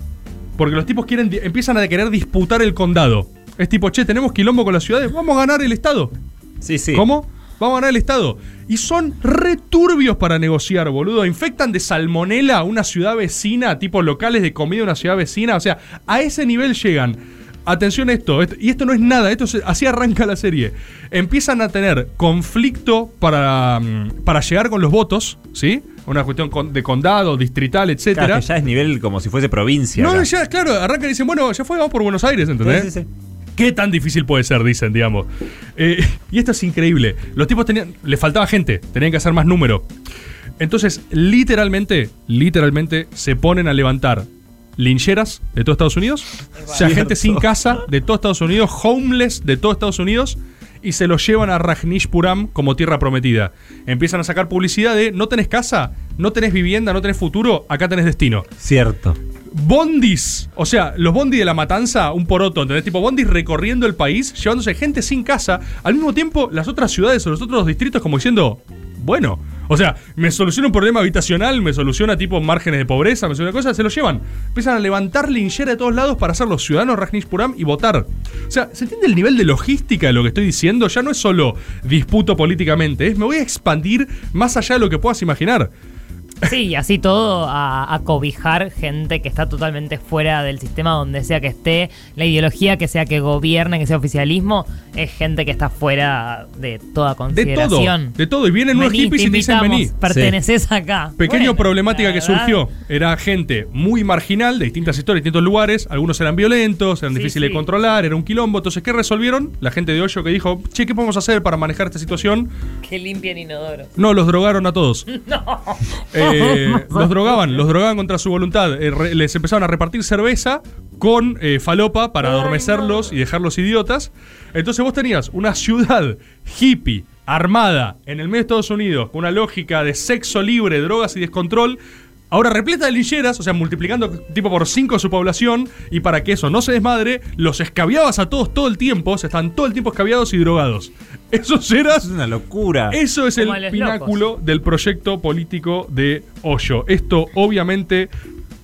Speaker 4: porque los tipos quieren, di- empiezan a querer disputar el condado. Es tipo, che, tenemos quilombo con las ciudades, vamos a ganar el Estado.
Speaker 6: Sí, sí.
Speaker 4: ¿Cómo? Vamos a ganar el Estado. Y son returbios para negociar, boludo. Infectan de salmonela a una ciudad vecina, tipo locales de comida de una ciudad vecina. O sea, a ese nivel llegan. Atención a esto, esto- y esto no es nada, esto se- así arranca la serie. Empiezan a tener conflicto para, mm, para llegar con los votos, ¿sí? Una cuestión con- de condado, distrital, etcétera.
Speaker 6: Claro, que ya es nivel como si fuese provincia.
Speaker 4: No,
Speaker 6: acá.
Speaker 4: ya, claro, arrancan y dicen, bueno, ya fue, vamos por Buenos Aires, ¿entendés?
Speaker 6: Sí, sí,
Speaker 4: ¿Qué tan difícil puede ser? Dicen, digamos. Eh, y esto es increíble. Los tipos tenían. Les faltaba gente, tenían que hacer más número. Entonces, literalmente, literalmente, se ponen a levantar lincheras de todo Estados Unidos. O sea, gente sin casa de todo Estados Unidos, homeless de todo Estados Unidos. Y se los llevan a Rajnishpuram como tierra prometida. Empiezan a sacar publicidad de no tenés casa, no tenés vivienda, no tenés futuro, acá tenés destino.
Speaker 6: Cierto.
Speaker 4: Bondis, o sea, los bondis de la matanza, un poroto, ¿entendés? Tipo bondis recorriendo el país, llevándose gente sin casa, al mismo tiempo las otras ciudades o los otros distritos como diciendo, bueno, o sea, me soluciona un problema habitacional, me soluciona tipo márgenes de pobreza, me soluciona cosas, se lo llevan. Empiezan a levantar linchera de todos lados para ser los ciudadanos Rajnishpuram y votar. O sea, ¿se entiende el nivel de logística de lo que estoy diciendo? Ya no es solo disputo políticamente, es me voy a expandir más allá de lo que puedas imaginar.
Speaker 7: Sí, y así todo a, a cobijar gente que está totalmente fuera del sistema donde sea que esté, la ideología que sea que gobierne, que sea oficialismo, es gente que está fuera de toda
Speaker 4: De todo,
Speaker 7: consideración.
Speaker 4: de todo. Y vienen unos
Speaker 7: Vení,
Speaker 4: hippies
Speaker 7: te
Speaker 4: y te dicen
Speaker 7: invitamos,
Speaker 4: vení.
Speaker 7: Perteneces acá.
Speaker 4: Pequeño
Speaker 7: Bueno,
Speaker 4: problemática
Speaker 7: la
Speaker 4: que
Speaker 7: verdad,
Speaker 4: surgió. Era gente muy marginal, de distintas historias, distintos lugares. Algunos eran violentos, eran difíciles de controlar, era un quilombo. Entonces, ¿qué resolvieron? La gente de Hoyo que dijo, che, ¿qué podemos hacer para manejar esta situación?
Speaker 7: Que limpian inodoro.
Speaker 4: No, los drogaron a todos.
Speaker 7: No.
Speaker 4: Eh, los drogaban, los drogaban contra su voluntad. Eh, re- les empezaron a repartir cerveza con eh, falopa para adormecerlos y dejarlos idiotas. Entonces vos tenías una ciudad hippie, armada, en el medio de Estados Unidos, con una lógica de sexo libre, drogas y descontrol. Ahora repleta de lincheras, o sea, multiplicando tipo por 5 su población, y para que eso no se desmadre, los escabiabas a todos todo el tiempo, o sea, están todo el tiempo escabiados y drogados. Eso eras. Es
Speaker 6: una locura.
Speaker 4: Eso es
Speaker 6: Como a
Speaker 4: el
Speaker 6: los
Speaker 4: pináculo del proyecto político de Hoyo. Esto obviamente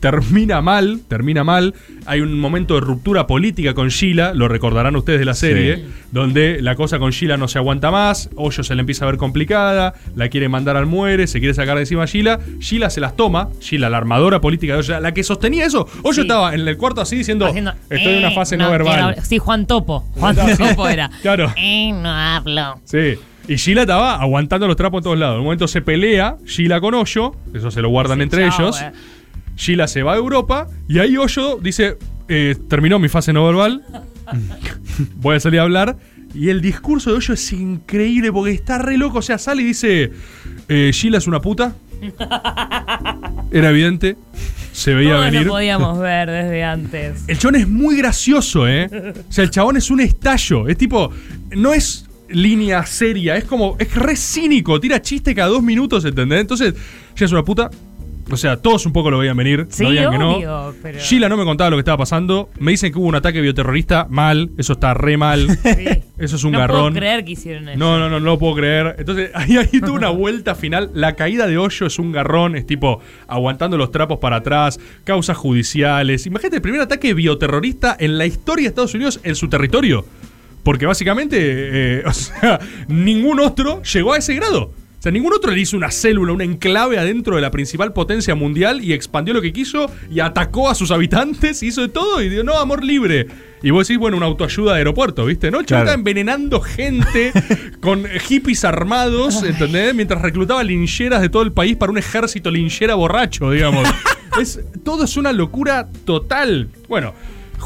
Speaker 4: termina mal, termina mal. Hay un momento de ruptura política con Sheila, lo recordarán ustedes de la serie, donde la cosa con Sheila no se aguanta más, Hoyo se le empieza a ver complicada, la quiere mandar al muere, se quiere sacar de encima a Sheila, Sheila se las toma, Sheila, la armadora política de Hoyo, la que sostenía eso, Hoyo estaba en el cuarto así diciendo, estoy en una
Speaker 7: Eh,
Speaker 4: fase no,
Speaker 7: quiero
Speaker 4: verbal.
Speaker 7: hablar. Sí, Juan Topo. Juan
Speaker 4: Claro.
Speaker 7: Topo era.
Speaker 4: Claro.
Speaker 7: Eh, no hablo.
Speaker 4: Sí. Y Sheila estaba aguantando los trapos en todos lados. En un momento se pelea Sheila con Hoyo, eso se lo guardan entre
Speaker 7: chao,
Speaker 4: ellos.
Speaker 7: eh.
Speaker 4: Sheila se va a Europa y ahí Hoyo dice, eh, terminó mi fase no verbal, voy a salir a hablar. Y el discurso de Hoyo es increíble porque está re loco. O sea, sale y dice, eh, Sheila es una puta. Era evidente, se veía
Speaker 7: Todos
Speaker 4: venir.
Speaker 7: lo podíamos ver desde antes.
Speaker 4: El chabón es muy gracioso, ¿eh? O sea, el chabón es un estallo. Es tipo, no es línea seria, es como, es re cínico, tira chiste cada dos minutos, ¿entendés? Entonces, ya es una puta. O sea, todos un poco lo veían venir.
Speaker 7: Sí,
Speaker 4: no digan que no.
Speaker 7: obvio, pero-
Speaker 4: Sheila no me contaba lo que estaba pasando. Me dicen que hubo un ataque bioterrorista. Mal. Eso está re mal. Eso es un
Speaker 7: no
Speaker 4: garrón.
Speaker 7: puedo creer que hicieron eso.
Speaker 4: No, no, no, no lo puedo creer. Entonces, ahí, ahí tuvo una vuelta final. La caída de hoyo es un garrón, es tipo aguantando los trapos para atrás, causas judiciales. Imagínate el primer ataque bioterrorista en la historia de Estados Unidos en su territorio. Porque básicamente, eh, o sea, ningún otro llegó a ese grado. O sea, ningún otro le hizo una célula, un enclave adentro de la principal potencia mundial y expandió lo que quiso y atacó a sus habitantes, hizo de todo y dio, no, amor libre. Y vos decís, bueno, una autoayuda de aeropuerto, ¿viste? No, El chabón
Speaker 6: Claro.
Speaker 4: está envenenando gente con hippies armados, ¿entendés? Mientras reclutaba lincheras de todo el país para un ejército linchera borracho, digamos. es, todo es una locura total. Bueno,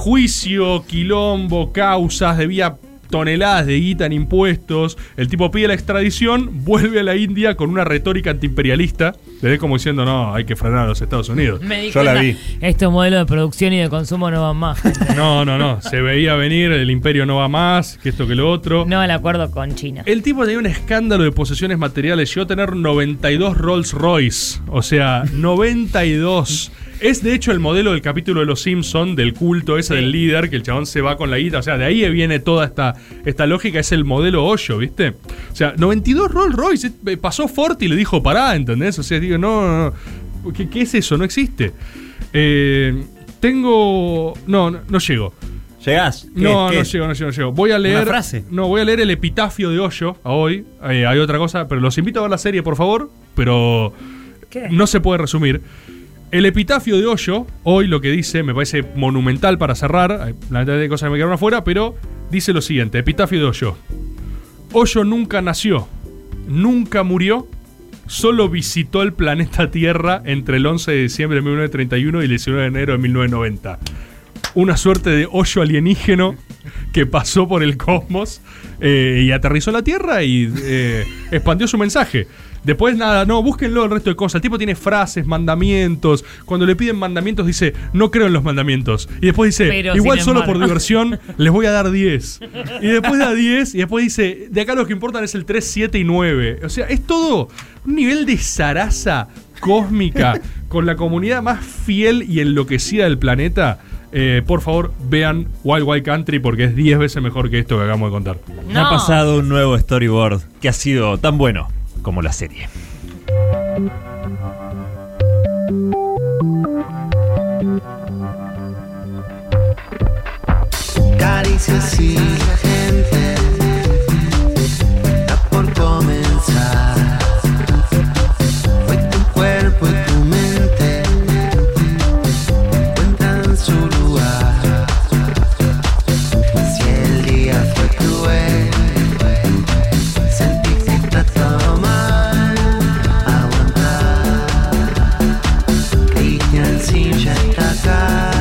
Speaker 4: juicio, quilombo, causas, debía toneladas de guita en impuestos, el tipo pide la extradición, vuelve a la India con una retórica antiimperialista, le ve como diciendo, no, hay que frenar a los Estados Unidos.
Speaker 7: Me di cuenta, Estos modelos de producción y de consumo no van más.
Speaker 4: No, no, no, se veía venir, el imperio no va más, que esto que lo otro.
Speaker 7: No el acuerdo con China.
Speaker 4: El tipo tenía un escándalo de posesiones materiales. Llegó a tener 92 Rolls Royce. O sea, 92. Es de hecho el modelo del capítulo de Los Simpson del culto ese del líder, que el chabón se va con la guita. O sea, de ahí viene toda esta, esta lógica. Es el modelo hoyo, ¿viste? O sea, 92 Rolls Royce. Eh, Pasó Forti y le dijo, pará, ¿entendés? O sea, digo, no, no, no. ¿Qué, qué es eso? No existe. Eh, tengo. No, no, no llego.
Speaker 6: ¿Llegás? ¿Qué-
Speaker 4: No,
Speaker 6: qué
Speaker 4: no
Speaker 6: es?
Speaker 4: llego, no llego, no llego. Voy a leer.
Speaker 6: ¿Una frase?
Speaker 4: No, voy a leer el epitafio de Hoyo a hoy. Eh, hay otra cosa, pero los invito a ver la serie, por favor. Pero no se puede resumir. El epitafio de Hoyo, hoy lo que dice, me parece monumental para cerrar. Hay La cantidad de cosas que me quedaron afuera, pero dice lo siguiente: Epitafio de Hoyo. Hoyo nunca nació, nunca murió, solo visitó el planeta Tierra entre el 11 de diciembre de 1931 y el 19 de enero de 1990. Una suerte de hoyo alienígeno que pasó por el cosmos eh, y aterrizó en la Tierra y eh, expandió su mensaje. Después nada, no, búsquenlo el resto de cosas. El tipo tiene frases, mandamientos. Cuando le piden mandamientos dice, no creo en los mandamientos. Y después dice,
Speaker 6: Pero,
Speaker 4: igual
Speaker 6: sin
Speaker 4: solo
Speaker 6: embargo".
Speaker 4: por diversión les voy a dar 10. Y después da 10 y después dice, de acá los que importan es el 3, 7 y 9. O sea, es todo un nivel de zaraza cósmica con la comunidad más fiel y enloquecida del planeta. Eh, por favor, vean Wild Wild Country porque es 10 veces mejor que esto que acabamos de contar.
Speaker 6: Me ha pasado un nuevo storyboard que ha sido tan bueno como la serie.
Speaker 26: Caricias y la gente está por comenzar. Fue tu cuerpo y tu mente encuentran su lugar. Si el día fue cruel, sentí que está todo mal. Aguantar, Cristian Sin ya está acá.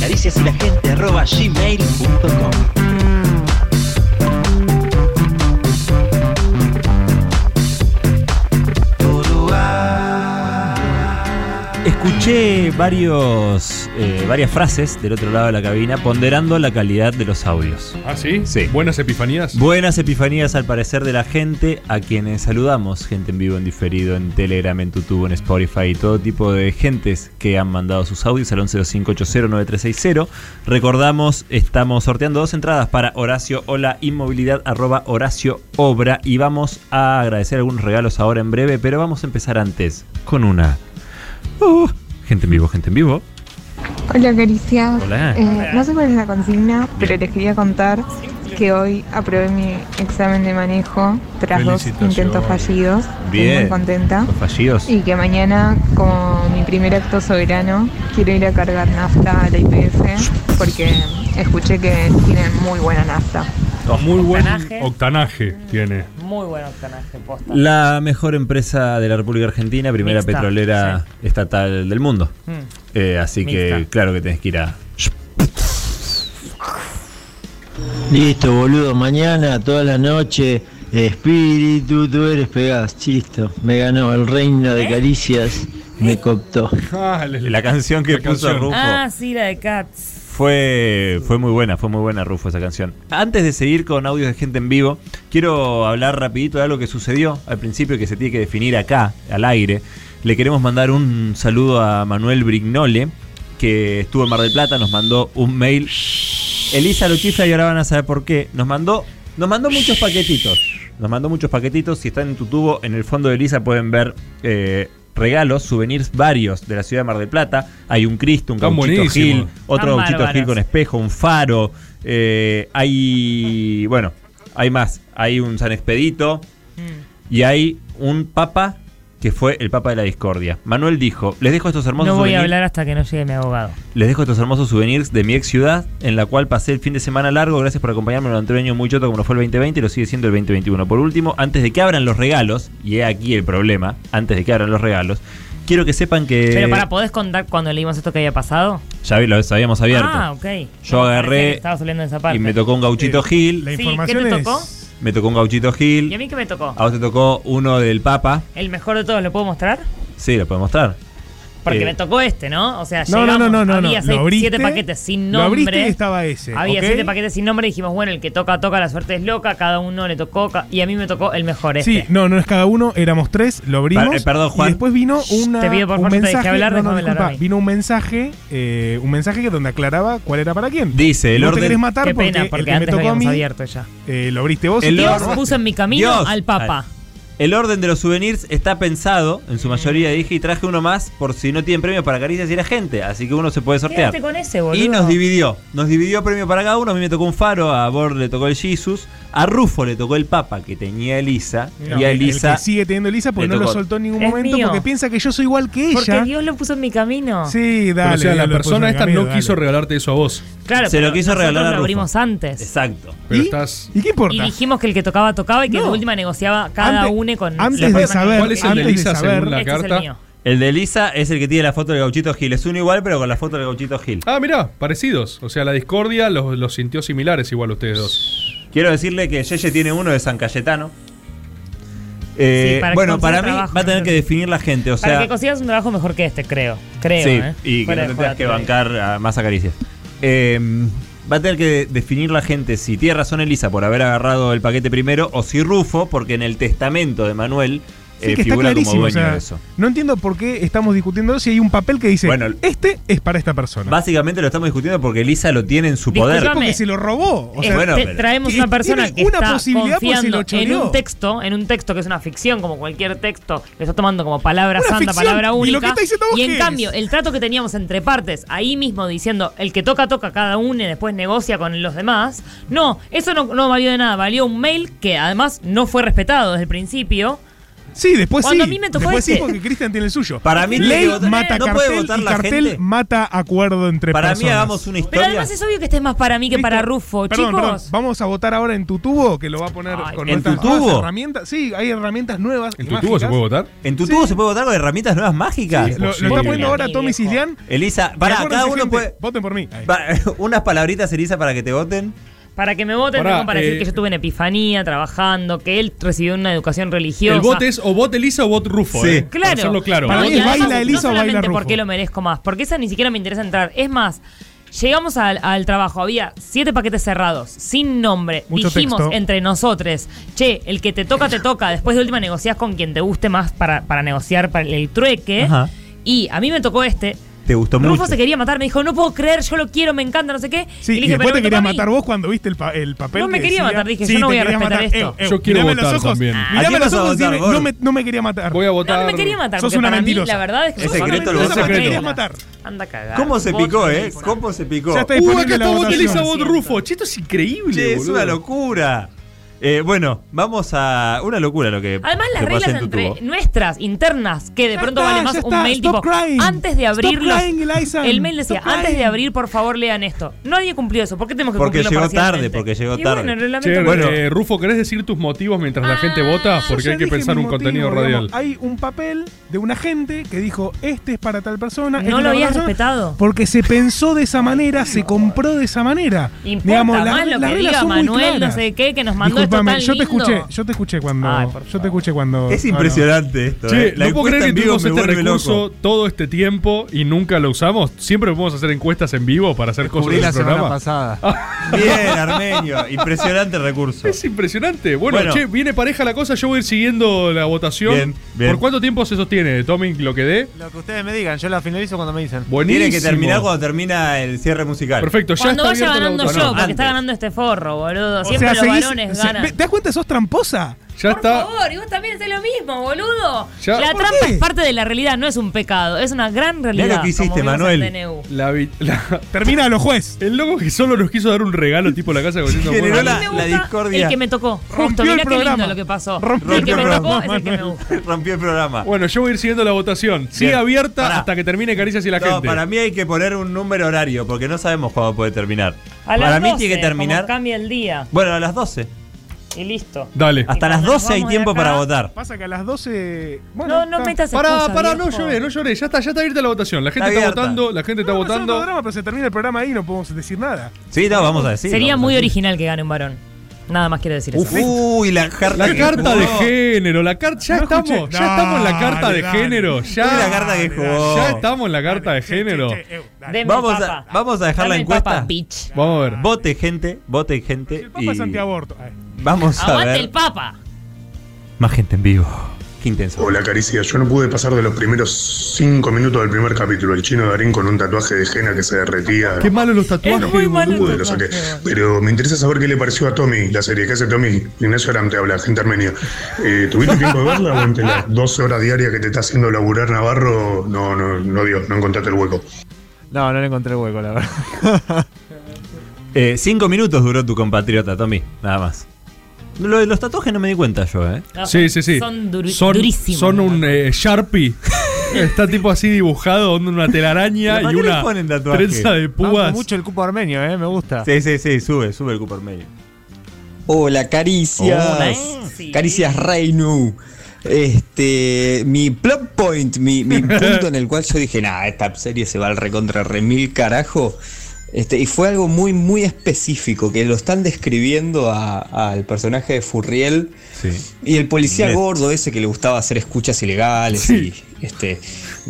Speaker 27: Caricias y la gente arroba gmail.com.
Speaker 6: Escuché varios, eh, varias frases del otro lado de la cabina ponderando la calidad de los audios.
Speaker 4: ¿Ah, sí? Sí. Buenas epifanías.
Speaker 6: Buenas epifanías al parecer de la gente a quienes saludamos, gente en vivo, en diferido, en Telegram, en Tutubo, en Spotify y todo tipo de gentes que han mandado sus audios al 1125809360. Recordamos, estamos sorteando dos entradas para Horacio Hola Inmovilidad arroba Horacio Obra y vamos a agradecer algunos regalos ahora en breve, pero vamos a empezar antes con una... Uh, gente en vivo, gente en vivo.
Speaker 28: Hola Caricia.
Speaker 6: Hola.
Speaker 28: Eh, no sé cuál es la consigna, pero les quería contar que hoy aprobé mi examen de manejo tras dos
Speaker 6: Felicitaciones.
Speaker 28: intentos fallidos. Estoy
Speaker 6: Bien.
Speaker 28: Muy contenta.
Speaker 6: Los fallidos.
Speaker 28: Y que mañana, como mi primer acto soberano, quiero ir a cargar nafta a la IPF porque escuché que tienen muy buena nafta.
Speaker 4: Muy buen
Speaker 7: Octanaje.
Speaker 4: octanaje tiene.
Speaker 7: Muy buen octanaje, posta.
Speaker 6: La mejor empresa de la República Argentina, primera
Speaker 7: Mixta,
Speaker 6: petrolera estatal del mundo.
Speaker 7: Mm.
Speaker 6: Eh, así que
Speaker 7: Mixta.
Speaker 6: claro que tenés que ir a...
Speaker 19: Listo, boludo. Mañana, toda la noche, espíritu, tú eres pegás. Listo, me ganó el reino
Speaker 6: ¿Eh?
Speaker 19: de caricias. Me cooptó.
Speaker 6: La canción que puso Rufo
Speaker 7: Ah, sí, la de Cats.
Speaker 6: fue, fue muy buena, fue muy buena Rufo esa canción. Antes de seguir con audios de gente en vivo, quiero hablar rapidito de algo que sucedió al principio que se tiene que definir acá, al aire. Le queremos mandar un saludo a Manuel Brignole, que estuvo en Mar del Plata, nos mandó un mail. Elisa lo chifla y ahora van a saber por qué. Nos mandó, nos mandó muchos paquetitos. Nos mandó muchos paquetitos. Si están en tu tubo, en el fondo de Elisa pueden ver eh, regalos, souvenirs varios de la ciudad de Mar del Plata. Hay un Cristo, un
Speaker 4: Están
Speaker 6: gauchito
Speaker 4: buenísimos.
Speaker 6: Gil, otro
Speaker 4: Están
Speaker 6: gauchito
Speaker 4: bárbaros.
Speaker 6: Gil con espejo, un faro. eh, hay, bueno, hay más. Hay un San Expedito y hay un papa que fue el papa de la discordia. Manuel dijo, les dejo estos hermosos
Speaker 7: No voy a
Speaker 6: souvenirs-
Speaker 7: hablar hasta que no llegue mi abogado.
Speaker 6: les dejo estos hermosos souvenirs de mi ex ciudad, en la cual pasé el fin de semana largo. Gracias por acompañarme durante un año muy choto como lo fue el 2020 y lo sigue siendo el 2021. Por último, antes de que abran los regalos, y he aquí el problema, antes de que abran los regalos, quiero que sepan que
Speaker 7: Pero para, ¿podés contar cuando leímos esto que había pasado?
Speaker 6: ya vi- lo habíamos abierto.
Speaker 7: Ah, ok.
Speaker 6: Yo agarré
Speaker 7: Estaba oliendo esa parte.
Speaker 6: y me tocó un gauchito Gil.
Speaker 7: Sí, ¿Qué te tocó?
Speaker 6: Me tocó un gauchito
Speaker 7: ¿Y a
Speaker 6: Gil.
Speaker 7: mí qué me tocó?
Speaker 6: A vos te tocó uno del Papa.
Speaker 7: ¿El mejor de todos lo puedo mostrar?
Speaker 6: Sí, lo puedo mostrar.
Speaker 7: Porque
Speaker 6: Eh,
Speaker 7: me tocó este, ¿no? O sea,
Speaker 6: No,
Speaker 7: llegamos,
Speaker 6: no, no, no, no,
Speaker 7: había
Speaker 6: no.
Speaker 7: seis-
Speaker 6: Lo abriste,
Speaker 7: siete paquetes sin
Speaker 6: lo
Speaker 7: nombre.
Speaker 6: abriste
Speaker 9: y estaba ese,
Speaker 7: Había
Speaker 9: ¿ok?
Speaker 7: siete paquetes sin nombre y dijimos, bueno, el que toca, toca, la suerte es loca, cada uno le tocó, ca- y a mí me tocó el mejor este.
Speaker 9: Sí, no, no es cada uno, éramos tres, lo abrimos.
Speaker 6: Per- eh, perdón, Juan.
Speaker 9: Y después vino
Speaker 7: Shh,
Speaker 9: una,
Speaker 7: te pido, por
Speaker 9: un
Speaker 7: favor, te dejé
Speaker 9: mensaje.
Speaker 7: hablar,
Speaker 9: no, no,
Speaker 7: déjame hablar
Speaker 9: disculpa,
Speaker 7: a mí.
Speaker 9: vino un mensaje, eh, un mensaje que donde aclaraba cuál era para quién.
Speaker 6: Dice, el
Speaker 9: Vos te
Speaker 6: orden-
Speaker 9: querés matar
Speaker 7: Qué
Speaker 9: porque,
Speaker 7: pena, porque
Speaker 9: el que
Speaker 7: antes lo
Speaker 9: me tocó a
Speaker 7: habíamos
Speaker 9: mí,
Speaker 7: abierto ya.
Speaker 9: eh, lo abriste vos.
Speaker 6: El
Speaker 9: y te
Speaker 6: Dios
Speaker 9: agarraste.
Speaker 7: puso en mi camino
Speaker 6: Dios.
Speaker 7: al Papa.
Speaker 6: El orden de los souvenirs está pensado, en su mayoría dije, y traje uno más por si no tienen premios para caricias y la gente, así que uno se puede sortear.
Speaker 7: Quédate con ese, boludo.
Speaker 6: Y nos dividió, nos dividió premio para cada uno, a mí me tocó un faro, a Bor le tocó el Jesus, a Rufo le tocó el Papa que tenía Elisa,
Speaker 9: No,
Speaker 6: y a
Speaker 9: el- el
Speaker 6: Elisa...
Speaker 9: que sigue teniendo Elisa porque
Speaker 6: le
Speaker 9: no lo
Speaker 6: tocó.
Speaker 9: soltó en ningún
Speaker 7: Es
Speaker 9: momento
Speaker 7: mío.
Speaker 9: porque piensa que yo soy igual que ella.
Speaker 7: Porque Dios lo puso en mi camino.
Speaker 9: Sí, dale.
Speaker 4: Pero, o sea, la
Speaker 9: Dios lo puso
Speaker 4: persona
Speaker 9: en el
Speaker 4: esta
Speaker 9: camino,
Speaker 4: no
Speaker 9: dale.
Speaker 4: quiso regalarte eso a vos.
Speaker 7: Claro,
Speaker 4: Se lo
Speaker 7: pero
Speaker 4: quiso
Speaker 7: nosotros
Speaker 4: regalar a
Speaker 7: lo
Speaker 4: Rufo.
Speaker 7: abrimos antes.
Speaker 6: Exacto.
Speaker 4: Pero estás.
Speaker 9: ¿Y qué importa?
Speaker 7: Y dijimos que el que tocaba, tocaba y que
Speaker 9: No.
Speaker 7: de última negociaba cada
Speaker 9: Antes-
Speaker 7: uno con.
Speaker 9: antes
Speaker 7: la
Speaker 9: de
Speaker 7: persona
Speaker 9: saber-
Speaker 7: que-
Speaker 9: ¿Cuál es el de antes de Elisa saber- según la
Speaker 7: Este es el
Speaker 9: carta?
Speaker 7: mío.
Speaker 6: El de Elisa es el que tiene la foto del gauchito Gil, es uno igual pero con la foto del gauchito Gil.
Speaker 4: Ah, mirá, parecidos. O sea, la discordia los, los sintió similares igual a ustedes dos.
Speaker 6: Quiero decirle que Yeye tiene uno de San Cayetano. Eh,
Speaker 7: Sí, para que
Speaker 6: bueno,
Speaker 7: consiga
Speaker 6: para mí
Speaker 7: trabajo,
Speaker 6: va a tener que definir la gente, o
Speaker 7: Para
Speaker 6: sea...
Speaker 7: que consigas un trabajo mejor que este, creo. Creo.
Speaker 6: sí,
Speaker 7: ¿eh?
Speaker 6: y que
Speaker 7: Fuera
Speaker 6: no
Speaker 7: de
Speaker 6: te
Speaker 7: joda,
Speaker 6: tengas que
Speaker 7: te lo digo.
Speaker 6: bancar a más acaricias. Eh, va a tener que de- definir la gente si tiene razón Elisa por haber agarrado el paquete primero o si Rufo, porque en el testamento de Manuel
Speaker 9: Sí,
Speaker 6: eh,
Speaker 9: que está
Speaker 6: figura como
Speaker 9: clarísimo.
Speaker 6: dueño
Speaker 9: o sea,
Speaker 6: de eso.
Speaker 9: No entiendo por qué estamos discutiendo si hay un papel que dice,
Speaker 6: Bueno,
Speaker 9: este es para esta persona.
Speaker 6: Básicamente lo estamos discutiendo porque Elisa lo tiene en su poder.
Speaker 7: Discúlpame.
Speaker 9: Porque se lo robó. O sea,
Speaker 7: Este,
Speaker 6: bueno, pero-
Speaker 7: traemos
Speaker 9: que
Speaker 7: una persona
Speaker 9: tiene
Speaker 7: que
Speaker 9: una
Speaker 7: está
Speaker 9: posibilidad, pues, se
Speaker 7: confiando
Speaker 9: lo
Speaker 7: en
Speaker 9: choreó.
Speaker 7: un texto, en un texto que es una ficción, como cualquier texto, le está tomando como palabra
Speaker 9: Una
Speaker 7: santa,
Speaker 9: ficción,
Speaker 7: palabra
Speaker 9: y lo
Speaker 7: única.
Speaker 9: que está diciendo vos,
Speaker 7: y en
Speaker 9: ¿qué
Speaker 7: cambio,
Speaker 9: es?
Speaker 7: el trato que teníamos entre partes, ahí mismo diciendo el que toca, toca cada uno y después negocia con los demás, no, eso no, no valió de nada, valió un mail que además no fue respetado desde el principio.
Speaker 9: sí, después
Speaker 7: Cuando
Speaker 9: sí.
Speaker 7: a mí me tocó
Speaker 9: después sí,
Speaker 7: este.
Speaker 9: porque Cristian tiene el suyo.
Speaker 6: Para mí tiene
Speaker 9: ley
Speaker 6: que votar-
Speaker 9: mata
Speaker 6: no puede
Speaker 9: cartel
Speaker 6: votar
Speaker 9: y
Speaker 6: la
Speaker 9: cartel
Speaker 6: gente.
Speaker 9: mata acuerdo entre
Speaker 6: Para
Speaker 9: personas.
Speaker 6: mí hagamos una
Speaker 7: Pero
Speaker 6: historia.
Speaker 7: además es obvio que este es más para mí que para Rufo,
Speaker 9: Perdón,
Speaker 7: chicos.
Speaker 9: perdón. Vamos a votar ahora en tu tubo, que lo va a poner con
Speaker 6: ¿en
Speaker 9: nuestras
Speaker 6: tu
Speaker 9: nuevas
Speaker 6: tubo?
Speaker 9: herramientas. Sí, hay herramientas nuevas. ¿En
Speaker 4: votar?
Speaker 6: ¿En tu tubo se puede votar con herramientas nuevas mágicas?
Speaker 9: lo, lo está poniendo ahora Tommy Cislián.
Speaker 6: Elisa, para cada uno puede.
Speaker 9: Voten por mí.
Speaker 6: Pa- unas palabritas, Elisa, para que te voten.
Speaker 7: Para que me voten,
Speaker 6: Pará,
Speaker 7: tengo para
Speaker 6: eh,
Speaker 7: decir que yo estuve en Epifanía trabajando, que él recibió una educación religiosa.
Speaker 4: El voto es o vot Elisa o vot Rufo.
Speaker 6: Sí.
Speaker 4: eh, Para
Speaker 7: Claro.
Speaker 4: hacerlo claro.
Speaker 7: Porque además,
Speaker 9: Elisa o
Speaker 7: no solamente
Speaker 9: baila Rufo.
Speaker 7: porque lo merezco más, porque esa ni siquiera me interesa entrar. Es más, llegamos al, al trabajo, había siete paquetes cerrados, sin nombre.
Speaker 9: Mucho
Speaker 7: Dijimos
Speaker 9: texto.
Speaker 7: entre nosotros, che, el que te toca, te toca. Después de última negociás con quien te guste más para, para negociar para el trueque.
Speaker 6: Ajá.
Speaker 7: Y a mí me tocó este.
Speaker 6: Te gustó
Speaker 7: Rufo
Speaker 6: mucho.
Speaker 7: se quería matar, me dijo, no puedo creer, yo lo quiero, me encanta, no sé qué.
Speaker 9: Sí,
Speaker 7: Y le
Speaker 9: y,
Speaker 7: dije,
Speaker 9: después
Speaker 7: "Pero
Speaker 9: te
Speaker 7: me
Speaker 9: querías
Speaker 7: toca a mí".
Speaker 9: matar vos cuando viste el, pa- el papel.
Speaker 7: No me
Speaker 9: que
Speaker 7: quería
Speaker 9: decía,
Speaker 7: matar, dije,
Speaker 9: sí,
Speaker 7: yo no
Speaker 9: te
Speaker 7: voy a
Speaker 9: quería
Speaker 7: respetar
Speaker 9: matar.
Speaker 7: esto.
Speaker 9: Eh, eh,
Speaker 4: Yo quiero
Speaker 9: mirame
Speaker 4: votar
Speaker 9: los ojos,
Speaker 4: también. ¿A
Speaker 9: Mirame
Speaker 4: quién
Speaker 9: los
Speaker 4: vas a
Speaker 9: ojos y
Speaker 4: votar,
Speaker 9: dime,
Speaker 4: Bor?
Speaker 9: no me, no me quería matar.
Speaker 4: Voy a votar.
Speaker 7: No, no me quería matar,
Speaker 9: Sos
Speaker 7: porque
Speaker 9: una
Speaker 7: para mí,
Speaker 9: mentirosa.
Speaker 7: la verdad es que
Speaker 9: Es
Speaker 7: sos una
Speaker 9: secreto, lo
Speaker 7: mentirosa
Speaker 9: vas a creer.
Speaker 7: mentirosa.
Speaker 9: Querías matar.
Speaker 7: Anda a cagar.
Speaker 6: ¿Cómo se
Speaker 7: Vos
Speaker 6: picó,
Speaker 7: sos
Speaker 6: eh?
Speaker 7: Elisa.
Speaker 6: ¿Cómo se picó?
Speaker 9: Ya está
Speaker 4: Uh,
Speaker 9: disponible
Speaker 4: acá
Speaker 9: la
Speaker 4: está vot
Speaker 9: votación.
Speaker 4: Elisa, vot Rufo. Che, esto es increíble.
Speaker 6: Che, es
Speaker 4: boludo.
Speaker 6: una locura. Eh, bueno, vamos a. Una locura lo que.
Speaker 7: Además, las
Speaker 6: que pasa
Speaker 7: reglas
Speaker 6: en tu
Speaker 7: entre
Speaker 6: tubo.
Speaker 7: nuestras, internas, que de
Speaker 9: Ya
Speaker 7: pronto
Speaker 9: está,
Speaker 7: vale más
Speaker 9: ya
Speaker 7: un
Speaker 9: está,
Speaker 7: mail
Speaker 9: stop
Speaker 7: tipo.
Speaker 9: crying.
Speaker 7: Antes de
Speaker 9: Stop
Speaker 7: abrirlo.
Speaker 9: crying, Eliza.
Speaker 7: El mail decía,
Speaker 9: Stop
Speaker 7: antes
Speaker 9: crying.
Speaker 7: de abrir, por favor, lean esto. Nadie cumplió eso. ¿Por qué tenemos que
Speaker 6: Porque
Speaker 7: cumplirlo
Speaker 6: llegó tarde,
Speaker 7: parcialmente?
Speaker 6: porque llegó
Speaker 7: Y
Speaker 6: tarde.
Speaker 7: Bueno, el reglamento
Speaker 4: Che,
Speaker 7: que-
Speaker 4: bueno, eh, Rufo, ¿querés decir tus motivos mientras la gente vota? Porque
Speaker 9: Ah, Yo
Speaker 4: hay que
Speaker 9: dije
Speaker 4: pensar
Speaker 9: mi
Speaker 4: un
Speaker 9: motivo,
Speaker 4: contenido
Speaker 9: digamos,
Speaker 4: radial.
Speaker 9: Hay un papel de una gente que dijo, este es para tal persona. este
Speaker 7: no
Speaker 9: es
Speaker 7: lo
Speaker 9: para
Speaker 7: habías
Speaker 9: tal persona",
Speaker 7: respetado.
Speaker 9: Porque se pensó de esa manera, se compró de esa manera.
Speaker 7: Importa más lo
Speaker 9: las
Speaker 7: que
Speaker 9: reglas
Speaker 7: diga
Speaker 9: son muy
Speaker 7: Manuel, no
Speaker 9: claras.
Speaker 7: sé qué, que nos mandó esto
Speaker 9: Disculpame,
Speaker 7: tan
Speaker 9: yo te
Speaker 7: lindo.
Speaker 9: escuché, yo te escuché cuando.
Speaker 7: Ay, por
Speaker 9: yo te escuché cuando.
Speaker 6: Es
Speaker 9: no, no.
Speaker 6: impresionante esto.
Speaker 4: Ah, Che,
Speaker 6: eh. La
Speaker 4: no puedo
Speaker 6: encuesta
Speaker 4: creer que
Speaker 6: en vivo
Speaker 4: tuvimos
Speaker 6: me
Speaker 4: este
Speaker 6: vuelve
Speaker 4: recurso
Speaker 6: loco.
Speaker 4: todo este tiempo y nunca lo usamos. Siempre podemos hacer encuestas en vivo para hacer cosas
Speaker 10: Descubrí
Speaker 4: del
Speaker 10: la semana
Speaker 4: programa. Ah.
Speaker 10: pasada.
Speaker 6: Bien, Armenio. Impresionante recurso.
Speaker 4: Es impresionante. Bueno,
Speaker 6: Bueno.
Speaker 4: che, viene pareja la cosa. Yo voy a ir siguiendo la votación.
Speaker 6: Bien, bien.
Speaker 4: ¿Por cuánto tiempo se sostiene, Tommy, lo que dé?
Speaker 10: Lo que ustedes me digan, yo la finalizo cuando me dicen.
Speaker 4: Buenísimo.
Speaker 6: Tiene que terminar cuando termina el cierre musical.
Speaker 4: Perfecto, ya
Speaker 7: Cuando
Speaker 4: está
Speaker 7: vaya
Speaker 4: abierto la
Speaker 7: ganando yo,
Speaker 4: votación.
Speaker 7: porque
Speaker 6: antes.
Speaker 7: está ganando este forro, boludo.
Speaker 9: O
Speaker 7: Siempre
Speaker 9: sea,
Speaker 7: los
Speaker 9: seguís-
Speaker 7: varones
Speaker 9: se-
Speaker 7: ganan.
Speaker 9: ¿Te das cuenta? Sos tramposa.
Speaker 4: Ya
Speaker 7: Por
Speaker 4: está.
Speaker 7: favor, y vos también hacés lo mismo, boludo.
Speaker 4: Ya-
Speaker 7: la
Speaker 4: ¿Por
Speaker 7: trampa
Speaker 4: qué?
Speaker 7: es parte de la realidad, no es un pecado, es una gran realidad. como vimos en DNU.
Speaker 4: La, vi- la- Termina los juez. El loco que solo nos quiso dar un regalo tipo la casa con
Speaker 7: A mí me gusta El que me tocó. Justo,
Speaker 4: Rompió el
Speaker 7: mirá qué lindo
Speaker 4: programa.
Speaker 7: lo que pasó.
Speaker 4: Rompió
Speaker 7: el que
Speaker 4: el
Speaker 7: me tocó
Speaker 4: programa,
Speaker 7: es el que me gusta.
Speaker 6: Rompió el programa.
Speaker 4: Bueno, yo voy a ir siguiendo la votación. Sigue
Speaker 6: Bien.
Speaker 4: abierta hasta que termine Caricias y la
Speaker 6: No,
Speaker 4: gente.
Speaker 6: para mí hay que poner un número horario, porque no sabemos cuándo puede terminar.
Speaker 7: A las
Speaker 6: para mí
Speaker 7: 12,
Speaker 6: tiene que terminar.
Speaker 7: como Cambia el día
Speaker 6: Bueno, a las 12.
Speaker 7: y listo.
Speaker 6: Dale. Hasta las
Speaker 7: cuando nos
Speaker 6: 12 hay
Speaker 7: vamos de
Speaker 6: tiempo
Speaker 7: acá-
Speaker 6: para votar.
Speaker 9: Pasa que a las 12.
Speaker 7: No, no metas
Speaker 4: Pará,
Speaker 7: excusas,
Speaker 4: pará, no
Speaker 7: viejo.
Speaker 4: lloré, no lloré. Ya está, ya está abierta la votación. La gente está,
Speaker 6: abierta.
Speaker 4: votando, la gente está
Speaker 9: No, hacemos
Speaker 4: votando.
Speaker 9: programa, pero se termina el programa ahí y no podemos decir nada.
Speaker 6: Sí, no, Ah, vamos a decir.
Speaker 7: Sería
Speaker 6: vamos
Speaker 7: muy
Speaker 6: a decir.
Speaker 7: original que gane un varón. Nada más quiero decir
Speaker 6: Uf,
Speaker 7: eso.
Speaker 6: uy, la carta.
Speaker 4: La
Speaker 6: que
Speaker 4: carta de
Speaker 6: jugó.
Speaker 4: género, la carta. Ya
Speaker 6: No
Speaker 4: estamos,
Speaker 6: escuché.
Speaker 4: ya estamos en la carta
Speaker 6: Dale,
Speaker 4: de
Speaker 6: dale.
Speaker 4: género. Ya,
Speaker 6: Dale, la carta que jugó.
Speaker 4: ya estamos en la carta de género.
Speaker 29: eh,
Speaker 7: Deme
Speaker 6: Vamos
Speaker 7: papa.
Speaker 6: a, vamos a dejar la
Speaker 7: Dame
Speaker 6: encuesta.
Speaker 7: papa, bitch.
Speaker 4: Vamos a ver.
Speaker 6: Vote gente, vote
Speaker 29: Pues
Speaker 6: gente.
Speaker 9: El Papa
Speaker 6: y
Speaker 9: es antiaborto.
Speaker 29: eh.
Speaker 9: Ay.
Speaker 6: Vamos a
Speaker 7: Aguante
Speaker 6: ver.
Speaker 7: el papa.
Speaker 6: Más gente en vivo. Qué intenso.
Speaker 1: Hola Caricia, yo no pude pasar de los primeros 5 minutos del primer capítulo. El chino Darín con un tatuaje de henna que se derretía.
Speaker 4: Qué malo los tatuajes.
Speaker 1: No pude, lo saqué. Pero me interesa saber qué le pareció a Tommy la serie. ¿Qué hace Tommy? Ignacio Aram te habla, gente armenia. Eh, ¿Tuviste tiempo de verla o entre las 12 horas diarias que te está haciendo laburar Navarro? No, no, no dio, no encontraste el hueco.
Speaker 29: No, no le encontré hueco, la verdad.
Speaker 6: Eh, cinco minutos duró tu compatriota, Tommy. Nada más. Lo de los tatuajes no me di cuenta yo, ¿eh?
Speaker 4: Sí, sí, sí. son, Son un eh, Sharpie. Está tipo así dibujado, donde una telaraña
Speaker 6: ¿Pero para
Speaker 4: y
Speaker 6: qué le
Speaker 4: una
Speaker 6: ponen tatuaje?
Speaker 4: trenza de púas.
Speaker 29: Banco mucho el cupo armenio, eh, me gusta.
Speaker 6: Sí, sí, sí, sube, sube el cupo medio.
Speaker 30: Hola, Caricias.
Speaker 6: Hola.
Speaker 30: Caricias Reinu. Este, mi plot point, mi, mi punto en el cual yo dije, nada, esta serie se va al recontra remil carajo. Este, y fue algo muy, muy específico, que lo están describiendo a- al personaje de Furriel y el policía
Speaker 29: Ned.
Speaker 30: gordo ese que le gustaba hacer escuchas ilegales y este,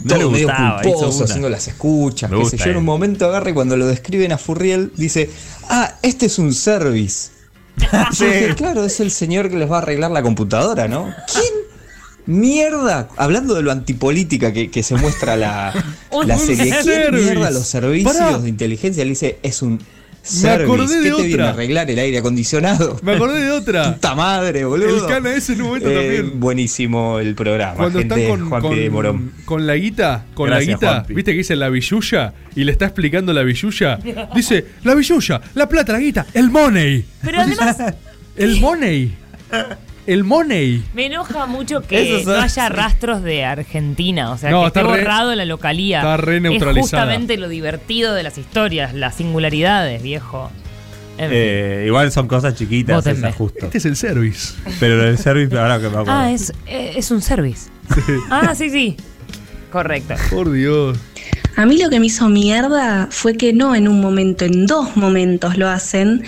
Speaker 29: No
Speaker 30: todo
Speaker 29: le
Speaker 30: medio
Speaker 29: gustaba, hizo
Speaker 30: culposo,
Speaker 29: una.
Speaker 30: haciendo las escuchas,
Speaker 29: Me
Speaker 30: qué
Speaker 29: gusta
Speaker 30: sé yo. En
Speaker 29: él.
Speaker 30: un momento agarra y cuando lo describen a Furriel, dice, ah, este es un service. Yo dije, claro, es el señor que les va a arreglar la computadora, ¿no? ¿Quién? Mierda, hablando de lo antipolítica que, que se muestra la, Un la serie, ¿quién service. mierda los servicios Pará. de inteligencia? Le dice, es un service.
Speaker 4: acordé de
Speaker 30: ¿Qué te viene
Speaker 4: otra.
Speaker 30: a arreglar el aire acondicionado?
Speaker 4: Me acordé de otra.
Speaker 30: Puta madre, boludo.
Speaker 4: El cana ese en un momento
Speaker 30: Eh,
Speaker 4: también.
Speaker 30: Buenísimo el programa.
Speaker 4: Cuando
Speaker 30: gente,
Speaker 4: están con,
Speaker 30: Juan
Speaker 4: con-
Speaker 30: P. Morón.
Speaker 4: con la guita, con la
Speaker 30: Gracias,
Speaker 4: guita,
Speaker 30: Juanpi.
Speaker 4: viste que dice la billulla y le está explicando la billulla. Dice, la billulla, la plata, la guita, el money.
Speaker 7: Pero además,
Speaker 4: El money. El money.
Speaker 7: me enoja mucho que
Speaker 4: Eso
Speaker 7: no
Speaker 4: es-
Speaker 7: haya rastros de Argentina. O sea,
Speaker 4: No,
Speaker 7: que
Speaker 4: está
Speaker 7: esté
Speaker 4: re-
Speaker 7: borrado la localía.
Speaker 4: está re neutralizada.
Speaker 7: Es justamente lo divertido de las historias, las singularidades, viejo. En fin.
Speaker 6: Eh, igual son cosas chiquitas,
Speaker 7: Vótenme.
Speaker 6: esas justo.
Speaker 4: Este es el service.
Speaker 6: Pero el service, ahora que me acuerdo.
Speaker 7: Ah, es, eh, es un service. Ah, sí, sí. Correcto.
Speaker 4: Por Dios.
Speaker 16: A mí lo que me hizo mierda fue que no en un momento, en dos momentos lo hacen.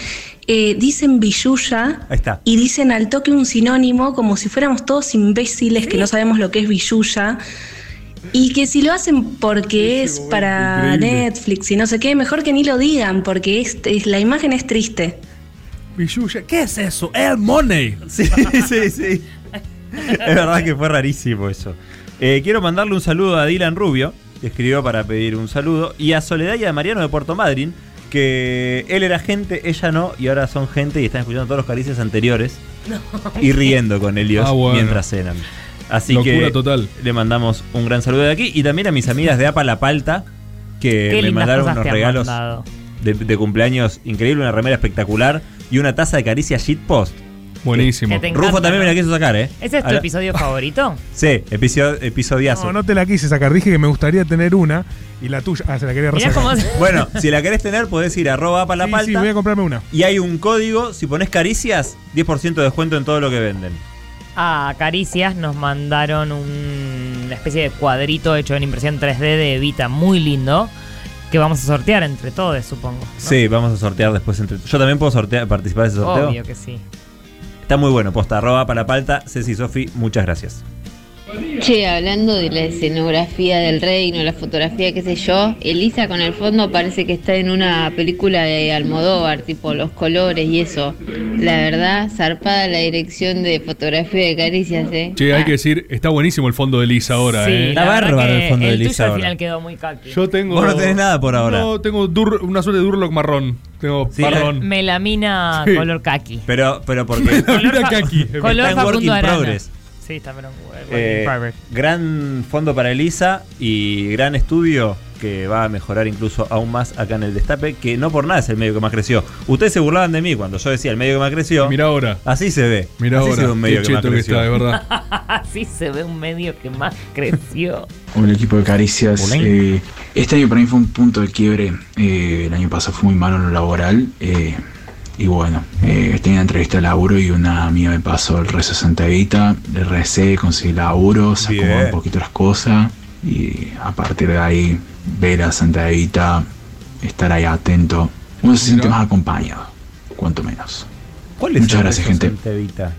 Speaker 16: Eh, dicen billulla
Speaker 6: Ahí está.
Speaker 16: y dicen al toque un sinónimo como si fuéramos todos imbéciles que no sabemos lo que es billulla. Y que si lo hacen porque es para
Speaker 4: increíble.
Speaker 16: Netflix y no sé qué, mejor que ni lo digan porque es- es- la imagen es triste.
Speaker 4: Billulla, ¿qué es eso? El money.
Speaker 6: Sí, sí, sí. Es verdad que fue rarísimo eso. Eh, quiero mandarle un saludo a Dylan Rubio, que escribió para pedir un saludo, y a Soledad y a Mariano de Puerto Madryn, que él era gente, ella no, y ahora son gente y están escuchando todos los caricias anteriores y riendo con Helios
Speaker 4: Ah, bueno.
Speaker 6: mientras cenan. Así
Speaker 4: Locura
Speaker 6: que
Speaker 4: total.
Speaker 6: le mandamos un gran saludo de aquí y también a mis amigas de Apa La Palta, que
Speaker 7: Qué
Speaker 6: me
Speaker 7: lindas
Speaker 6: mandaron
Speaker 7: cosas
Speaker 6: unos
Speaker 7: te han
Speaker 6: regalos
Speaker 7: mandado.
Speaker 6: de, de cumpleaños increíble, una remera espectacular y una taza de caricia shitpost.
Speaker 7: Que te encanta,
Speaker 6: Rufo también me la
Speaker 7: ¿no?
Speaker 6: quiso sacar, ¿eh?
Speaker 7: ¿Ese es tu
Speaker 6: A la-
Speaker 7: episodio favorito?
Speaker 6: Sí, episodio, episodiazo.
Speaker 9: No, no te la quise sacar. Dije que me gustaría tener una y la tuya. Ah, se la quería reservar.
Speaker 6: Bueno, si la querés tener, podés ir a arroba para la
Speaker 9: Sí,
Speaker 6: palta.
Speaker 9: sí, voy a comprarme una.
Speaker 6: Y hay un código, si pones caricias, 10% de descuento en todo lo que venden.
Speaker 7: A Caricias nos mandaron un- una especie de cuadrito hecho en impresión 3D de Evita muy lindo que vamos a sortear entre todos, supongo.
Speaker 6: Sí, vamos a sortear después entre. Yo también puedo sortear, participar de ese sorteo.
Speaker 7: Obvio que sí.
Speaker 6: Está muy bueno, posta arroba para la palta. Ceci Sofi, muchas gracias.
Speaker 2: Che, hablando de la escenografía del reino, la fotografía, qué sé yo, Elisa con el fondo parece que está en una película de Almodóvar, tipo los colores y eso. La verdad, zarpada la dirección de fotografía de Caricias, ¿eh?
Speaker 4: Che, hay que decir, está buenísimo el fondo de Liz ahora,
Speaker 7: Sí,
Speaker 4: ¿eh?
Speaker 7: la verdad que el tuyo al final quedó muy caqui.
Speaker 4: Yo tengo.
Speaker 6: Vos no tenés nada por ahora.
Speaker 4: No, tengo dur- una suerte de Durlock marrón. Tengo marrón.
Speaker 7: Melamina
Speaker 4: Sí.
Speaker 7: color caqui.
Speaker 6: Pero, pero porque.
Speaker 4: Mira eh, Kaki.
Speaker 7: Color
Speaker 6: Está en work
Speaker 7: Facundo
Speaker 6: in
Speaker 7: Arana.
Speaker 6: progress.
Speaker 7: Sí, está pero work
Speaker 6: Eh,
Speaker 7: in progress.
Speaker 6: gran fondo para Elisa y gran estudio que va a mejorar incluso aún más acá en el Destape, que no por nada es el medio que más creció. Ustedes se burlaban de mí cuando yo decía el medio que más creció. Mira
Speaker 4: ahora.
Speaker 6: Así se ve.
Speaker 4: Mirá
Speaker 6: Así
Speaker 4: ahora,
Speaker 6: se ve un medio
Speaker 4: qué
Speaker 6: que más
Speaker 4: cheto que
Speaker 6: creció. Ah,
Speaker 4: está, de verdad.
Speaker 7: Así se ve un medio que más creció.
Speaker 5: Hola equipo de Caricias.
Speaker 7: Hola.
Speaker 5: Eh, este año para mí fue un punto de quiebre. Eh, el año pasado fue muy malo en lo laboral. eh, y bueno, eh, tenía una entrevista de laburo y una amiga me pasó el re 60 Vita, le recé, conseguí laburo, se
Speaker 6: Bien.
Speaker 5: acomodó un poquito las cosas. Y a partir de ahí, ver a Santa Evita, estar ahí atento. Uno se siente más acompañado, cuanto menos.
Speaker 6: ¿Cuál es
Speaker 5: Muchas
Speaker 6: el
Speaker 5: gracias,
Speaker 6: rezo
Speaker 5: gente.
Speaker 6: Santa Evita?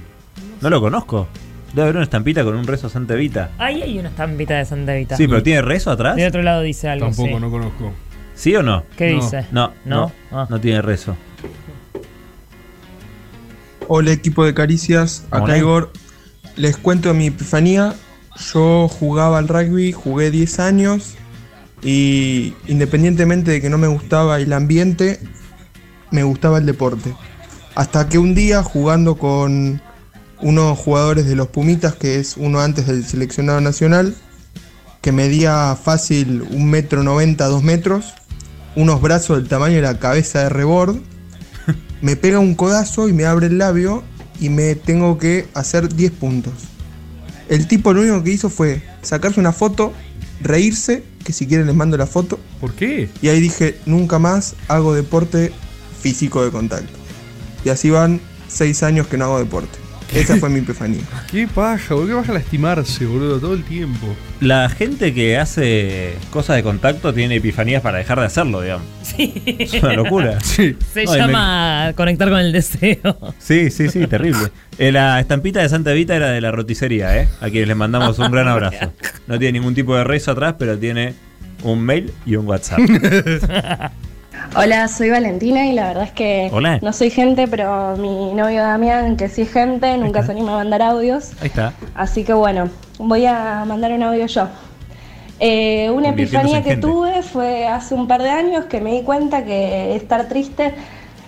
Speaker 6: No lo conozco. Debe haber una estampita con un rezo Santa Evita.
Speaker 7: Ahí hay una estampita de Santa Evita.
Speaker 6: Sí, pero ¿tiene rezo atrás?
Speaker 7: De otro lado dice algo. sí.
Speaker 4: conozco.
Speaker 6: ¿Sí o no?
Speaker 7: ¿Qué
Speaker 6: No.
Speaker 7: dice?
Speaker 6: No, no,
Speaker 7: No. Ah.
Speaker 6: no tiene rezo.
Speaker 31: Hola equipo de caricias, acá
Speaker 6: Hola.
Speaker 31: Igor. Les cuento mi epifanía. Yo jugaba al rugby, jugué 10 años y independientemente de que no me gustaba el ambiente, me gustaba el deporte. Hasta que un día jugando con unos jugadores de los Pumitas, que es uno antes del seleccionado nacional, que medía fácil un metro noventa, dos metros, unos brazos del tamaño de la cabeza de rebord, me pega un codazo y me abre el labio y me tengo que hacer 10 puntos. El tipo lo único que hizo fue sacarse una foto, reírse, que si quieren les mando la foto.
Speaker 4: ¿Por qué?
Speaker 31: Y ahí dije, nunca más hago deporte físico de contacto. Y así van 6 años que no hago deporte. Esa fue mi epifanía.
Speaker 10: Qué paja, boludo. Qué paja lastimarse, boludo, todo el tiempo.
Speaker 6: La gente que hace cosas de contacto tiene epifanías para dejar de hacerlo, digamos.
Speaker 7: Sí.
Speaker 6: Es una locura. Sí.
Speaker 7: Se llama conectar con el deseo.
Speaker 6: Sí, sí, sí, terrible. Eh, la estampita de Santa Evita era de la roticería, ¿eh? A quienes les mandamos un gran abrazo. No tiene ningún tipo de rezo atrás, pero tiene un mail y un WhatsApp.
Speaker 21: Hola, soy Valentina y la verdad es que
Speaker 6: Hola.
Speaker 21: no soy gente, pero mi novio Damián, que sí es gente, nunca se anima a mandar audios.
Speaker 6: Ahí está.
Speaker 21: Así que bueno, voy a mandar un audio yo. Eh, una
Speaker 32: Convirtiéndose
Speaker 21: epifanía
Speaker 32: en
Speaker 21: que
Speaker 32: gente.
Speaker 21: tuve fue hace un par de años que me di cuenta que estar triste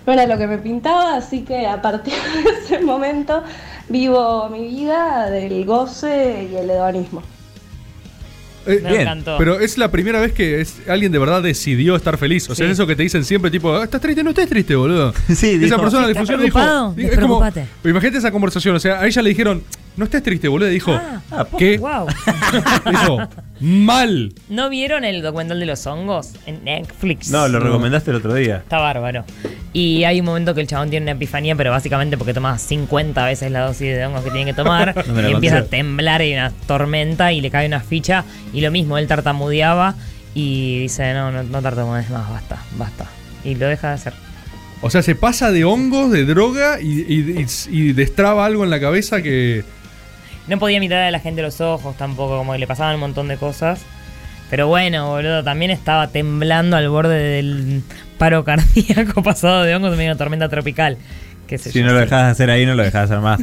Speaker 21: no era lo que me pintaba, así que a partir de ese momento vivo mi vida del goce y el hedonismo.
Speaker 4: Eh,
Speaker 21: Me encantó.
Speaker 4: Pero es la primera vez que es- alguien de verdad decidió estar feliz. O sea,
Speaker 21: Sí.
Speaker 4: es eso que te dicen siempre, tipo, "Ah, estás triste, no estés triste, boludo. Esa
Speaker 7: dijo,
Speaker 4: persona le
Speaker 7: "¿Estás
Speaker 4: funciona
Speaker 7: preocupado?
Speaker 4: dijo. es como-
Speaker 7: Despreocupate".
Speaker 4: imagínate esa conversación. O sea, a ella le dijeron, no estés triste, boludo. y Dijo,
Speaker 7: Ah,
Speaker 4: ¿qué?
Speaker 7: Wow.
Speaker 4: Dijo, mal.
Speaker 7: ¿No vieron el documental de los hongos en Netflix?
Speaker 6: No, lo recomendaste el otro día.
Speaker 7: Está bárbaro. Y hay un momento que el chabón tiene una epifanía, pero básicamente porque toma 50 veces la dosis de hongos que tiene que tomar.
Speaker 6: No me la
Speaker 7: y empieza a
Speaker 6: conté.
Speaker 7: temblar, hay una tormenta y le cae una ficha. Y lo mismo, él tartamudeaba y dice, no, no, no tartamudees más, basta, basta. Y lo deja de hacer.
Speaker 4: O sea, se pasa de hongos, de droga y, y- y- y destraba algo en la cabeza que.
Speaker 7: No podía mirar a la gente a los ojos tampoco, como que le pasaban un montón de cosas. Pero bueno, boludo, también estaba temblando al borde del paro cardíaco pasado de hongos en medio de una tormenta tropical. Qué sé
Speaker 6: Si
Speaker 7: yo.
Speaker 6: no lo dejás de hacer ahí, no lo dejás de hacer más.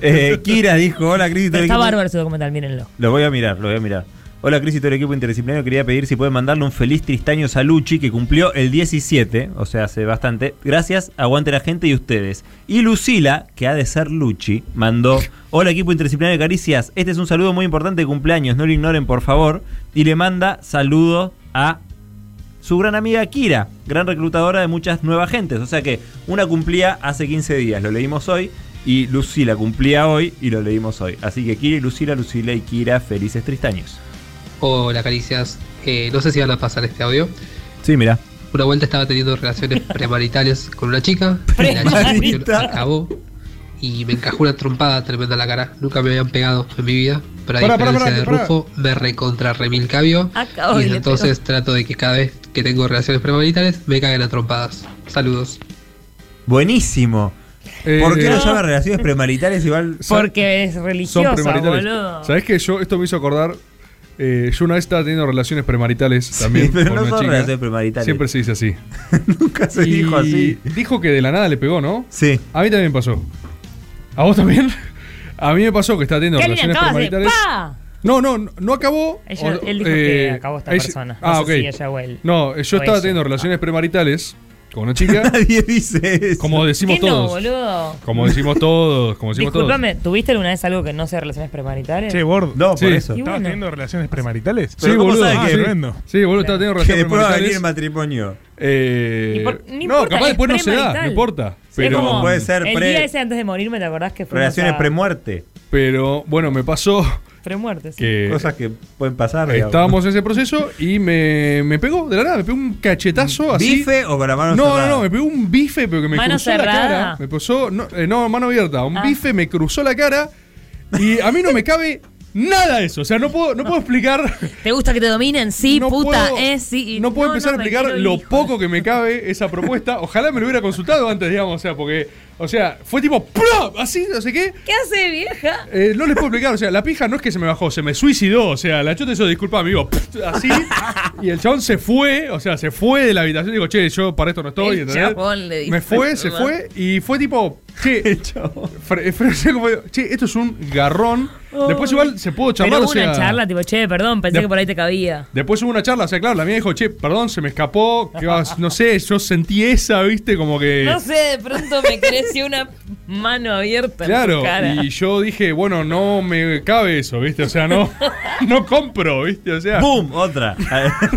Speaker 6: Eh, Kira dijo, hola Cris.
Speaker 7: Pero está bárbaro ese documental, mírenlo.
Speaker 6: Lo voy a mirar, lo voy a mirar. Hola Cris y todo el equipo interdisciplinario, quería pedir si pueden mandarle un feliz tristaño a Luchi que cumplió el 17, o sea, hace bastante. Gracias, aguante la gente y ustedes. Y Lucila, que ha de ser Luchi, mandó, hola equipo interdisciplinario de Caricias, este es un saludo muy importante de cumpleaños, no lo ignoren por favor. Y le manda saludos a su gran amiga Kira, gran reclutadora de muchas nuevas gentes. O sea que una cumplía hace 15 días, lo leímos hoy, y Lucila cumplía hoy y lo leímos hoy. Así que Kira y Lucila, Lucila y Kira, felices tristaños.
Speaker 33: Hola, caricias. Eh, no sé si van a pasar este audio.
Speaker 6: Sí, mira.
Speaker 33: Una vuelta estaba teniendo relaciones premaritales con una chica. y La chica cuestión acabó. Y me encajó una trompada tremenda en la cara. Nunca me habían pegado en mi vida. Pero a
Speaker 2: Pará, pará,
Speaker 33: diferencia de
Speaker 2: pará, pará.
Speaker 33: Rufo, me recontra remil cabio.
Speaker 2: Acabo y
Speaker 33: y
Speaker 2: le
Speaker 33: desde entonces trato de que cada vez que tengo relaciones premaritales me caguen a trompadas. Saludos.
Speaker 6: Buenísimo.
Speaker 2: Eh,
Speaker 33: Eh,
Speaker 6: ¿Por qué no llaman relaciones premaritales igual?
Speaker 7: Porque es religiosa, boludo.
Speaker 4: ¿Sabes que yo esto me hizo acordar? eh, yo una vez estaba teniendo relaciones premaritales también.
Speaker 6: pero
Speaker 4: con
Speaker 6: no
Speaker 4: una
Speaker 6: son
Speaker 4: chica.
Speaker 6: relaciones premaritales.
Speaker 4: Siempre se dice así. Nunca
Speaker 6: se dijo así.
Speaker 4: Dijo que de la nada le pegó, ¿no?
Speaker 6: Sí.
Speaker 4: A mí también pasó. ¿A vos también? A mí me pasó que estaba teniendo
Speaker 7: Karin
Speaker 4: relaciones
Speaker 7: acabas de-
Speaker 4: premaritales.
Speaker 7: ¡Pa!
Speaker 4: No, no, no, no acabó.
Speaker 7: Ella-
Speaker 4: O-
Speaker 7: él dijo que
Speaker 4: eh,
Speaker 7: acabó esta
Speaker 4: ella-
Speaker 7: persona. No
Speaker 4: Ah,
Speaker 7: sé
Speaker 4: ok.
Speaker 7: si ella o él.
Speaker 4: no, yo
Speaker 7: O
Speaker 4: estaba
Speaker 7: ella. Ah.
Speaker 4: teniendo relaciones premaritales con una chica. Nadie dice eso. Como decimos
Speaker 7: ¿Qué no,
Speaker 4: todos.
Speaker 7: boludo?
Speaker 4: como decimos todos. Como decimos todos.
Speaker 7: Disculpame, ¿tuviste alguna vez algo que no sea relaciones premaritales?
Speaker 12: Che, gordo.
Speaker 4: No, por Sí. eso.
Speaker 12: ¿Estabas
Speaker 7: bueno.
Speaker 12: teniendo relaciones premaritales?
Speaker 4: Sí, boludo. Ah, sí. Sí, boludo, estaba teniendo relaciones
Speaker 6: después va a
Speaker 4: premaritales.
Speaker 6: venir el matrimonio.
Speaker 4: Eh,
Speaker 6: Y por-
Speaker 7: No
Speaker 4: no,
Speaker 7: importa,
Speaker 4: capaz
Speaker 7: es
Speaker 4: después no se da,
Speaker 7: premarital.
Speaker 4: no importa.
Speaker 7: Sí,
Speaker 4: Pero
Speaker 7: como El día ese antes de morirme, ¿te acordás que fue?
Speaker 4: premuerte. Pero bueno, me pasó
Speaker 7: Premuertes.
Speaker 4: que.
Speaker 6: Cosas que pueden pasar. digamos.
Speaker 4: Estábamos en ese proceso y me, me pegó de la nada, me pegó un cachetazo así.
Speaker 6: ¿Bife o con la mano
Speaker 4: no,
Speaker 6: cerrada?
Speaker 4: No, no, me pegó un bife, pero que me
Speaker 6: ¿Mano
Speaker 4: cruzó la
Speaker 6: cerrada?
Speaker 4: cara. Me cruzó, no, eh, no, mano abierta, un
Speaker 6: Ah.
Speaker 4: bife me cruzó la cara y a mí no me cabe nada eso. O sea, no puedo, no puedo explicar.
Speaker 7: ¿Te gusta que te dominen? Sí, puta, eh, sí. y-
Speaker 4: No puedo empezar
Speaker 7: no,
Speaker 4: a
Speaker 7: me
Speaker 4: explicar
Speaker 7: quiero
Speaker 4: lo
Speaker 7: hijo.
Speaker 4: poco que me cabe esa propuesta. Ojalá me lo hubiera consultado antes, digamos, o sea, porque. O sea, fue tipo ¡plop! así, no sé qué.
Speaker 7: ¿Qué hace, vieja?
Speaker 4: Eh, no les puedo explicar, o sea, la pija no es que se me bajó, se me suicidó. O sea, la chota hizo disculpa, amigo, así. Y el chabón se fue, o sea, se fue de la habitación. Digo, che, yo para esto no estoy.
Speaker 7: El
Speaker 4: ¿entendés?
Speaker 7: chabón le dice,
Speaker 4: me fue, se
Speaker 7: ¿verdad?
Speaker 4: fue y fue tipo, che, fre- fre- o sea, como digo, che, esto es un garrón. Después
Speaker 7: Ay.
Speaker 4: igual se pudo charlar,
Speaker 7: Pero
Speaker 4: o
Speaker 7: hubo una
Speaker 4: sea,
Speaker 7: charla, tipo, che, perdón, pensé
Speaker 4: De-
Speaker 7: que por ahí te cabía.
Speaker 4: Después hubo una charla, o sea, claro, la mía dijo, che, perdón, se me escapó, que vas- no sé, yo sentí esa, viste, como que...
Speaker 7: No sé, de pronto me creció una mano abierta en
Speaker 4: Claro,
Speaker 7: tu cara.
Speaker 4: y yo dije, bueno, no me cabe eso, ¿viste? O sea, no, no compro, ¿viste? O sea.
Speaker 6: ¡Bum! Otra.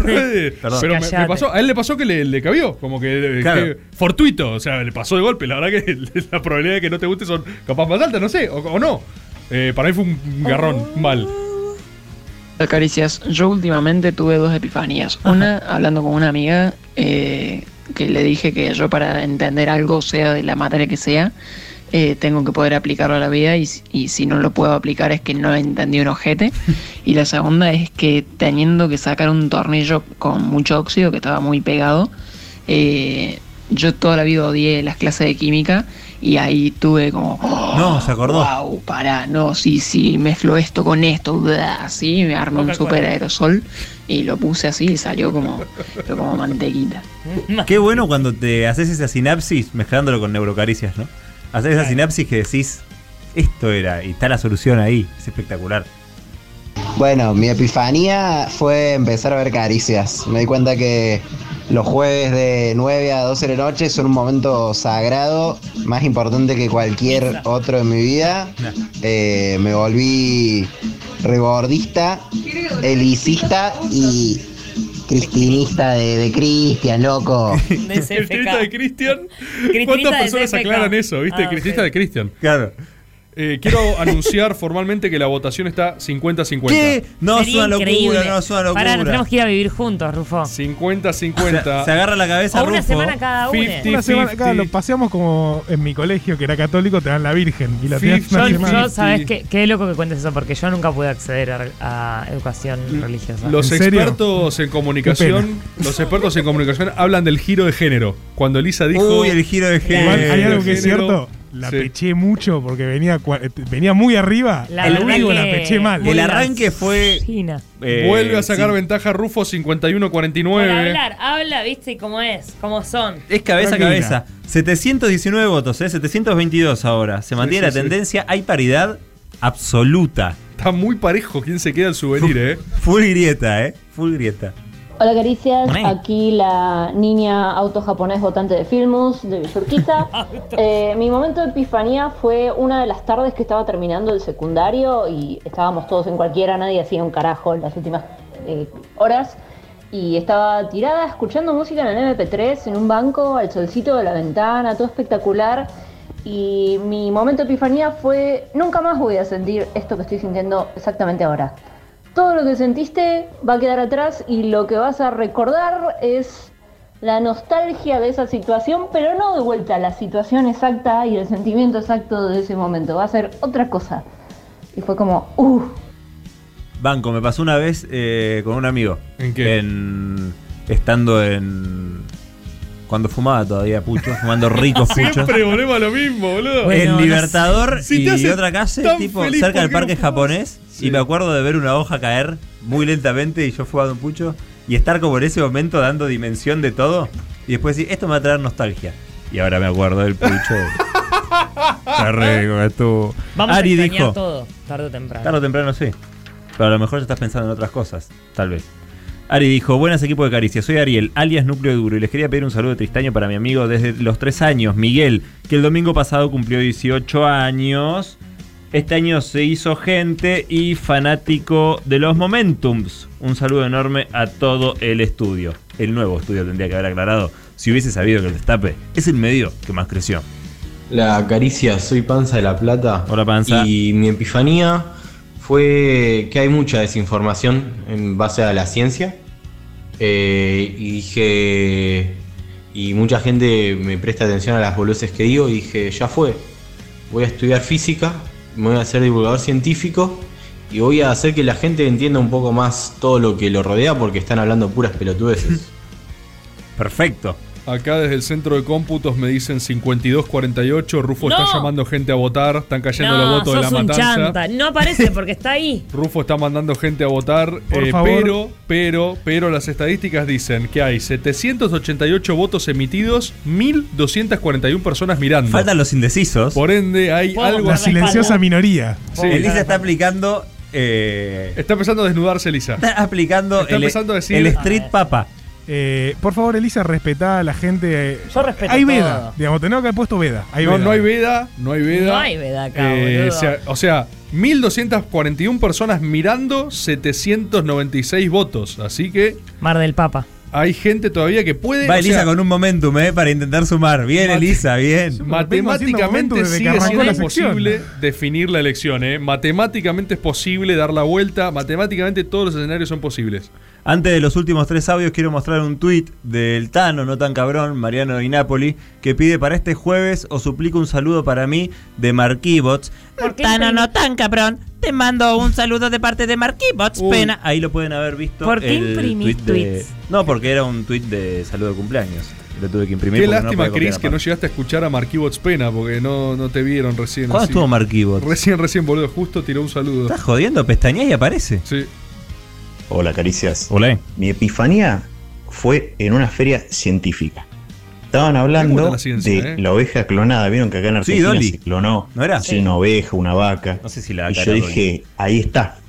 Speaker 4: Pero me- me,
Speaker 6: Callate.
Speaker 4: pasó, a él le pasó que le, le cabió, como que,
Speaker 6: Claro.
Speaker 4: que fortuito, o sea, le pasó de golpe. La verdad que la probabilidad de que no te guste son capaz más altas, no sé, o, o no. Eh, para mí fue un garrón,
Speaker 7: Oh.
Speaker 4: mal.
Speaker 11: Caricias, yo últimamente tuve dos epifanías. Una hablando con una amiga eh, que le dije que yo para entender algo, sea de la materia que sea, eh, tengo que poder aplicarlo a la vida y, si- y si no lo puedo aplicar es que no entendí un ojete. Y la segunda es que teniendo que sacar un tornillo con mucho óxido que estaba muy pegado, eh, yo toda la vida odié las clases de química y ahí tuve como... ¡oh!
Speaker 6: No, se acordó.
Speaker 11: Wow, pará, no, sí, sí, mezclo esto con esto, bla, así, me armé un
Speaker 6: Coca-Cola.
Speaker 11: super aerosol y lo puse así y salió como, pero como mantequita.
Speaker 6: Qué bueno cuando te haces esa sinapsis mezclándolo con neurocaricias, ¿no? Haces esa sinapsis que decís, esto era, y está la solución ahí. Es espectacular.
Speaker 11: Bueno, mi epifanía fue empezar a ver caricias. Me di cuenta que los jueves de 9 a 12 de la noche son un momento sagrado, más importante que cualquier otro en mi vida. Eh, me volví regordista, elicista y cristinista de, de Cristian, loco.
Speaker 4: Cristinista de Cristian.
Speaker 11: Cristinista
Speaker 4: ¿Cuántas
Speaker 11: de
Speaker 4: personas
Speaker 11: CFK?
Speaker 4: aclaran eso, viste?
Speaker 11: Ah,
Speaker 4: Cristista de Cristian.
Speaker 6: Claro.
Speaker 4: quiero anunciar formalmente que la votación está 50-50.
Speaker 6: ¿Qué? No,
Speaker 7: Sería
Speaker 6: es una locura,
Speaker 7: increíble.
Speaker 6: no, es una locura.
Speaker 7: Pará, nos tenemos que ir a vivir juntos, Rufo.
Speaker 4: 50-50.
Speaker 6: Se- se agarra la cabeza,
Speaker 7: O una Rufo. semana cada Ah, una.
Speaker 12: Una semana acá lo paseamos como en mi colegio, que era católico, te dan la Virgen. Y la tenías una
Speaker 7: Yo,
Speaker 12: semana.
Speaker 7: yo, ¿sabés qué? Qué loco que cuentes eso, porque yo nunca pude acceder a, a educación religiosa.
Speaker 4: Los expertos en comunicación, los expertos en comunicación hablan del giro de género. Cuando Elisa dijo
Speaker 6: Uy, el giro de género.
Speaker 12: Igual, hay algo que es
Speaker 4: género.
Speaker 12: cierto, la peché mucho porque venía, cua- eh, venía muy arriba.
Speaker 7: La
Speaker 12: el
Speaker 7: verdad
Speaker 12: único la
Speaker 7: que-
Speaker 12: peché mal.
Speaker 6: El arranque fue.
Speaker 7: Fina.
Speaker 6: eh,
Speaker 4: Vuelve a sacar
Speaker 6: sí.
Speaker 4: ventaja Rufo
Speaker 7: Por
Speaker 4: 51-49.
Speaker 7: hablar, habla, viste cómo es, cómo son.
Speaker 6: Es cabeza a cabeza. 719 votos, ¿eh? 722 ahora. Se mantiene
Speaker 4: sí,
Speaker 6: la
Speaker 4: sí.
Speaker 6: tendencia, hay paridad absoluta.
Speaker 4: Está muy parejo quién se queda el souvenir, ¿eh?
Speaker 6: Full grieta, ¿eh? Full grieta.
Speaker 25: Hola Caricias,
Speaker 6: Monet.
Speaker 25: aquí la niña auto japonés votante de Filmus de Villurquiza. Eh, mi momento de epifanía fue una de las tardes que estaba terminando el secundario y estábamos todos en cualquiera, nadie hacía un carajo en las últimas eh, horas. Y estaba tirada escuchando música en el MP3, en un banco, al solcito de la ventana, todo espectacular. Y mi momento de epifanía fue, nunca más voy a sentir esto que estoy sintiendo exactamente ahora. Todo lo que sentiste va a quedar atrás y lo que vas a recordar es la nostalgia de esa situación, pero no de vuelta a la situación exacta y el sentimiento exacto de ese momento. Va a ser otra cosa. Uh. Y fue como, uff.
Speaker 6: Banco, me pasó una vez eh, con un amigo.
Speaker 4: ¿En qué?
Speaker 6: En- estando en. Cuando fumaba todavía pucho, fumando rico pucho.
Speaker 10: Siempre volvemos a lo mismo, boludo.
Speaker 6: el Libertador
Speaker 10: Si te
Speaker 6: y
Speaker 10: hace
Speaker 6: otra calle,
Speaker 10: tan
Speaker 6: tipo,
Speaker 10: feliz,
Speaker 6: cerca del
Speaker 10: ¿por qué
Speaker 6: parque japonés. Y me acuerdo de ver una hoja caer muy lentamente y yo fumando un pucho. Y estar como en ese momento dando dimensión de todo. Y después decir, esto me va a traer nostalgia. Y ahora me acuerdo del pucho. Está re como estuvo.
Speaker 7: Vamos
Speaker 6: Ari
Speaker 7: a extrañar
Speaker 6: dijo.
Speaker 7: todo, tarde o temprano.
Speaker 6: Tarde o temprano sí. Pero a lo mejor ya estás pensando en otras cosas, tal vez. Ari dijo, buenas equipo de Caricia, soy Ariel, alias Núcleo Duro, y les quería pedir un saludo de Tristaño para mi amigo desde los tres años, Miguel, que el domingo pasado cumplió 18 años. Este año se hizo gente y fanático de los Momentums. Un saludo enorme a todo el estudio. El nuevo estudio tendría que haber aclarado, si hubiese sabido que el destape es el medio que más creció.
Speaker 3: La caricia, soy Panza de la Plata.
Speaker 6: Hola Panza.
Speaker 3: Y mi epifanía fue que hay mucha desinformación en base a la ciencia. Eh, y dije, y mucha gente me presta atención a las boludeces que digo y dije, ya fue, voy a estudiar física, me voy a hacer divulgador científico y voy a hacer que la gente entienda un poco más todo lo que lo rodea porque están hablando puras pelotudeces.
Speaker 6: Perfecto.
Speaker 4: Acá desde el centro de cómputos me dicen 5248. Rufo
Speaker 7: No.
Speaker 4: está llamando gente a votar. Están cayendo los
Speaker 7: No,
Speaker 4: votos de la
Speaker 7: sos un
Speaker 4: matanza.
Speaker 7: chanta. No aparece porque está ahí.
Speaker 4: Rufo está mandando gente a votar,
Speaker 7: Por
Speaker 4: eh,
Speaker 7: favor.
Speaker 4: pero, pero, pero las estadísticas dicen que hay 788 votos emitidos, 1.241 personas mirando.
Speaker 6: Faltan los indecisos.
Speaker 4: Por ende, hay
Speaker 12: Puedo
Speaker 4: algo...
Speaker 12: La silenciosa minoría.
Speaker 6: Elisa está aplicando. eh,
Speaker 4: Está empezando a desnudarse, Elisa.
Speaker 6: Está aplicando
Speaker 4: Está
Speaker 6: el- e-
Speaker 4: empezando a decir- Ah.
Speaker 6: el street papa.
Speaker 12: Eh, por favor, Elisa, respetá a la gente. eh,
Speaker 7: Yo respeto
Speaker 12: Hay
Speaker 7: todo.
Speaker 12: veda. Digamos, tenemos que haber puesto veda. Hay
Speaker 4: no,
Speaker 12: veda.
Speaker 4: no hay veda, no hay veda.
Speaker 7: No hay veda acá,
Speaker 4: Eh,
Speaker 7: boludo.
Speaker 4: o sea- o sea, 1.241 personas mirando, 796 votos. Así que...
Speaker 7: Mar del Papa.
Speaker 4: Hay gente todavía que puede...
Speaker 6: Va
Speaker 4: o
Speaker 6: Elisa
Speaker 4: sea,
Speaker 6: con un momentum, eh, para intentar sumar. Bien,
Speaker 4: Mate-
Speaker 6: Elisa, bien.
Speaker 4: Matemáticamente
Speaker 12: desde que
Speaker 4: sigue
Speaker 12: arrancó
Speaker 4: siendo
Speaker 12: la sección.
Speaker 4: posible definir la elección, ¿eh? Matemáticamente es posible dar la vuelta, matemáticamente todos los escenarios son posibles.
Speaker 6: Antes de los últimos tres audios, quiero mostrar un tuit del Tano, no tan cabrón, Mariano de Napoli, que pide para este jueves os suplico un saludo para mí de Marquibots.
Speaker 7: Tano no tan cabrón. Te mando un saludo de parte de Marquibots,
Speaker 6: Uy, Ahí lo pueden haber visto.
Speaker 7: ¿Por qué
Speaker 6: el
Speaker 7: imprimís
Speaker 6: tuit de-
Speaker 7: tweets?
Speaker 6: No, porque era un tuit de saludo de cumpleaños. Lo tuve que imprimir.
Speaker 4: Qué
Speaker 6: porque no
Speaker 4: lástima,
Speaker 6: podía copiar
Speaker 4: Chris, que no
Speaker 6: aparte.
Speaker 4: llegaste a escuchar a Marquibots Pena porque no, no te vieron recién.
Speaker 6: ¿Cuándo
Speaker 4: así.
Speaker 6: estuvo Marquibots?
Speaker 4: Recién, recién, boludo. Justo tiró un saludo.
Speaker 6: ¿Estás jodiendo? Pestañea y aparece.
Speaker 4: Sí.
Speaker 34: Hola, caricias.
Speaker 6: Hola.
Speaker 34: Mi epifanía fue en una feria científica. Estaban
Speaker 4: Me gusta
Speaker 34: hablando
Speaker 4: la ciencia,
Speaker 34: de
Speaker 4: eh.
Speaker 34: la oveja clonada. Vieron que acá en
Speaker 6: Sí,
Speaker 34: Argentina
Speaker 6: Dolly.
Speaker 34: se clonó.
Speaker 6: ¿No era?
Speaker 34: Sí,
Speaker 6: Sí.
Speaker 34: una oveja, una vaca.
Speaker 6: No sé si la
Speaker 34: Y
Speaker 6: vaca
Speaker 34: yo
Speaker 6: era
Speaker 34: dije, ahí está.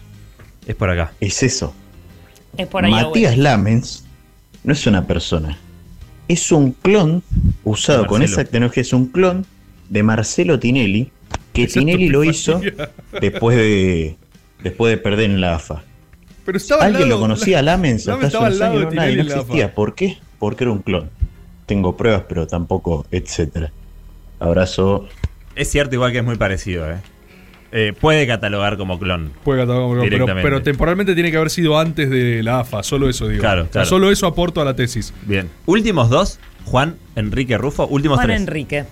Speaker 6: Es por acá.
Speaker 34: Es eso.
Speaker 7: Es por ahí,
Speaker 34: Matías
Speaker 7: abuelo.
Speaker 34: Lamens no es una persona. Es un clon usado con
Speaker 6: Marcelo.
Speaker 34: esa tecnología. Es un clon de Marcelo Tinelli. Que
Speaker 4: Esa es tu
Speaker 34: Tinelli lo hizo
Speaker 4: epifanía.
Speaker 34: después de, después de perder en la AFA.
Speaker 4: Pero estaba al
Speaker 34: Alguien
Speaker 4: lado-
Speaker 34: lo conocía a Lamens
Speaker 4: Lamens
Speaker 34: hasta hace
Speaker 4: estaba al
Speaker 34: unos
Speaker 4: lado
Speaker 34: años,
Speaker 4: de
Speaker 34: no, nadie,
Speaker 4: Tinelli
Speaker 34: no
Speaker 4: en la
Speaker 34: existía.
Speaker 4: AFA.
Speaker 34: ¿Por qué? Porque era un clon. Tengo pruebas, pero tampoco, etcétera. Abrazo.
Speaker 6: Es cierto, igual que es muy parecido, ¿eh? Eh, puede catalogar como clon.
Speaker 4: Puede catalogar como clon, pero-
Speaker 6: Directamente.
Speaker 4: pero temporalmente tiene que haber sido antes de la AFA, solo eso digo.
Speaker 6: Claro,
Speaker 4: O sea,
Speaker 6: claro.
Speaker 4: solo eso aporto a la tesis.
Speaker 6: Bien. Últimos dos, Juan Enrique Rufo. Últimos
Speaker 7: Juan
Speaker 6: tres.
Speaker 7: Enrique.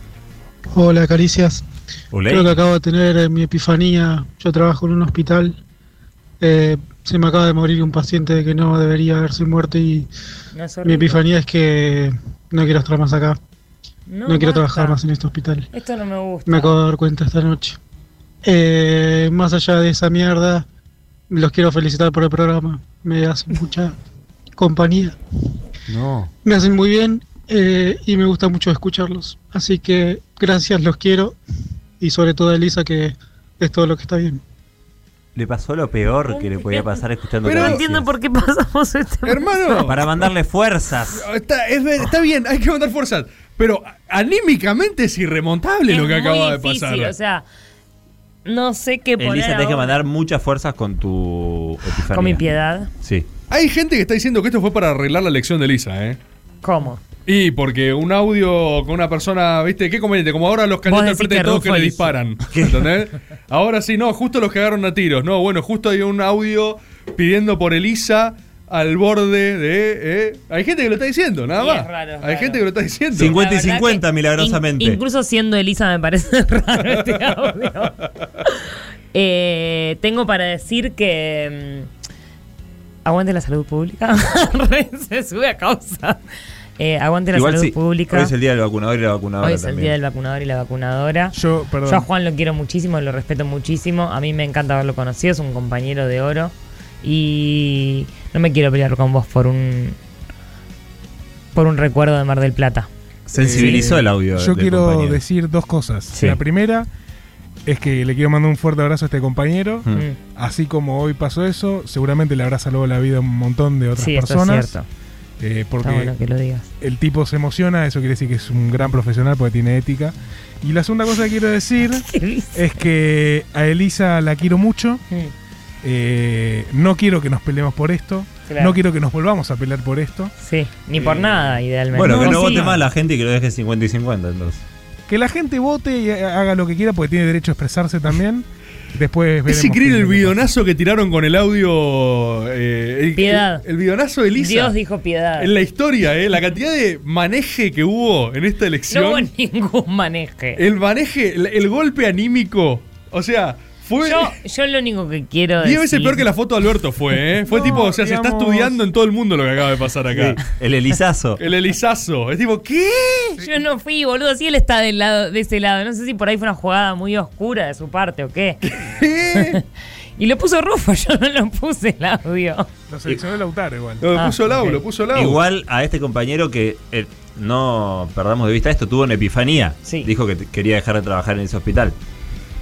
Speaker 29: Hola, caricias.
Speaker 6: Olé.
Speaker 29: Creo que acabo de tener eh, mi epifanía. Yo trabajo en un hospital. Eh, se me acaba de morir un paciente que no debería haberse muerto y
Speaker 7: No, es
Speaker 29: mi
Speaker 7: horrible.
Speaker 29: epifanía es que no quiero estar más acá.
Speaker 7: No,
Speaker 29: No,
Speaker 7: basta.
Speaker 29: quiero trabajar más en este hospital.
Speaker 7: Esto no me gusta.
Speaker 29: Me acabo de dar cuenta esta noche. Eh, más allá de esa mierda, los quiero felicitar por el programa. Me hacen mucha compañía.
Speaker 35: No.
Speaker 29: Me hacen muy bien eh, y me gusta mucho escucharlos. Así que gracias, los quiero. Y sobre todo a Elisa, que es todo lo que está bien.
Speaker 6: Le pasó lo peor que le podía pasar escuchando
Speaker 7: Pero no
Speaker 6: Caricias.
Speaker 7: entiendo por qué pasamos este
Speaker 4: Hermano.
Speaker 6: Para mandarle fuerzas.
Speaker 4: Está, es ver- está bien, hay que mandar fuerzas. Pero anímicamente es irremontable
Speaker 7: Es
Speaker 4: lo que
Speaker 7: muy
Speaker 4: acaba
Speaker 7: difícil,
Speaker 4: de pasar.
Speaker 7: O sea, no sé qué poner.
Speaker 6: Elisa, tenés que
Speaker 7: ahora.
Speaker 6: mandar muchas fuerzas con tu epifanía.
Speaker 7: Con mi piedad.
Speaker 6: Sí.
Speaker 4: Hay gente que está diciendo que esto fue para arreglar la elección de Lisa, ¿eh?
Speaker 7: ¿Cómo?
Speaker 4: Y porque un audio con una persona, ¿viste? Qué conveniente, como ahora los
Speaker 7: Vos
Speaker 4: candidatos al
Speaker 7: decís
Speaker 4: frente de
Speaker 7: que
Speaker 4: todos
Speaker 7: Rufo
Speaker 4: que le
Speaker 7: hizo.
Speaker 4: disparan. ¿Entendés? Ahora sí, no, justo los cagaron a tiros. No, bueno, justo hay un audio pidiendo por Elisa al borde de. ¿eh? Hay gente que lo está diciendo, nada
Speaker 7: Y es
Speaker 4: más.
Speaker 7: raro, es
Speaker 4: Hay
Speaker 7: raro.
Speaker 4: gente que lo está diciendo.
Speaker 6: 50 y 50, milagrosamente.
Speaker 7: In- incluso siendo Elisa me parece raro este audio. Eh, tengo para decir que mm, aguante la salud pública. Re Se sube a causa. Eh, aguante la
Speaker 6: Igual
Speaker 7: salud
Speaker 6: sí,
Speaker 7: pública.
Speaker 6: Hoy es el día del vacunador y la vacunadora
Speaker 7: Hoy es el
Speaker 6: también.
Speaker 7: día del vacunador y la vacunadora.
Speaker 9: Yo, perdón.
Speaker 7: a Juan lo quiero muchísimo, lo respeto muchísimo. A mí me encanta haberlo conocido, es un compañero de oro. Y no me quiero pelear con vos por un por un recuerdo de Mar del Plata.
Speaker 6: Sensibilizó el audio.
Speaker 9: Eh, Yo
Speaker 6: del
Speaker 9: quiero
Speaker 6: compañero.
Speaker 9: decir dos cosas.
Speaker 6: Sí.
Speaker 9: La primera es que le quiero mandar un fuerte abrazo a este compañero.
Speaker 7: Mm.
Speaker 9: Así como hoy pasó eso, seguramente le habrá salvado la vida a un montón de otras
Speaker 7: Sí, esto es
Speaker 9: personas.
Speaker 7: cierto.
Speaker 9: Eh, porque
Speaker 7: Está bueno que lo digas.
Speaker 9: el tipo se emociona, eso quiere decir que es un gran profesional porque tiene ética. Y la segunda cosa que quiero decir es que a Elisa la quiero mucho. Eh, no quiero que nos peleemos por esto.
Speaker 7: Claro.
Speaker 9: No quiero que nos volvamos a pelear por esto. Eh,
Speaker 7: Sí, ni por nada, idealmente.
Speaker 6: Bueno, que no
Speaker 7: sí.
Speaker 6: vote más la gente y que lo deje 50 y 50 entonces.
Speaker 9: Que la gente vote y haga lo que quiera porque tiene derecho a expresarse también. Después veremos
Speaker 4: Es increíble
Speaker 9: qué
Speaker 4: el
Speaker 9: lo que
Speaker 4: bidonazo que tiraron con el audio. eh, el,
Speaker 7: Piedad.
Speaker 4: El, el bidonazo de Lisa.
Speaker 7: Dios dijo piedad.
Speaker 4: En la historia, eh, la cantidad de maneje que hubo en esta elección.
Speaker 7: No hubo ningún maneje.
Speaker 4: El maneje, el, el golpe anímico. O sea, fue.
Speaker 7: Yo, yo lo único que quiero decir.
Speaker 4: Diez veces peor que la foto de Alberto fue, ¿eh? Fue
Speaker 7: No,
Speaker 4: tipo, o sea, se
Speaker 7: digamos-
Speaker 4: está estudiando en todo el mundo lo que acaba de pasar acá. Eh,
Speaker 6: Sí, el elizazo.
Speaker 4: El elizazo. Es tipo, ¿qué?
Speaker 7: Yo no fui, boludo. Si él está del lado, de ese lado. No sé si por ahí fue una jugada muy oscura de su parte o qué. y lo puso Rufo, yo no lo puse el audio.
Speaker 9: Lo seleccionó Lautaro igual.
Speaker 4: Lo
Speaker 6: Ah,
Speaker 7: Ah,
Speaker 4: puso Lau, lo puso Lau.
Speaker 6: Igual a este compañero que eh, no perdamos de vista esto, tuvo una epifanía. Dijo que t- quería dejar de trabajar en ese hospital.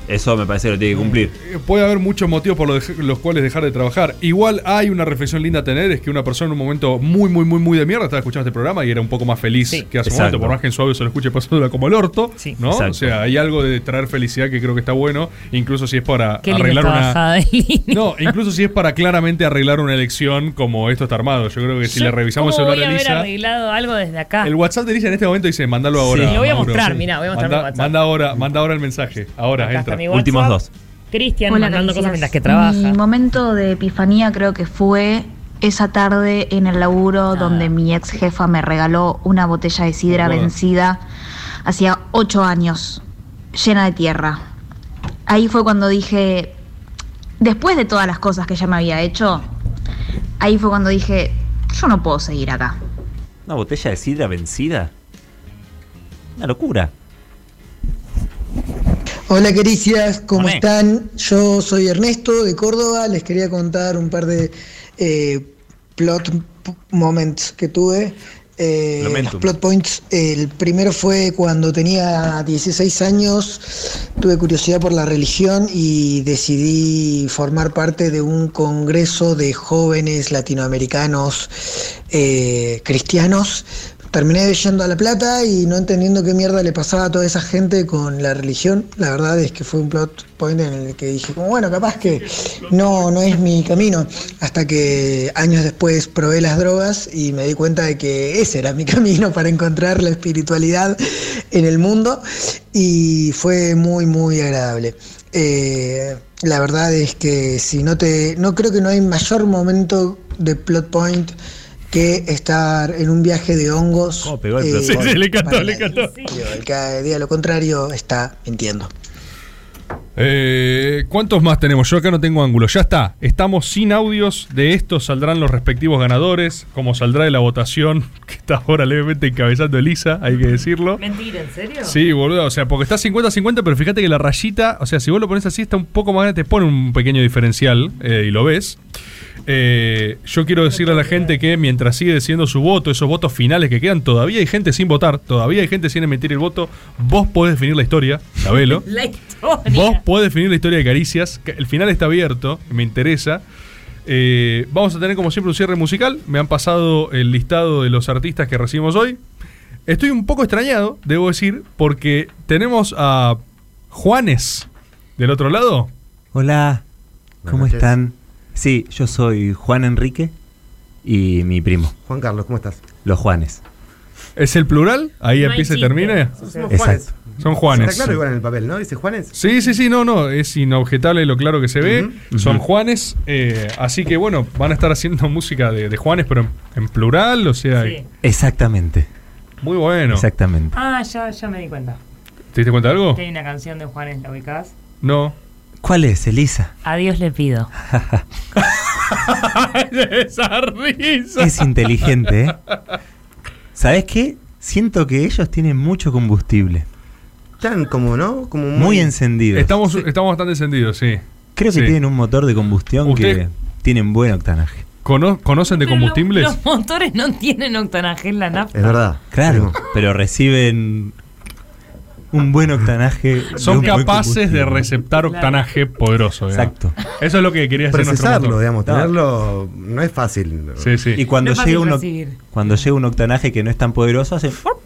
Speaker 6: Eso me parece que lo tiene que cumplir.
Speaker 4: Eh, Puede haber muchos motivos por los, los cuales dejar de trabajar. Igual hay una reflexión linda a tener, es que una persona en un momento muy, muy, muy, muy de mierda estaba escuchando este programa y era un poco más feliz que hace un
Speaker 6: Exacto.
Speaker 4: momento, por más que en su audio se lo escuche pasándola como el orto, ¿no?
Speaker 6: Exacto.
Speaker 4: O sea, hay algo de traer felicidad que creo que está bueno, incluso si es para
Speaker 7: Qué linda
Speaker 4: arreglar
Speaker 7: esta
Speaker 4: una...
Speaker 7: bajada de línea.
Speaker 4: No, incluso si es para claramente arreglar una elección como esto está armado. Yo creo que si
Speaker 7: Yo,
Speaker 4: le revisamos el
Speaker 7: ¿cómo
Speaker 4: celular
Speaker 7: voy
Speaker 4: a
Speaker 7: a haber
Speaker 4: Elisa...
Speaker 7: arreglado algo desde acá.
Speaker 4: El WhatsApp de Elisa en este momento dice, mándalo ahora.
Speaker 7: Ah. Sí, lo voy a
Speaker 4: Mauro".
Speaker 7: mostrar, mirá, voy a mostrar mi
Speaker 4: manda,
Speaker 7: WhatsApp.
Speaker 4: manda ahora, manda ahora el mensaje. Ahora,
Speaker 7: Acá está
Speaker 4: entra.
Speaker 7: mi WhatsApp. Últimos dos. Cristian
Speaker 36: Hola,
Speaker 7: mandando
Speaker 36: Caricias.
Speaker 7: cosas mientras que trabaja.
Speaker 36: Mi momento de epifanía creo que fue esa tarde en el
Speaker 7: Ah.
Speaker 36: laburo donde mi ex jefa me regaló una botella de sidra
Speaker 25: Me acuerdo.
Speaker 36: vencida hacía ocho años, llena de tierra. Ahí fue cuando dije, después de todas las cosas que ya me había hecho, ahí fue cuando dije, yo no puedo seguir acá.
Speaker 6: ¿Una botella de sidra vencida? Una locura.
Speaker 24: Hola quericias, ¿cómo
Speaker 6: Hola.
Speaker 24: están? Yo soy Ernesto de Córdoba, les quería contar un par de eh, plot p- moments que tuve. eh,
Speaker 19: Lamentum.
Speaker 24: los plot points, el primero fue cuando tenía 16 años, tuve curiosidad por la religión y decidí formar parte de un congreso de jóvenes latinoamericanos eh, cristianos Terminé yendo a La Plata y no entendiendo qué mierda le pasaba a toda esa gente con la religión. La verdad es que fue un plot point en el que dije, como, bueno, capaz que no, no es mi camino. Hasta que años después probé las drogas y me di cuenta de que ese era mi camino para encontrar la espiritualidad en el mundo. Y fue muy, muy agradable. Eh, la verdad es que si no te. No creo que no hay mayor momento de plot point que estar en un viaje de hongos.
Speaker 6: ¿Cómo Oh, pegó el
Speaker 24: eh,
Speaker 6: plot point? Sí, sí, le encantó,
Speaker 24: para
Speaker 6: le
Speaker 24: nadie. Digo, El que diga lo contrario está mintiendo.
Speaker 4: Eh, ¿Cuántos más tenemos? Yo acá no tengo ángulo. Ya está. Estamos sin audios. De estos saldrán los respectivos ganadores. Como saldrá de la votación que está ahora levemente encabezando Elisa, hay que decirlo.
Speaker 7: Mentira, ¿en serio?
Speaker 4: Sí, boludo. O sea, porque está 50-50, pero fíjate que la rayita, o sea, si vos lo pones así, está un poco más grande. Te pone un pequeño diferencial eh, y lo ves. Eh, yo quiero decirle a la gente que mientras sigue siendo su voto, esos votos finales que quedan, todavía hay gente sin votar, todavía hay gente sin emitir el voto. Vos podés definir la historia, sabelo.
Speaker 7: La historia.
Speaker 4: Vos podés definir la historia de Caricias. que El final está abierto, me interesa. Eh, vamos a tener como siempre un cierre musical. Me han pasado el listado de los artistas que recibimos hoy. Estoy un poco extrañado, debo decir, porque tenemos a Juanes del otro lado.
Speaker 19: Hola, ¿cómo
Speaker 4: noches.
Speaker 19: están? Sí, yo soy Juan Enrique y mi primo.
Speaker 31: Juan Carlos, ¿cómo estás?
Speaker 19: Los Juanes.
Speaker 4: ¿Es el plural? Ahí
Speaker 19: No hay
Speaker 4: empieza y
Speaker 19: chiste.
Speaker 4: termina.
Speaker 19: Somos Juanes. Exacto.
Speaker 4: Son Juanes.
Speaker 31: Está claro igual en el papel, ¿no? Dice Juanes.
Speaker 4: Sí, sí, sí, no, no, es inobjetable lo claro que se ve.
Speaker 31: Ujú.
Speaker 4: Son
Speaker 31: Ujú.
Speaker 4: Juanes, eh, así que bueno, van a estar haciendo música de, de Juanes, pero en, en plural, o sea,
Speaker 19: Exactamente.
Speaker 4: muy bueno.
Speaker 19: Exactamente.
Speaker 7: Ah, ya, ya me di cuenta.
Speaker 4: ¿Te diste cuenta de algo?
Speaker 7: Que hay una canción de Juanes, ¿la ubicás?
Speaker 4: No.
Speaker 19: ¿Cuál es, Elisa?
Speaker 7: A Dios le pido.
Speaker 4: Esa risa.
Speaker 19: Es inteligente, ¿eh? ¿Sabes qué? Siento que ellos tienen mucho combustible.
Speaker 37: Están como, ¿no? Como
Speaker 19: muy, encendidos.
Speaker 4: Estamos, estamos bastante encendidos, sí.
Speaker 19: Creo que
Speaker 4: Sí.
Speaker 19: tienen un motor de combustión que
Speaker 4: Ustedes-
Speaker 19: tienen buen octanaje.
Speaker 4: ¿Cono- ¿Conocen de combustibles?
Speaker 7: Los motores no tienen octanaje en la nafta.
Speaker 19: Claro, pero reciben un buen octanaje. de
Speaker 4: Son
Speaker 19: un buen
Speaker 4: capaces de
Speaker 19: combustible.
Speaker 4: receptar octanaje poderoso. digamos.
Speaker 19: Exacto.
Speaker 4: Eso es lo que quería hacer nuestro
Speaker 37: Procesarlo,
Speaker 4: motor.
Speaker 37: digamos,
Speaker 4: No.
Speaker 37: tenerlo no es fácil.
Speaker 4: Sí, sí.
Speaker 19: Y cuando,
Speaker 4: No es fácil
Speaker 19: llega, un, oc-
Speaker 4: recibir.
Speaker 19: cuando llega un octanaje que no es tan poderoso, hacen ¡fup!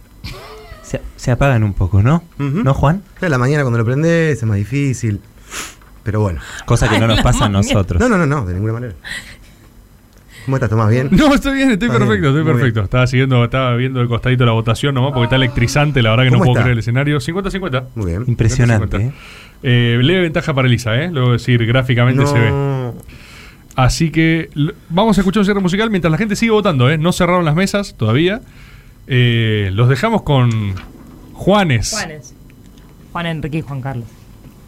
Speaker 19: se, se apagan un poco, ¿no? ¿No, Juan?
Speaker 37: Claro, la mañana cuando lo prendes es más difícil. Pero bueno.
Speaker 19: Cosa que no nos pasa a nosotros.
Speaker 37: No, no, no, no, de ninguna manera. ¿Cómo estás, Tomás? ¿Bien?
Speaker 4: No, estoy bien, estoy
Speaker 37: Está bien,
Speaker 4: perfecto, estoy
Speaker 37: muy
Speaker 4: perfecto. Estaba siguiendo, estaba viendo el costadito de la votación nomás porque está electrizante, la verdad que no
Speaker 19: ¿Cómo
Speaker 4: puedo
Speaker 19: está?
Speaker 4: creer el escenario. 50-50.
Speaker 37: Muy bien.
Speaker 19: Impresionante. ¿eh?
Speaker 4: Eh, leve ventaja para Elisa, ¿eh? Lo voy a decir, gráficamente
Speaker 37: No.
Speaker 4: se ve. Así que l- vamos a escuchar un cierre musical mientras la gente sigue votando, ¿eh? No cerraron las mesas todavía. Eh, los dejamos con Juanes.
Speaker 7: Juanes. Juan Enrique y Juan Carlos.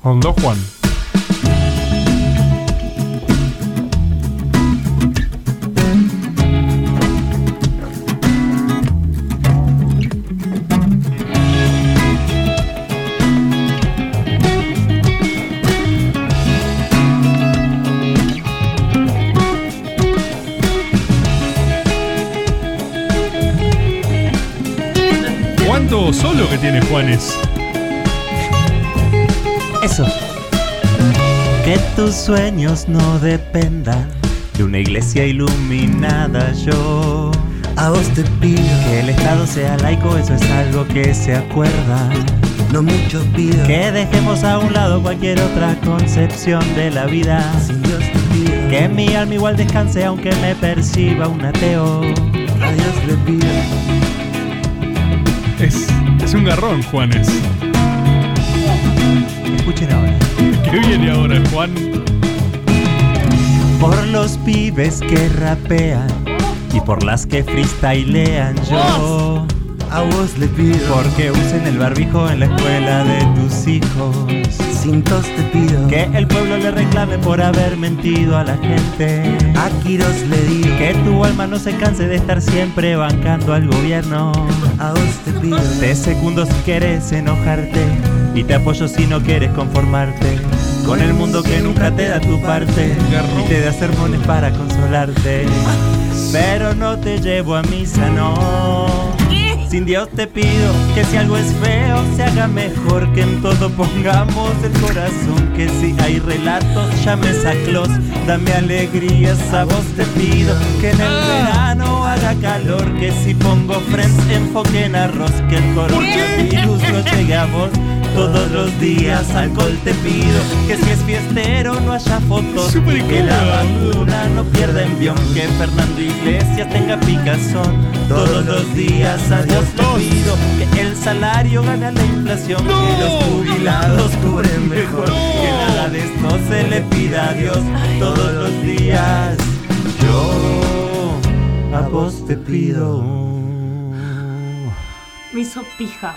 Speaker 4: Con dos Juan. ¿Cuánto solo que tiene Juanes?
Speaker 19: Eso. Que tus sueños no dependan de una iglesia iluminada. Yo a vos te pido que el Estado sea laico, eso es algo que se acuerda. No mucho pido que dejemos a un lado cualquier otra concepción de la vida. que mi alma igual descanse aunque me perciba un ateo. A Dios le pido
Speaker 4: Es, es un garrón, Juanes.
Speaker 19: Escuchen ahora.
Speaker 4: ¿Qué viene ahora, Juan?
Speaker 19: Por los pibes que rapean y por las que freestylean yo. A vos le pido porque usen el barbijo en la escuela de tus hijos. Cintos te pido que el pueblo le reclame por haber mentido a la gente. A Quiros le digo que tu alma no se canse de estar siempre bancando al gobierno. A vos te pido te secundo si quieres enojarte y te apoyo si no quieres conformarte con el mundo que nunca te da tu parte y te da sermones para consolarte. Pero no te llevo a misa, no. Sin Dios te pido que si algo es feo se haga mejor, que en todo pongamos el corazón, que si hay relatos llames a Clos, dame alegrías a vos te pido, que en el verano haga calor, que si pongo friends enfoque en arroz, que el coronavirus no llegue a vos. Todos los días alcohol te pido, que si es fiestero no haya fotos, que la vacuna no pierda envión, que Fernando Iglesias tenga picazón. Todos los días a Dios te pido, que el salario gana la inflación, que los jubilados cubren mejor, que nada de esto se le pida a Dios. Todos los días yo a vos te pido.
Speaker 7: Me hizo pija.